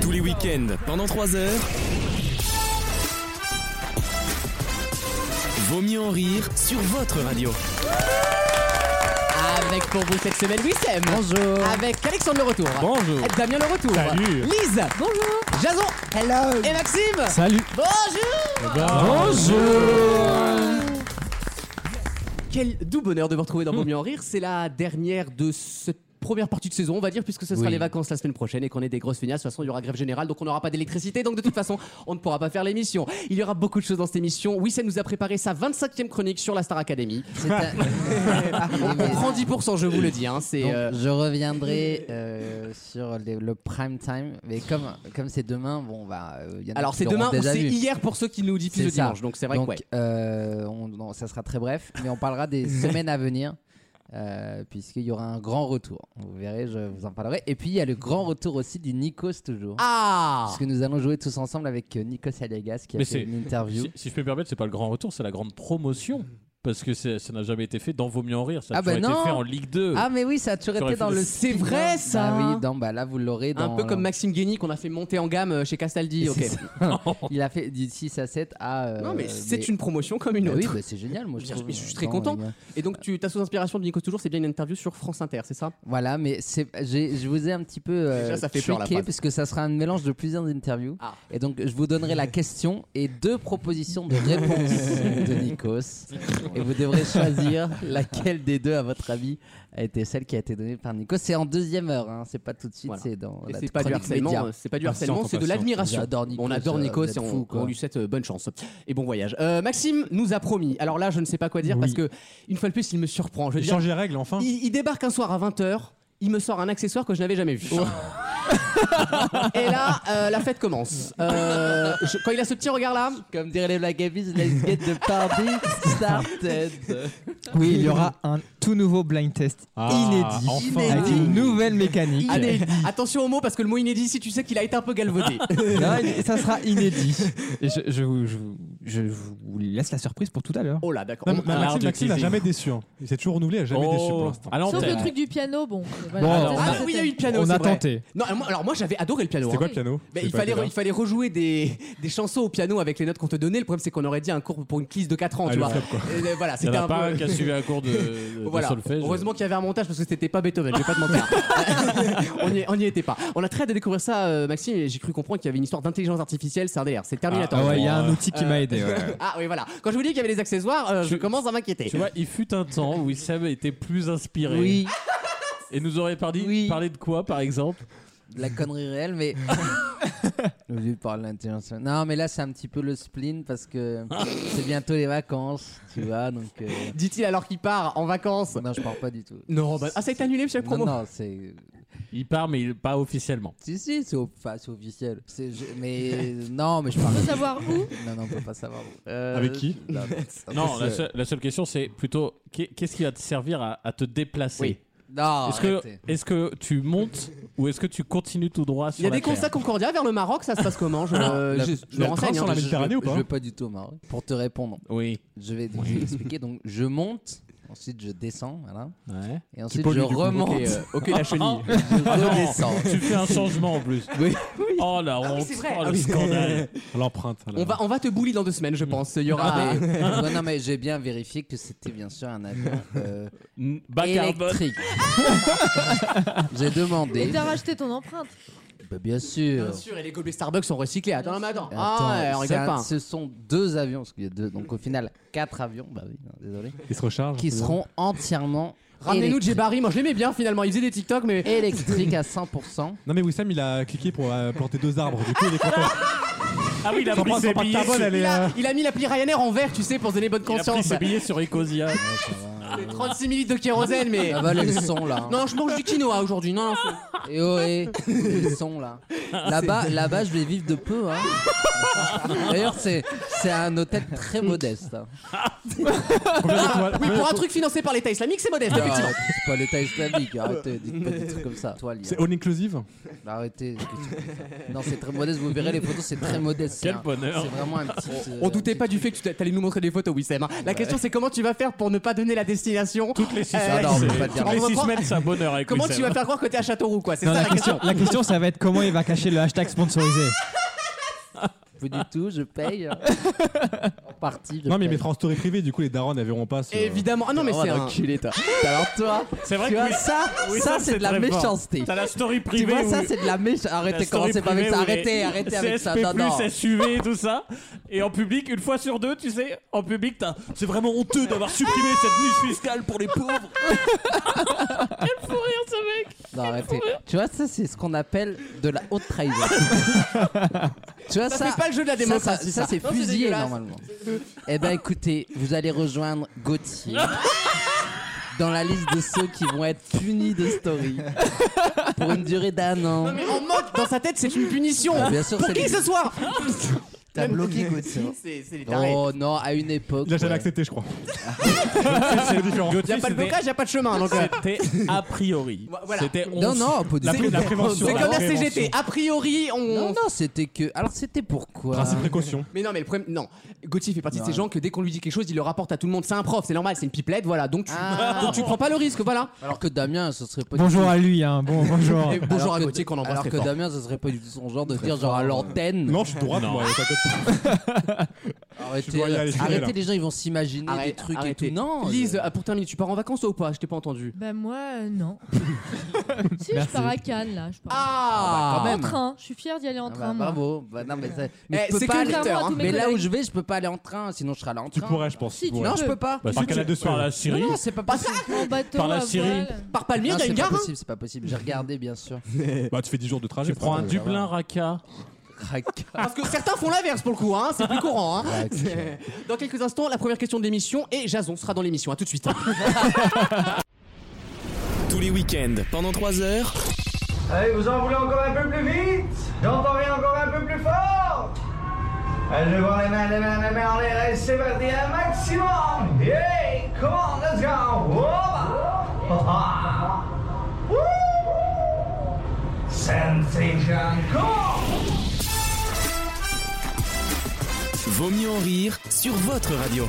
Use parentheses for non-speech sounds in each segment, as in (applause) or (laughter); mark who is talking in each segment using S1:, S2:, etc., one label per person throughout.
S1: Tous les week-ends, pendant 3 heures. Vaut mieux en rire sur votre radio.
S2: Avec pour vous cette semaine Wissem. Bonjour. Avec Alexandre Le Retour.
S3: Bonjour.
S2: Damien Le Retour.
S3: Salut.
S2: Lise. Bonjour. Jason. Hello. Et Maxime.
S3: Salut.
S2: Bonjour.
S3: Bonjour.
S2: Quel doux bonheur de vous retrouver dans Vaut mieux en rire. C'est la dernière de cette première partie de saison, on va dire, puisque ce sera les vacances la semaine prochaine et qu'on est des grosses feignasses. De toute façon, il y aura grève générale, donc on n'aura pas d'électricité. Donc de toute façon, on ne pourra pas faire l'émission. Il y aura beaucoup de choses dans cette émission. Wissem nous a préparé sa 25e chronique sur la
S3: (laughs)
S2: Star Academy. on prend 10%, je vous le dis. hein. C'est
S4: Donc,
S2: euh,
S4: Je reviendrai euh, sur les- le prime time, mais comme comme c'est demain, bon bah. euh, il y en a
S2: Alors
S4: qui
S2: c'est
S4: l'auront
S2: demain ou
S4: déjà
S2: c'est
S4: vu.
S2: hier pour ceux qui nous diffusent
S4: C'est
S2: le
S4: ça.
S2: dimanche. Donc c'est vrai
S4: Donc,
S2: que ouais.
S4: euh, on- non, ça sera très bref, mais on parlera
S2: (laughs)
S4: des semaines à venir. euh, Puisqu'il y aura un grand retour. Vous verrez, je vous en parlerai. Et puis il y a le grand retour aussi du Nikos toujours.
S2: Ah
S4: Parce que nous allons jouer tous ensemble avec euh, Nikos Aliagas qui a
S3: Mais
S4: fait
S3: c'est-
S4: une interview.
S3: Si, si je peux me permettre, c'est pas le grand retour, c'est la grande
S5: Mm.
S3: promotion. Parce que c'est- ça n'a jamais été fait dans Vaut mieux en rire. Ça a
S4: Ah bah
S3: toujours
S4: non.
S3: été fait en Ligue 2.
S4: Ah mais oui, ça a toujours
S3: Sur
S4: été
S3: les
S4: dans
S3: films.
S4: le.
S2: C'est
S4: cinéma.
S2: vrai, ça.
S4: Bah oui, dans- bah là vous l'aurez
S2: Un
S4: dans.
S2: peu comme Maxime Guény qu'on a fait monter en gamme euh, chez Castaldi. Ok.
S4: C'est
S2: (laughs)
S4: ça. Il a fait du 6 à 7 à. euh,
S2: Non mais
S4: des-
S2: c'est une promotion comme une
S4: Bah
S2: autre.
S4: oui, bah c'est génial, moi je,
S2: Je-
S4: trouve.
S2: je suis très
S4: Attends,
S2: content.
S4: les gars.
S2: Et donc tu as sous inspiration de Nico Toujours, c'est bien une interview sur France Inter, c'est ça
S4: Voilà, mais c'est, j'ai- je vous ai un petit peu euh,
S2: Déjà, ça fait peur, la
S4: triqué,
S2: phrase.
S4: parce que ça sera un mélange de plusieurs interviews.
S2: Ah.
S4: Et donc je vous donnerai la question et deux propositions de réponse
S2: (laughs)
S4: de Nikos. Et vous devrez choisir laquelle des deux, à votre avis, a été celle qui a été donnée par Nikos. C'est en deuxième heure, hein, c'est pas tout de suite,
S2: Voilà.
S4: c'est dans
S2: Et
S4: la
S2: c'est pas du
S4: chronique média.
S2: harcèlement, euh, c'est
S5: Ah,
S2: pas du
S3: Patiente,
S2: harcèlement, c'est de
S3: patiente.
S2: l'admiration.
S4: J'adore Nico,
S2: on adore
S5: euh,
S4: ça,
S2: Nico,
S4: vous êtes
S2: c'est on,
S4: fous, quoi.
S2: on lui souhaite euh, bonne chance et bon voyage. Euh, Maxime nous a promis. Alors là, je ne sais pas quoi dire
S5: Oui.
S2: parce que une fois de plus, il me surprend. Je veux
S5: J'ai
S2: dire,
S5: changé les règles enfin.
S2: il, il débarque un soir à 20h, il me sort un accessoire que je n'avais jamais vu. (laughs) Et là, euh, la fête commence. Euh, je- quand il a ce petit regard là,
S4: Comme dirait les Black Abyss, let's get the party started.
S5: Oui, il y aura un tout nouveau blind test inédit.
S3: enfin.
S5: Avec une nouvelle mécanique.
S2: attention au mot parce que le mot inédit, si tu sais qu'il a été un peu galvaudé.
S5: (laughs) Non, il- ça sera inédit. Et je, je vous, je vous- je vous laisse la surprise pour tout à l'heure.
S2: Oh là, d'accord.
S3: mais- mais-
S2: Ah,
S3: Maxime-
S5: Maxime,
S3: Maxime
S5: n'a
S3: n'a
S5: jamais déçu.
S6: hein.
S5: Il s'est toujours renouvelé, il n'a jamais déçu pour l'instant.
S3: à
S7: Sauf le
S3: l'antenne.
S7: truc du piano, bon. euh,
S5: Bon,
S7: c'est
S5: on
S7: ça,
S5: a-
S2: Ah oui, il y a eu le piano.
S5: On
S2: c'est
S5: a
S2: vrai.
S5: tenté.
S2: Non, alors moi- alors moi j'avais adoré le piano.
S5: C'était
S2: hein.
S5: quoi le piano
S2: Mais
S5: J'ai
S2: il
S5: pas
S2: fallait,
S5: été là.
S2: il fallait rejouer des, des chansons au piano avec les notes qu'on te donnait. Le problème, c'est qu'on aurait dit un cours pour une clisse de 4 ans.
S5: Ah,
S2: tu
S5: le
S2: vois.
S5: flop, quoi.
S2: Et, euh, voilà,
S3: Il
S2: c'était
S3: n'y en
S2: un
S3: a pas un
S2: peu.
S3: qui a suivi un
S2: (laughs)
S3: cours de, de
S2: Voilà.
S3: solfège.
S2: Heureusement qu'il y avait un montage parce que c'était pas Beethoven, je vais pas te mentir.
S3: (laughs)
S2: on, y, on y était pas. On a très hâte de découvrir ça, euh, Maxime, et j'ai cru comprendre qu'il y avait une histoire d'intelligence artificielle, c'est un délire, c'est Terminator.
S5: Ah ouais, il y a
S3: Euh,
S5: un outil qui m'a aidé. ouais.
S2: (laughs) Ah oui, voilà. Quand je vous dis qu'il y avait des accessoires, euh, je
S3: Tu-
S2: commence à m'inquiéter.
S3: Tu vois, il fut un temps où Wissem était plus inspiré.
S4: Oui.
S3: Et nous aurait parlé,
S4: Oui.
S3: parlé de quoi, par exemple
S4: de la connerie réelle, (laughs) mais. Au lieu de parler d'intelligence. Non, mais là, c'est un petit peu le spleen parce (laughs) que c'est bientôt les vacances, tu vois, donc. euh,
S2: Dit-il alors qu'il part en vacances.
S4: Non, je parle pas du tout.
S2: Non, bah- Ah, ça a été annulé, monsieur le
S4: Non,
S2: promo.
S4: non, c'est.
S3: Il part, mais il- pas officiellement.
S4: Si, si, c'est au- enfin, c'est officiel. C'est- je- (laughs) Mais. Non, mais je parle.
S7: On peut savoir où
S4: Non, non, on peut pas savoir. où. Euh,
S5: Avec qui
S4: (laughs) Non,
S3: Non, la,
S4: impossible.
S3: seule- la seule question, c'est plutôt qu'est- qu'est-ce qui va te servir à, à te déplacer
S2: Oui.
S4: Non,
S3: Est-ce que,
S4: arrêtez.
S3: est que tu montes ou est-ce que tu continues tout droit sur
S2: Il y a
S3: la
S2: des
S3: terre
S2: constats Concordia vers le Maroc, ça se passe comment Je, euh,
S4: la-
S2: je- je me
S5: le train
S2: renseigne.
S5: sur
S2: hein.
S5: la
S2: Je-
S5: Méditerranée ou
S4: Je
S5: pas
S4: vais pas du tout, Marie. Pour te répondre,
S3: Oui.
S4: je vais je vais (laughs) expliquer. Donc, je monte, ensuite je descends, voilà.
S3: Ouais.
S4: Et ensuite
S5: pollues,
S4: je
S5: du coup.
S4: remonte.
S2: Ok, euh,
S4: (laughs)
S2: ok, la chenille.
S4: Je
S3: Ah non,
S4: (laughs) redescends.
S3: tu fais un changement en plus.
S4: (laughs) Oui.
S3: Oh la honte,
S2: c'est vrai.
S3: oh le
S2: Ah oui.
S3: (laughs)
S4: (laughs)
S3: scandale. Mm.
S5: L'empreinte.
S2: On va, on va te bully dans deux semaines, je pense. Il y aura.
S4: Ah,
S3: (laughs)
S4: mais- Ouais, non mais j'ai bien vérifié que c'était bien sûr un avion euh,
S3: N- Bas carbone.
S4: électrique. j'ai
S7: Et
S4: demandé.
S7: t'as racheté ton empreinte.
S4: Bah, bien sûr.
S2: Bien sûr, et les gobelets Starbucks sont recyclés. Attends, mais attends.
S4: Attends,
S2: ah, ouais, on
S4: c'est
S2: rigole
S4: un-
S2: pas.
S4: ce sont deux avions, parce qu'il y a deux, donc au final quatre avions, bah oui, non, désolé,
S5: Il se recharge.
S4: qui seront entièrement
S2: Ramenez-nous Jay Barry. Moi, je l'aimais bien finalement. Il faisait des TikTok, mais.
S4: électriques
S2: (laughs)
S4: à 100%.
S5: Non, mais Wissam, il a cliqué pour euh, planter deux arbres. Du coup, il est
S2: (laughs)
S5: content.
S3: Ah oui, il a
S5: Son
S3: pris
S5: empreinte- son
S3: ses
S5: empreinte
S3: billets.
S5: carbone,
S3: sur-
S5: elle
S2: Il
S5: est.
S2: a,
S5: euh,
S2: il a mis l'appli Ryanair en vert, tu sais, pour se donner bonne
S3: Il a pris
S2: conscience.
S3: ses billets sur
S2: (laughs)
S3: Ecosia.
S2: C'est 36 minutes de kérosène, mais.
S4: Ah bah les sont là. hein.
S2: Non, je mange du quinoa aujourd'hui. Non, non, faut-
S4: Et oh, et ils sont là. (laughs) Là-bas,
S3: (laughs)
S4: là-bas, je vais vivre de peu. hein. D'ailleurs, c'est c'est un hôtel très
S3: (laughs)
S4: modeste. hein.
S5: Combien d'étoiles
S2: Ah, Oui, pour un truc financé par l'État islamique, c'est modeste,
S4: Ah,
S2: effectivement.
S4: C'est pas l'État islamique, arrêtez, dites pas des trucs comme ça. Toi, Lyon.
S5: C'est all inclusive
S4: Arrêtez. qu'est-ce que tu fais ça Non, c'est très modeste, vous verrez les photos, c'est très modeste.
S3: Quel
S4: c'est un-
S3: bonheur.
S4: C'est vraiment un petit. euh,
S2: On
S4: un
S2: doutait
S4: petit
S2: pas du
S4: truc.
S2: fait que tu allais nous montrer des photos, Wissem. hein. La question, c'est comment tu vas faire pour ne pas donner la destination
S3: Toutes les six
S2: Euh,
S3: semaines.
S4: Ah, non, on
S3: c'est-
S4: peut pas dire.
S3: toutes les
S2: On
S3: six
S2: reprend-
S3: semaines, c'est un bonheur avec
S2: Comment
S3: Wissem. hein.
S2: tu vas faire croire que t'es à Châteauroux, quoi quoi C'est
S5: Non,
S2: ça
S5: la question, la question, ça va être comment il va cacher le hashtag sponsorisé.
S4: Plus du tout,
S5: (laughs)
S4: je paye. en partie. je
S6: Non, mais il
S4: paye.
S6: mettra en story privée, du coup, les darons, elles verront pas. ce-
S2: Évidemment. Ah non, mais
S4: Oh,
S2: c'est
S4: va
S2: un.
S4: enculé, toi. Alors toi,
S3: C'est vrai
S4: (laughs) tu
S3: que
S4: vois,
S3: oui.
S4: ça,
S3: Oui,
S4: ça,
S3: ça,
S4: c'est
S3: c'est
S4: de la
S3: très fort.
S4: méchanceté.
S3: T'as la story privée.
S4: Tu vois,
S3: où-
S4: ça, c'est de la méchanceté.
S3: la
S4: Arrêtez,
S3: story
S4: commencez pas avec
S3: privée
S4: ça.
S3: où les
S4: Arrêtez, arrêtez avec ça. Non, non.
S3: CSP+, SUV, tout ça. Et en public, une fois sur deux, tu sais, en public, t'as- c'est vraiment honteux d'avoir supprimé cette niche fiscale pour les
S4: (laughs)
S3: pauvres.
S4: Non, arrêtez. Tu vois, ça, c'est ce qu'on appelle de la haute
S2: (laughs)
S4: trahison. tu vois, ça,
S2: Ça fait pas le jeu de
S4: ça,
S2: la
S4: ça,
S2: démocratie.
S4: ça, c'est
S2: Non,
S4: fusillé
S2: dégueulasse.
S4: normalement. Eh ben écoutez, vous allez rejoindre
S2: (laughs)
S4: Gauthier dans la liste de ceux qui vont être punis des stories pour une durée d'un an.
S2: Non, mais en mode, dans sa tête, c'est une punition.
S4: Ah, bien sûr,
S2: Pour
S4: c'est
S2: qui
S4: des-
S2: ce soir
S8: T'as bloqué Gauthier.
S2: C'est c'est les tarés.
S4: Oh non, à une époque.
S6: Il a jamais
S4: ouais.
S6: accepté, je crois.
S3: C'est différent.
S2: Y a pas de blocage, y a pas de chemin. Donc, euh,
S3: C'était a priori.
S2: Voilà.
S3: C'était on
S4: Non, non, pas du
S6: La,
S4: tout.
S6: pré- la prévention.
S2: c'est
S6: la
S2: comme la
S6: prévention.
S2: CGT. A priori,
S4: Non,
S2: on.
S4: non, c'était que. Alors c'était pourquoi
S6: Principe précaution.
S2: Mais non, mais le problème, non. Gauthier fait partie de ces
S4: Non.
S2: gens que dès qu'on lui dit quelque chose, il le rapporte à tout le monde. C'est un prof, c'est normal, c'est une pipelette, voilà. Donc tu,
S4: Ah.
S2: donc tu prends pas le risque, voilà.
S4: Alors que Damien, ce serait pas. du
S5: Bonjour
S4: tout-
S5: à lui, hein.
S4: (laughs)
S5: Bon, bonjour.
S2: Et bonjour
S4: alors
S2: à
S4: que-
S2: Gauthier qu'on embrasse
S4: Alors
S2: très
S4: que
S2: fort.
S4: Damien, ce serait pas du tout son genre de dire genre à l'antenne.
S6: Non, je suis droite,
S3: Non.
S6: moi. t'inquiète pas.
S4: (laughs) Arrêtez,
S6: Tu dois y aller, tu dois y
S4: arrêtez
S6: aller.
S4: les gens, ils vont s'imaginer des
S2: Arrête-
S4: trucs
S2: arrêtez.
S4: et tout. Non,
S2: Lise,
S4: je-
S2: ah, pour terminer, tu pars en vacances toi, ou pas Je t'ai pas entendu.
S7: Bah moi, euh, non. (laughs) si, je
S5: Merci.
S7: pars à Cannes, là. Je pars.
S2: Ah,
S4: bah, quand
S7: en
S4: même.
S7: train. Je suis fière d'y aller en
S4: Ah bah,
S7: train. moi.
S4: bravo. Bah, non, mais ça- mais
S2: Eh,
S4: je peux
S2: c'est
S4: pas
S2: que
S4: aller-
S2: le
S7: Contrairement à
S2: hein.
S7: tous mes
S4: Mais là où
S7: collègues.
S4: je vais, je peux pas aller en train, sinon je serais allé en
S6: Tu
S4: train.
S6: pourrais, je pense.
S7: Si, tu
S6: Ouais.
S4: Non, je
S7: peux.
S4: peux pas.
S3: Bah,
S6: Par
S3: si,
S6: Canal
S3: tu-
S6: de Suez.
S3: par la
S4: Non,
S3: Syrie.
S4: non, c'est pas possible.
S7: En bateau,
S3: Par la
S7: à
S3: Syrie.
S7: voile.
S2: Par Palmyre,
S4: Non,
S2: il y a
S4: c'est
S2: une
S4: pas
S2: gare. hein
S4: possible, c'est pas possible. J'ai regardé, bien sûr.
S6: (laughs) Bah, tu fais 10 jours de trajet.
S3: Tu prends un
S6: frère.
S3: Dublin Raqqa.
S2: Parce que certains font l'inverse pour le coup, hein. C'est plus courant, hein. (laughs) Dans quelques instants, la première question de l'émission et Jason sera dans l'émission. À tout de suite.
S1: Tous les week-ends, (laughs) pendant 3 heures.
S9: Allez, vous en voulez encore un peu plus vite J'entends rien encore un peu plus fort Allez, voir les mains, les mains, les mains en l'air et s'évader un maximum Yeah Come on, let's go Whoa. Ha, ha. (laughs) Woo. Sensation, come on
S1: Vaut mieux en rire sur votre radio.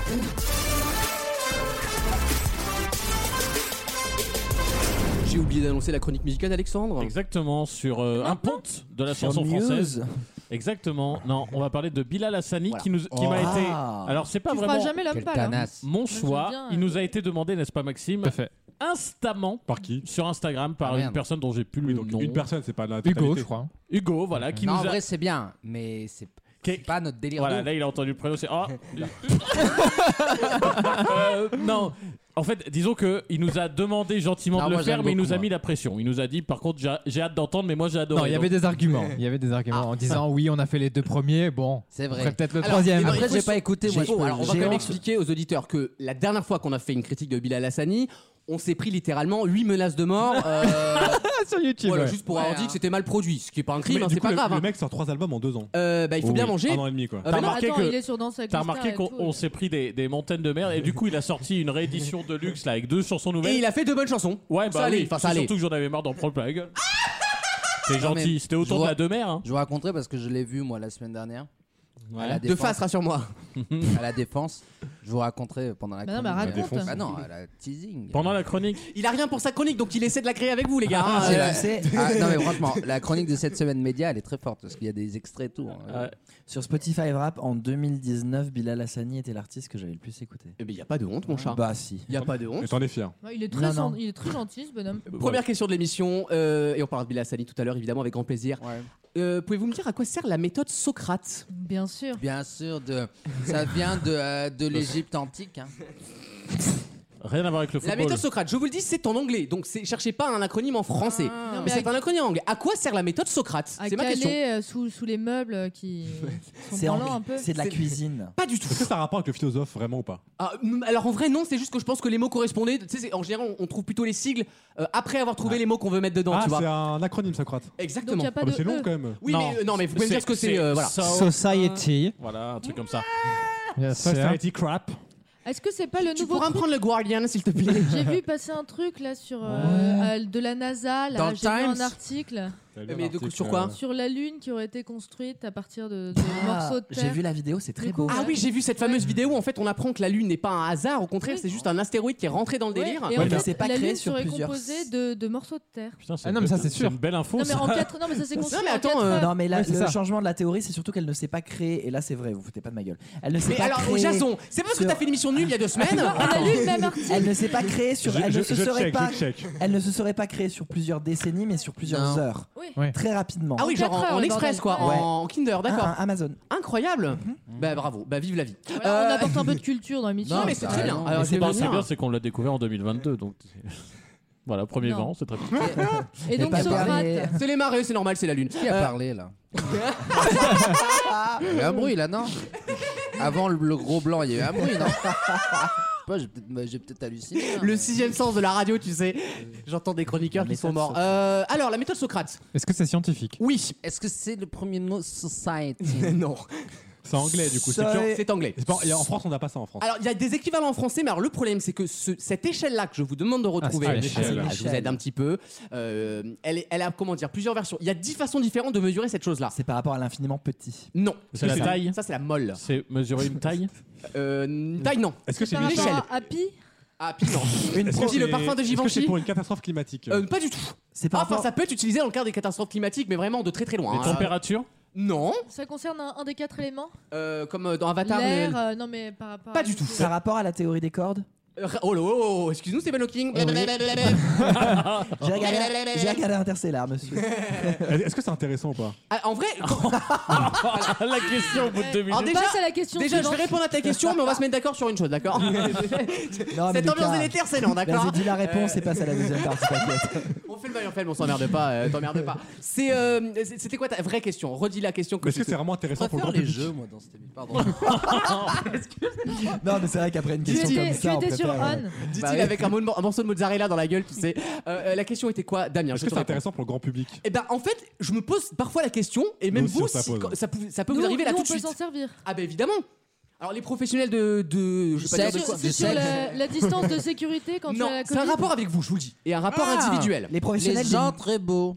S2: J'ai oublié d'annoncer la chronique musicale d'Alexandre.
S3: Exactement, sur euh, un ponte de la chanson française. Exactement. Non, on va parler de Bilal Hassani qui nous, qui m'a
S4: Ah.
S3: été. Alors c'est pas
S7: Tu feras
S3: vraiment
S7: jamais l'homme
S4: Quelle
S7: pâle. hein.
S4: tanasse.
S3: mon
S7: j'aime
S3: choix.
S7: bien,
S3: Il
S7: euh.
S3: nous a été demandé, n'est-ce pas Maxime,
S5: Tout à fait.
S3: instamment
S6: Par qui
S3: sur Instagram par
S4: Ah,
S3: une
S4: merde.
S3: personne dont j'ai plus
S6: Oui,
S3: le
S6: donc
S3: nom.
S6: une personne, c'est pas la
S5: Hugo,
S6: totalité.
S5: je crois.
S3: Hugo, voilà, qui
S4: Non,
S3: nous
S4: en
S3: a.
S4: vrai, c'est bien, mais c'est
S3: Qu'est-
S4: c'est pas notre délire.
S3: Voilà,
S4: de ouf.
S3: là il a entendu le prénom, c'est Ah Euh, Non en fait, disons que il nous a demandé gentiment
S4: Non,
S3: de le
S4: moi, j'aime
S3: faire, mais il
S4: beaucoup,
S3: nous a
S4: moi.
S3: mis la pression. Il nous a dit, par contre, j'ai- j'ai hâte d'entendre, mais moi j'ai adoré.
S5: Non, il y
S3: Donc, euh,
S5: avait des arguments. Il y avait des arguments en disant oui, on a fait les deux premiers. Bon,
S4: Ah. C'est
S5: on
S4: vrai.
S5: ferait peut-être le
S2: Alors,
S5: troisième.
S2: il
S4: Après,
S2: faut
S4: j'ai
S2: se-
S4: pas écouté. Moi,
S2: J'ai-
S4: je peux-
S2: alors, on va
S4: j'ai
S2: quand même
S4: honte.
S2: expliquer aux auditeurs que la dernière fois qu'on a fait une critique de Bilal Hassani, on s'est pris littéralement 8 menaces de mort. euh,
S5: sur YouTube.
S2: voilà,
S5: ouais.
S2: juste pour
S4: Ouais,
S2: avoir dit
S4: hein.
S2: que c'était mal produit, ce qui est pas un
S6: Mais
S2: crime, hein,
S6: du
S2: c'est
S6: coup,
S2: pas
S6: le-
S2: grave.
S6: Le
S2: hein.
S6: mec sort trois albums en deux ans.
S2: Euh, bah, il faut
S6: Oui,
S2: bien
S6: oui.
S2: manger.
S6: Un an et demi, quoi.
S2: Euh,
S3: T'as
S2: mais non,
S3: remarqué
S7: Attends,
S3: que-
S7: il est sur Danse avec
S3: T'as
S7: les stars
S3: remarqué
S7: et tout,
S3: qu'on
S7: là.
S3: s'est pris des, des montagnes de merde et du coup il a sorti une réédition de luxe là avec deux chansons
S2: et
S3: nouvelles.
S2: il a fait deux bonnes chansons.
S3: Ouais bah
S2: ça allait,
S3: oui,
S2: enfin,
S3: c'est
S2: ça allait.
S3: surtout que j'en avais marre d'en prendre plein la gueule. T'es
S4: Non, mais
S3: gentil, c'était autant
S4: je
S3: de
S4: vois-
S3: la de mer. Hein.
S4: Je vous raconterai parce que je l'ai vu moi la semaine dernière. À la
S2: De
S4: défense,
S2: face, rassure-moi.
S4: à la défense. Je vous raconterai pendant la.
S7: Bah non, mais
S4: chronique.
S7: raconte.
S4: Bah non,
S6: Ah
S4: à la teasing.
S3: Pendant la chronique,
S2: Il a rien pour sa chronique, donc il essaie de la créer avec vous, les gars. hein.
S4: Ah,
S2: Euh,
S4: tu sais- ah, non mais
S8: (laughs)
S4: franchement, la chronique de cette semaine média, elle est très forte parce qu'il y a des extraits et tout. hein.
S2: Ah
S3: Ouais.
S8: Sur Spotify Rap, en 2019, Bilal Hassani était l'artiste que j'avais le plus écouté.
S2: Eh ben, y a pas de honte, mon chat.
S8: Bah si.
S2: Y a pas de honte.
S6: Et t'en es fier.
S7: Ouais, Il est très
S8: Non, non.
S7: gen- il est très gentil, ce bonhomme.
S2: Euh, Première question de l'émission, euh, et on parlera de Bilal Hassani tout à l'heure, évidemment, avec grand plaisir.
S4: Ouais.
S2: Euh, Pouvez-vous me dire à quoi sert la méthode Socrate
S7: Bien sûr.
S4: Bien sûr, de, ça vient de, euh, de
S3: Bah,
S4: l'Égypte antique. hein.
S3: rien à voir avec le
S2: La
S3: football.
S2: méthode Socrate, je vous le dis, c'est en anglais, donc c'est- cherchez pas un acronyme en français.
S4: Ah.
S2: mais c'est un acronyme en anglais. À quoi sert la méthode Socrate
S7: À
S2: C'est ma question.
S7: caler euh, sous, sous les meubles euh, qui sont
S8: C'est
S7: branlants
S8: en-
S7: un peu.
S8: c'est de la
S2: C'est-
S8: cuisine.
S2: Pas du tout.
S6: Est-ce que ça a un rapport avec le philosophe, vraiment ou pas
S2: Ah, mm, alors en vrai, non, c'est juste que je pense que les mots correspondaient. Tu sais, c'est- en général, on, on trouve plutôt les sigles euh, après avoir trouvé les mots qu'on veut mettre dedans,
S6: Ah,
S2: tu
S6: c'est
S2: vois.
S6: un acronyme, Socrate.
S7: Donc
S2: Exactement.
S7: il a pas
S6: Ah,
S7: de.
S6: bah, c'est long
S7: E.
S6: quand même.
S2: Oui, mais euh, non, mais vous pouvez me dire ce que c'est. euh, voilà.
S3: so-
S5: Society.
S3: Voilà, un truc comme ça.
S5: Bien sûr.
S6: crap.
S7: (laughs) Est-ce que c'est pas le
S2: Tu
S7: nouveau
S2: pourras me
S7: truc
S2: prendre le Guardian, s'il te plaît.
S7: J'ai vu passer un truc là sur euh, euh, de la NASA. là,
S4: Dans le
S7: J'ai lu un
S4: Times
S7: article. euh,
S6: T'as lu
S2: Mais du coup,
S6: l'article,
S2: sur quoi
S7: Sur la lune qui aurait été construite à partir de, de
S10: Ah,
S7: morceaux de
S10: J'ai
S7: terre.
S10: vu la vidéo, c'est très
S7: Du
S10: beau.
S7: coup,
S2: Ah oui, j'ai vu cette fameuse vidéo où en fait on apprend que la Lune n'est pas un hasard, au contraire,
S7: Oui.
S2: c'est juste un astéroïde qui est rentré dans le
S7: Ouais,
S2: délire.
S7: et
S6: Ouais,
S7: en
S6: mais
S7: fait,
S10: c'est pas
S7: la
S10: créé
S7: lune
S10: sur
S7: serait
S10: plusieurs-
S7: composé de, de morceaux de terre.
S6: Putain, c'est
S5: Ah
S6: une
S5: non, mais
S6: belle-
S5: ça, c'est sûr.
S6: une belle info.
S7: Non mais,
S6: ça.
S7: en quatre... non mais ça s'est construit
S2: mais
S7: en
S2: attends,
S7: quatre
S2: euh,
S7: heures.
S10: Non, mais là,
S5: Ouais, c'est
S10: le
S5: ça.
S10: changement de la théorie, c'est surtout qu'elle ne s'est pas créée. Et là, c'est vrai, vous vous foutez pas de ma gueule. Elle ne s'est
S2: Mais
S10: pas
S2: alors,
S10: créée.
S2: Jason, c'est pas parce que
S10: sur-
S2: t'as fait une émission nulle il y a
S10: (laughs)
S2: deux semaines
S7: On a lu le même article.
S10: Elle ne s'est pas créée sur.
S6: Je-
S10: elle,
S6: je-
S10: ne se
S6: je
S10: serait
S6: check,
S10: pas...
S6: je check.
S10: elle ne se serait pas créée sur plusieurs décennies, mais sur plusieurs
S2: Non.
S10: heures.
S7: Oui.
S5: Ouais.
S10: Très rapidement.
S2: Ah oui, genre
S7: quatre
S2: en, en
S7: heures, le
S2: express quoi,
S7: bordel.
S10: Ouais.
S2: en Kinder, d'accord.
S10: Ah, un Amazon.
S2: (laughs) Incroyable.
S11: Mhm.
S2: Bah bravo, bah vive la vie.
S7: Voilà,
S2: Euh,
S7: On apporte un peu de culture dans l'émission.
S2: Non mais c'est très bien.
S10: non,
S2: Alors,
S3: Ce
S2: je
S3: qui est
S2: vais
S3: bien, c'est
S2: venir.
S3: bien, c'est qu'on l'a découvert en 2022. Donc (laughs) voilà, premier
S7: Non.
S3: vent, c'est très bien.
S7: (laughs) Et donc
S10: pas
S7: Socrate.
S10: parlé.
S2: C'est les marées, c'est normal, c'est la Lune.
S11: Qui a
S2: Euh,
S11: parlé
S2: (laughs)
S11: là Il y a eu un bruit là, non Avant le, le gros blanc, il y a eu un bruit, non Je sais pas, J'ai peut-être
S4: bah,
S11: j'ai peut-être halluciné. hein,
S2: (laughs) Le
S11: mais-
S2: sixième sens de la radio, tu sais. J'entends des chroniqueurs qui sont
S10: méthode
S2: morts.
S10: Socrate.
S2: Euh, alors, la méthode Socrate.
S5: Est-ce que c'est scientifique
S2: Oui.
S11: Est-ce que c'est le premier mot society
S2: (laughs) non.
S6: C'est anglais, du coup. C'est
S10: Ça
S6: pur-
S10: est-
S2: C'est anglais.
S6: c'est pas- et En France, on n'a pas ça en France.
S2: Alors, il y a des équivalents en français, mais alors le problème, c'est que ce- cette échelle-là que je vous demande de retrouver,
S5: Ah, c'est une
S6: échelle.
S2: Ah,
S10: Ah,
S2: je
S10: c'est une
S2: vous aide
S10: échelle.
S2: un petit peu. euh, elle, elle a, comment dire, plusieurs versions. Il y a dix façons différentes de mesurer cette chose-là.
S10: C'est par rapport à l'infiniment petit.
S2: Non.
S3: C'est la taille
S2: Ça, c'est la molle.
S3: C'est mesurer une taille
S2: (laughs) Euh, taille, non.
S6: Est-ce que c'est
S7: Par
S6: une
S7: rapport
S6: échelle
S7: à Happy,
S2: Ah, pire, non.
S3: (laughs)
S6: Une
S2: Est-ce que c'est- le parfum
S6: Est-ce
S2: de
S6: que
S2: Givenchy
S6: c'est pour une catastrophe climatique
S2: Euh, pas du tout.
S10: C'est par
S2: Enfin,
S10: rapport.
S2: ça peut être utilisé dans le cadre des catastrophes climatiques, mais vraiment de très très loin.
S3: Les
S2: hein.
S3: températures
S2: Non.
S7: ça concerne un, un des quatre éléments
S2: Euh, comme euh, dans Avatar. le-
S7: L'air, euh, non mais par rapport
S2: Pas
S7: à-
S2: du tout.
S10: Par rapport à la théorie des cordes,
S2: Euh, Oh, là, oh, oh, oh, excuse-nous, Stephen Hawking.
S7: Eh,
S2: (laughs)
S10: j'ai
S2: Oh,
S10: regardé, j'ai regardé Interstellar, monsieur.
S6: Est-ce que c'est intéressant ou pas
S2: Ah, en vrai,
S3: (laughs) La question au bout de deux
S2: Alors,
S3: minutes.
S2: déjà,
S7: Passe à la question
S2: déjà, je
S7: suivante.
S2: vais répondre à ta question, mais on va se mettre d'accord sur une chose,
S3: (laughs)
S2: d'accord (laughs)
S10: Non, mais
S2: Cette ambiance
S10: Lucas,
S2: délétère, c'est non, d'accord Euh,
S10: Vas-y, dis la réponse et passe à la deuxième
S2: (laughs)
S10: partie. t'inquiète.
S2: On fait le bail, on fait le- on s'emmerde pas, euh, t'emmerde pas. C'est, euh, c'est- c'était quoi ta vraie question Redis la question que
S6: Est-ce que
S2: tu
S6: c'est
S2: (laughs)
S6: vraiment intéressant pour le
S11: préfère
S6: grand
S11: les
S6: public
S11: jeux, moi, dans cette émission. Pardon.
S10: (laughs) Non, mais c'est vrai qu'après une
S7: Tu
S10: question comme
S7: étais, tu
S10: ça, on
S7: étais sur
S10: préfère, euh,
S7: On.
S2: Ah dit-il
S6: Bah
S2: avec un, mot de mor- un morceau de mozzarella dans la gueule, tu sais. Euh, euh, la question était quoi, Damien
S6: Est-ce que
S2: je te
S6: c'est
S2: réponds.
S6: intéressant pour le grand public
S2: Eh ben, en fait, je me pose parfois la question, et même
S6: Nous aussi,
S2: vous,
S6: on se la
S2: si-
S6: pose.
S2: quand- ça, pou- ça peut
S7: Nous,
S2: vous arriver là
S7: nous,
S2: tout
S7: on
S2: de
S7: peut
S2: suite.
S7: s'en servir.
S2: Ah ben évidemment. Alors les professionnels de, de je vais pas
S11: Sexe,
S2: dire de quoi.
S11: c'est
S7: C'est sur la, la distance de sécurité quand tu as
S2: Non,
S7: la
S2: c'est un
S7: Covid.
S2: rapport avec vous, je vous le dis, et un rapport
S11: Ah
S2: individuel.
S10: Les
S11: Les
S10: professionnels,
S11: gens
S2: (laughs)
S11: très beaux.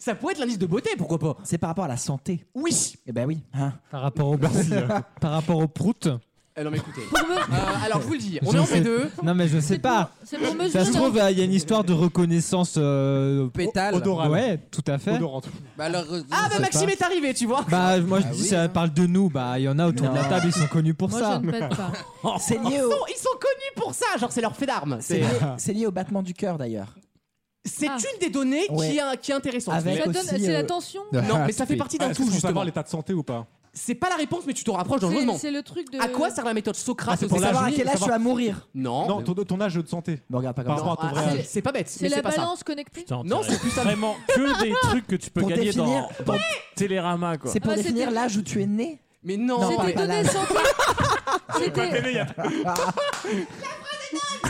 S2: Ça pourrait être l'indice de beauté, pourquoi pas
S10: c'est par rapport à la santé.
S2: Oui.
S10: Eh ben oui. hein.
S5: Par rapport au par rapport au prout
S2: Alors Eh mais écoutez.
S7: Pour me-
S2: Euh, alors je vous le dis, on
S5: Je
S2: est en
S5: sais.
S2: P2.
S5: Non mais je
S7: c'est
S5: sais
S7: pour-
S5: pas.
S7: C'est pour mesurer.
S5: Ça se trouve, il y a une histoire de reconnaissance. euh,
S11: Pétale.
S6: Odoral.
S5: Ouais, tout à fait.
S6: Odorante.
S11: Bah, alors, euh,
S2: Ah bah
S5: sais
S2: Maxime
S5: pas.
S2: est arrivé, tu vois.
S5: Bah moi je
S11: Ah
S5: dis
S11: oui,
S5: ça
S11: hein.
S5: parle de nous. Bah il y en a autour de la
S10: Non.
S5: table, ils sont connus pour
S7: Moi,
S5: ça.
S7: je ne pète pas.
S10: C'est lié au,
S2: Bon, ils sont connus pour ça, genre c'est leur fait d'armes.
S10: c'est
S2: C'est
S10: lié, c'est lié au battement du cœur d'ailleurs.
S2: c'est
S7: Ah.
S2: une des données qui,
S10: Ouais.
S2: est, qui est intéressante.
S10: Avec-
S7: Ça
S10: aussi,
S7: donne- C'est
S10: euh,
S7: la
S6: (laughs)
S7: tension.
S2: (laughs) Non, mais ça fait partie
S6: Ah,
S2: d'un
S6: Est-ce
S2: tout
S6: qu'on peut
S2: justement.
S6: savoir l'état de santé ou pas
S2: C'est pas la réponse, mais tu te rapproches dangereusement.
S7: C'est c'est le truc de.
S2: À quoi sert la méthode
S6: Ah,
S2: Socrate
S6: c'est
S2: au
S6: pour
S2: savoir
S10: Savoir à
S6: journée,
S10: quel âge tu
S6: savoir-
S10: vas
S7: (laughs)
S10: mourir.
S2: Non.
S6: Non, ton, ton âge de santé.
S10: Me regarde pas comme
S6: Par
S10: ça.
S6: rapport à ton
S2: Ah,
S6: vrai
S2: c'est-
S6: âge.
S2: c'est pas bête,
S7: C'est
S2: mais
S7: la
S2: c'est pas ça.
S7: balance connectée.
S3: Putain,
S2: Non,
S3: t'as
S2: c'est plus un-
S3: vraiment que
S7: (laughs)
S3: des trucs que tu peux
S10: Pour
S3: gagner
S10: définir-
S3: dans, dans Télérama quoi.
S10: C'est pour
S7: Ah, bah,
S10: définir
S7: c'était-
S10: l'âge où tu es né.
S2: Mais non,
S10: Non,
S2: mais-
S7: C'était
S10: pas
S7: donné
S10: là.
S7: sans
S2: (laughs)
S7: C'était.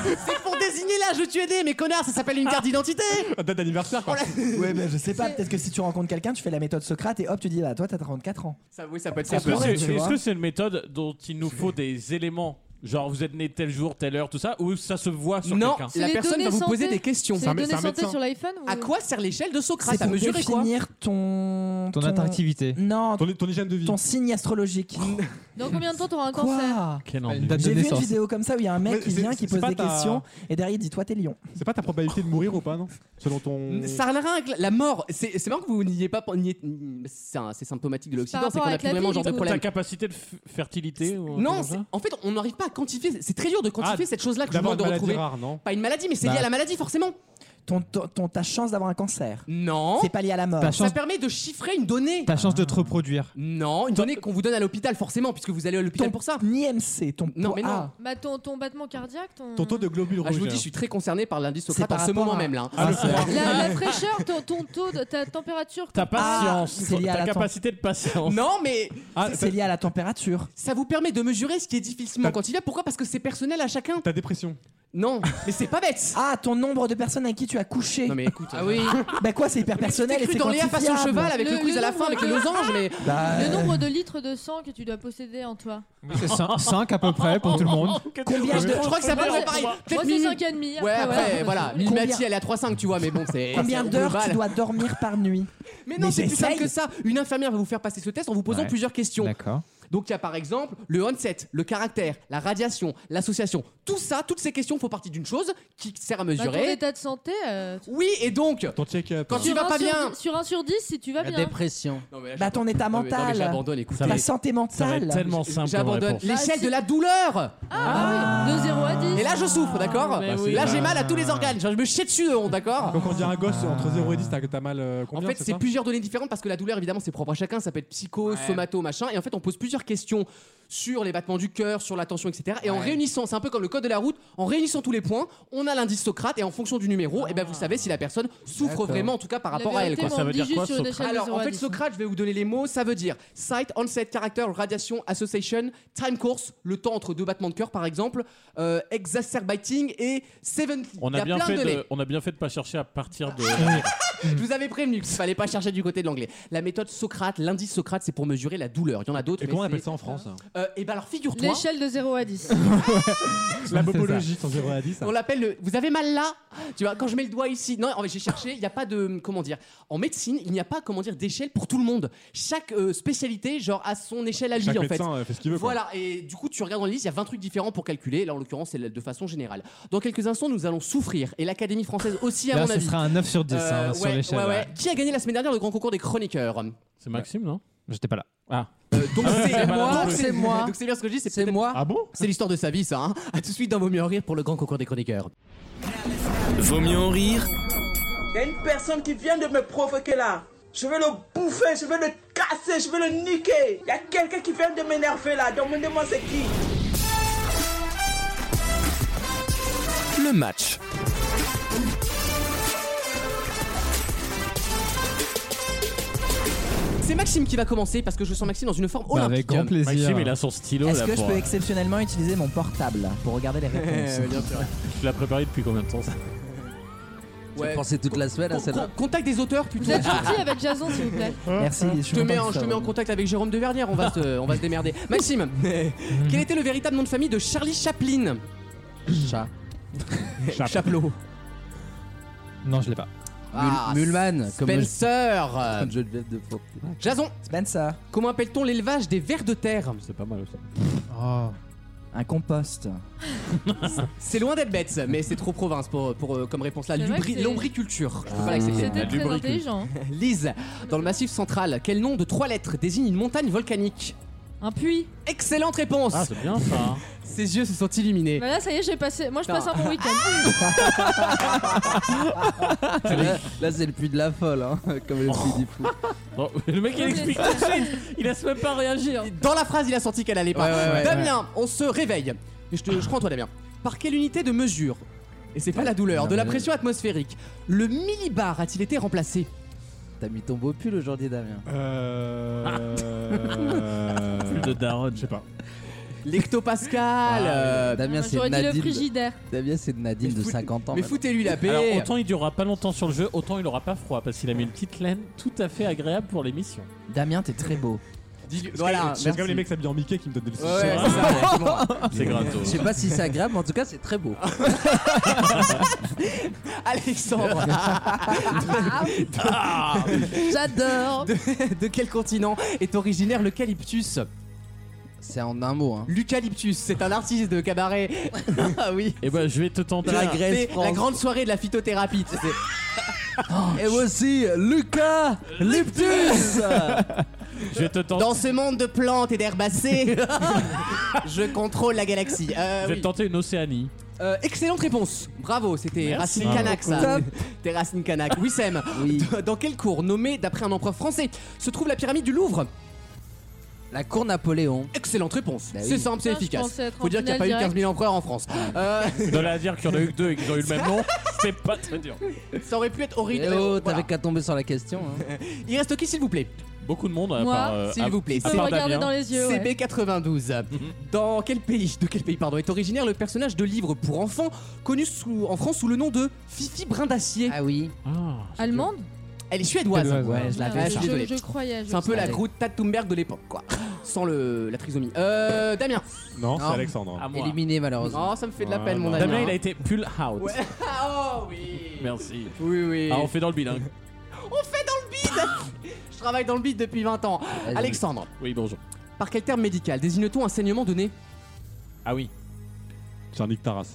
S2: c'est pour désigner l'âge où tu es né, mais connard, ça s'appelle une carte d'identité.
S6: Ah, Date d'anniversaire quoi.
S10: (laughs) Ouais, mais je sais pas.
S7: C'est-
S10: Peut-être que si tu rencontres quelqu'un, tu fais la méthode Socrate et hop, tu dis bah toi t'as 34 ans.
S2: Ça, oui, ça peut être ça.
S3: Est-ce que
S10: pourrait,
S3: c'est
S10: tu
S3: est-ce
S10: vois.
S3: que c'est une méthode dont il nous faut des éléments Genre vous êtes né tel jour, telle heure, tout ça, ou ça se voit sur
S2: Non,
S3: quelqu'un
S2: la
S7: les
S2: personne va
S7: données
S2: vous poser
S7: santé.
S2: des questions.
S7: C'est
S6: un mé-
S7: donné
S6: c'est un
S7: santé
S6: médecin.
S7: sur l'iPhone ou-
S2: À quoi sert l'échelle de Socrate
S10: c'est
S2: À
S10: pour
S2: mesurer quoi
S10: définir ton
S5: Ton attractivité.
S10: Non, ton,
S6: Ton, ton hygiène de vie.
S10: signe astrologique. (laughs)
S7: Dans combien de temps t'auras un cancer
S10: Quoi
S3: Quel
S5: Une date de
S10: J'ai vu une
S5: naissance.
S10: vidéo comme ça où il y a un mec
S6: Mais
S10: qui
S6: c'est-
S10: vient qui
S6: c'est
S10: pose
S6: pas
S10: des
S6: ta-
S10: questions et derrière il dit toi t'es lion.
S6: C'est pas ta probabilité de mourir ou pas, non Selon
S7: Mm.
S6: ton.
S2: Ça a l'air un gla- la mort. C'est c'est marrant que vous n'y ayez pas. n'y ayez- mm, C'est un- c'est symptomatique de l'Occident,
S7: rapport
S2: c'est qu'on a
S7: avec
S2: plus
S7: la
S2: vraiment
S7: vie,
S2: ce genre de
S7: du coup.
S2: problème.
S3: Ta capacité de f- fertilité ou un truc
S2: Non,
S3: comme ça
S2: c'est- en fait, on n'arrive pas à quantifier. C'est très dur de quantifier
S6: Ah,
S2: cette chose-là que je vous
S6: D'avoir
S2: demande
S6: une
S2: de
S6: maladie
S2: retrouver.
S6: rare, non
S2: Pas une maladie, mais c'est lié
S5: Bah.
S2: à la maladie forcément.
S10: Ton, ton, ton- ta chance d'avoir un cancer.
S2: Non.
S10: C'est pas lié à la mort.
S5: Ta
S2: Ça
S5: chance,
S2: permet de chiffrer une donnée.
S5: ta chance de te reproduire.
S2: Non, une donnée qu'on vous donne à l'hôpital forcément, puisque vous allez à l'hôpital
S10: Ton
S2: pour ça.
S10: IMC, ton
S2: Non,
S10: poids-
S2: mais non.
S10: Ah,
S7: Bah, ton, ton battement cardiaque, ton.
S6: Ton taux de globules
S2: Ah,
S6: rouges.
S2: je vous dis, je suis très concerné par l'indice
S10: C'est
S2: Socrate en
S10: par
S2: ce
S10: rapport
S2: moment
S10: à-
S2: même là.
S6: Ah, le froid.
S7: La, la fraîcheur, ton, ton taux, de, ta température.
S3: Ta
S10: Ah,
S3: patience,
S10: c'est lié à
S3: ta
S10: la temp-
S3: capacité de patience.
S2: (laughs) Non, mais
S6: Ah,
S10: c'est-
S6: ta-
S10: c'est lié à la température.
S2: ça vous permet de mesurer ce qui est difficilement
S6: T'as-
S2: quantifiable. Pourquoi Parce que c'est personnel à chacun.
S6: ta dépression.
S2: Non, mais c'est pas bête.
S8: Ah, ton nombre de personnes à qui tu as couché.
S2: Non mais écoute. euh,
S4: Ah
S2: (laughs)
S4: oui,
S8: Bah quoi, c'est hyper personnel et
S2: T'écris
S8: c'est
S2: dans Léa face au
S8: quantifiable.
S2: cheval avec le,
S7: Le-
S2: quiz
S7: le
S2: à la
S7: nombre
S2: fin avec
S7: de-
S2: le losange, mais
S8: Bah,
S7: Le nombre de litres de sang que tu dois posséder en toi.
S5: c'est 5 à peu près pour tout le (laughs) monde.
S8: Combien de-
S2: je crois que ça
S7: Moi,
S2: passe
S7: c'est-
S2: pareil.
S7: Moi
S2: Peut-être
S7: c'est
S2: Mimi.
S7: 5 et demi. hein. Ah
S2: Ouais, après,
S7: voilà.
S2: voilà.
S8: Combien-
S2: Mimati, elle est à 3,5, tu vois, mais bon, c'est.
S8: Combien
S2: c'est
S8: d'heures
S2: global.
S8: tu dois dormir par nuit
S2: Mais non,
S8: Mais
S2: c'est plus simple
S8: j'essaye.
S2: que ça. Une infirmière va vous faire passer ce test en vous posant
S5: Ouais.
S2: plusieurs questions.
S5: D'accord.
S2: Donc, il y a par exemple le onset, le caractère, la radiation, l'association. Tout ça, toutes ces questions font partie d'une chose qui sert à
S7: Bah, ton
S2: mesurer.
S7: état de santé. euh,
S2: Oui, et donc.
S6: Ton check-up.
S2: Quand tu
S7: sur
S2: vas
S7: un
S2: pas
S7: sur-
S2: bien.
S7: Sur 1 sur 10, si tu vas
S4: la
S7: bien.
S4: dépression.
S2: Non, mais là,
S8: Bah ton état
S2: Non, mais- non, mais
S8: mental.
S2: J'abandonne, écoutez.
S3: Ça va
S8: Ta santé
S3: Ça va
S8: mentale.
S3: être tellement simple. comme
S2: J'abandonne.
S3: réponse.
S2: L'échelle
S7: Bah,
S2: de la douleur.
S7: Ah, oui, de 0 à 10.
S2: Et là, je souffre, d'accord
S7: mais
S2: Bah,
S7: oui.
S2: Là, j'ai mal à tous les organes. Genre, je me chie dessus de honte, d'accord
S6: Donc on dit un gosse entre 0 et 10, t'as t'as mal euh,
S2: En
S6: combien
S2: fait, c'est
S6: ça
S2: plusieurs données différentes parce que la douleur, évidemment, c'est propre à chacun. Ça peut être psycho, somato, machin. Et en fait, on pose plusieurs questions sur les battements du cœur, sur la tension, etc. Et en réunissant, c'est un peu comme le code de la route, en réunissant tous les points, on a l'indice Socrate. Et en fonction du numéro, et ben, vous savez si la personne souffre vraiment, en tout cas par rapport à elle. quoi.
S3: Ça veut dire quoi,
S2: Alors, en fait, Socrate, je vais vous donner les mots. Ça veut dire site, onset, character, radiation, association, time course, le temps entre deux battements de cœur, par exemple, euh, exacerbating et seventy.
S3: On
S2: Il y
S3: a, bien
S2: plein
S3: fait
S2: données.
S3: de, Ah on a bien fait de pas chercher à partir de.
S2: (laughs) Je vous avais prévenu qu'il fallait pas chercher du côté de l'anglais. La méthode Socrate, l'indice Socrate, c'est pour mesurer la douleur. Il y en a d'autres.
S6: Et
S2: mais
S6: comment on
S2: c'est-
S6: appelle ça en France hein
S2: Euh, Eh ben alors, figure-toi.
S7: L'échelle de 0 à
S2: (laughs)
S7: 10.
S6: La bobologie, entre 0 à 10. ça.
S2: On l'appelle le. Vous avez mal là Tu vois, quand je mets le doigt ici. Non, en fait, j'ai cherché. Il n'y a pas de. Comment dire En médecine, il n'y a pas comment dire d'échelle pour tout le monde. Chaque euh, spécialité, genre, a son échelle à lui,
S6: Chaque
S2: en fait.
S6: médecin euh, fait ce qu'il veut. quoi.
S2: Voilà, et du coup, tu regardes dans la liste, il y a 20 trucs différents pour calculer. Là, en l'occurrence, c'est de façon générale. Dans quelques instants, nous allons souffrir. Et l'Académie française aussi, à
S5: Là,
S2: mon
S5: ce
S2: avis.
S5: sera un 9 sur 10 hein,
S2: Euh,
S5: sur
S2: ouais,
S5: l'échelle.
S2: ouais, ouais.
S5: ouais.
S2: Qui a gagné la semaine dernière le grand concours des chroniqueurs
S3: C'est Maxime, non Ah.
S5: J'étais pas là.
S2: Euh, Donc
S3: (laughs)
S2: c'est
S3: bah,
S2: moi,
S3: non,
S2: donc
S4: c'est
S2: c'est
S4: moi.
S2: Donc c'est bien ce que je dis, c'est
S4: C'est
S2: peut-être-
S4: moi.
S6: Ah bon
S2: C'est l'histoire de sa vie, ça. Hein à tout de suite dans Vaut mieux en rire pour le grand concours des chroniqueurs.
S1: Vaut mieux en rire
S11: Il y a une personne qui vient de me provoquer là. Je vais le bouffer, je vais le casser, je vais le niquer. Il y a quelqu'un qui vient de m'énerver là. Demandez-moi c'est qui.
S1: le match.
S2: C'est Maxime qui va commencer parce que je sens Maxime dans une forme
S5: Bah,
S2: olympique.
S5: avec grand plaisir.
S3: Maxime, il a son stylo
S8: Est-ce
S3: là
S8: que je
S3: pour.
S8: peux exceptionnellement utiliser mon portable pour regarder les réponses
S3: Tu l'as préparé depuis combien de temps ça
S2: (laughs) Ouais.
S4: Pensez toute la semaine à
S2: Con-
S4: celle-là.
S2: con- Contact des auteurs
S7: Vous
S2: plutôt.
S7: êtes gentil avec Jason, s'il vous plaît.
S8: (laughs) Merci. Je,
S2: Je te, mets en, je te mets en contact avec Jérôme de Vernière, on va, se, on va se démerder.
S8: (laughs)
S2: Maxime, quel était le véritable nom de famille de Charlie Chaplin Chat. Chaplot.
S5: Non, je l'ai pas.
S2: Ah,
S4: Mulman, comme le
S2: Spencer.
S4: comme le jeu de bête de faux.
S2: Jason,
S8: Spencer,
S2: comment appelle-t-on l'élevage des vers de terre
S3: C'est pas mal aussi.
S8: Oh. un compost.
S2: (laughs) C'est loin d'être bête, mais c'est trop province pour, pour, euh, comme réponse là.
S7: C'est vrai
S2: Lubri-
S7: que c'est-
S2: Lombriculture.
S3: Ah.
S2: Je peux pas l'accepter.
S7: C'était très
S3: lubricule.
S7: intelligent.
S2: Lise, dans le massif central, quel nom de trois lettres désigne une montagne volcanique
S7: Un puits.
S2: Excellente réponse
S3: Ah, c'est bien ça.
S2: (laughs) Ses yeux se sont illuminés.
S7: Bah là, ça y est, j'ai passé. Moi, je
S2: Non.
S7: passe un bon week-end.
S2: (laughs)
S4: Là, là, c'est le puits de la folle, hein, (laughs) comme le puits du fou.
S3: Oh. Bon, le mec, il explique tout de suite. Il laisse même pas hein. réagir.
S2: Dans la phrase, il a senti qu'elle allait pas.
S4: Ouais, ouais, ouais,
S2: Damien, on se réveille. Et Je, te, je crois en toi, Damien. Par quelle unité de mesure Et c'est pas la douleur,
S4: Non,
S2: de la
S4: mais-
S2: pression atmosphérique. Le millibar a-t-il été remplacé
S4: T'as mis ton beau pull aujourd'hui, Damien.
S7: (laughs)
S3: Plus
S6: Euh.
S3: Euh, de daronne. Je sais pas.
S2: L'hectopascal. euh,
S4: Bah, Ah, Damien,
S7: Moi,
S4: c'est
S7: Ah, J'aurais dit le
S4: Nadine. de-
S7: frigidaire.
S4: Damien, c'est Nadine de
S2: fout-
S4: 50 ans.
S2: mais
S4: maintenant.
S2: foutez-lui la paix. (laughs)
S3: Alors, autant il durera pas longtemps sur le jeu, autant il aura pas froid parce qu'il a mis une petite laine tout à fait agréable pour l'émission.
S8: Ah, Damien, t'es très beau.
S2: Dis- voilà,
S6: C'est quand même les mecs s'habillent en Mickey qui me donnent des leçons.
S2: Ouais, ouais, c'est ça,
S10: (laughs)
S2: exactement.
S3: (laughs) C'est
S4: Je
S3: gratos.
S4: sais pas si c'est agréable, mais en
S8: (laughs)
S4: tout cas, c'est très beau. (laughs)
S2: Alexandre, (laughs)
S7: J'adore.
S2: de quel continent est originaire l'eucalyptus
S4: C'est en un mot. Hein.
S2: L'eucalyptus, c'est un artiste
S7: (laughs)
S2: de cabaret. ah oui.
S3: Et ben, je vais te tenter.
S4: De la
S3: un-
S4: Grèce,
S2: C'est
S4: France. Ah,
S2: la grande soirée de la phytothérapie. tu sais.
S4: (laughs) Et voici Lucas Liptus
S3: Je vais te tenter.
S2: Dans ce monde de plantes
S4: (laughs)
S2: et d'herbacées, je contrôle la galaxie. Euh,
S3: Je vais
S2: oui.
S3: te tenter une Océanie.
S2: Euh, excellente réponse. Bravo, c'était
S3: Merci.
S2: Racine Canac ça.
S4: Top.
S2: T'es Racine Canac. Oui, Sam.
S4: Oui,
S2: Dans quelle cour, nommée d'après un empereur français, se trouve la pyramide du Louvre
S4: (laughs) la cour Napoléon.
S2: Excellente réponse.
S4: Bah oui.
S2: C'est simple, c'est
S7: Putain, je
S2: efficace.
S7: pensais être en
S2: Faut dire qu'il n'y a
S7: finale
S4: (laughs)
S2: pas eu
S7: direct.
S2: 15 000 empereurs en France. Euh,
S3: De là à dire qu'il y en a eu que deux et qu'ils ont eu le même nom, C'est pas très dur.
S2: Ça aurait pu être horrible. Euh,
S4: Eh oh,
S2: mais bon,
S4: t'avais
S2: voilà.
S4: qu'à tomber sur la question. hein.
S2: (laughs) Il reste qui, s'il vous plaît
S3: Beaucoup de monde, à
S7: Moi,
S3: part, euh,
S2: S'il
S3: à-
S2: vous plaît.
S3: à
S7: Faut
S3: part
S7: me regarder
S3: Damien. Mhm.
S7: dans les yeux. ouais.
S2: CB92. Dans quel pays, de quel pays pardon, est originaire le personnage de livre pour enfants connu sous- en France sous le nom de Fifi Brin d'Acier
S4: Ah oui.
S7: Allemande
S2: Elle est suédoise.
S5: Suédoise,
S4: Ouais, je l'avais.
S2: Ah,
S7: Ouais,
S2: je
S4: ça.
S2: suis désolé.
S7: Je croyais. je
S2: C'est un peu la
S4: Allez.
S2: Groot Thunberg de l'époque, quoi. Sans le, la trisomie. Euh, Damien.
S6: Non, c'est
S4: Non.
S6: Alexandre.
S3: À moi.
S4: Éliminé malheureusement.
S2: Oh, ça me fait de la
S6: Ouais,
S2: peine, mon
S6: non.
S2: Damien.
S3: Damien, il a été pull out.
S2: Ouais. Ah, (laughs) oh oui.
S3: Merci.
S2: Oui, oui.
S3: Ah, on fait dans le bilingue.
S2: (laughs) Je travaille dans le beat depuis 20 ans.
S4: Vas-y.
S2: Alexandre,
S3: Oui, bonjour.
S2: par quel terme médical désigne-t-on un saignement donné
S3: Ah oui.
S6: C'est un Nick Taras.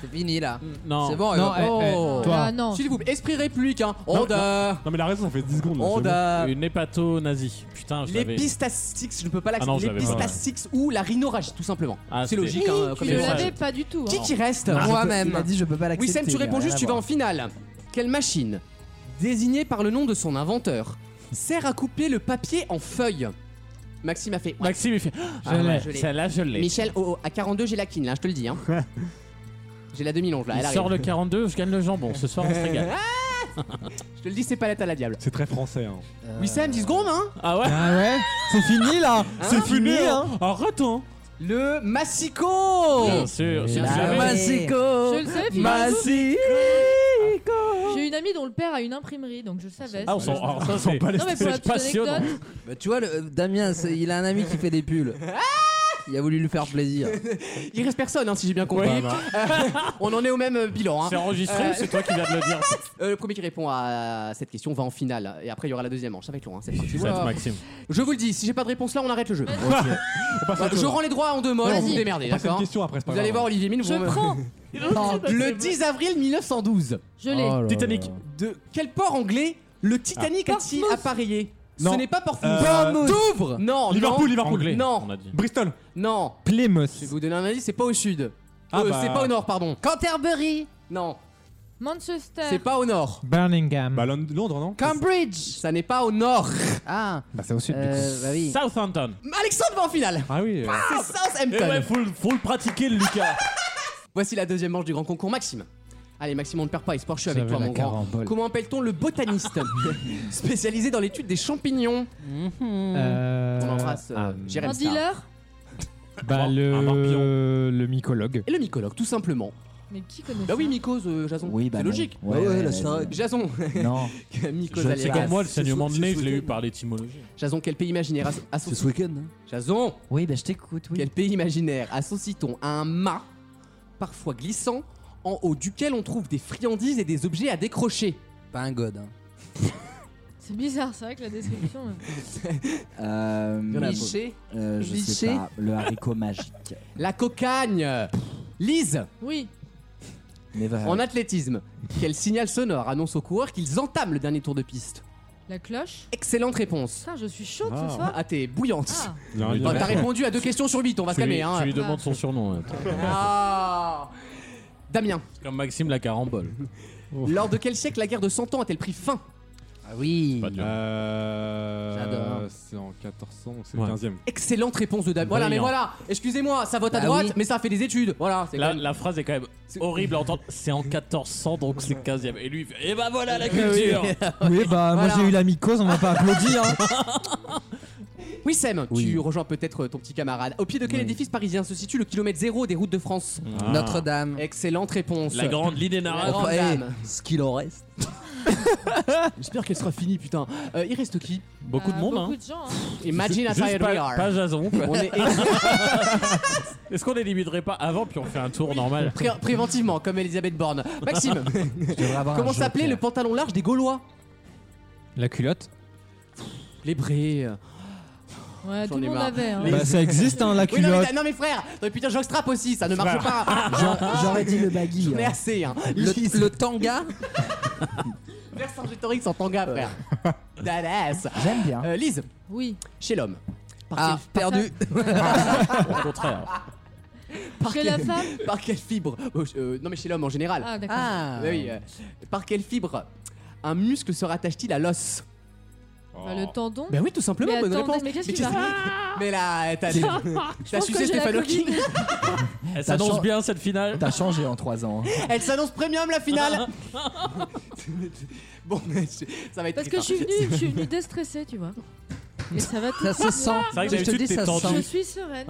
S4: C'est fini là.
S2: Mm.
S3: Non.
S4: C'est bon.
S5: Non,
S4: elle va-
S5: eh, eh,
S4: Oh.
S5: toi.
S7: Ah non.
S2: S'il vous plaît, esprit républicain.
S6: non.
S2: Onda.
S6: Non, mais la raison, ça fait 10 secondes. là, c'est
S2: Onda.
S3: Une hépato-nazie. Putain, je
S2: Les
S3: l'avais.
S2: pistastiques, je ne peux pas l'accepter.
S3: Ah non, je
S2: les
S3: l'avais pas,
S2: pistastiques ou la rhinorragie, tout simplement.
S3: Ah,
S2: c'est
S3: c'était-
S2: logique. hein,
S7: Tu
S2: comme
S7: ne
S3: les
S7: l'avais
S3: oranges.
S7: pas du tout.
S2: Qui
S7: hein.
S2: qui reste
S8: Il a
S4: Moi-même.
S8: dit je peux pas l'accepter.
S2: Wissem, tu réponds juste, tu vas en finale. Quelle machine, désignée par le nom de son inventeur, sert à couper le papier en feuilles Maxime a fait. ouais.
S3: Maxime, il fait. Ah,
S2: l'ai.
S3: ouais,
S2: Je l'ai.
S3: Celle-là, je l'ai.
S2: Michel, oh, oh, à 42, j'ai la kin, là, je te le dis.
S3: (laughs)
S2: Hein. j'ai la demi-longe, là,
S3: Il
S2: Bah, elle
S3: sort
S2: arrive. Ah,
S3: le 42, je gagne le jambon. Ce soir, on se régale.
S2: Je te le dis, c'est palette à la diable.
S6: C'est très français. Hein.
S2: Wissem, 10 secondes, hein
S3: Ah ouais
S5: Ah ouais C'est
S3: (laughs)
S5: fini là
S2: Hein
S5: fini hein
S3: Arrête, hein
S2: Le massico
S3: Bien sûr. c'est-
S2: là.
S3: je l'avais.
S7: Je le savais, finalement. J'ai une amie dont le père a une imprimerie, donc je le savais.
S3: Ah, on s'en ah, ça, c'est-
S7: Non, mais pour la
S3: c'est
S7: petite
S3: passionnant.
S7: anecdote,
S4: Bah, tu vois, le- Damien, c'est- il a un ami qui fait des pulls. Il a voulu lui faire plaisir.
S2: (laughs) Il reste personne, hein, si j'ai bien compris. (laughs) On en est au même euh, bilan. Hein.
S3: C'est enregistré
S2: Euh,
S3: ou c'est toi qui viens de le dire
S2: (laughs) Euh, le premier qui répond à cette question va en finale. Et après, il y aura la deuxième manche. Ça va être long, hein, cette partie.
S3: Ça,
S2: Ouah.
S3: Maxime.
S2: Je vous le dis, si j'ai pas de réponse là, on arrête le jeu.
S6: On passe à
S2: Voilà,
S6: autre
S2: je
S6: chose.
S2: rends les droits en deux mots,
S7: Vas-y.
S2: vous vous démerdez,
S6: On passe à une
S2: d'accord
S6: question après, c'est pas
S2: Vous allez
S6: grave.
S2: voir Olivier Mine, vous
S7: je
S2: me-
S7: prends.
S2: Le 10 avril 1912,
S7: Je l'ai.
S3: Titanic.
S2: de quel port anglais le Titanic
S7: Ah.
S2: a-t-il
S7: Portsmouth.
S2: appareillé
S6: Non.
S2: Ce n'est pas Portsmouth.
S6: Euh,
S2: Bournemouth.
S5: Douvres
S2: Non,
S6: Liverpool,
S2: non,
S6: Liverpool.
S3: Anglais.
S2: Non.
S3: On a dit.
S6: Play-
S2: non. Je vais
S5: Plymouth.
S2: vous donner un indice, c'est pas au sud.
S6: Ah
S2: Euh,
S6: bah.
S2: C'est pas au nord, pardon.
S4: Canterbury.
S2: Non,
S7: Manchester.
S2: c'est pas au nord.
S5: Birmingham.
S6: Bah, Lond- Londres, non
S4: Cambridge.
S2: Ça n'est pas au nord.
S4: Ah,
S5: Bah, c'est au sud.
S4: euh, bah oui.
S3: Southampton.
S2: Alexandre va en finale.
S6: Ah oui. euh,
S2: C'est Southampton.
S3: Eh ouais, faut, le- faut le pratiquer, le Lucas.
S2: (laughs) Voici la deuxième manche du grand concours, Maxime. Allez, Maxime, on ne perd pas, espoir, je suis avec
S5: J'avais
S2: toi,
S5: la
S2: mon grand.
S5: carambole.
S2: Comment appelle-t-on le botaniste
S5: (laughs)
S2: (laughs) spécialisé dans l'étude des champignons
S5: Euh,
S2: On embrasse euh,
S5: ah,
S2: Jérém
S7: Un
S2: Starr.
S7: dealer
S5: Bah,
S3: Un
S5: le,
S3: morpion.
S5: le mycologue.
S2: Et le mycologue, tout simplement.
S7: Mais qui connaît
S2: Bah
S7: ça
S2: oui, mycose, euh, Jason.
S8: Oui, bah.
S2: c'est
S8: non.
S2: logique.
S8: Ouais, ouais, ouais, ouais.
S2: Jason, (laughs)
S8: Non.
S2: mycose
S3: Je- C'est
S2: alias.
S3: comme moi, le
S8: c'est
S3: saignement
S8: sous-
S3: de
S8: c'est
S3: nez,
S8: sous-
S3: je l'ai eu par l'étymologie.
S2: Jason, quel pays imaginaire asso- associe-
S8: week-end.
S2: Jason,
S8: hein. Oui, bah je t'écoute, oui.
S2: quel pays imaginaire associe-t-on à un mât, parfois glissant, en haut duquel on trouve des friandises et des objets à décrocher
S4: Pas un god. hein.
S7: C'est bizarre, c'est vrai que la description. euh.
S8: Euh,
S2: Il y en a
S8: Mich-
S2: peu.
S8: euh, je sais
S4: Miché.
S8: pas. Le haricot
S2: (laughs)
S8: magique.
S2: La cocagne Lise,
S7: Oui.
S8: Never.
S2: en athlétisme, quel signal sonore annonce aux coureurs qu'ils entament le dernier tour de piste
S7: La cloche.
S2: Excellente réponse.
S7: Putain, je suis chaude
S6: Ah.
S7: ce soir.
S2: Ah, t'es bouillante.
S7: Ah.
S6: il y a un
S3: Oui,
S2: Bon,
S6: lien.
S2: T'as répondu à deux questions sur huit, on va se
S3: Tu lui,
S2: calmer. Hein.
S3: tu lui demandes son surnom. hein.
S2: Ah. Damien, Oh.
S3: Comme Maxime la carambole.
S2: lors de quel siècle la guerre de 100 ans a-t-elle pris fin
S4: Ah oui.
S3: Pas dur.
S6: Euh,
S4: J'adore.
S6: C'est en 1400, donc c'est
S3: Ouais.
S6: le 15 e
S2: Excellente réponse de Damien. Voilà, mais
S3: Brillant.
S2: voilà, excusez-moi, ça vote à
S4: Bah
S2: droite,
S4: oui.
S2: mais ça a fait des études. Voilà, c'est
S3: La,
S2: quand même-
S3: la phrase est quand même
S2: C'est-
S3: horrible à entendre. C'est en 1400, donc c'est 15ème. Et lui, il fait, eh bah
S2: Oh
S3: voilà la culture
S5: (laughs)
S3: (laughs)
S5: Oui, bah, moi
S2: Voilà.
S5: j'ai eu la mycose, on m'a pas applaudi. Hein.
S2: Oui, Sam,
S4: Oui.
S2: tu rejoins peut-être euh, ton petit camarade. Au pied de quel édifice parisien se situe le kilomètre zéro des routes de France
S4: Notre-Dame.
S2: Excellente réponse.
S3: Ah. La grande ligne
S2: La grande
S4: eh,
S2: dame.
S4: ce qu'il en reste.
S2: (laughs) J'espère qu'elle sera finie, putain. Euh, il reste qui
S3: Beaucoup de
S7: Ah,
S3: monde,
S7: Beaucoup
S3: hein.
S7: de gens. hein.
S2: Imagine
S3: Juste
S2: how tired we
S3: pas,
S2: are.
S3: pas Jason. quoi. (laughs)
S2: On est
S3: Est-ce qu'on les limiterait pas avant, puis on fait un tour normal
S2: pré- préventivement, comme Elisabeth Borne. Maxime,
S8: (laughs) Je devrais avoir un
S2: comment s'appelait le
S8: joker.
S2: pantalon large des Gaulois
S5: La culotte.
S2: Les brés.
S7: Ouais,
S2: J'en
S7: tout
S2: ai
S7: le monde
S2: marre.
S7: avait. hein.
S5: Bah, ça existe, hein, la
S2: Oui, non mais,
S5: culotte.
S2: non, mais frère, non, mais putain, jockstrap aussi, ça ne marche pas.
S8: J'aurais- J'aurais dit le
S2: J'en
S8: baggy.
S2: ai
S8: hein.
S2: assez, hein.
S4: Le, le
S2: (laughs)
S4: tanga.
S2: Vercingétorix en tanga, frère. Dallas.
S8: J'aime bien.
S2: Euh, Lise,
S7: Oui.
S2: chez l'homme. Par
S4: Ah,
S2: (laughs)
S4: perdu.
S3: Au contraire.
S2: par
S7: Chez
S2: quel-
S7: la femme.
S2: quel- (laughs) par quelle fibre Oh, je- euh, Non, mais chez l'homme en général.
S7: Ah, d'accord.
S4: Ah.
S2: Bah oui, euh, par quelle fibre un muscle se rattache-t-il à l'os
S6: Oh,
S7: Bah, le tendon.
S2: Ben oui, tout simplement,
S7: Mais
S2: bonne
S7: attendez,
S2: réponse.
S7: mais qu'est-ce qu'il
S2: qu'est-ce
S7: va-
S2: que- Mais là, t'as
S7: Ah. (laughs) Je
S2: t'as
S7: pense que
S2: sucé
S7: j'ai la
S2: Stéphane
S7: coquille.
S2: Hawking.
S3: Elle s'annonce
S8: chan-
S3: bien cette finale.
S8: T'as changé en 3 ans.
S2: (laughs)
S8: hein.
S2: Elle s'annonce premium
S7: (laughs)
S2: la finale. bon, (laughs) mais je- ça va être
S7: Parce
S2: très
S7: que je suis
S2: tard.
S7: venue, je suis
S2: (laughs)
S7: venue déstressée, tu vois. Et ça va tout
S4: Ça se sent.
S3: C'est vrai que
S4: Je te
S3: d'habitude,
S4: dis,
S3: t'es Ah.
S4: ça se
S3: tendu.
S7: Je
S4: sent.
S7: suis sereine.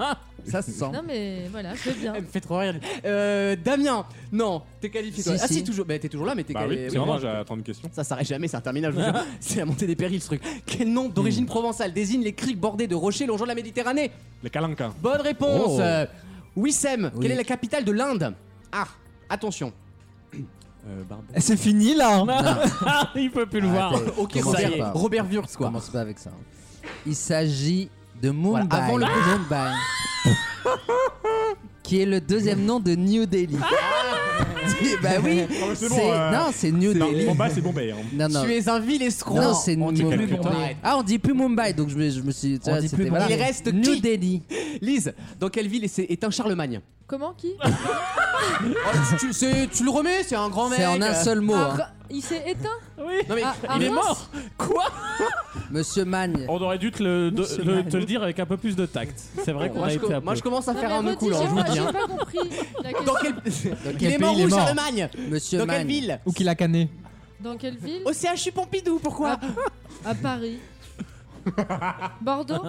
S4: Ça se sent.
S7: Non mais voilà, je vais Ah, bien.
S2: Elle me fait trop rire. Euh, Damien, non, t'es qualifié. toi.
S4: Si,
S2: ah
S4: si.
S2: si, toujours. Bah, t'es toujours là, mais t'es
S6: Bah oui,
S2: qualifié.
S6: c'est vraiment, j'ai 30 (laughs) questions.
S2: Ça s'arrête jamais, c'est interminable. je vous
S4: (laughs)
S2: jure. c'est la montée des périls, ce truc. Quel nom
S4: Hmm.
S2: d'origine provençale désigne les criques bordées de rochers longeant la Méditerranée
S6: Les calanquins.
S2: Bonne réponse.
S4: Oh.
S2: Euh, Wissem,
S4: Oui.
S2: quelle est la capitale de l'Inde Ah, attention.
S3: Euh,
S5: C'est fini là hein.
S3: Il peut plus le voir.
S4: Arrêtez.
S2: Ok,
S4: Commencez
S2: Robert,
S4: pas.
S2: Robert Wurtz, quoi.
S4: Commence pas avec ça. Il s'agit de Mumbai.
S2: hein. Voilà, avant le-
S4: Mumbai. qui est le deuxième nom de New Delhi.
S2: Ah.
S4: (laughs) bah oui.
S6: Ah, c'est bon,
S4: c'est-
S6: euh,
S4: Non, c'est New
S6: Non,
S4: Delhi.
S6: Bombay, c'est Bombay. Hein.
S4: Non, non.
S2: bah, Tu es un vil escroc.
S4: Non, c'est
S2: On dit plus pour toi.
S4: Ah, on dit plus Mumbai, donc je me, je me suis. tu
S8: On
S4: vois,
S8: dit
S4: c'était-
S8: plus
S4: voilà.
S2: Mumbai. Il reste
S4: New
S2: qui
S4: Delhi.
S2: (laughs) Lise, dans quelle ville est- est un Charlemagne Oh,
S7: Comment qui
S2: tu, c'est- tu le remets, c'est un grand mec.
S4: C'est en un
S2: euh.
S4: seul mot. hein.
S7: Ah, Il s'est éteint
S3: Oui.
S2: Non mais
S7: Ah,
S3: Il est
S7: Reims
S3: mort. Quoi
S4: Monsieur Magne.
S3: On aurait dû te le, de- le- te le dire avec un peu plus de tact. C'est vrai qu'on
S2: moi,
S3: a
S2: je,
S3: été un
S2: moi,
S3: peu.
S2: je commence à
S7: Non,
S2: faire
S7: mais
S2: un nœud
S7: redis,
S2: cool. hein,
S7: j'ai
S2: je vous le
S7: pas-
S2: dis,
S7: Ah, J'ai
S2: hein.
S7: pas compris la
S2: Dans
S7: question.
S2: quel, (laughs) il
S5: quel
S2: est
S5: pays
S2: mort
S5: il est
S2: où
S5: mort
S2: Charlemagne
S4: Monsieur
S2: Dans quelle
S4: Magne.
S2: ville
S5: Ou qu'il a canné.
S7: Dans quelle ville Ah,
S2: Au CHU Pompidou, pourquoi
S7: À Paris.
S2: (laughs)
S7: Bordeaux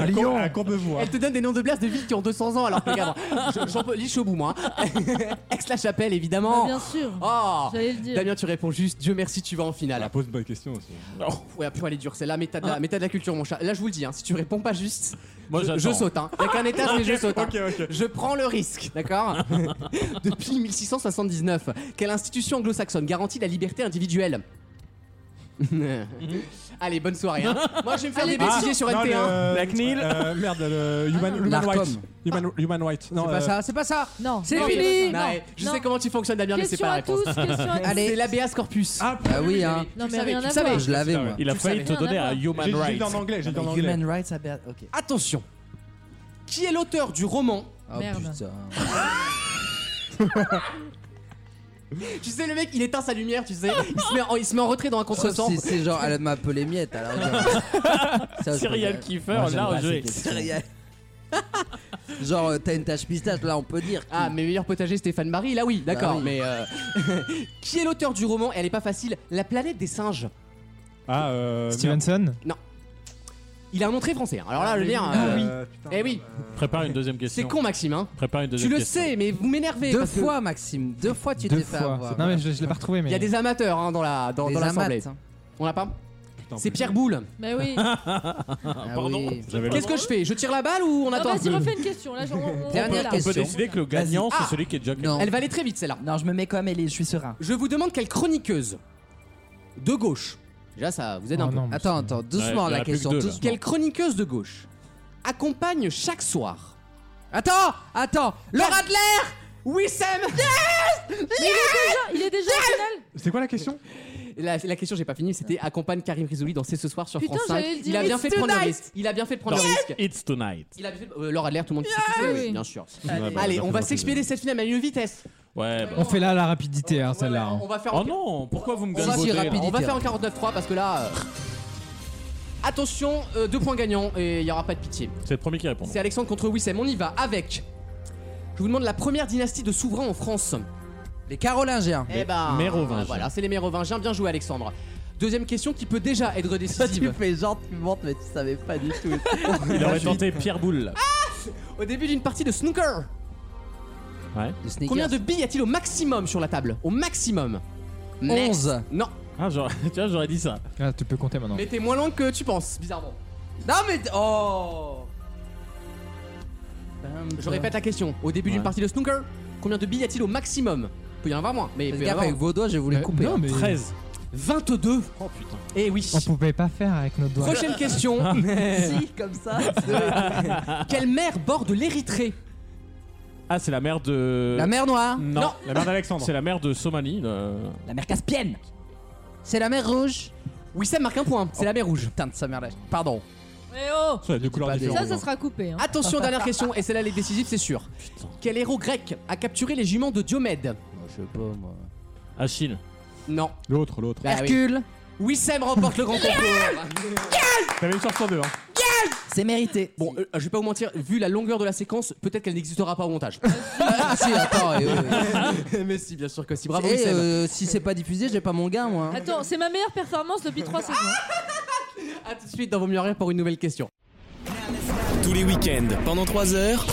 S6: À, Lyon. à Courbevoie.
S2: Elle te donne des noms de blast de villes qui ont 200 ans alors que regarde, je- j'en peux, lis au bout moi. hein. (laughs) Aix-la-Chapelle
S7: Bah,
S2: évidemment.
S7: Bien sûr.
S2: Oh
S7: J'allais le dire.
S2: Damien, tu réponds juste, Dieu merci, tu vas en
S6: Elle
S2: finale.
S6: Ah,
S2: Oh,
S6: pose une bonne question aussi.
S2: Ouais, purée, elle est dure celle-là, mais t'as de,
S7: Ah.
S2: la- mais t'as de la culture, mon chat. Là, je vous le dis, hein, si tu réponds pas juste,
S3: Moi,
S2: je,
S3: j'attends.
S2: je saute. Hein. Y'a qu'un étage,
S3: (laughs)
S2: mais je saute. hein.
S6: Ok, ok.
S2: Je prends le risque, d'accord (laughs) Depuis 1679, quelle institution anglo-saxonne garantit la liberté individuelle
S4: Ah,
S7: Mhm.
S2: Allez, bonne soirée. hein. Moi, je vais me faire
S7: Allez,
S2: des bêtisiers sur
S6: Non,
S2: NT1.
S6: le-
S3: La CNIL.
S6: euh, merde, le Human,
S7: Ah,
S6: human
S4: l'ARCOM.
S6: Rights. Human, human Rights. Non,
S4: C'est
S6: euh,
S4: pas ça, c'est pas ça.
S7: Non.
S4: C'est
S7: non,
S4: fini.
S7: non,
S2: Non, ouais, je sais comment tu fonctionnes, Damien, mais c'est
S7: Question
S2: pas la
S7: à
S2: réponse.
S7: tous, question
S2: (laughs)
S7: à tous.
S4: Allez.
S2: C'est l'habeas corpus.
S6: Ah,
S4: Ah oui, hein.
S2: Tu
S7: Non,
S2: le
S7: mais
S2: savais,
S7: rien
S2: tu
S7: à
S2: le savais.
S7: voir.
S4: Je l'avais, moi.
S3: Il a
S2: Tu
S3: failli
S2: le
S3: te
S7: savais.
S3: donner
S7: Rien à
S3: un Human
S6: j'ai j'ai dit en
S3: Rights.
S6: anglais, j'ai dit en anglais.
S8: Human rights, à Ber- Ok.
S2: Attention. Qui est l'auteur du roman
S4: Oh
S7: Merde.
S4: putain.
S2: (laughs) Tu sais, le mec, il éteint sa lumière, tu sais. Il se met en, il se met en retrait dans un
S4: Sauf
S2: contresens.
S4: si c'est genre, elle m'appelait miette. Alors,
S2: (laughs)
S4: ça, je
S3: Serial
S4: peux-
S3: Kiefer,
S8: Moi, j'aime
S3: là,
S8: pas
S3: j'ai.
S8: ces questions.
S4: Serial. genre, euh, t'as une tache pistache, là, on peut dire. qui-
S2: Ah, mais meilleur potager Stéphane Marie, là oui, d'accord,
S4: oui.
S2: mais. euh, (laughs) qui est l'auteur du roman Elle est pas facile. La planète des singes.
S6: Ah, euh. merde.
S5: Stevenson
S2: Il a un nom très français. hein. Alors là, je veux dire. euh,
S6: Euh, putain,
S2: Eh oui.
S6: euh,
S3: Prépare une deuxième
S2: C'est
S3: question.
S2: con, Maxime, hein.
S3: Prépare une
S2: Tu
S3: deuxième
S2: le
S3: question.
S2: sais, mais vous m'énervez.
S4: Deux
S2: parce que
S4: fois, Maxime. Deux fois, tu
S5: Deux
S4: t'es fait
S5: fois.
S4: avoir.
S5: Non, mais je, je l'ai pas retrouvé. Mais...
S2: Il y a des amateurs hein, dans la dans,
S4: Des
S2: dans l'assemblée.
S4: amates.
S2: On l'a pas
S6: putain,
S2: C'est
S6: plus.
S2: Pierre Boule.
S7: Bah oui.
S4: Ah
S3: Pardon.
S4: oui.
S6: J'avais
S2: Qu'est-ce que je fais Je tire la balle ou on
S7: Non,
S2: attend
S7: Ah, Vas-y, refais une question. Là, genre, on, on-
S4: Dernière
S7: on peut
S3: On peut
S4: question.
S3: décider que le gagnant,
S2: Vas-y.
S3: c'est celui qui est déjà
S4: Non.
S2: Elle va aller très vite celle-là.
S8: Non, je me mets comme elle est, je suis serein.
S2: Je vous demande quelle chroniqueuse de gauche. Déjà ça vous aide
S3: Ah
S2: un
S5: Oh
S2: peu.
S5: non, mais
S4: Attends, attends, doucement
S3: Ouais, il y en
S4: la
S3: a plus
S4: question.
S3: que deux, là.
S4: doucement.
S2: Quelle chroniqueuse de gauche accompagne chaque soir
S4: Attends, attends. Laura Adler
S2: Wissem
S7: là. Il est déjà au final.
S6: C'est quoi la question
S2: La, la question, j'ai pas fini, c'était accompagne Karim Rizouli dans C'est ce soir sur
S7: Putain,
S2: France 5.
S7: j'allais le dire.
S2: Il a bien
S7: It's
S2: fait de prendre le
S7: tonight.
S2: risque. Il a bien fait de prendre
S3: c'est
S2: le risque.
S3: It's tonight. Ah
S2: Il a bien fait. euh, Laura Adler, tout le monde sait qui c'est,
S7: oui.
S2: oui, bien sûr.
S6: Allez,
S2: Allez,
S3: Bah,
S2: on va s'expédier cette finale à une vitesse.
S3: Ouais. bah.
S5: On fait là la rapidité, hein,
S2: Ouais,
S5: celle-là. hein.
S2: On va faire en,
S3: Oh non, pourquoi vous me
S2: on va-
S3: gagnez
S4: Si,
S3: là
S4: rapide.
S2: on va faire en 49-3 parce que là. euh, Attention, euh, deux points gagnants et il y aura pas de pitié.
S3: C'est le premier qui répond.
S2: C'est Alexandre contre Wissem. On y va avec. Je vous demande la première dynastie de souverains en France.
S4: Les Carolingiens.
S2: Eh ben.
S3: Mérovingiens.
S2: Voilà, c'est les Mérovingiens. Bien joué, Alexandre. Deuxième question qui peut déjà
S4: (laughs)
S2: être
S4: Tu
S2: décisive.
S4: fais genre, tu montes, mais tu savais pas du tout.
S3: Il
S2: (laughs)
S3: aurait tenté Pierre Boulle.
S2: Au début d'une partie de snooker,
S4: Le sneaker.
S2: Combien de billes a-t-il au maximum sur la table Au maximum
S4: 11.
S2: Non,
S3: Ah, genre, tiens, j'aurais (laughs) dit ça.
S5: Ah, tu peux compter maintenant.
S2: mais t'es moins long que tu penses, bizarrement.
S4: Non, mais. Oh
S2: Je répète la question. Au début d'une
S3: Ouais.
S2: partie de snooker, combien de billes a-t-il au maximum Il peut y en avoir moins, mais il
S4: Faites
S2: peut y en
S4: gaffe
S2: avoir
S4: avec vos doigts, je vais vous les
S5: Euh,
S4: couper.
S5: non,
S4: hein.
S5: mais
S3: 13.
S2: 22
S3: Oh putain.
S2: Eh oui
S5: on pouvait pas faire avec nos doigts.
S2: Prochaine question.
S4: Ah,
S2: (laughs)
S4: Si, comme ça.
S2: Quelle mer borde l'Érythrée
S3: Ah, c'est la mère de.
S4: La mer Noire.
S3: Non.
S2: Non.
S6: La mère d'Alexandre.
S3: C'est la mère de euh. Somalie. le-
S4: La mer Caspienne. C'est la mer Rouge.
S2: Wissem marque un point, c'est la mer rouge.
S4: Putain de sa mère là. Pardon.
S7: Eh oh
S6: C'est deux couleurs
S4: pas
S6: différentes.
S7: Ça, ça sera coupé. hein.
S2: Attention, dernière question, et celle-là elle est décisive, c'est sûr. Quel héros grec a capturé les juments de Diomède
S4: je sais pas, moi.
S3: Achille.
S2: Non.
S6: L'autre, l'autre.
S2: Bah oui.
S4: Hercule.
S2: Wissem remporte le grand concours.
S6: T'avais une chance sur deux. Hein.
S8: C'est mérité.
S2: Bon, euh, je vais pas vous mentir, vu la longueur de la séquence, peut-être qu'elle n'existera pas au montage.
S4: (laughs) Ah, si, attends. et, euh,
S2: (laughs) Mais si, bien sûr que si. Bravo
S4: et,
S2: Wissem.
S4: euh, si c'est pas diffusé, j'ai pas mon gain, moi.
S7: (laughs)
S4: hein.
S7: Attends, c'est ma meilleure performance depuis 3 saisons.
S2: Ah, À tout de suite dans Vos mieux rire pour une nouvelle question.
S1: Tous les week-ends, pendant 3 heures,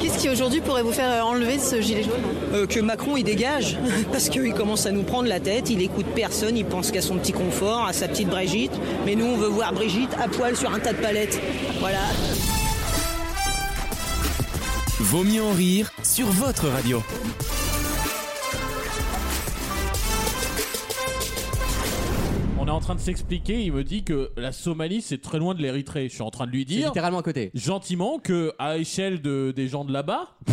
S12: Qu'est-ce qui aujourd'hui pourrait vous faire euh, enlever ce gilet jaune
S11: Euh, que Macron il dégage, (laughs) parce qu'il commence à nous prendre la tête, il écoute personne, il pense qu'à son petit confort, à sa petite Brigitte, mais nous on veut voir Brigitte à poil sur un tas de palettes. Voilà.
S1: (laughs) Vaut mieux en rire sur votre radio.
S3: On est en train de s'expliquer, il me dit que la Somalie c'est très loin de l'Érythrée. Je suis en train de lui
S2: C'est
S3: dire
S2: littéralement à côté.
S3: gentiment que à échelle de, des gens de là-bas, (laughs) tu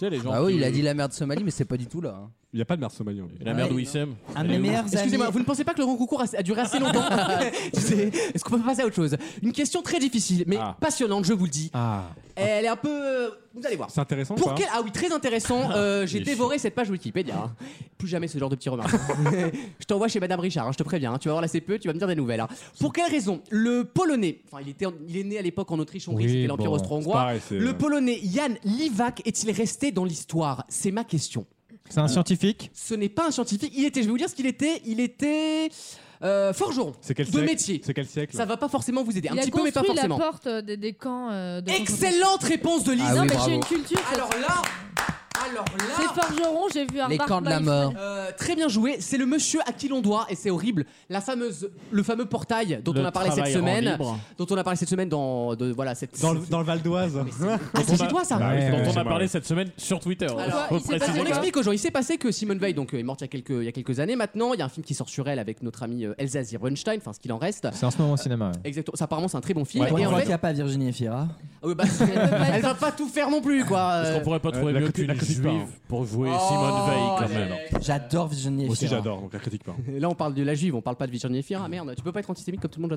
S3: sais les gens.
S4: Ah oui,
S3: qui-
S4: il a dit la merde Somalie, mais c'est pas du tout là. hein.
S6: Il n'y a pas de mer Somalie. en vrai.
S3: La mère de Wissem.
S2: Ah,
S8: Un
S3: Elle
S8: de mes
S3: est où
S8: meilleurs amis.
S2: Excusez-moi, vous ne pensez pas que le grand concours a, a duré assez
S8: (laughs)
S2: longtemps (laughs) Tu sais, Est-ce qu'on peut passer à autre chose Une question très difficile, mais
S6: Ah.
S2: passionnante, je vous le dis. Elle est un peu. euh, Vous allez voir.
S6: C'est intéressant hein. ou
S2: Pour
S6: pas
S2: quel... Ah oui, très intéressant. Euh, J'ai
S3: Il est
S2: dévoré cette page Wikipédia. hein. Plus jamais ce genre de petits remarques. hein.
S6: (laughs)
S2: je t'envoie chez Madame Richard, hein, je te préviens. hein. Tu vas voir la CPE, tu vas me dire des nouvelles. hein. Pour quelle raison le Polonais, enfin il, était en- il est né à l'époque en Autriche-Hongrie,
S6: Oui,
S2: c'était l'Empire
S6: bon, c'est
S2: austro-hongrois.
S6: pareil, c'est- euh,
S2: Le Polonais Jan Liwak est-il resté dans l'histoire C'est ma question.
S5: C'est un scientifique
S2: Ce n'est pas un scientifique. Il était, je vais vous dire ce qu'il était. Il était euh, forgeron.
S6: C'est quel
S2: de
S6: siècle
S2: métier.
S6: C'est quel siècle
S2: Ça va pas forcément vous aider. Un
S7: il
S2: petit
S7: a
S2: peu, mais pas
S7: construit la
S2: forcément.
S7: porte euh, des, des camps euh, de concentration.
S2: Excellente réponse de Lise.
S4: Ah
S7: non,
S4: oui,
S7: mais
S4: bravo.
S7: j'ai une culture. ça.
S2: Alors là, alors
S7: C'est
S2: là.
S7: forgeron, j'ai vu un
S4: Les
S7: Bart
S4: camps de la
S7: Life-
S4: mort.
S2: euh, très bien joué, c'est le monsieur à qui l'on doit, et c'est horrible, la fameuse, le fameux portail dont
S3: Le
S2: on a parlé cette
S3: travail en
S2: semaine,
S3: libre.
S2: dont on a parlé cette semaine dans, de- voilà, cette...
S6: dans, le, dans le Val d'Oise.
S2: Ah, c'est chez toi ça
S6: Bah
S3: dont
S6: Ouais,
S3: on
S6: ouais,
S3: a parlé
S6: ouais.
S3: cette semaine sur Twitter.
S2: Alors,
S3: Faut
S7: il s'est passé
S2: On
S3: préciser.
S7: quoi
S2: explique aux gens, il s'est passé que Simone Veil donc, euh, est morte il y, a quelques, il y a quelques années maintenant, il y a un film qui sort sur elle avec notre amie euh, Elsa Zirbenstein, enfin ce qu'il en reste.
S5: C'est en ce moment au cinéma. ouais.
S2: Exactement, ça apparemment c'est un très bon film.
S8: Pour une
S2: et en
S8: fois
S2: fait-
S8: qu'il n'y a pas Virginie Efira.
S2: Ah oui, bah, (laughs) elle va pas tout faire non plus quoi.
S3: Est-ce qu'on pourrait pas
S6: Euh,
S3: trouver
S6: la
S3: mieux
S6: critique-
S3: qu'une
S6: la critique pas,
S3: juive pour jouer
S2: Oh,
S3: Simone Veil quand même
S2: allez.
S8: J'adore Virginie Efira.
S6: Moi aussi j'adore, donc la critique pas.
S2: Et (laughs) Là, on parle de la juive, on parle pas de Virginie Efira. Ah, merde, tu peux pas être antisémite comme tout le monde,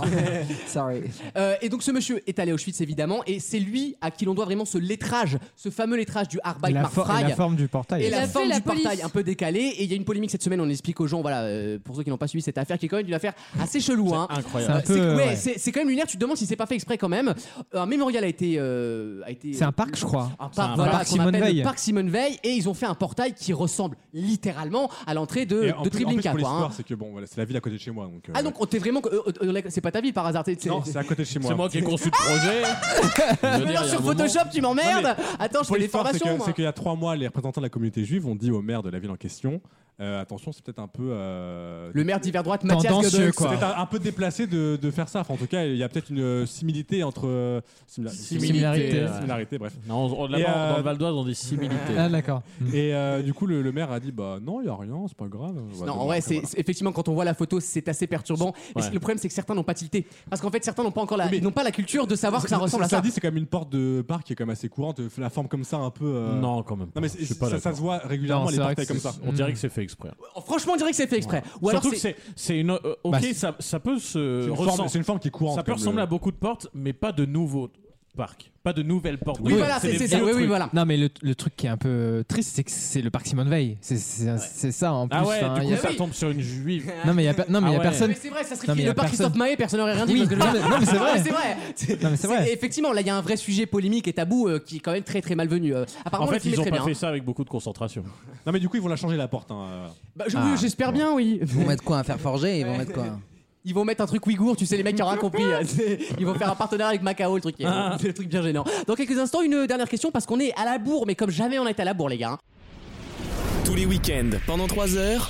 S5: (laughs)
S2: (laughs)
S8: Non, sorry.
S2: Euh, et donc ce monsieur est allé à Auschwitz évidemment, et c'est lui à qui l'on doit vraiment ce lettrage, ce fameux lettrage du Arbeit
S5: Et la,
S2: par
S5: for- et la
S2: Frag.
S5: forme du portail.
S2: Et
S7: Il a
S2: la
S7: fait
S2: forme
S7: la
S2: du
S7: police.
S2: portail un peu décalée. Et il y a une polémique cette semaine, on explique aux gens, voilà, euh, pour ceux qui n'ont pas suivi cette affaire, qui est quand même une affaire assez chelou. hein.
S5: C'est
S3: Incroyable.
S5: un
S2: Euh, c'est-
S5: peu,
S2: ouais,
S5: ouais.
S2: c'est c'est quand même lunaire, tu te demandes si c'est pas fait exprès quand même. Un mémorial a été. euh, a été
S5: C'est un parc, je crois.
S2: un
S3: C'est
S2: parc,
S3: un
S2: voilà,
S5: parc
S2: qu'on
S5: Simone
S2: appelle le
S5: Veil.
S2: parc Simone Veil et ils ont fait un portail qui ressemble littéralement à l'entrée de,
S6: Et en
S2: de
S6: plus, en plus,
S2: Treblinka,
S6: pour
S2: quoi, hein.
S6: l'histoire, c'est que bon, voilà, c'est la ville à côté de chez moi. Donc, euh,
S2: Ah donc on t'est vraiment euh, euh, c'est pas ta vie par hasard t'es- t'es-
S6: Non, c'est à côté de chez moi.
S3: C'est moi
S6: (laughs)
S3: qui ai conçu le projet. Je veux dire,
S2: Mais Ah, non,
S3: il y a
S2: sur
S3: un moment-
S2: Photoshop tu
S6: Non,
S2: m'emmerdes attends
S6: Pour
S2: je fais des
S6: l'histoire, c'est
S2: formations
S6: que-
S2: moi.
S6: c'est qu'il y a trois mois, les représentants de la communauté juive ont dit au maire de la ville en question euh, attention, c'est peut-être un peu. euh,
S2: le maire d'hiver droite Mathias
S5: Tendancieux,
S2: Godox.
S5: quoi.
S6: C'est un, un peu déplacé de, de faire ça. Enfin, en tout cas, il y a peut-être une euh, similité entre. euh, simila-
S5: Similarité.
S3: euh,
S6: similarité, bref.
S3: Non, on- on-
S6: Et,
S3: là-bas,
S6: euh,
S3: dans le Val d'Oise, on dit
S6: (laughs)
S3: similité.
S5: Ah, d'accord.
S6: Et euh, du coup, le, le maire a dit bah non, il n'y a rien, c'est pas grave.
S2: Non, en vrai, c'est c'est- effectivement quand on voit la photo, c'est assez perturbant. Et
S3: Ouais.
S2: le problème, c'est que certains n'ont pas tilté, parce qu'en fait, certains n'ont pas encore la, ils n'ont pas la culture de savoir que ça ressemble à ça.
S6: dit, c'est quand même une porte de parc qui est quand même assez courante. euh, La forme comme ça, un peu. euh,
S3: Non, quand même. pas.
S6: Non, mais
S3: Je
S6: c'est-
S3: suis pas
S6: ça, ça
S3: d'accord.
S6: se voit régulièrement,
S5: Non,
S6: les
S5: c'est vrai
S6: portails
S5: que
S6: comme
S5: c'est-
S6: ça.
S3: On dirait que c'est fait exprès.
S2: Franchement, on dirait que c'est fait exprès. Ou alors,
S3: Surtout que
S2: c'est-
S3: c'est c'est une. euh,
S5: Bah,
S3: Ok, ça ça peut
S6: C'est
S3: se
S6: une,
S3: ressembler.
S6: forme- c'est une forme qui est courante.
S3: Ça peut
S6: comme
S3: ressembler
S6: le-
S3: à beaucoup de portes, mais pas de nouveaux parcs. Pas de nouvelles portes.
S2: oui, voilà, c'est
S3: des
S2: c'est ça.
S3: vieux
S2: Oui, oui,
S3: trucs. (laughs)
S2: voilà.
S5: Non, mais le, le truc qui est un peu triste, c'est que c'est le parc Simone Veil. C'est c'est- c'est ça en plus.
S3: Ah ouais,
S5: Enfin,
S3: du
S5: y
S3: coup,
S5: a-
S3: ça
S2: oui.
S3: tombe sur une juive.
S5: (laughs) Non, mais il y a, per- non, mais
S3: Ah
S5: y a
S3: ouais.
S5: personne.
S2: Mais c'est vrai, ça serait
S5: Non, mais
S2: le
S5: y a
S2: parc Christophe
S5: personne.
S2: Maé, personne n'aurait rien dit.
S5: Oui,
S2: parce que
S5: non, mais- (laughs) non, mais c'est
S2: Non,
S5: vrai.
S2: mais c'est
S5: (laughs)
S2: vrai.
S5: Non, mais c'est vrai.
S2: Effectivement, là, il y a un vrai sujet polémique et tabou euh, qui est quand même très très malvenu. Euh,
S3: En
S2: apparemment, le
S3: fait,
S2: film est
S3: ils ont
S2: très
S3: pas
S2: bien.
S3: fait ça avec beaucoup de concentration.
S6: Non, mais du coup, ils vont la changer la porte. hein, euh.
S2: Bah, je-
S5: Ah,
S2: J'espère bien, oui.
S4: Ils vont mettre quoi Un fer forgé Ils vont mettre quoi
S2: (laughs) Ils vont mettre un truc ouïghour, tu sais, les mecs qui auront compris. euh, c'est- Ils vont faire un partenariat avec Macao, le truc. qui est- C'est (laughs) le truc bien gênant. Dans quelques instants, une dernière question parce qu'on est à la bourre, mais comme jamais on est à la bourre, les gars. hein.
S1: Tous les week-ends, pendant 3 heures,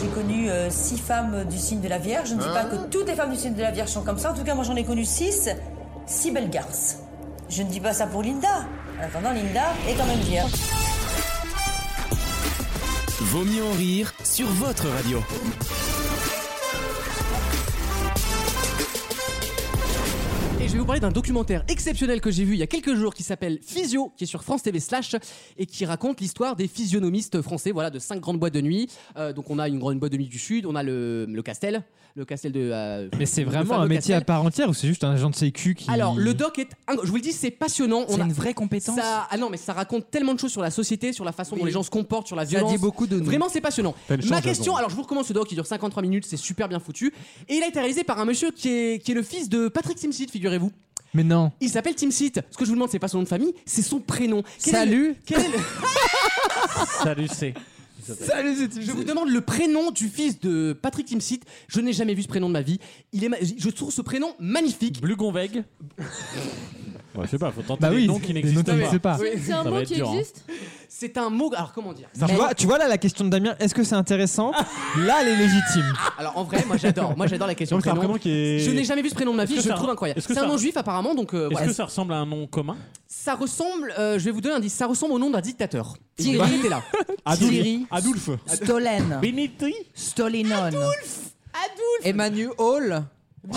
S12: J'ai connu euh, six femmes du signe de la Vierge. Je ne dis pas que toutes les femmes du signe de la Vierge sont comme ça. En tout cas, moi, j'en ai connu six. Six belles garces. Je ne dis pas ça pour Linda. En attendant, Linda est quand même vierge.
S1: Vaut mieux en rire sur votre radio.
S2: Et je vais vous vous parler d'un documentaire exceptionnel que j'ai vu il y a quelques jours qui s'appelle Physio, qui est sur France TV slash et qui raconte l'histoire des physionomistes français, voilà, de cinq grandes boîtes de nuit. Euh, donc on a une grande boîte de nuit du Sud, on a le, le Castel, le Castel de. euh,
S5: Mais c'est
S2: le
S5: vraiment
S2: fameux
S5: un métier à
S2: Castel.
S5: part entière ou c'est juste un agent de sécu qui.
S2: Alors, le doc est. inc- Je vous le dis, c'est passionnant.
S5: C'est une
S2: vraie compétence. ah non, mais ça raconte tellement de choses sur la société, sur la façon dont
S5: Oui.
S2: les gens se comportent, sur la
S5: Ça
S2: violence.
S5: dit beaucoup de nous.
S2: Vraiment, c'est passionnant.
S5: T'as une
S2: Ma
S5: chance,
S2: question,
S5: Jason.
S2: alors je vous recommande ce doc, il dure 53 minutes, c'est super bien foutu. Et il a été réalisé par un monsieur qui est, qui est le fils de Patrick Timsit, figurez-vous.
S5: Mais non.
S2: Il s'appelle Timsit. Ce que je vous demande, c'est pas son nom de famille, c'est son prénom. Quel est le-
S5: Salut.
S2: quel
S3: (laughs)
S2: est le-
S3: Salut, c'est.
S2: je vous demande le prénom du fils de Patrick Timsit. Je n'ai jamais vu ce prénom de ma vie. Il est ma- Je trouve ce prénom magnifique.
S3: Blugonveg. Ouais, je sais pas, faut tenter
S5: Bah
S3: des
S5: oui,
S3: noms qui
S5: des
S3: n'existent
S5: noms qui n'existent
S3: pas.
S5: pas. C'est- c'est
S3: Ça
S5: un
S3: va
S5: mot
S3: être
S5: qui
S3: dur, hein.
S5: existe
S2: C'est un mot. Alors comment dire
S5: Ça, tu, vois, tu vois là la question de Damien, est-ce que
S3: (laughs)
S5: c'est intéressant Là, elle est légitime.
S2: Alors en vrai, moi j'adore, moi j'adore la question
S3: Oh,
S5: Donc, c'est un
S2: prénom.
S5: prénom qui est-
S2: Je n'ai jamais vu ce prénom de ma
S3: Est-ce
S2: vie,
S3: que
S2: je
S3: ça-
S2: le trouve incroyable.
S3: est-ce que
S2: C'est un
S3: ça-
S2: nom juif apparemment, donc euh,
S3: Est-ce
S2: voilà.
S3: que ça ressemble à un nom commun
S2: Ça ressemble, euh, je vais vous donner un indice, ça ressemble au nom d'un dictateur.
S3: Thierry.
S2: Bah, t'es là.
S3: Adolphe.
S2: Thierry.
S6: Adolphe.
S4: Stolen.
S3: Benitri.
S4: Stolinon. Emmanuel Hall. (laughs)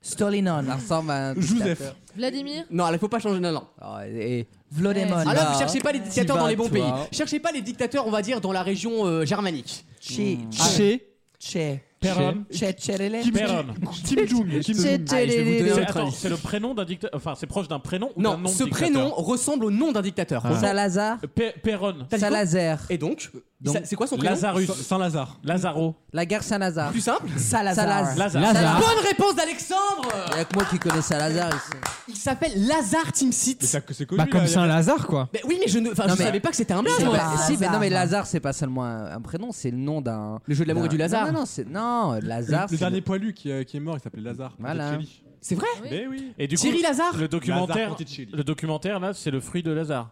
S4: Stolinon. Ça ressemble à un dictateur.
S7: Vladimir
S2: Non, il faut pas changer, non, non.
S4: Ah, et Vlodemon.
S2: Alors, vous Ah cherchez pas les dictateurs
S4: Tiba,
S2: dans les bons
S4: toi.
S2: pays. Cherchez pas les dictateurs, on va dire, dans la région euh, germanique.
S4: Chez.
S5: Chez.
S4: Chez.
S3: Perron.
S4: Chez. Chez.
S3: Kim Perron.
S6: Kim Jong. Kim
S4: Chez.
S2: Allez, je vais vous donner
S3: C'est-
S4: hein.
S2: votre
S3: attends,
S2: indice.
S3: C'est le prénom d'un dictateur. Enfin, c'est proche d'un prénom ou d'un
S2: Non,
S3: nom de
S2: ce
S3: dictateur
S2: prénom ressemble au nom d'un dictateur.
S3: Ah.
S4: Salazar.
S3: Pe- Perron.
S2: T'as dit quoi
S4: Salazar.
S2: Et donc, euh,
S4: Donc,
S2: ça- c'est quoi son prénom
S3: Lazarus.
S6: Lazare.
S3: Lazaro.
S4: La guerre Saint-Lazare.
S2: Plus simple
S4: Salazar.
S3: Lazare.
S4: Salazar.
S2: Bonne réponse d'Alexandre
S4: Il y a hein. que moi qui connais Salazar ici.
S2: Il s'appelle Lazare Timsit.
S6: C'est
S5: Bah, comme Saint-Lazare, quoi.
S2: Mais oui, mais je ne enfin,
S4: Non,
S2: je
S4: mais-
S2: savais pas que c'était un
S4: C'est
S2: blague.
S4: pas- si, mais non, mais Lazare, c'est pas seulement un, un prénom, c'est le nom d'un.
S2: Le jeu de l'amour
S4: d'un-
S2: et du Lazare.
S4: Non, non, non, c'est. Non,
S6: Le,
S4: Lazare.
S6: le
S4: c'est-
S6: dernier poilu qui, euh, qui est mort, il s'appelait Lazare.
S4: Voilà.
S6: Monticelli.
S2: C'est vrai
S6: Mais oui.
S3: Et du coup,
S2: Thierry
S3: le
S2: Lazare
S6: Lazare
S3: documentaire,
S6: Monticelli.
S3: le documentaire là, c'est le fruit de
S2: (laughs)
S3: Lazare.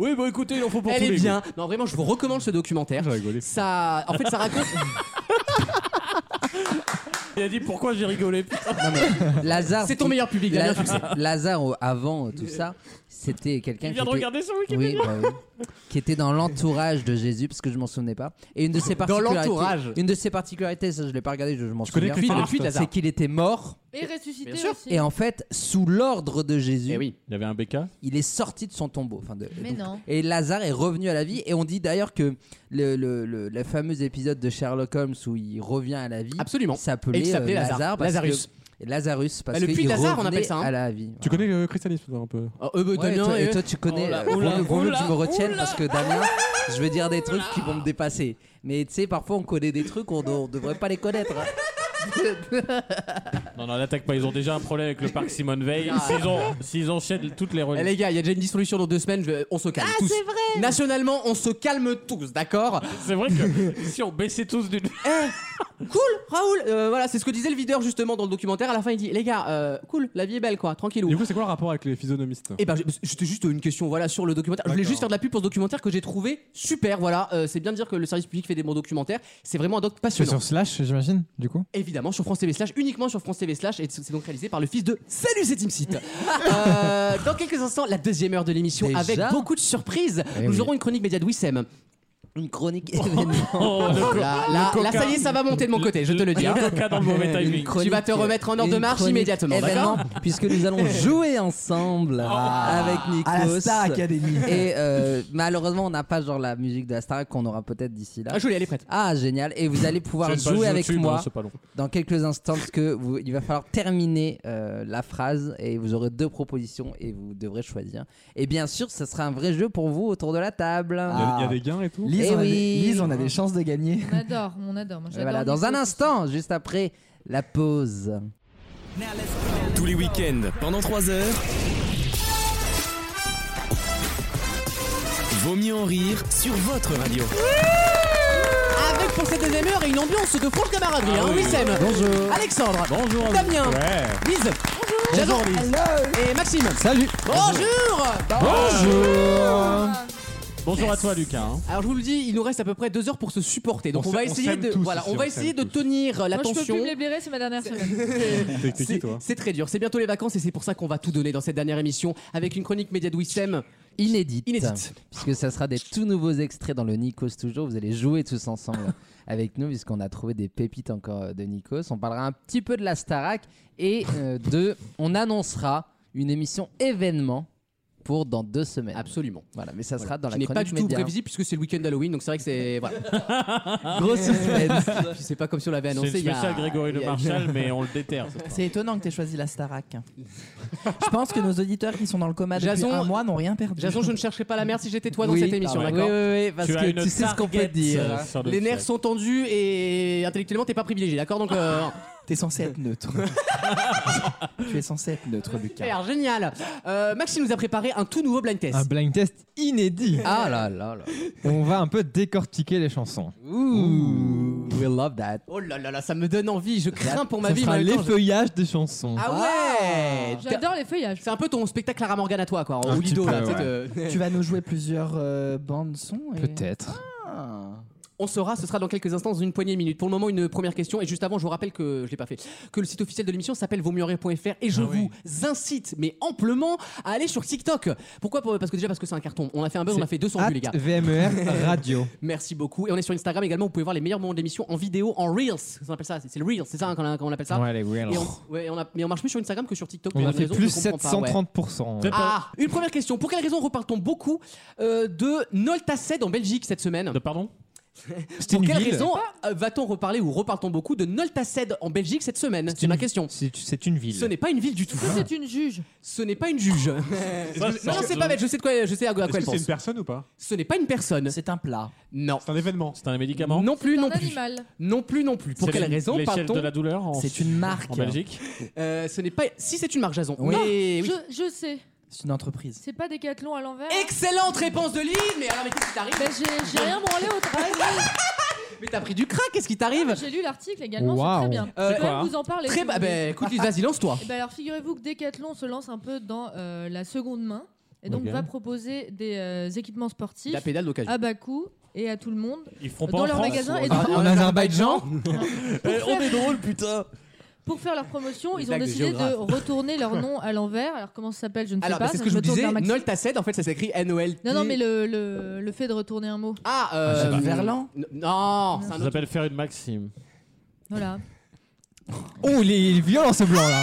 S3: oui, bon, écoutez, il en faut pour
S2: Elle
S3: tous
S2: est
S3: les
S2: bien.
S3: goûts.
S2: Non, vraiment, je vous recommande ce documentaire.
S6: J'ai rigolé.
S2: Ça, en fait, ça raconte.
S3: (laughs) Il a dit pourquoi j'ai rigolé. putain.
S2: (laughs)
S4: Lazare.
S2: C'est ton meilleur public, Damien, tu le sais.
S4: Lazare, au- avant euh, tout ça, c'était quelqu'un
S3: Il
S4: qui.
S3: vient de
S4: était-
S3: regarder son
S4: Oui,
S3: Wikipédia.
S4: bah oui. qui était dans l'entourage de Jésus, parce que je m'en souvenais pas. Et une de ses particularités.
S2: l'entourage.
S4: Une de ses particularités, ça je l'ai pas regardé, je, je m'en
S6: Tu connais
S4: souviens.
S6: Christophe,
S2: Ah, lui,
S4: c'est
S2: Lazare.
S4: qu'il était mort,
S7: Et ressuscité
S2: Bien sûr.
S7: aussi.
S4: et en fait, sous l'ordre de Jésus,
S2: Eh oui.
S3: Il y avait un BK.
S4: il est sorti de son tombeau. Enfin, de,
S7: Mais
S4: donc-
S7: non.
S4: Et Lazare est revenu à la vie. Et on dit d'ailleurs que le, le, le- le fameux épisode de Sherlock Holmes où il revient à la vie
S2: Absolument.
S4: s'appelait
S2: Et il s'appelait
S4: euh,
S2: Lazare.
S4: Lazare parce
S2: Lazarus.
S4: que- et Lazarus parce
S2: Bah, le
S4: qu'il
S2: puits de Lazare, on
S4: revenait
S2: appelle ça, hein.
S4: à la vie.
S6: Tu connais le christianisme un peu
S2: Oh, euh, bah,
S4: Ouais, et,
S2: Damien,
S4: toi, et
S2: euh,
S4: toi, tu connais.
S3: oh là,
S4: euh,
S3: oh
S4: vaut
S3: là,
S4: mieux- vaut mieux
S3: oh
S4: que tu me
S3: là,
S4: retiennes
S3: oh
S4: parce que Damien,
S2: (laughs)
S4: je vais dire des trucs qui vont me dépasser. Mais tu sais, parfois on connaît des trucs, on, ne devrait pas les connaître. hein.
S3: Non, non, l'attaque pas. Ils ont déjà un problème avec le parc Simone Veil.
S2: Ah.
S3: S'ils ont- S'ils enchaînent toutes les
S2: eh,
S3: religions.
S2: les gars, il y a déjà une dissolution dans deux semaines. je- On se calme
S7: Ah,
S2: tous.
S7: c'est vrai
S2: Nationalement, on se calme tous, d'accord
S3: C'est vrai que (laughs) si on baissait tous
S2: (laughs)
S3: d'une.
S2: Eh, Cool, Raoul. euh, voilà, c'est ce que disait le videur justement dans le documentaire. À la fin, il dit les gars, euh, cool, la vie est belle, quoi,
S6: Du
S2: tranquillou.
S6: coup, c'est quoi le rapport avec les physionomistes
S2: Et ben, j'ai- c'était juste une question, voilà, sur le documentaire. Je voulais
S6: D'accord.
S2: juste faire de la pub pour ce documentaire que j'ai trouvé super. Voilà, Euh, c'est bien de dire que le service public fait des bons documentaires. C'est vraiment un doc
S5: C'est
S2: passionnant.
S5: sur Slash, j'imagine, du coup.
S2: Évidemment, sur France TV Slash, uniquement sur France TV Slash, et c'est donc réalisé par le fils de Salut, c'est Timsit. dans quelques instants, la deuxième heure de l'émission
S4: Déjà
S2: avec beaucoup de surprises.
S4: Eh
S2: Nous
S4: oui.
S2: aurons une chronique média de Wissem.
S4: Une chronique
S2: (laughs)
S4: événement.
S3: Oh, le co-
S2: Là, là,
S3: le
S2: là,
S3: coca-
S2: ça y est, ça va monter de mon côté, je te le dis. hein.
S3: Le coca dans le mauvais
S4: Une
S3: timing.
S4: chronique-
S2: vas te remettre en ordre de
S4: une
S2: marche
S4: chronique
S2: immédiatement,
S4: événement, Puisque nous
S2: (laughs)
S4: allons jouer ensemble
S2: Ah,
S4: avec Nikos.
S8: À la Star Academy.
S4: Et euh, malheureusement, on n'a pas genre la musique de la Star qu'on aura peut-être d'ici là.
S2: Ah, Julie, elle est prête.
S4: Ah, génial. Et vous allez pouvoir
S3: C'est une page
S4: jouer avec
S3: YouTube, hein,
S4: moi.
S3: c'est pas long.
S4: dans quelques instants parce que vous- il va falloir terminer euh, la phrase et vous aurez deux propositions et vous devrez choisir. Et bien sûr, ce sera un vrai jeu pour vous autour de la table.
S6: Il y a- il y
S8: Ah.
S6: a des gains et tout
S8: Lise,
S4: Eh
S8: on a des-
S4: oui.
S8: Lise, on a des chances de gagner.
S7: On adore, on adore. Moi,
S4: Et
S7: j'adore
S4: voilà, dans
S7: Nico.
S4: un instant, juste après la pause.
S1: Tous les week-ends, pendant 3 heures. Vaut mieux en rire sur votre radio.
S2: Avec pour cette deuxième heure et une ambiance de franche camaraderie. hein, Wissem,
S5: Bonjour.
S2: Alexandre,
S5: Bonjour.
S2: Damien, Lise, Jason et Maxime.
S5: Salut.
S2: Bonjour.
S5: Bonjour.
S3: Bonjour à toi, Lucas. hein.
S2: Alors je vous le dis, il nous reste à peu près deux heures pour se supporter. Donc
S6: On
S2: on, va
S6: s'aime- on
S2: essayer
S6: s'aime
S2: de,
S6: tous
S2: voilà,
S6: ici,
S2: on va
S6: on
S2: essayer
S6: s'aime
S2: de
S6: tous.
S2: tenir
S7: Moi,
S2: euh,
S7: je peux
S2: l'attention.
S7: plus me libérer, c'est ma dernière semaine.
S2: (laughs)
S6: T'es t'es qui
S2: C'est
S6: toi
S2: c'est très dur. C'est bientôt les vacances et c'est pour ça qu'on va tout donner dans cette dernière émission avec une chronique média de Wissem
S4: inédite.
S2: Inédite.
S4: Puisque ça sera des tout nouveaux extraits dans le Nikos toujours. Vous allez jouer tous ensemble avec nous, puisqu'on a trouvé des pépites encore euh, de Nikos. On parlera un petit peu de la Starac et euh, de. On annoncera une émission événement pour dans deux semaines.
S2: Absolument.
S4: Voilà, mais ça sera dans la
S2: Qui n'est
S4: chronique
S2: pas du tout
S4: média.
S2: prévisible puisque c'est le week-end d'Halloween, donc c'est vrai que c'est. Voilà.
S4: Gros suspense.
S2: Puis c'est pas comme si on l'avait annoncé.
S3: C'est
S2: il y a-
S3: spécial Grégory
S2: il y
S3: Le
S2: a-
S3: Marchal, mais on le déterre. ce soir.
S8: C'est étonnant que tu aies choisi la Starac. je pense que nos auditeurs qui sont dans le coma depuis
S2: Jason-
S8: un mois n'ont rien perdu.
S2: Jason, je ne chercherai pas la merde si j'étais toi dans
S8: Oui,
S2: cette émission,
S8: ah ouais.
S2: d'accord
S8: Oui, oui, oui, parce
S3: Tu as que une tu
S8: sais ce qu'on peut target, dire. euh, sur le
S2: Les nerfs
S8: chat.
S2: sont tendus et intellectuellement, t'es pas privilégié, d'accord Donc. euh,
S8: T'es censé être neutre. tu es censé être neutre, Lucas.
S2: Super, génial. Euh, Maxime nous a préparé un tout nouveau blind test.
S5: Un blind test inédit.
S4: Ah là là là.
S5: On va un peu décortiquer les chansons.
S4: Ouh, we love that.
S2: Oh là là là, ça me donne envie. Je crains pour ma
S5: Ça
S2: vie.
S5: sera
S2: mais en même temps, je-
S5: l'effeuillage des chansons.
S2: Ah ouais
S7: J'adore les feuillages.
S2: C'est un peu ton spectacle Clara Morgan à toi, quoi. Au
S5: Un petit
S2: Lido,
S5: peu,
S2: là, tu sais,
S5: ouais.
S2: te-
S8: Tu vas nous jouer plusieurs euh, bandes son et...
S5: Peut-être.
S8: Ah.
S2: On saura, ce sera dans quelques instants, dans une poignée de minutes. Pour le moment, une première question. Et juste avant, je vous rappelle que je l'ai pas fait, que le site officiel de l'émission s'appelle vaumieuxenrire.fr et
S5: Ah
S2: je vous incite, mais amplement, à aller sur TikTok. Pourquoi Pour- Parce que déjà, parce que c'est un carton. On a fait un buzz, on a fait 200
S5: At
S2: vues, les gars. (laughs)
S5: VMER Radio.
S2: Merci beaucoup. Et on est sur Instagram également. Vous pouvez voir les meilleurs moments de l'émission en vidéo, en reels. On appelle ça. C'est le reels, c'est ça hein, qu'on qu'on appelle ça.
S5: Ouais, les reels.
S2: Et on- ouais, on a- mais on marche mieux sur Instagram que sur TikTok.
S5: On
S2: pour
S5: a
S2: une
S5: fait
S2: raison que
S5: plus
S2: je comprends pas, ouais.
S5: 730%.
S2: Ah, une première question. Pour quelle raison reparle-t-on beaucoup euh, de Noltaced en Belgique cette semaine
S3: De pardon
S5: C'était
S2: Pour
S5: une
S2: quelle
S5: ville.
S2: raison euh, va-t-on reparler ou reparle-t-on beaucoup de Noltaced en Belgique cette semaine C'est ma question.
S5: C'est c'est une
S2: Ce
S5: ville.
S2: n'est pas une ville du tout.
S7: Est-ce que c'est une juge
S2: Ce n'est pas une
S6: (laughs)
S2: juge. non, non, c'est pas bête. Je sais de quoi, je sais à quoi
S6: Est-ce que
S2: elle
S6: c'est une
S2: pense.
S6: personne ou pas
S2: Ce n'est pas une personne.
S8: C'est un plat.
S2: Non.
S6: C'est un événement.
S3: C'est un médicament
S2: Non plus,
S7: C'est
S2: non
S7: un
S2: plus.
S7: animal.
S2: Non plus, non plus. Pour
S3: C'est
S2: quelle
S3: l'échelle
S2: raison
S3: de
S2: parle-t-on
S3: la douleur en,
S8: C'est une marque.
S3: en Belgique
S2: Euh, ce n'est pas. Si c'est une marque, Jason.
S8: Oui.
S2: Mais Eh oui.
S7: Je, je sais.
S8: C'est une entreprise.
S7: C'est pas des cathlons à l'envers.
S2: Excellente réponse de Lynn Mais alors, mais qu'est-ce qui t'arrive
S7: Mais j'ai j'ai rien branlé au
S2: (laughs)
S7: travail.
S2: Mais t'as pris du crack, ah, qu'est-ce qui t'arrive
S7: J'ai lu l'article également, c'est
S5: Waouh.
S7: très bien.
S2: Euh,
S7: je peux
S2: quoi,
S7: même vous en parler.
S2: Très
S7: si
S2: bah,
S7: vous
S2: bah,
S7: voulez.
S2: écoute, vas-y, lance-toi.
S7: Eh ben alors figurez-vous que Decathlon se lance un peu dans euh, la seconde main et donc
S5: Ok.
S7: va proposer des euh, équipements sportifs
S2: La pédale d'occasion.
S7: à bas coût et à tout le monde
S3: Ils feront pas
S7: dans
S3: en
S7: leur
S3: France.
S7: magasin et
S5: Ah,
S7: donc,
S5: En Azerbaïdjan
S7: pour,
S3: On est
S7: faire,
S3: drôle, putain
S7: pour faire leur promotion,
S2: Les
S7: ils ont
S2: blagues de
S7: décidé de,
S2: géographe.
S7: retourner leur nom à l'envers. Alors comment ça s'appelle Je ne sais
S2: Alors,
S7: pas.
S2: bah, c'est
S7: ça,
S2: ce que je vous
S7: me tourne
S2: disais.
S7: vers Maxime.
S2: Noltaced, en fait, ça s'écrit N-O-L.
S7: Non, non, mais le, le, le fait de retourner un mot.
S2: Ah,
S8: Je sais
S2: euh.
S8: pas. Verlan
S2: n- Non, c'est
S3: Ça
S2: un autre.
S3: s'appelle faire une maxime.
S7: Voilà.
S5: Oh, il est violent ce blanc là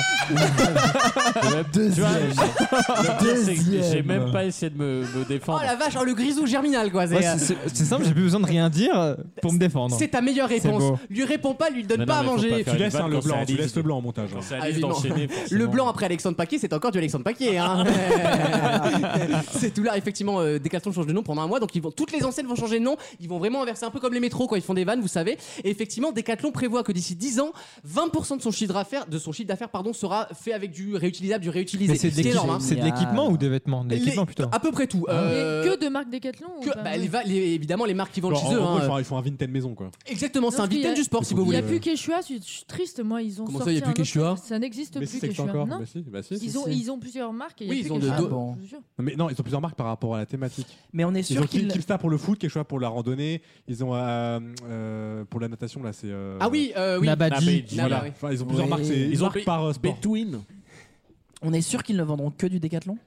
S3: Tu vois, le pire, c'est que j'ai même pas essayé de me, me
S2: Oh
S3: défendre.
S2: la vache, oh, le grisou germinal, quoi. c'est,
S5: Moi,
S2: euh,
S5: c'est- C'est c'est simple, j'ai plus besoin de rien dire pour me défendre.
S2: C'est ta meilleure
S5: beau.
S2: réponse. Lui réponds pas, lui donne
S3: Mais non,
S2: pas à
S3: mais faut
S2: manger.
S3: pas
S6: Tu
S3: Faire
S6: laisses
S3: une
S6: hein, le
S3: vanne quand
S6: blanc,
S3: ça
S6: tu
S3: lise.
S6: laisses le blanc au montage.
S3: Quand
S6: hein.
S3: c'est
S2: Ah,
S3: à liste
S2: évidemment.
S3: d'enchaîner,
S2: Le
S3: forcément.
S2: blanc après Alexandre Paquet, c'est encore du Alexandre
S6: (laughs)
S2: Paquet. Hein. Euh, c'est tout là. Effectivement, euh, Decathlon change de nom pendant un mois, donc ils vont, toutes les enseignes vont changer de nom. Ils vont vraiment inverser un peu comme les métros quand ils font des vannes, vous savez. Et effectivement, Decathlon prévoit que d'ici 10 ans, 20% de son chiffre d'affaires, de son chiffre d'affaires, pardon, sera fait avec du réutilisable, du réutilisé.
S5: Mais c'est de
S2: C'est
S5: l'équi-
S2: énorme. hein.
S5: c'est de l'équipement ou des vêtements Des
S2: Les-
S5: équipements plutôt.
S2: À peu près tout. Euh,
S7: Et que de marques Decathlon ou
S2: que-
S7: pas
S2: bah, les va- les- évidemment, les marques qui vendent
S6: Genre, en
S2: chez eux.
S6: gros,
S2: hein.
S6: ils font- ils font un Vinted maison quoi.
S2: Exactement, c'est
S7: Non,
S2: un
S7: parce qu'il y
S2: week-end
S7: a-
S2: du sport si vous
S7: Il n'y a
S2: voulez.
S7: plus Quechua, je suis triste moi, ils ont
S2: Comment ça,
S7: sorti
S2: il y a plus
S7: un autre-
S2: Quechua
S7: Ça n'existe
S6: Mais
S7: plus
S6: si, c'est
S7: Quechua.
S6: encore.
S7: Non.
S6: Bah si, bah si.
S7: Ils ont,
S8: si.
S7: ils ont plusieurs marques. et il y a
S2: Oui,
S7: plus
S2: ils ont
S7: Quechua,
S8: de-
S7: je
S8: bon.
S7: vous jure.
S2: Ah
S6: Mais non, ils ont plusieurs marques par rapport à la thématique.
S8: Mais on est
S6: Ils ont
S8: sûr
S6: Kip-
S8: qu'il.
S6: Kipstar pour le foot, Quechua pour la randonnée, ils ont euh, euh, pour la natation là, c'est. euh,
S2: Ah oui, euh, oui.
S5: Nabadji.
S3: Nabadji.
S6: Voilà.
S2: Ah bah oui.
S6: Enfin, ils ont plusieurs
S8: Oui.
S6: marques. c'est-
S3: Ils ont
S6: marques
S3: payé-
S6: par euh, sport. (laughs)
S3: Between.
S8: On est sûr qu'ils ne vendront que du décathlon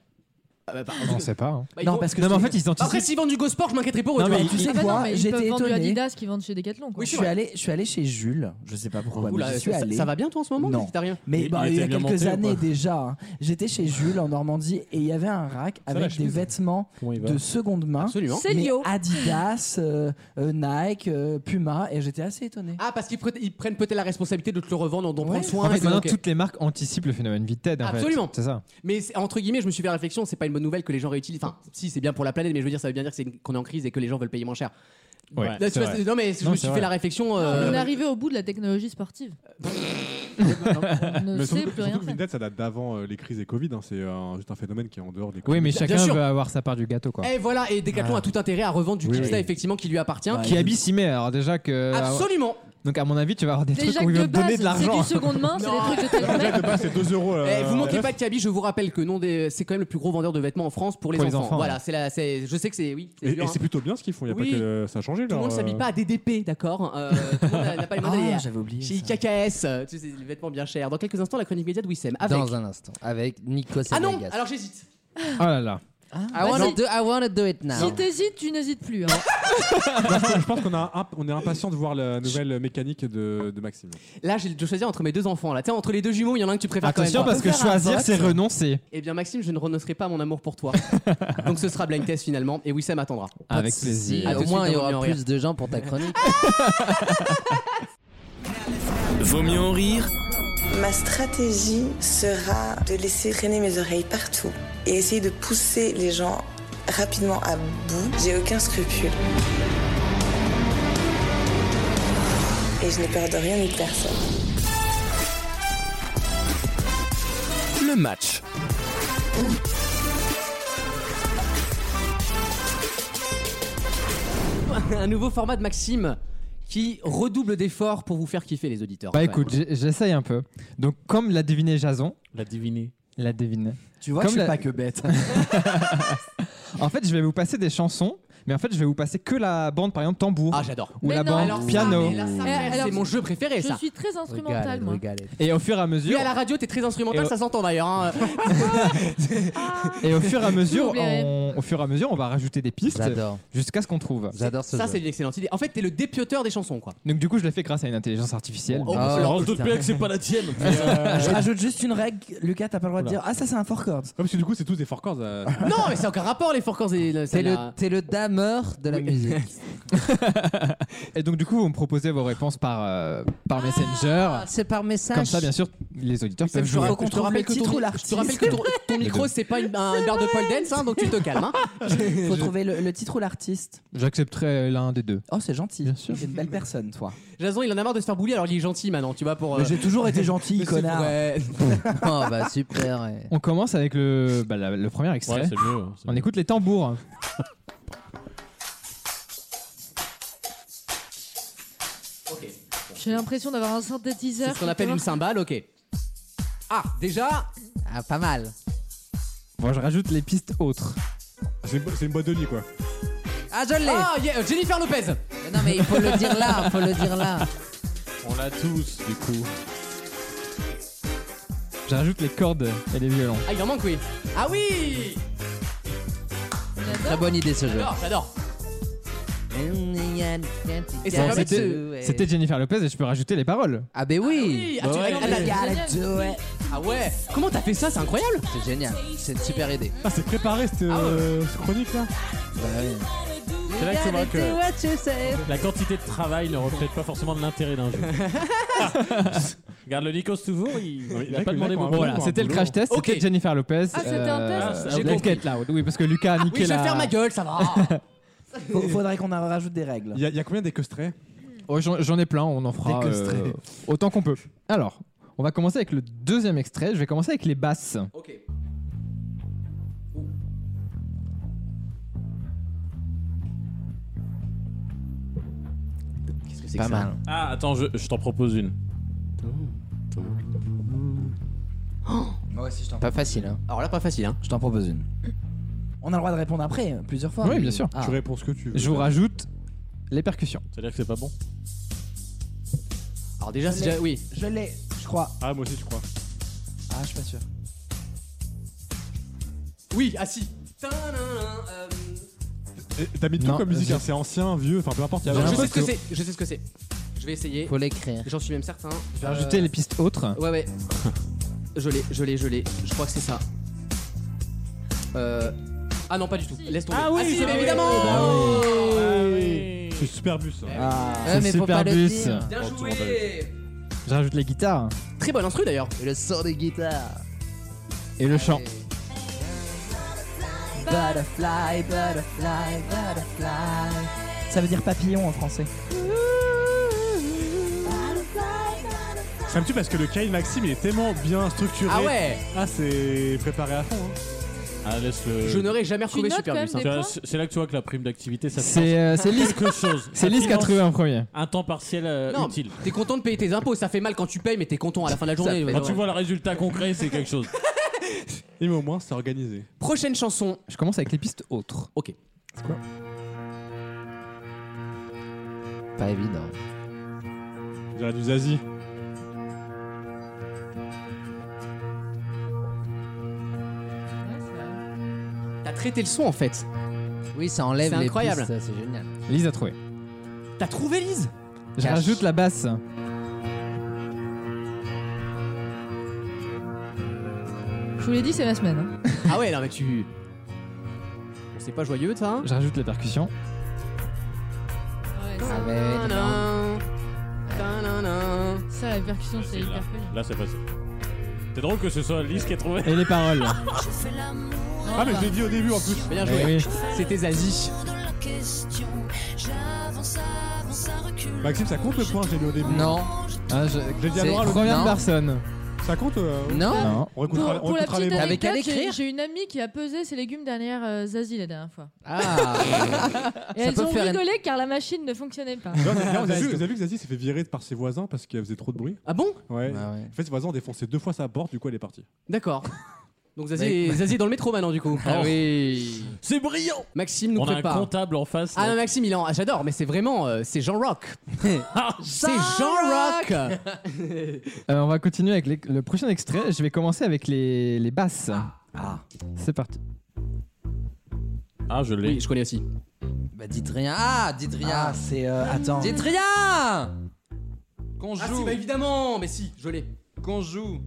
S2: Ah bah, bah,
S5: On sait pas. hein.
S2: bah, ils
S8: Non,
S2: vont-
S8: parce que
S5: Non, mais en
S8: je-
S5: fait, ils
S2: Après,
S5: anticipent.
S2: s'ils vendent du go sport, je m'inquiéterai pas.
S5: Non, mais
S2: autant.
S8: Et tu
S5: ils-
S8: sais
S7: Ah bah non,
S8: quoi
S7: mais ils peuvent
S8: J'étais
S7: vendre du
S8: étonné.
S7: Adidas qui vendent chez Decathlon. Quoi.
S2: Oui,
S8: Je suis allé, je suis allé chez Jules. Je sais pas pourquoi.
S2: Oula,
S8: mais j'y suis
S2: ça-
S8: allé.
S2: ça va bien toi en ce moment
S8: Non.
S2: qu'est-ce qui t'arrive
S8: Mais
S3: Il-
S8: bah,
S3: il
S8: il y
S3: était
S8: a
S3: bien
S8: quelques
S3: monté ou
S8: années
S3: pas
S8: déjà, hein. j'étais chez Jules en Normandie et il y avait un rack
S6: la
S8: avec des
S6: chemise.
S8: vêtements
S5: Comment il va
S8: de seconde main.
S2: Absolument.
S7: C'est
S8: Mais
S7: Lio.
S8: Adidas, euh, euh, Nike, euh, Puma, et j'étais assez étonné.
S2: Ah, parce qu'ils pre- ils prennent peut-être la responsabilité de te le revendre, d'en
S8: Ouais.
S2: prendre soin.
S5: En
S2: et
S5: fait,
S2: de-
S5: maintenant,
S2: ok.
S5: toutes les marques anticipent le phénomène Vinted. en fait.
S2: Absolument.
S5: C'est ça.
S2: Mais c'est- entre guillemets, je me suis fait la réflexion, c'est pas une bonne nouvelle que les gens réutilisent. Enfin, si, c'est bien pour la planète, mais je veux dire, ça veut bien dire que c'est- qu'on est en crise et que les gens veulent payer moins cher.
S5: Ouais,
S2: Là, tu
S5: c'est
S2: vois,
S5: vrai.
S2: c'est- non, mais je
S5: Non,
S2: me
S5: c'est
S2: suis fait
S5: vrai.
S2: la réflexion. euh,
S7: On est arrivé au bout de la technologie sportive. on ne sait plus
S6: Mais surtout, surtout
S7: rien
S6: que
S7: faire.
S6: Vinted, ça date d'avant euh, les crises et Covid. hein, c'est euh, juste un phénomène qui est en dehors des.
S5: Oui, mais
S2: Bien
S5: chacun
S2: sûr.
S5: veut avoir sa part du gâteau, (laughs) quoi.
S2: Et voilà, et Decathlon
S5: Ouais.
S2: a tout intérêt à revendre du
S5: Oui,
S2: Kipsta,
S5: oui.
S2: effectivement, qui lui appartient.
S5: Qui habite s'y met, alors déjà que.
S2: Absolument.
S5: Donc, à mon avis, tu vas avoir des
S7: Déjà
S5: trucs où
S7: que
S5: ils
S7: de
S5: vont te donner
S7: base,
S5: de
S7: c'est
S5: l'argent.
S7: du seconde main, c'est
S2: Non.
S7: des trucs de taille humaine.
S6: Bah, c'est 2 euros. euh,
S2: Eh, vous manquez
S6: bref.
S2: pas de Kaby, je vous rappelle que non des- c'est quand même le plus gros vendeur de vêtements en France pour les
S5: Pour les
S2: enfants.
S5: enfants,
S2: voilà,
S5: ouais.
S2: c'est la, c'est- je sais que c'est oui. c'est
S6: Et,
S2: dur,
S6: et
S2: hein.
S6: c'est plutôt bien ce qu'ils font. Il y a
S2: Oui.
S6: pas que euh, ça a changé.
S2: Tout le monde s'habille pas à DDP, d'accord Euh, Tout le monde n'a- n'a pas les moyens d'aller
S8: Ah,
S2: à-
S8: j'avais oublié.
S2: Chez
S8: ça.
S2: IKKS, euh, tu sais, les vêtements bien chers. Dans quelques instants, la chronique média de Wissem. Avec...
S4: Dans un instant, avec Nikos et
S2: Ah non
S4: Vegas.
S2: Alors j'hésite.
S5: Oh là là.
S4: I wanna, do, I wanna do it now.
S7: Si t'hésites, tu n'hésites plus. hein.
S6: Je pense qu'on a un- on est impatient de voir la nouvelle mécanique de, de Maxime.
S2: Là, j'ai le choisir entre mes deux enfants. Là, tu sais, entre les deux jumeaux, il y en a un que tu préfères. quand
S5: Attention
S2: même.
S5: parce
S2: On peut
S5: que
S2: faire un
S5: choisir
S2: vote.
S5: c'est renoncer.
S2: Eh bien, Maxime, je ne renoncerai pas à mon amour pour
S5: (laughs)
S2: toi. Donc, ce sera blind test finalement, et Wissam attendra.
S4: Pas de
S5: Avec
S4: soucis.
S5: plaisir.
S4: Ah,
S2: À tout
S4: Au
S2: de
S4: moins,
S2: suite
S4: il y
S2: dans
S4: aura
S2: Vaut mieux en
S4: plus de gens pour ta chronique.
S1: Vaut mieux en rire
S13: Ma stratégie sera de laisser traîner mes oreilles partout et essayer de pousser les gens rapidement à bout. J'ai aucun scrupule. Et je n'ai peur de rien ni de personne.
S1: le match.
S2: (laughs) Un nouveau format de Maxime qui redouble d'efforts pour vous faire kiffer les auditeurs.
S5: Bah
S2: Ouais.
S5: écoute, j'ai- j'essaye un peu. Donc comme l'a deviné Jason.
S3: L'a deviné.
S5: L'a deviné.
S8: Tu vois,
S5: Comme
S8: je suis
S5: la-
S8: pas que bête.
S5: (laughs) En fait, je vais vous passer des chansons, mais en fait, je vais vous passer que la bande, par exemple, tambour.
S2: Ah, j'adore.
S5: Ou
S7: Mais
S5: la
S7: non,
S5: bande
S7: alors ça,
S5: piano.
S2: mais là, ça,
S7: Eh, alors,
S2: c'est mon jeu préféré,
S7: Je
S2: ça.
S7: suis très instrumentale, moi.
S5: Et au fur et à
S2: Lui
S5: mesure,
S2: à la radio, t'es très instrumental,
S5: Et-
S2: ça s'entend d'ailleurs. hein.
S5: et au fur et à mesure,
S7: oublierai.
S5: on, au fur et à mesure, on va rajouter des pistes
S4: J'adore.
S5: jusqu'à ce qu'on trouve.
S4: J'adore ce
S2: Ça,
S4: jeu.
S2: c'est une excellente idée. En fait, t'es le dépioteur des chansons, quoi.
S5: Donc du coup, je l'ai fait grâce à une intelligence artificielle.
S3: Oh,
S4: Ah,
S3: alors, je
S4: putain.
S3: doute bien que c'est pas la
S4: (laughs)
S2: (laughs)
S3: tienne. mais, euh,
S8: je rajoute juste une règle. Lucas, t'as pas le droit de dire Ah, ça, c'est un four chords.
S6: Comme si du coup, c'est tous des four chords. euh,
S2: (laughs) non, mais c'est aucun rapport, les four chords et le-
S4: T'es le,
S2: celle-là.
S4: t'es le dameur de
S5: (laughs)
S4: la musique.
S5: Et donc du coup, vous me proposez vos réponses par euh, par Messenger.
S4: Ah, C'est par message.
S5: Comme ça, bien sûr, les auditeurs
S2: Ça me
S5: peuvent jouer.
S2: fera- je te rappelle
S8: le
S2: que
S8: titre
S2: ton-
S8: ou
S2: Je te rappelle que
S8: (laughs)
S2: ton, ton micro,
S5: deux.
S2: c'est pas une- un bar de pole dance, hein, donc tu te calmes. hein. (laughs)
S8: Faut trouver le, le titre ou l'artiste.
S5: J'accepterai l'un des deux.
S8: Oh, c'est gentil.
S5: Bien sûr.
S8: T'es une belle personne, toi.
S2: Jason, il en a marre de se faire bouler, alors il est gentil maintenant, tu vois, pour. euh,
S8: Mais J'ai toujours été gentil,
S2: (laughs) mais c'est
S8: connard.
S2: vrai.
S4: (laughs)
S6: (laughs)
S4: Oh bah super. ouais.
S5: On commence avec le bah, la- le premier
S3: Ouais,
S5: extrait.
S3: c'est mieux. hein, c'est
S5: on
S3: mieux.
S5: écoute les tambours.
S7: J'ai l'impression d'avoir un synthétiseur.
S2: C'est ce qu'on appelle une cymbale, ok. Ah, déjà,
S4: Ah, pas mal.
S5: Bon, je rajoute les pistes autres.
S6: C'est une bo- c'est une boîte de nuit, quoi.
S4: Ah, je l'ai.
S2: ah, yeah, euh, Jennifer Lopez.
S4: Mais Non mais il faut le dire là, faut le dire là.
S3: On l'a tous, du coup.
S5: Je rajoute les cordes et les violons.
S2: Ah, il en manque, oui. Ah oui
S4: Très bonne idée ce jeu.
S2: J'adore, j'adore. Et ça
S5: Bon,
S2: permet de
S5: c'était
S4: se-
S5: c'était Jennifer Lopez et je peux rajouter les paroles.
S4: euh, Ah bah oui.
S2: Oui, ah,
S7: ouais.
S2: tu- elle a- elle a- ah ouais, comment t'as fait ça C'est incroyable
S4: C'est génial. C'est une super idée.
S6: Ah, c'est préparé cette euh, cette chronique là
S3: C'est là que tu vois que la quantité de travail ne reflète pas forcément de l'intérêt d'un jeu. Regarde le Nikos toujours, il,
S6: Oui,
S3: il a
S6: là,
S3: pas
S6: que-
S3: demandé
S6: là, qu'on a
S3: beaucoup.
S6: un
S5: Voilà,
S6: boulot,
S5: c'était
S6: un
S5: le
S6: boulot.
S5: crash test.
S2: Ok.
S5: C'était Jennifer Lopez.
S7: Ah, c'était un test.
S5: euh,
S3: J'ai
S5: la
S3: compris.
S5: quête là. Oui, parce que Lucas a niqué
S2: Ah Oui, je vais
S5: la-
S2: faire ma gueule, ça va.
S8: (laughs) Faut- Faudrait qu'on en rajoute des règles.
S6: Il y, a- il y a combien d'écostrés
S5: Oh, J'en j'en ai plein, on en fera
S8: Des
S5: euh,
S8: costrets.
S5: autant qu'on peut. Alors, on va commencer avec le deuxième extrait. Je vais commencer avec les basses.
S6: Oh,
S2: ok. Qu'est-ce que c'est que
S4: Pas
S2: ça
S4: mal.
S3: Ah, attends, je, je t'en propose une.
S8: Moi aussi, Oh. je t'en
S4: Pas facile. Hein.
S2: Alors là, pas facile, hein.
S8: Je t'en propose une. On a le droit de répondre après, euh, plusieurs fois.
S5: Oui, bien sûr.
S8: Ah.
S6: Tu réponds ce que tu veux.
S5: Je vous rajoute les percussions.
S3: C'est-à-dire que c'est pas bon
S2: Alors déjà, c'est déjà. Oui.
S8: Je l'ai, je crois.
S6: Ah, moi aussi, je crois.
S8: Ah, je suis pas sûr.
S2: Oui, ah si.
S6: Et T'as mis tout
S5: Non,
S6: comme musique,
S5: j'ai-
S6: hein, c'est ancien, vieux, enfin peu importe. il y a-
S5: J'ai
S2: Je sais
S5: l'impression
S2: ce que
S5: que-
S2: c'est, je sais ce que c'est. Je vais essayer.
S4: Faut l'écrire.
S2: J'en suis même certain. Euh,
S5: Je vais rajouter les pistes autres.
S2: Ouais, (laughs) ouais. Je l'ai, je l'ai, je l'ai. Je crois que c'est ça. Euh. Ah non, pas du tout. Laisse tomber.
S3: Ah oui,
S2: si,
S3: ça,
S2: mais
S3: oui.
S2: évidemment
S3: Ah
S6: C'est super bus. hein.
S4: Ouais, mais
S5: Ah, C'est
S4: faut pas
S5: super
S4: le
S5: bus.
S4: dire.
S2: Bien joué
S5: Je rajoute les guitares
S2: Très bonne instru d'ailleurs.
S4: Et le son des guitares.
S5: et le chant.
S8: Butterfly, butterfly, butterfly. Ça veut dire papillon en français.
S6: Ça me tue parce que le Kyle Maxime il est tellement bien structuré.
S2: Ah ouais
S6: Ah, c'est préparé à fond. hein.
S3: Ah, laisse le.
S2: Je n'aurais jamais retrouvé
S7: notes quand
S2: Super
S7: même
S2: Bus. hein.
S3: Tu vois, C'est c'est là que tu vois que la prime d'activité, ça
S5: C'est euh, c'est
S3: finance
S5: Lise-
S3: quelque chose.
S5: c'est
S3: Ça
S5: Lise qui a
S3: finance
S5: trouvé en premier.
S3: Un temps partiel euh,
S2: Non,
S3: utile.
S2: t'es content de payer tes impôts, ça fait mal quand tu payes, mais t'es content à la fin de la journée.
S3: Quand tu vois le résultat concret, c'est quelque chose.
S6: Et mais au moins, c'est organisé.
S2: Prochaine chanson.
S5: Je commence avec les pistes autres.
S2: Ok.
S4: Pas évident.
S6: On dirait du Zazie.
S2: T'as traiter le son en fait.
S4: Oui, ça enlève
S2: C'est
S4: les
S2: incroyable.
S4: pistes, c'est génial.
S5: Lise a trouvé.
S2: T'as trouvé Lise
S5: Je
S4: Cache.
S5: rajoute la basse. Euh,
S7: Je vous l'ai dit, c'est la semaine. hein.
S2: Ah ouais, non mais tu. Bon, C'est pas joyeux, ça hein
S5: Je rajoute la percussion.
S2: Tadam, tadam.
S7: Ça, la percussion, c'est hyper cool.
S3: Là, c'est facile. C'est drôle que ce soit Lise qui a trouvé.
S5: Et les paroles.
S6: Ah, mais je l'ai dit au début en plus.
S2: Bien
S5: Eh
S2: joué.
S5: oui.
S2: C'était Zazie.
S6: Maxime, ça compte le point, j'ai dit au début.
S4: Non.
S5: Ah, je...
S6: J'ai dit à Laura le
S5: Première
S4: Non.
S5: personne.
S6: Ça compte euh,
S4: Non.
S5: Non.
S6: On
S7: Pour,
S6: écoutera, on
S7: pour la
S6: écoutera les
S7: petite
S6: mots.
S4: Avec
S7: anecdote,
S4: elle
S7: j'ai-
S4: écrire.
S7: j'ai une amie qui a pesé ses légumes derrière euh, Zazie la dernière fois.
S4: Ah,
S7: Et
S4: Ça
S7: elles
S4: peut
S7: ont
S4: faire une-
S7: rigolé car la machine ne fonctionnait pas.
S6: (laughs) Non, mais non, vous, avez vu, vous avez vu que Zazie s'est fait virer par ses voisins parce qu'elle faisait trop de bruit
S2: Ah bon
S6: Ouais.
S5: Ah ouais.
S6: En fait, ses voisins ont défoncé deux fois sa porte, du coup, elle est partie.
S2: D'accord. Donc Zazie,
S4: Mais-
S2: est... Zazie est dans le métro maintenant, du coup.
S3: Ah
S2: oui.
S3: C'est brillant
S2: Maxime nous
S3: On a un
S2: prépare.
S3: comptable en face.
S2: Ah
S3: là.
S2: non, Maxime, il est en. ah, J'adore, mais c'est vraiment. euh, c'est Jean Rock. (laughs) c'est Jean Rock
S5: Euh, on va continuer avec les- le prochain extrait. Je vais commencer avec les, les basses.
S4: Ah,
S5: C'est parti.
S3: Ah, je l'ai.
S2: Oui, je connais aussi.
S4: bah dites rien. Ah, dites rien.
S8: Ah, c'est. euh, attends.
S4: Dites rien Qu'on
S2: Ah,
S4: joue.
S2: si, bah évidemment Mais si, je l'ai.
S4: Qu'on joue.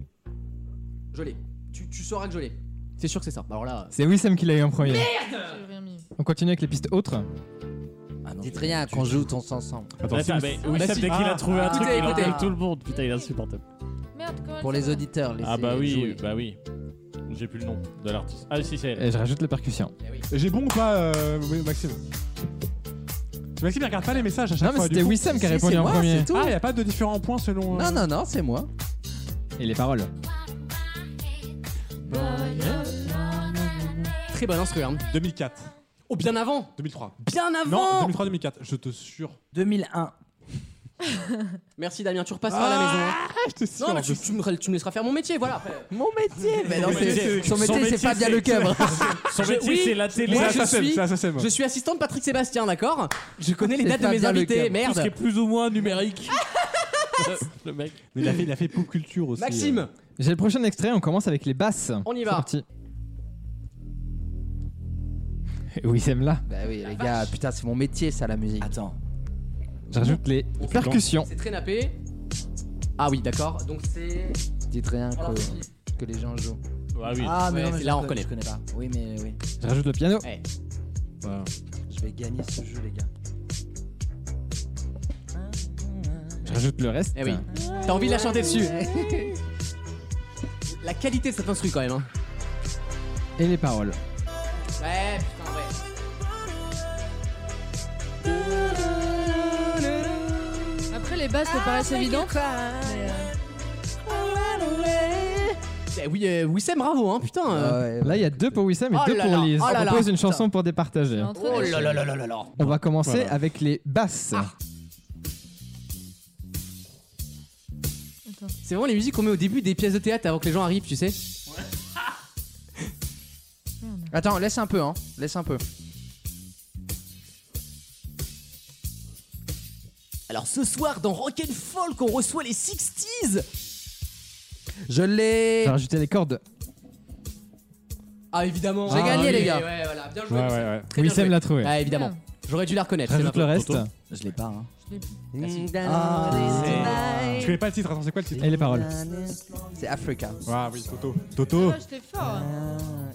S2: Je l'ai. Tu, tu sauras que je l'ai. C'est sûr que c'est ça. Bah, Alors là.
S5: C'est Wissem qui l'a eu en premier.
S7: J'ai rien mis.
S5: On continue avec les pistes autres.
S2: euh, ah
S4: Dites rien, qu'on joue tous ensemble.
S6: Attends,
S3: Attends,
S6: Sims,
S3: mais oui,
S2: Bah
S3: Seb,
S2: si.
S3: dès qu'il a
S6: Ah.
S3: trouvé un
S2: Écoutez,
S3: truc, il
S2: écoutez.
S3: engueule tout le monde. Putain, il est insupportable.
S7: Merde, comment elle
S4: Pour les
S7: s'appelle
S4: auditeurs, laissez
S3: Ah bah oui,
S4: jouer.
S3: bah oui. J'ai plus le nom de l'artiste. Ah si, c'est elle.
S5: Et je rajoute la percussion.
S6: J'ai bon ou pas, euh, oui, Maxime Maxime, il regarde pas les messages à chaque
S5: Non, mais
S6: fois. du
S5: c'était
S6: coup.
S5: Wissem qui a
S4: Si,
S5: répondu
S4: c'est
S5: en
S4: moi,
S5: premier.
S4: c'est tout.
S6: Ah, il n'y a pas de différents points selon. euh,
S4: Non, non, non, c'est moi.
S5: Et les paroles.
S2: Très bonne instru, hein.
S6: 2004,
S2: Oh, bien avant
S6: 2003.
S2: Bien
S6: Non,
S2: avant
S6: 2003-2004, je te jure.
S8: 2001.
S2: Merci Damien, tu repasses pas à la maison. hein.
S6: Ah, je te sûr.
S2: Non, mais tu, tu me, tu me laisseras faire mon métier, voilà.
S4: Mon métier mais non,
S3: Son
S4: c'est-
S3: métier,
S4: Son
S3: son
S4: métier, c'est
S3: métier,
S4: Fabien
S3: c'est-
S2: (laughs)
S4: Lecoeuvre.
S3: Son
S2: Je-
S3: métier,
S2: oui.
S3: c'est la télé.
S2: Moi,
S6: C'est
S2: je
S6: Assassin,
S2: suis-
S6: c'est Assassin, moi.
S2: Je suis assistant de Patrick Sébastien, d'accord Je connais les
S4: C'est
S2: dates de mes
S4: Fabien Lecoeur.
S2: invités,
S3: Tout ce qui est
S2: merde.
S3: plus ou moins
S4: (laughs)
S3: numérique. Eh le mec.
S6: Mais il a fait, il a fait pop culture aussi. euh.
S2: Maxime,
S5: J'ai le prochain extrait, on commence avec les basses.
S2: On y
S5: C'est
S2: va.
S5: parti. Wissem là.
S4: Bah oui, les gars, putain, c'est mon métier, ça, la musique.
S8: Attends.
S5: Je rajoute les percussions.
S2: c'est très nappé. Ah oui, d'accord. Donc c'est.
S4: Dites rien
S2: Alors,
S4: que, que les gens jouent.
S3: Ah oui.
S8: Ah, mais
S2: Ouais,
S8: non, mais
S2: c'est
S8: je
S2: là, on
S8: co-
S2: reconnaît.
S8: Je connais pas. Oui, mais oui.
S5: Je rajoute le piano.
S2: Eh,
S6: Voilà.
S8: Je vais gagner ce jeu, les gars.
S5: Je rajoute le reste.
S2: eh oui. T'as envie de la chanter dessus. La qualité de cet instru quand même. Hein.
S5: Et les paroles.
S2: Ouais, putain, ouais.
S7: Après, les bases te
S2: Ah,
S7: paraissent évidentes. mais, euh,
S2: Eh oui, euh, Wissem, bravo, hein, putain. euh.
S8: ouais,
S5: Là, il y a deux pour Wissem et
S2: Oh
S5: deux
S2: là
S5: pour
S2: là,
S5: Lise.
S2: oh là
S5: on
S2: là.
S5: propose une chanson pour départager.
S7: entre
S2: Oh Ah.
S7: les-
S2: là là là là là là.
S5: On va commencer
S6: Voilà.
S5: avec les basses.
S7: Attends.
S2: C'est vraiment les musiques qu'on met au début des pièces de théâtre avant que les gens arrivent, tu sais.
S4: Attends, laisse un peu, hein. Laisse un peu.
S2: Alors ce soir dans Rock'n'Folk on reçoit les 60s.
S4: Je l'ai.
S5: J'ai rajouté les cordes.
S2: Ah évidemment.
S4: J'ai gagné, les gars.
S2: Ouais, voilà, bien joué.
S6: Ouais, ouais,
S2: Wissem.
S6: ouais.
S2: Très bien
S5: Wissem
S2: joué.
S5: l'a trouvé.
S2: Ah évidemment. J'aurais dû la reconnaître.
S5: Je
S2: c'est ma
S5: rajoute le
S2: faute.
S5: reste.
S8: Je l'ai pas. Hein.
S4: Ah,
S6: Tu connais pas le titre, attends, c'est quoi le titre
S5: Et les paroles.
S4: C'est Africa.
S6: Ah oui, Toto. Toto.
S7: Ah, J'étais fort.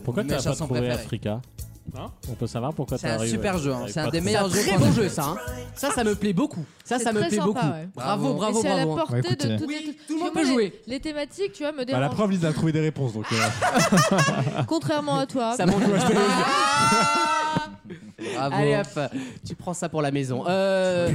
S3: Pourquoi
S4: Ma
S3: t'as pas
S4: chanson
S3: trouvé
S4: préférée.
S3: Africa
S6: Hein
S3: On peut savoir pourquoi
S4: C'est
S3: t'as
S4: un
S3: arrivé-
S4: super jeu, hein.
S3: t'arrives
S4: C'est un
S3: pas
S4: des
S3: trop-
S2: C'est un
S4: meilleurs jeux
S2: très
S4: qu'on a.
S2: bon jeu ça. hein. Ça, ça me plaît beaucoup. Ça,
S7: C'est
S2: ça me
S7: très
S2: plaît
S7: sympa,
S2: beaucoup.
S7: ouais.
S2: Bravo,
S7: Et
S2: bravo,
S7: c'est à la
S2: bravo. hein.
S7: portée
S5: Bah, écoutez.
S7: de toutes
S2: Oui,
S7: les-
S2: tout le monde
S7: Parce que
S2: peut
S7: moi,
S2: jouer.
S7: Les, les thématiques, tu vois, me
S6: Bah, la
S7: dérangent.
S6: preuve, Lise a trouvé des réponses.
S2: (laughs)
S6: Donc, euh,
S7: Contrairement à toi.
S2: Ça manque.
S4: Bravo.
S2: Allez hop, tu prends ça pour la maison. Euh,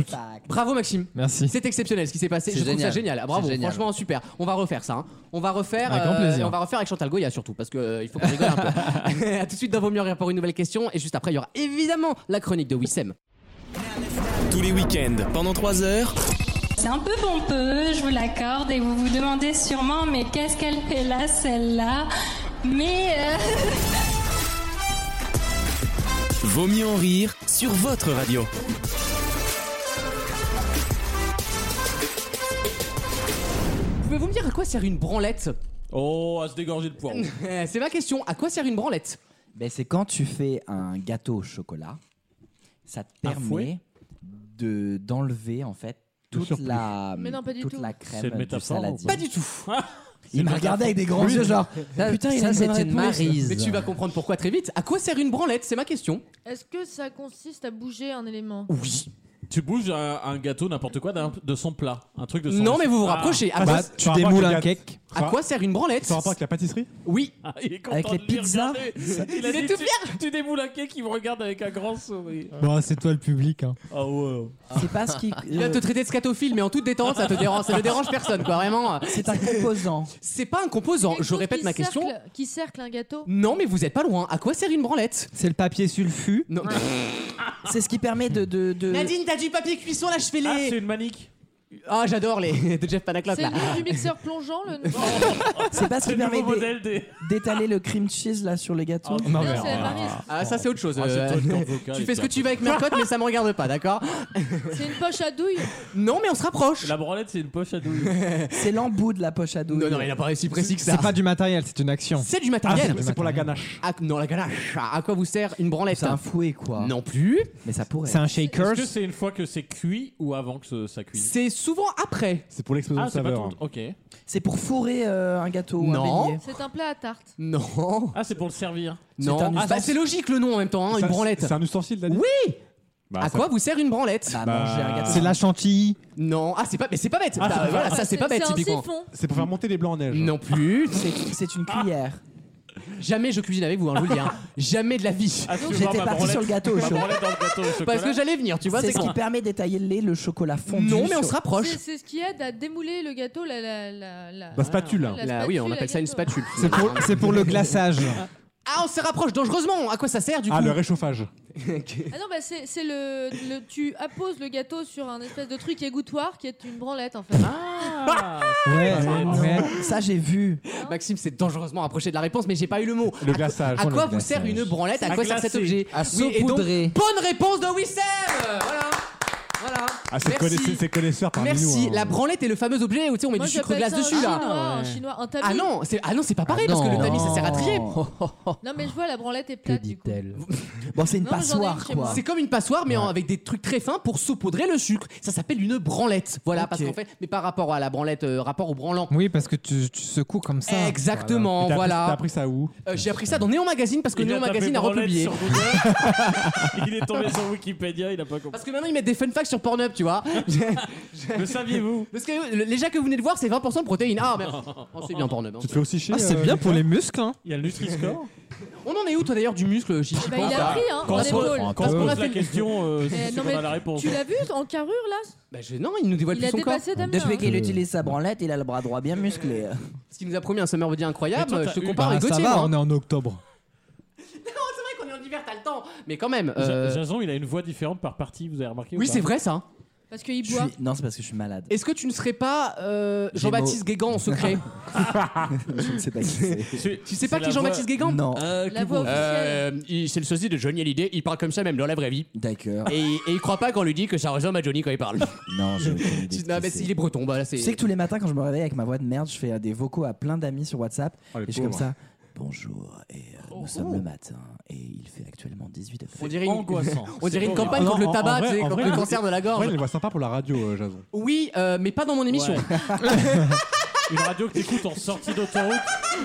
S2: bravo Maxime.
S5: Merci.
S2: C'est exceptionnel ce qui s'est passé. Je
S4: C'est
S2: trouve ça
S4: génial.
S2: génial. Ah, Bravo,
S4: C'est génial.
S2: franchement super. On va refaire ça. hein. On va refaire.
S5: Avec grand plaisir.
S2: et on va refaire avec Chantal Goya surtout parce que euh, il faut qu'on rigole un peu. (laughs) à tout de suite dans Vaut mieux rire pour une nouvelle question et juste après il y aura évidemment la chronique de Wissem.
S1: Tous les week-ends, pendant 3 heures,
S14: C'est un peu pompeux, je vous l'accorde, et vous vous demandez sûrement, mais qu'est-ce qu'elle fait là, celle-là Mais. euh,
S1: Vaut mieux en rire sur votre radio.
S2: Pouvez-vous me dire à quoi sert une branlette
S3: Oh, à se dégorger de poireaux.
S2: (laughs) Euh, C'est ma question. À quoi sert une branlette
S15: Ben, c'est quand tu fais un gâteau au chocolat, ça te
S10: Un
S15: permet
S10: fouet
S15: de d'enlever en fait toute la
S7: Mais non, pas du
S15: toute
S7: tout.
S15: la
S7: C'est
S15: crème
S7: une
S15: du
S7: métaphore
S15: saladier.
S7: ou pas Pas du
S2: tout. (laughs)
S15: Il m'a regardé avec des grands yeux genre putain il a une bonne réponse.
S2: Mais tu vas comprendre pourquoi très vite. À quoi sert une branlette C'est ma question.
S7: (laughs) Est-ce que ça consiste à bouger un élément
S2: Oui.
S3: Tu bouges un, un gâteau, n'importe quoi, d'un- de son plat. Un truc de son
S2: Non, mais
S6: Ah.
S2: vous vous rapprochez.
S6: Bah,
S2: Ah, À quoi-
S3: tu démoules un cake.
S2: À quoi sert une branlette
S3: Ça a rapport
S6: avec la pâtisserie Ah,
S2: Oui.
S3: (laughs) il est content
S2: Avec les
S3: de lui
S2: pizzas
S3: regarder.
S2: Il
S3: a
S2: est
S3: dit,
S2: tout
S3: tu, tu déboules un cake, il me regarde avec un grand sourire.
S5: Bah,
S10: Bon, c'est toi le public. Hein.
S6: Ah,
S2: Ah,
S15: C'est pas ce qui.
S2: Il va te traiter de scatophile, mais en toute détente, ça te dérange, ça ne dérange personne, quoi, vraiment.
S15: C'est un composant.
S2: C'est pas un composant. Je répète
S7: Qui
S2: ma question.
S7: cercle- Qui cercle un gâteau
S2: Non, mais vous êtes pas loin. À quoi sert une branlette
S10: C'est le papier sulfu.
S2: Non.
S8: C'est ce qui permet de. de, de-
S2: Nadine, t'as du papier cuisson, là, je fais les. Ah, c'est
S3: une manique.
S2: Ah, j'adore les (laughs) de Jeff Panaclock,
S7: C'est
S2: là.
S7: le nom du mixeur plongeant, le
S2: (laughs)
S7: nom
S8: C'est pas ce qui permet d'é-
S3: des-
S8: d'étaler le cream cheese là sur les gâteaux.
S2: Ah, merde. Ah, ça, c'est autre chose.
S8: Ah, c'est
S2: euh,
S8: toi,
S2: (laughs)
S8: le corps vocal,
S2: tu
S8: il
S2: fais ce que
S8: est
S2: tu veux
S8: un
S2: avec
S8: peu-
S2: Mercotte, mais ça me regarde pas, d'accord
S7: C'est une poche à douille.
S2: Non, mais on se rapproche.
S3: La branlette, c'est une poche à douille.
S2: (laughs)
S8: C'est l'embout de la poche à douille.
S2: Non, non, il a pas réussi précis que ça.
S5: C'est pas du matériel, c'est une action. Ah,
S2: C'est du matériel.
S5: ganache.
S2: Ah, non, la ganache. Ah, À quoi vous sert une branlette
S15: C'est un fouet quoi.
S2: Non plus.
S15: Mais ça pourrait.
S3: Est-ce que c'est une fois que c'est cuit ou avant que ce- ça cuise
S2: C'est souvent après.
S6: C'est pour l'explosion
S3: Ah, c'est pas tout. Ok.
S8: C'est pour fourrer euh, un gâteau ou un beignet.
S7: C'est un plat à tarte.
S2: Non.
S3: Ah, c'est pour le servir.
S2: Non.
S3: Ah,
S2: Ah, bah, c'est logique le nom en même temps, hein,
S6: C'est
S2: une
S6: un-
S2: branlette.
S6: c'est un ustensile, Nadine
S2: Oui
S6: Bah,
S2: À
S6: ça-
S2: quoi vous sert une branlette
S6: Bah, manger un gâteau. c'est
S5: la chantilly.
S2: Non, ah c'est pas mais c'est pas bête.
S6: Ah,
S2: Bah,
S6: c'est pas
S2: voilà,
S6: bête.
S2: ça c'est pas
S6: C'est-
S2: bête
S6: c'est un
S2: typiquement.
S6: siphon. C'est pour faire monter les blancs en neige.
S2: Non plus.
S8: C'est une cuillère.
S2: Ah. Jamais je cuisine avec vous, hein, je vous le dis. hein. Jamais de la vie.
S8: tu veux J'étais voir ma parti branlette- sur le gâteau au ma chocolat. branlette
S2: Parce que j'allais venir, tu vois,
S8: C'est ce qui
S2: quand-
S8: permet d'étaler le, le chocolat fondu.
S2: Non, mais on
S8: sur-
S2: se rapproche.
S7: C'est- C'est ce qui aide à démouler le gâteau, la, la, la, la-
S6: La spatule.
S7: La spatule,
S2: Bah oui, on appelle ça une spatule.
S5: C'est pour, c'est pour le glaçage.
S2: Ah, on se rapproche dangereusement. À quoi ça sert du coup
S6: Ah, le
S2: (laughs)
S6: réchauffage.
S7: Ah non, bah c'est c'est le, le- Tu apposes le gâteau sur un espèce de truc égouttoir qui est une branlette en fait.
S3: Ah
S8: Ça j'ai vu.
S2: Maxime s'est dangereusement approché de la réponse, mais j'ai pas eu le mot.
S6: Le glaçage.
S2: À quoi vous sert une branlette À
S6: À
S2: quoi sert cet
S6: glacer.
S2: objet
S6: À
S2: Oui, et donc,
S6: saupoudrer.
S2: Bonne réponse de Wissem Voilà Voilà
S6: Ah, c'est
S2: Merci.
S6: connaisseur, c'est connaisseur parmi nous.
S2: Merci,
S6: hein.
S2: la branlette est le fameux objet où tu sais, on met
S7: Moi,
S2: du sucre
S7: j'appelle
S2: glace
S7: ça
S2: dessus
S7: un
S2: là.
S7: Chinois, un chinois, un tamis.
S2: Ah non, c'est ah non, c'est pas pareil
S15: Ah
S2: parce que
S15: non.
S2: le tamis ça sert à
S7: (laughs)
S2: trier.
S6: Oh,
S2: (laughs)
S7: Non, mais je vois la branlette est plate du coup.
S15: Bon, c'est une
S7: Non, mais j'en ai une
S15: passoire
S7: chez moi.
S15: quoi.
S2: C'est comme une passoire mais en- avec des trucs très fins pour saupoudrer le sucre. Ça s'appelle une branlette. Voilà parce
S5: Ok.
S2: qu'en fait, mais par rapport à la branlette, euh, rapport au branlant.
S5: Oui, parce que tu, tu secoues comme ça.
S2: Exactement, Et t'as appris- voilà. t'as appris
S6: ça où
S2: Euh, J'ai appris ça dans Néon Magazine parce que
S3: Il a
S2: Néon
S3: tapé
S2: Magazine a
S3: branlette
S2: republié.
S3: sur Google. il est tombé sur Wikipédia, il a pas compris.
S2: (laughs) Parce que maintenant ils mettent des fun facts sur Pornhub, tu vois.
S3: Le saviez-vous
S2: Parce que le- les gens que vous venez de voir, c'est 20% de protéines. Ah merde. Oh, c'est bien Pornhub. hein.
S6: Tu te fais aussi chier. euh,
S5: Ah, c'est bien pour les muscles. Hein.
S3: Il y a le Nutri-Score.
S6: (laughs)
S2: On en est où toi d'ailleurs du muscle j'y- j'y
S7: Bah,
S2: pense,
S7: il a
S2: là.
S7: pris, hein,
S2: Quand
S7: on
S2: on-
S7: épaule.
S2: quand
S3: Quand
S2: on
S3: on
S2: pose
S3: pose la question, euh,
S7: Eh,
S3: c'est
S7: non,
S3: qu'on
S7: mais
S3: a la réponse.
S7: Tu l'as vu en carrure là
S2: Bah, je- non, il nous dévoile
S7: Il
S2: plus
S7: a
S2: son corps.
S7: dépassé Damien.
S8: Depuis qu'il
S2: Euh.
S8: utilise sa branlette, il a le bras droit bien musclé.
S2: Ce qu'il nous a promis un summer body incroyable,
S8: Mais toi,
S2: je te
S8: t'as eu-
S2: compare avec
S5: Bah, ça
S2: Gauthier. hein.
S5: va,
S2: moi.
S5: on est en octobre.
S2: (laughs) C'est vrai qu'on est en hiver, t'as le temps. Mais quand même.
S3: Ja-
S2: euh,
S3: Jason, il a une voix différente par partie, vous avez remarqué ou
S2: Oui,
S3: pas
S2: c'est vrai ça.
S7: Parce qu'il
S15: Je
S7: boit.
S15: suis- Non, c'est parce que je suis
S2: (laughs)
S15: malade.
S2: Est-ce que tu ne serais pas euh,
S15: Gémeaux.
S2: Jean-Baptiste Guégan en secret
S15: (laughs) je ne sais pas qui c'est.
S3: Tu
S2: sais pas qui est Jean-Baptiste Guégan
S15: Non.
S7: La voix officielle.
S2: Euh, C'est le sosie de Johnny Hallyday, il parle comme ça même dans la vraie vie.
S15: D'accord.
S2: Et, et il croit pas qu'on lui dit que ça ressemble à Johnny quand il parle.
S15: Non, je
S2: Tu- non, mais il est breton, bah là c'est.
S15: Tu sais que tous les matins, quand je me réveille avec ma voix de merde, je fais euh, des vocaux à plein d'amis sur WhatsApp.
S2: Oh,
S15: et
S2: les
S15: je suis comme
S2: pauvres.
S15: ça. Bonjour, et euh, nous sommes le matin, et il fait actuellement 18 degrés.
S2: Oh, On dirait une- angoissant. on dirait une C'est campagne horrible. contre le
S6: En- en- en
S2: tabac,
S6: vrai-
S2: tu sais,
S6: en
S2: contre
S6: vrai,
S2: le
S6: il-
S2: cancer de la gorge.
S6: En vrai, il voit sympa pour la radio, euh, Jason.
S2: Oui, euh, mais pas dans mon émission.
S3: Une radio que t'écoutes en sortie d'autoroute,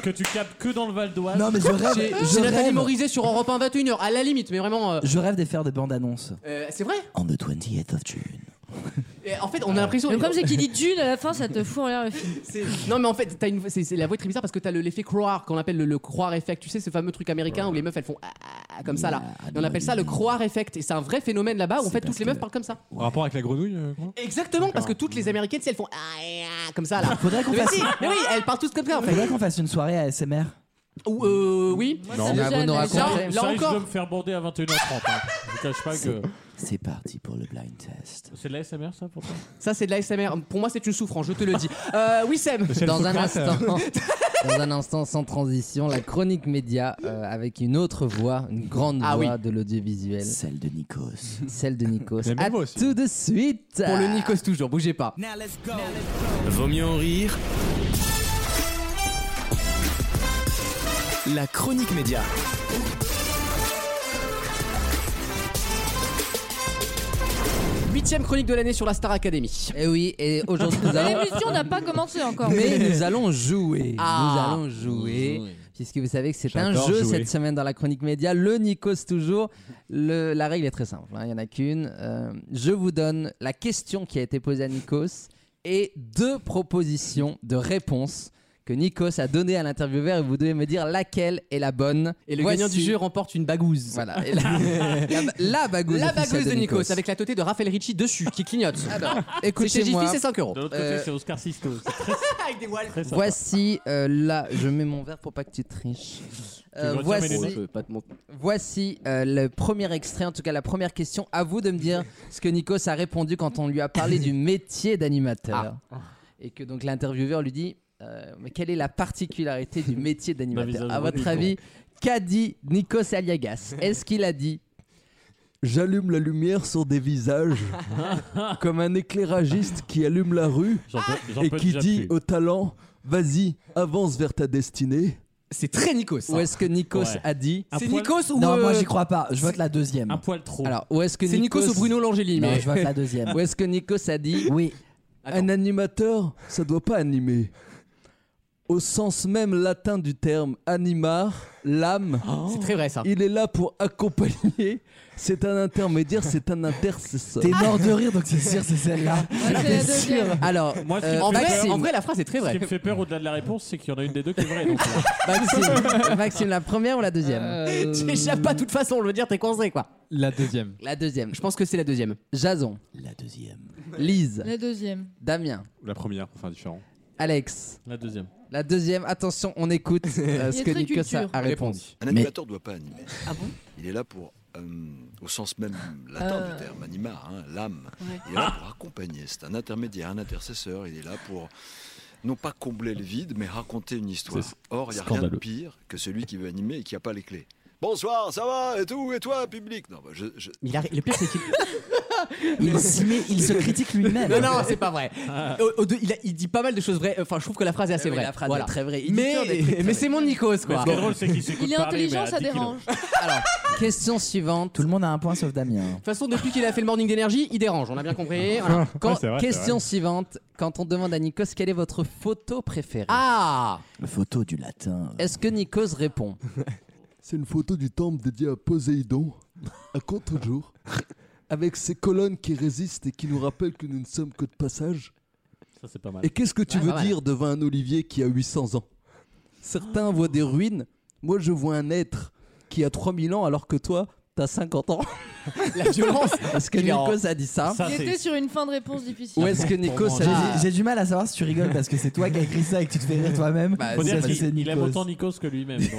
S3: que tu captes que dans le Val d'Oise.
S15: Non, mais je rêve.
S2: J'ai
S15: Je
S2: j'ai Nathalie
S15: rêve.
S2: Morizet sur Europe 1 21h, à la limite, mais vraiment. euh,
S15: Je rêve de faire des bandes annonces.
S2: euh, c'est vrai
S15: On the 28th of June.
S2: Et En fait, on a l'impression.
S7: Le problème, c'est qu'il dit June à la fin, ça te fout en l'air le film.
S2: C'est- (laughs) Non mais en fait, t'as une... c'est, c'est- la voix est très bizarre parce que t'as le- l'effet croire qu'on appelle le, le croire effect. Tu sais ce fameux truc américain où les meufs elles font ah, ah, ah, comme ça là. Et on appelle ça le croire effect et c'est un vrai phénomène là-bas où en fait toutes les meufs parlent comme ça.
S6: En rapport avec la grenouille euh, quoi
S2: Exactement parce que toutes les américaines tu sais, elles font ah, ah, comme ça là.
S15: Faudrait qu'on
S2: mais
S15: fasse-
S2: si, mais oui, elles parlent toutes comme ça en fait.
S15: Faudrait qu'on fasse une soirée à SMR.
S2: Ou euh, oui.
S15: Non. ça me gêne,
S2: Là-
S15: mais-
S2: là,
S3: ça risque de
S2: encore.
S3: me faire bander à 21h30. hein. Je vous cache pas que.
S15: C'est parti pour le blind
S2: Ah.
S15: test.
S3: C'est de la SMR ça pour toi
S2: Ça c'est de l'ASMR. Pour moi c'est une souffrance, je te le dis. Euh, oui Sam.
S4: Dans un instant, (laughs) dans un instant sans transition, la chronique média euh, avec une autre voix, une grande
S2: Ah
S4: voix
S2: oui.
S4: de l'audiovisuel. Celle
S15: de Nikos.
S4: Celle de Nikos.
S1: Mais
S4: À
S1: moi aussi.
S4: tout de suite.
S2: Pour le Nikos toujours, bougez pas.
S1: Vaut mieux en rire. La chronique média.
S2: huitième chronique de l'année sur la Star Academy.
S4: Et Eh oui, et aujourd'hui nous allons. (laughs)
S7: L'émission n'a pas commencé encore.
S4: Mais nous allons jouer.
S7: Ah.
S4: Nous allons jouer. Puisque vous savez que c'est un
S2: J'adore
S4: jeu
S2: jouer.
S4: cette semaine dans la chronique média, le Nikos toujours. Le- la règle est très simple, hein, il n'y en a qu'une. Euh, je vous donne la question qui a été posée à Nikos et deux propositions de réponse que Nikos a données à l'intervieweur et vous devez me dire laquelle est la bonne.
S2: Et le gagnant du jeu remporte une bagouze. (laughs)
S4: Voilà. Et la, (laughs) la- la bagouze.
S2: La
S4: officielle
S2: bagouze de Nikos,
S4: Nikos.
S2: avec la totée de Raphaël Ricci dessus qui clignote.
S4: Alors,
S2: C'est chez
S4: écoutez-moi.
S2: Jiffy, c'est 5 euros.
S4: De l'autre côté, Euh, c'est
S3: Oscar Sisto.
S2: (laughs) Avec des voiles.
S3: Très sympa.
S4: Voici, euh, là, je mets mon verre pour pas que tu triches. Euh,
S2: retiens mes lunettes.
S4: voici
S2: Je veux pas te montrer.
S4: voici euh, le premier extrait, en tout cas la première question. À vous de me dire ce que Nikos a répondu quand on lui a parlé (laughs) du métier d'animateur. Et que donc l'intervieweur lui dit euh, Mais quelle est la particularité du métier d'animateur
S2: visage
S4: À votre
S2: radical.
S4: avis, qu'a dit Nikos (laughs) Aliagas Est-ce qu'il a dit J'allume la lumière sur des (laughs) visages
S15: comme un éclairagiste qui allume la rue
S4: peux- j'en
S15: et
S4: peux
S15: qui
S4: déjà
S15: dit
S4: plus.
S15: au talent vas-y avance vers ta destinée
S2: c'est très Nikos
S4: Ou est-ce que Nikos
S15: Ouais.
S4: a dit
S15: C'est Un poil- Nikos ou,
S4: Non, moi
S15: euh,
S4: j'y crois pas. Je vote
S15: la
S4: deuxième.
S3: Un poil trop.
S4: Alors, ou est-ce que
S15: C'est Nikos ou Bruno Langeli,
S4: Non,
S15: mais-
S4: je vote
S15: (laughs)
S4: la deuxième. ou est-ce que Nikos a dit Oui.
S15: un animateur ça doit pas animer au sens même latin du terme animar l'âme
S2: C'est très vrai ça
S15: il est là pour accompagner c'est un intermédiaire c'est un intercesseur Ah,
S10: T'es mort de rire, donc Ah, c'est sûr, c'est celle-là.
S15: T'es sûr
S4: Alors,
S3: Moi, ce qui
S15: euh,
S3: me
S15: en
S3: fait
S15: vrai,
S3: peur-
S15: c'est- en vrai, la phrase est très vraie.
S3: Ce qui me fait peur au-delà de la réponse, c'est qu'il y en a une des deux qui est vraie. donc, euh,
S4: Maxime, (laughs) Maxime, la première ou la deuxième
S15: Euh,
S4: (laughs)
S2: Tu échappes pas de toute façon, je veux dire, t'es coincé quoi.
S4: La deuxième. La deuxième. Je pense que c'est la deuxième. Jason. La deuxième. Lise.
S7: La deuxième.
S4: Damien.
S6: La première, enfin différent.
S4: Alex.
S3: La deuxième.
S4: La deuxième. Attention,
S7: (laughs)
S4: on écoute euh,
S7: Il
S4: ce
S7: est
S4: que
S7: très
S4: Nikos a-
S7: culture.
S4: a, répondu.
S16: Un animateur ne doit pas animer.
S2: Ah
S16: Il est là pour, euh, au sens même latin
S4: Euh.
S16: du terme, anima, hein, l'âme.
S4: Ouais.
S16: Il est là pour accompagner. C'est un intermédiaire, un intercesseur. Il est là pour non pas combler le vide, mais raconter une histoire.
S17: C'est
S16: Or, il n'y a rien de
S17: scandaleux.
S16: pire que celui qui veut animer et qui n'a pas les clés. Bonsoir, ça va et tout, et toi, public Non, bah, je, je-
S2: le pire, c'est qu'il.
S16: Il s'y met, il se critique lui-même.
S2: Non, non, c'est pas vrai.
S16: Ah.
S2: (laughs) Au- au deux, il, a- il dit pas mal de choses vraies. Enfin, je trouve que la phrase est assez
S4: Ah oui,
S2: vraie.
S4: la phrase
S2: Voilà.
S4: est très vraie. Il dit
S2: mais
S4: toujours des trucs très
S2: mais c'est mon Nikos
S4: Mais
S2: quoi.
S4: ce qui est drôle, c'est qu'il s'écoute
S7: Il est intelligent, ça dérange.
S4: Question suivante.
S8: Tout le monde a un point sauf Damien.
S4: (laughs)
S2: De toute façon, depuis qu'il a fait le morning d'énergie, il dérange, on a bien compris.
S3: Ah. (laughs)
S2: Voilà.
S4: Quand-
S2: Quand-
S4: question suivante. Quand on demande à Nikos quelle est votre photo préférée
S2: Ah
S15: photo du latin
S4: Est-ce que Nikos répond
S15: (laughs) C'est une photo du temple dédiée à Poséidon, à contre-jour, avec ses colonnes qui résistent et qui nous rappellent que nous ne sommes que de passage.
S3: Ça, c'est pas mal.
S15: Et qu'est-ce que tu
S3: Ouais,
S15: veux
S3: pas mal.
S15: dire devant un olivier qui a 800 ans Certains voient des ruines, moi je vois un être qui a 3000 ans alors que toi, t'as
S3: (laughs)
S15: 50 ans.
S2: La violence
S15: Est-ce que Nikos
S4: a dit
S3: Ah.
S4: ça,
S7: Il était sur une fin de réponse difficile.
S8: J'ai- J'ai du mal à savoir si tu rigoles parce que c'est toi qui as écrit ça et que tu te fais rire toi-même.
S10: Bah,
S4: Bah,
S3: faut
S8: ou
S3: dire
S8: parce que
S3: qu'il-
S8: c'est
S3: il aime
S8: Nikos.
S3: autant Nikos que lui-même. donc.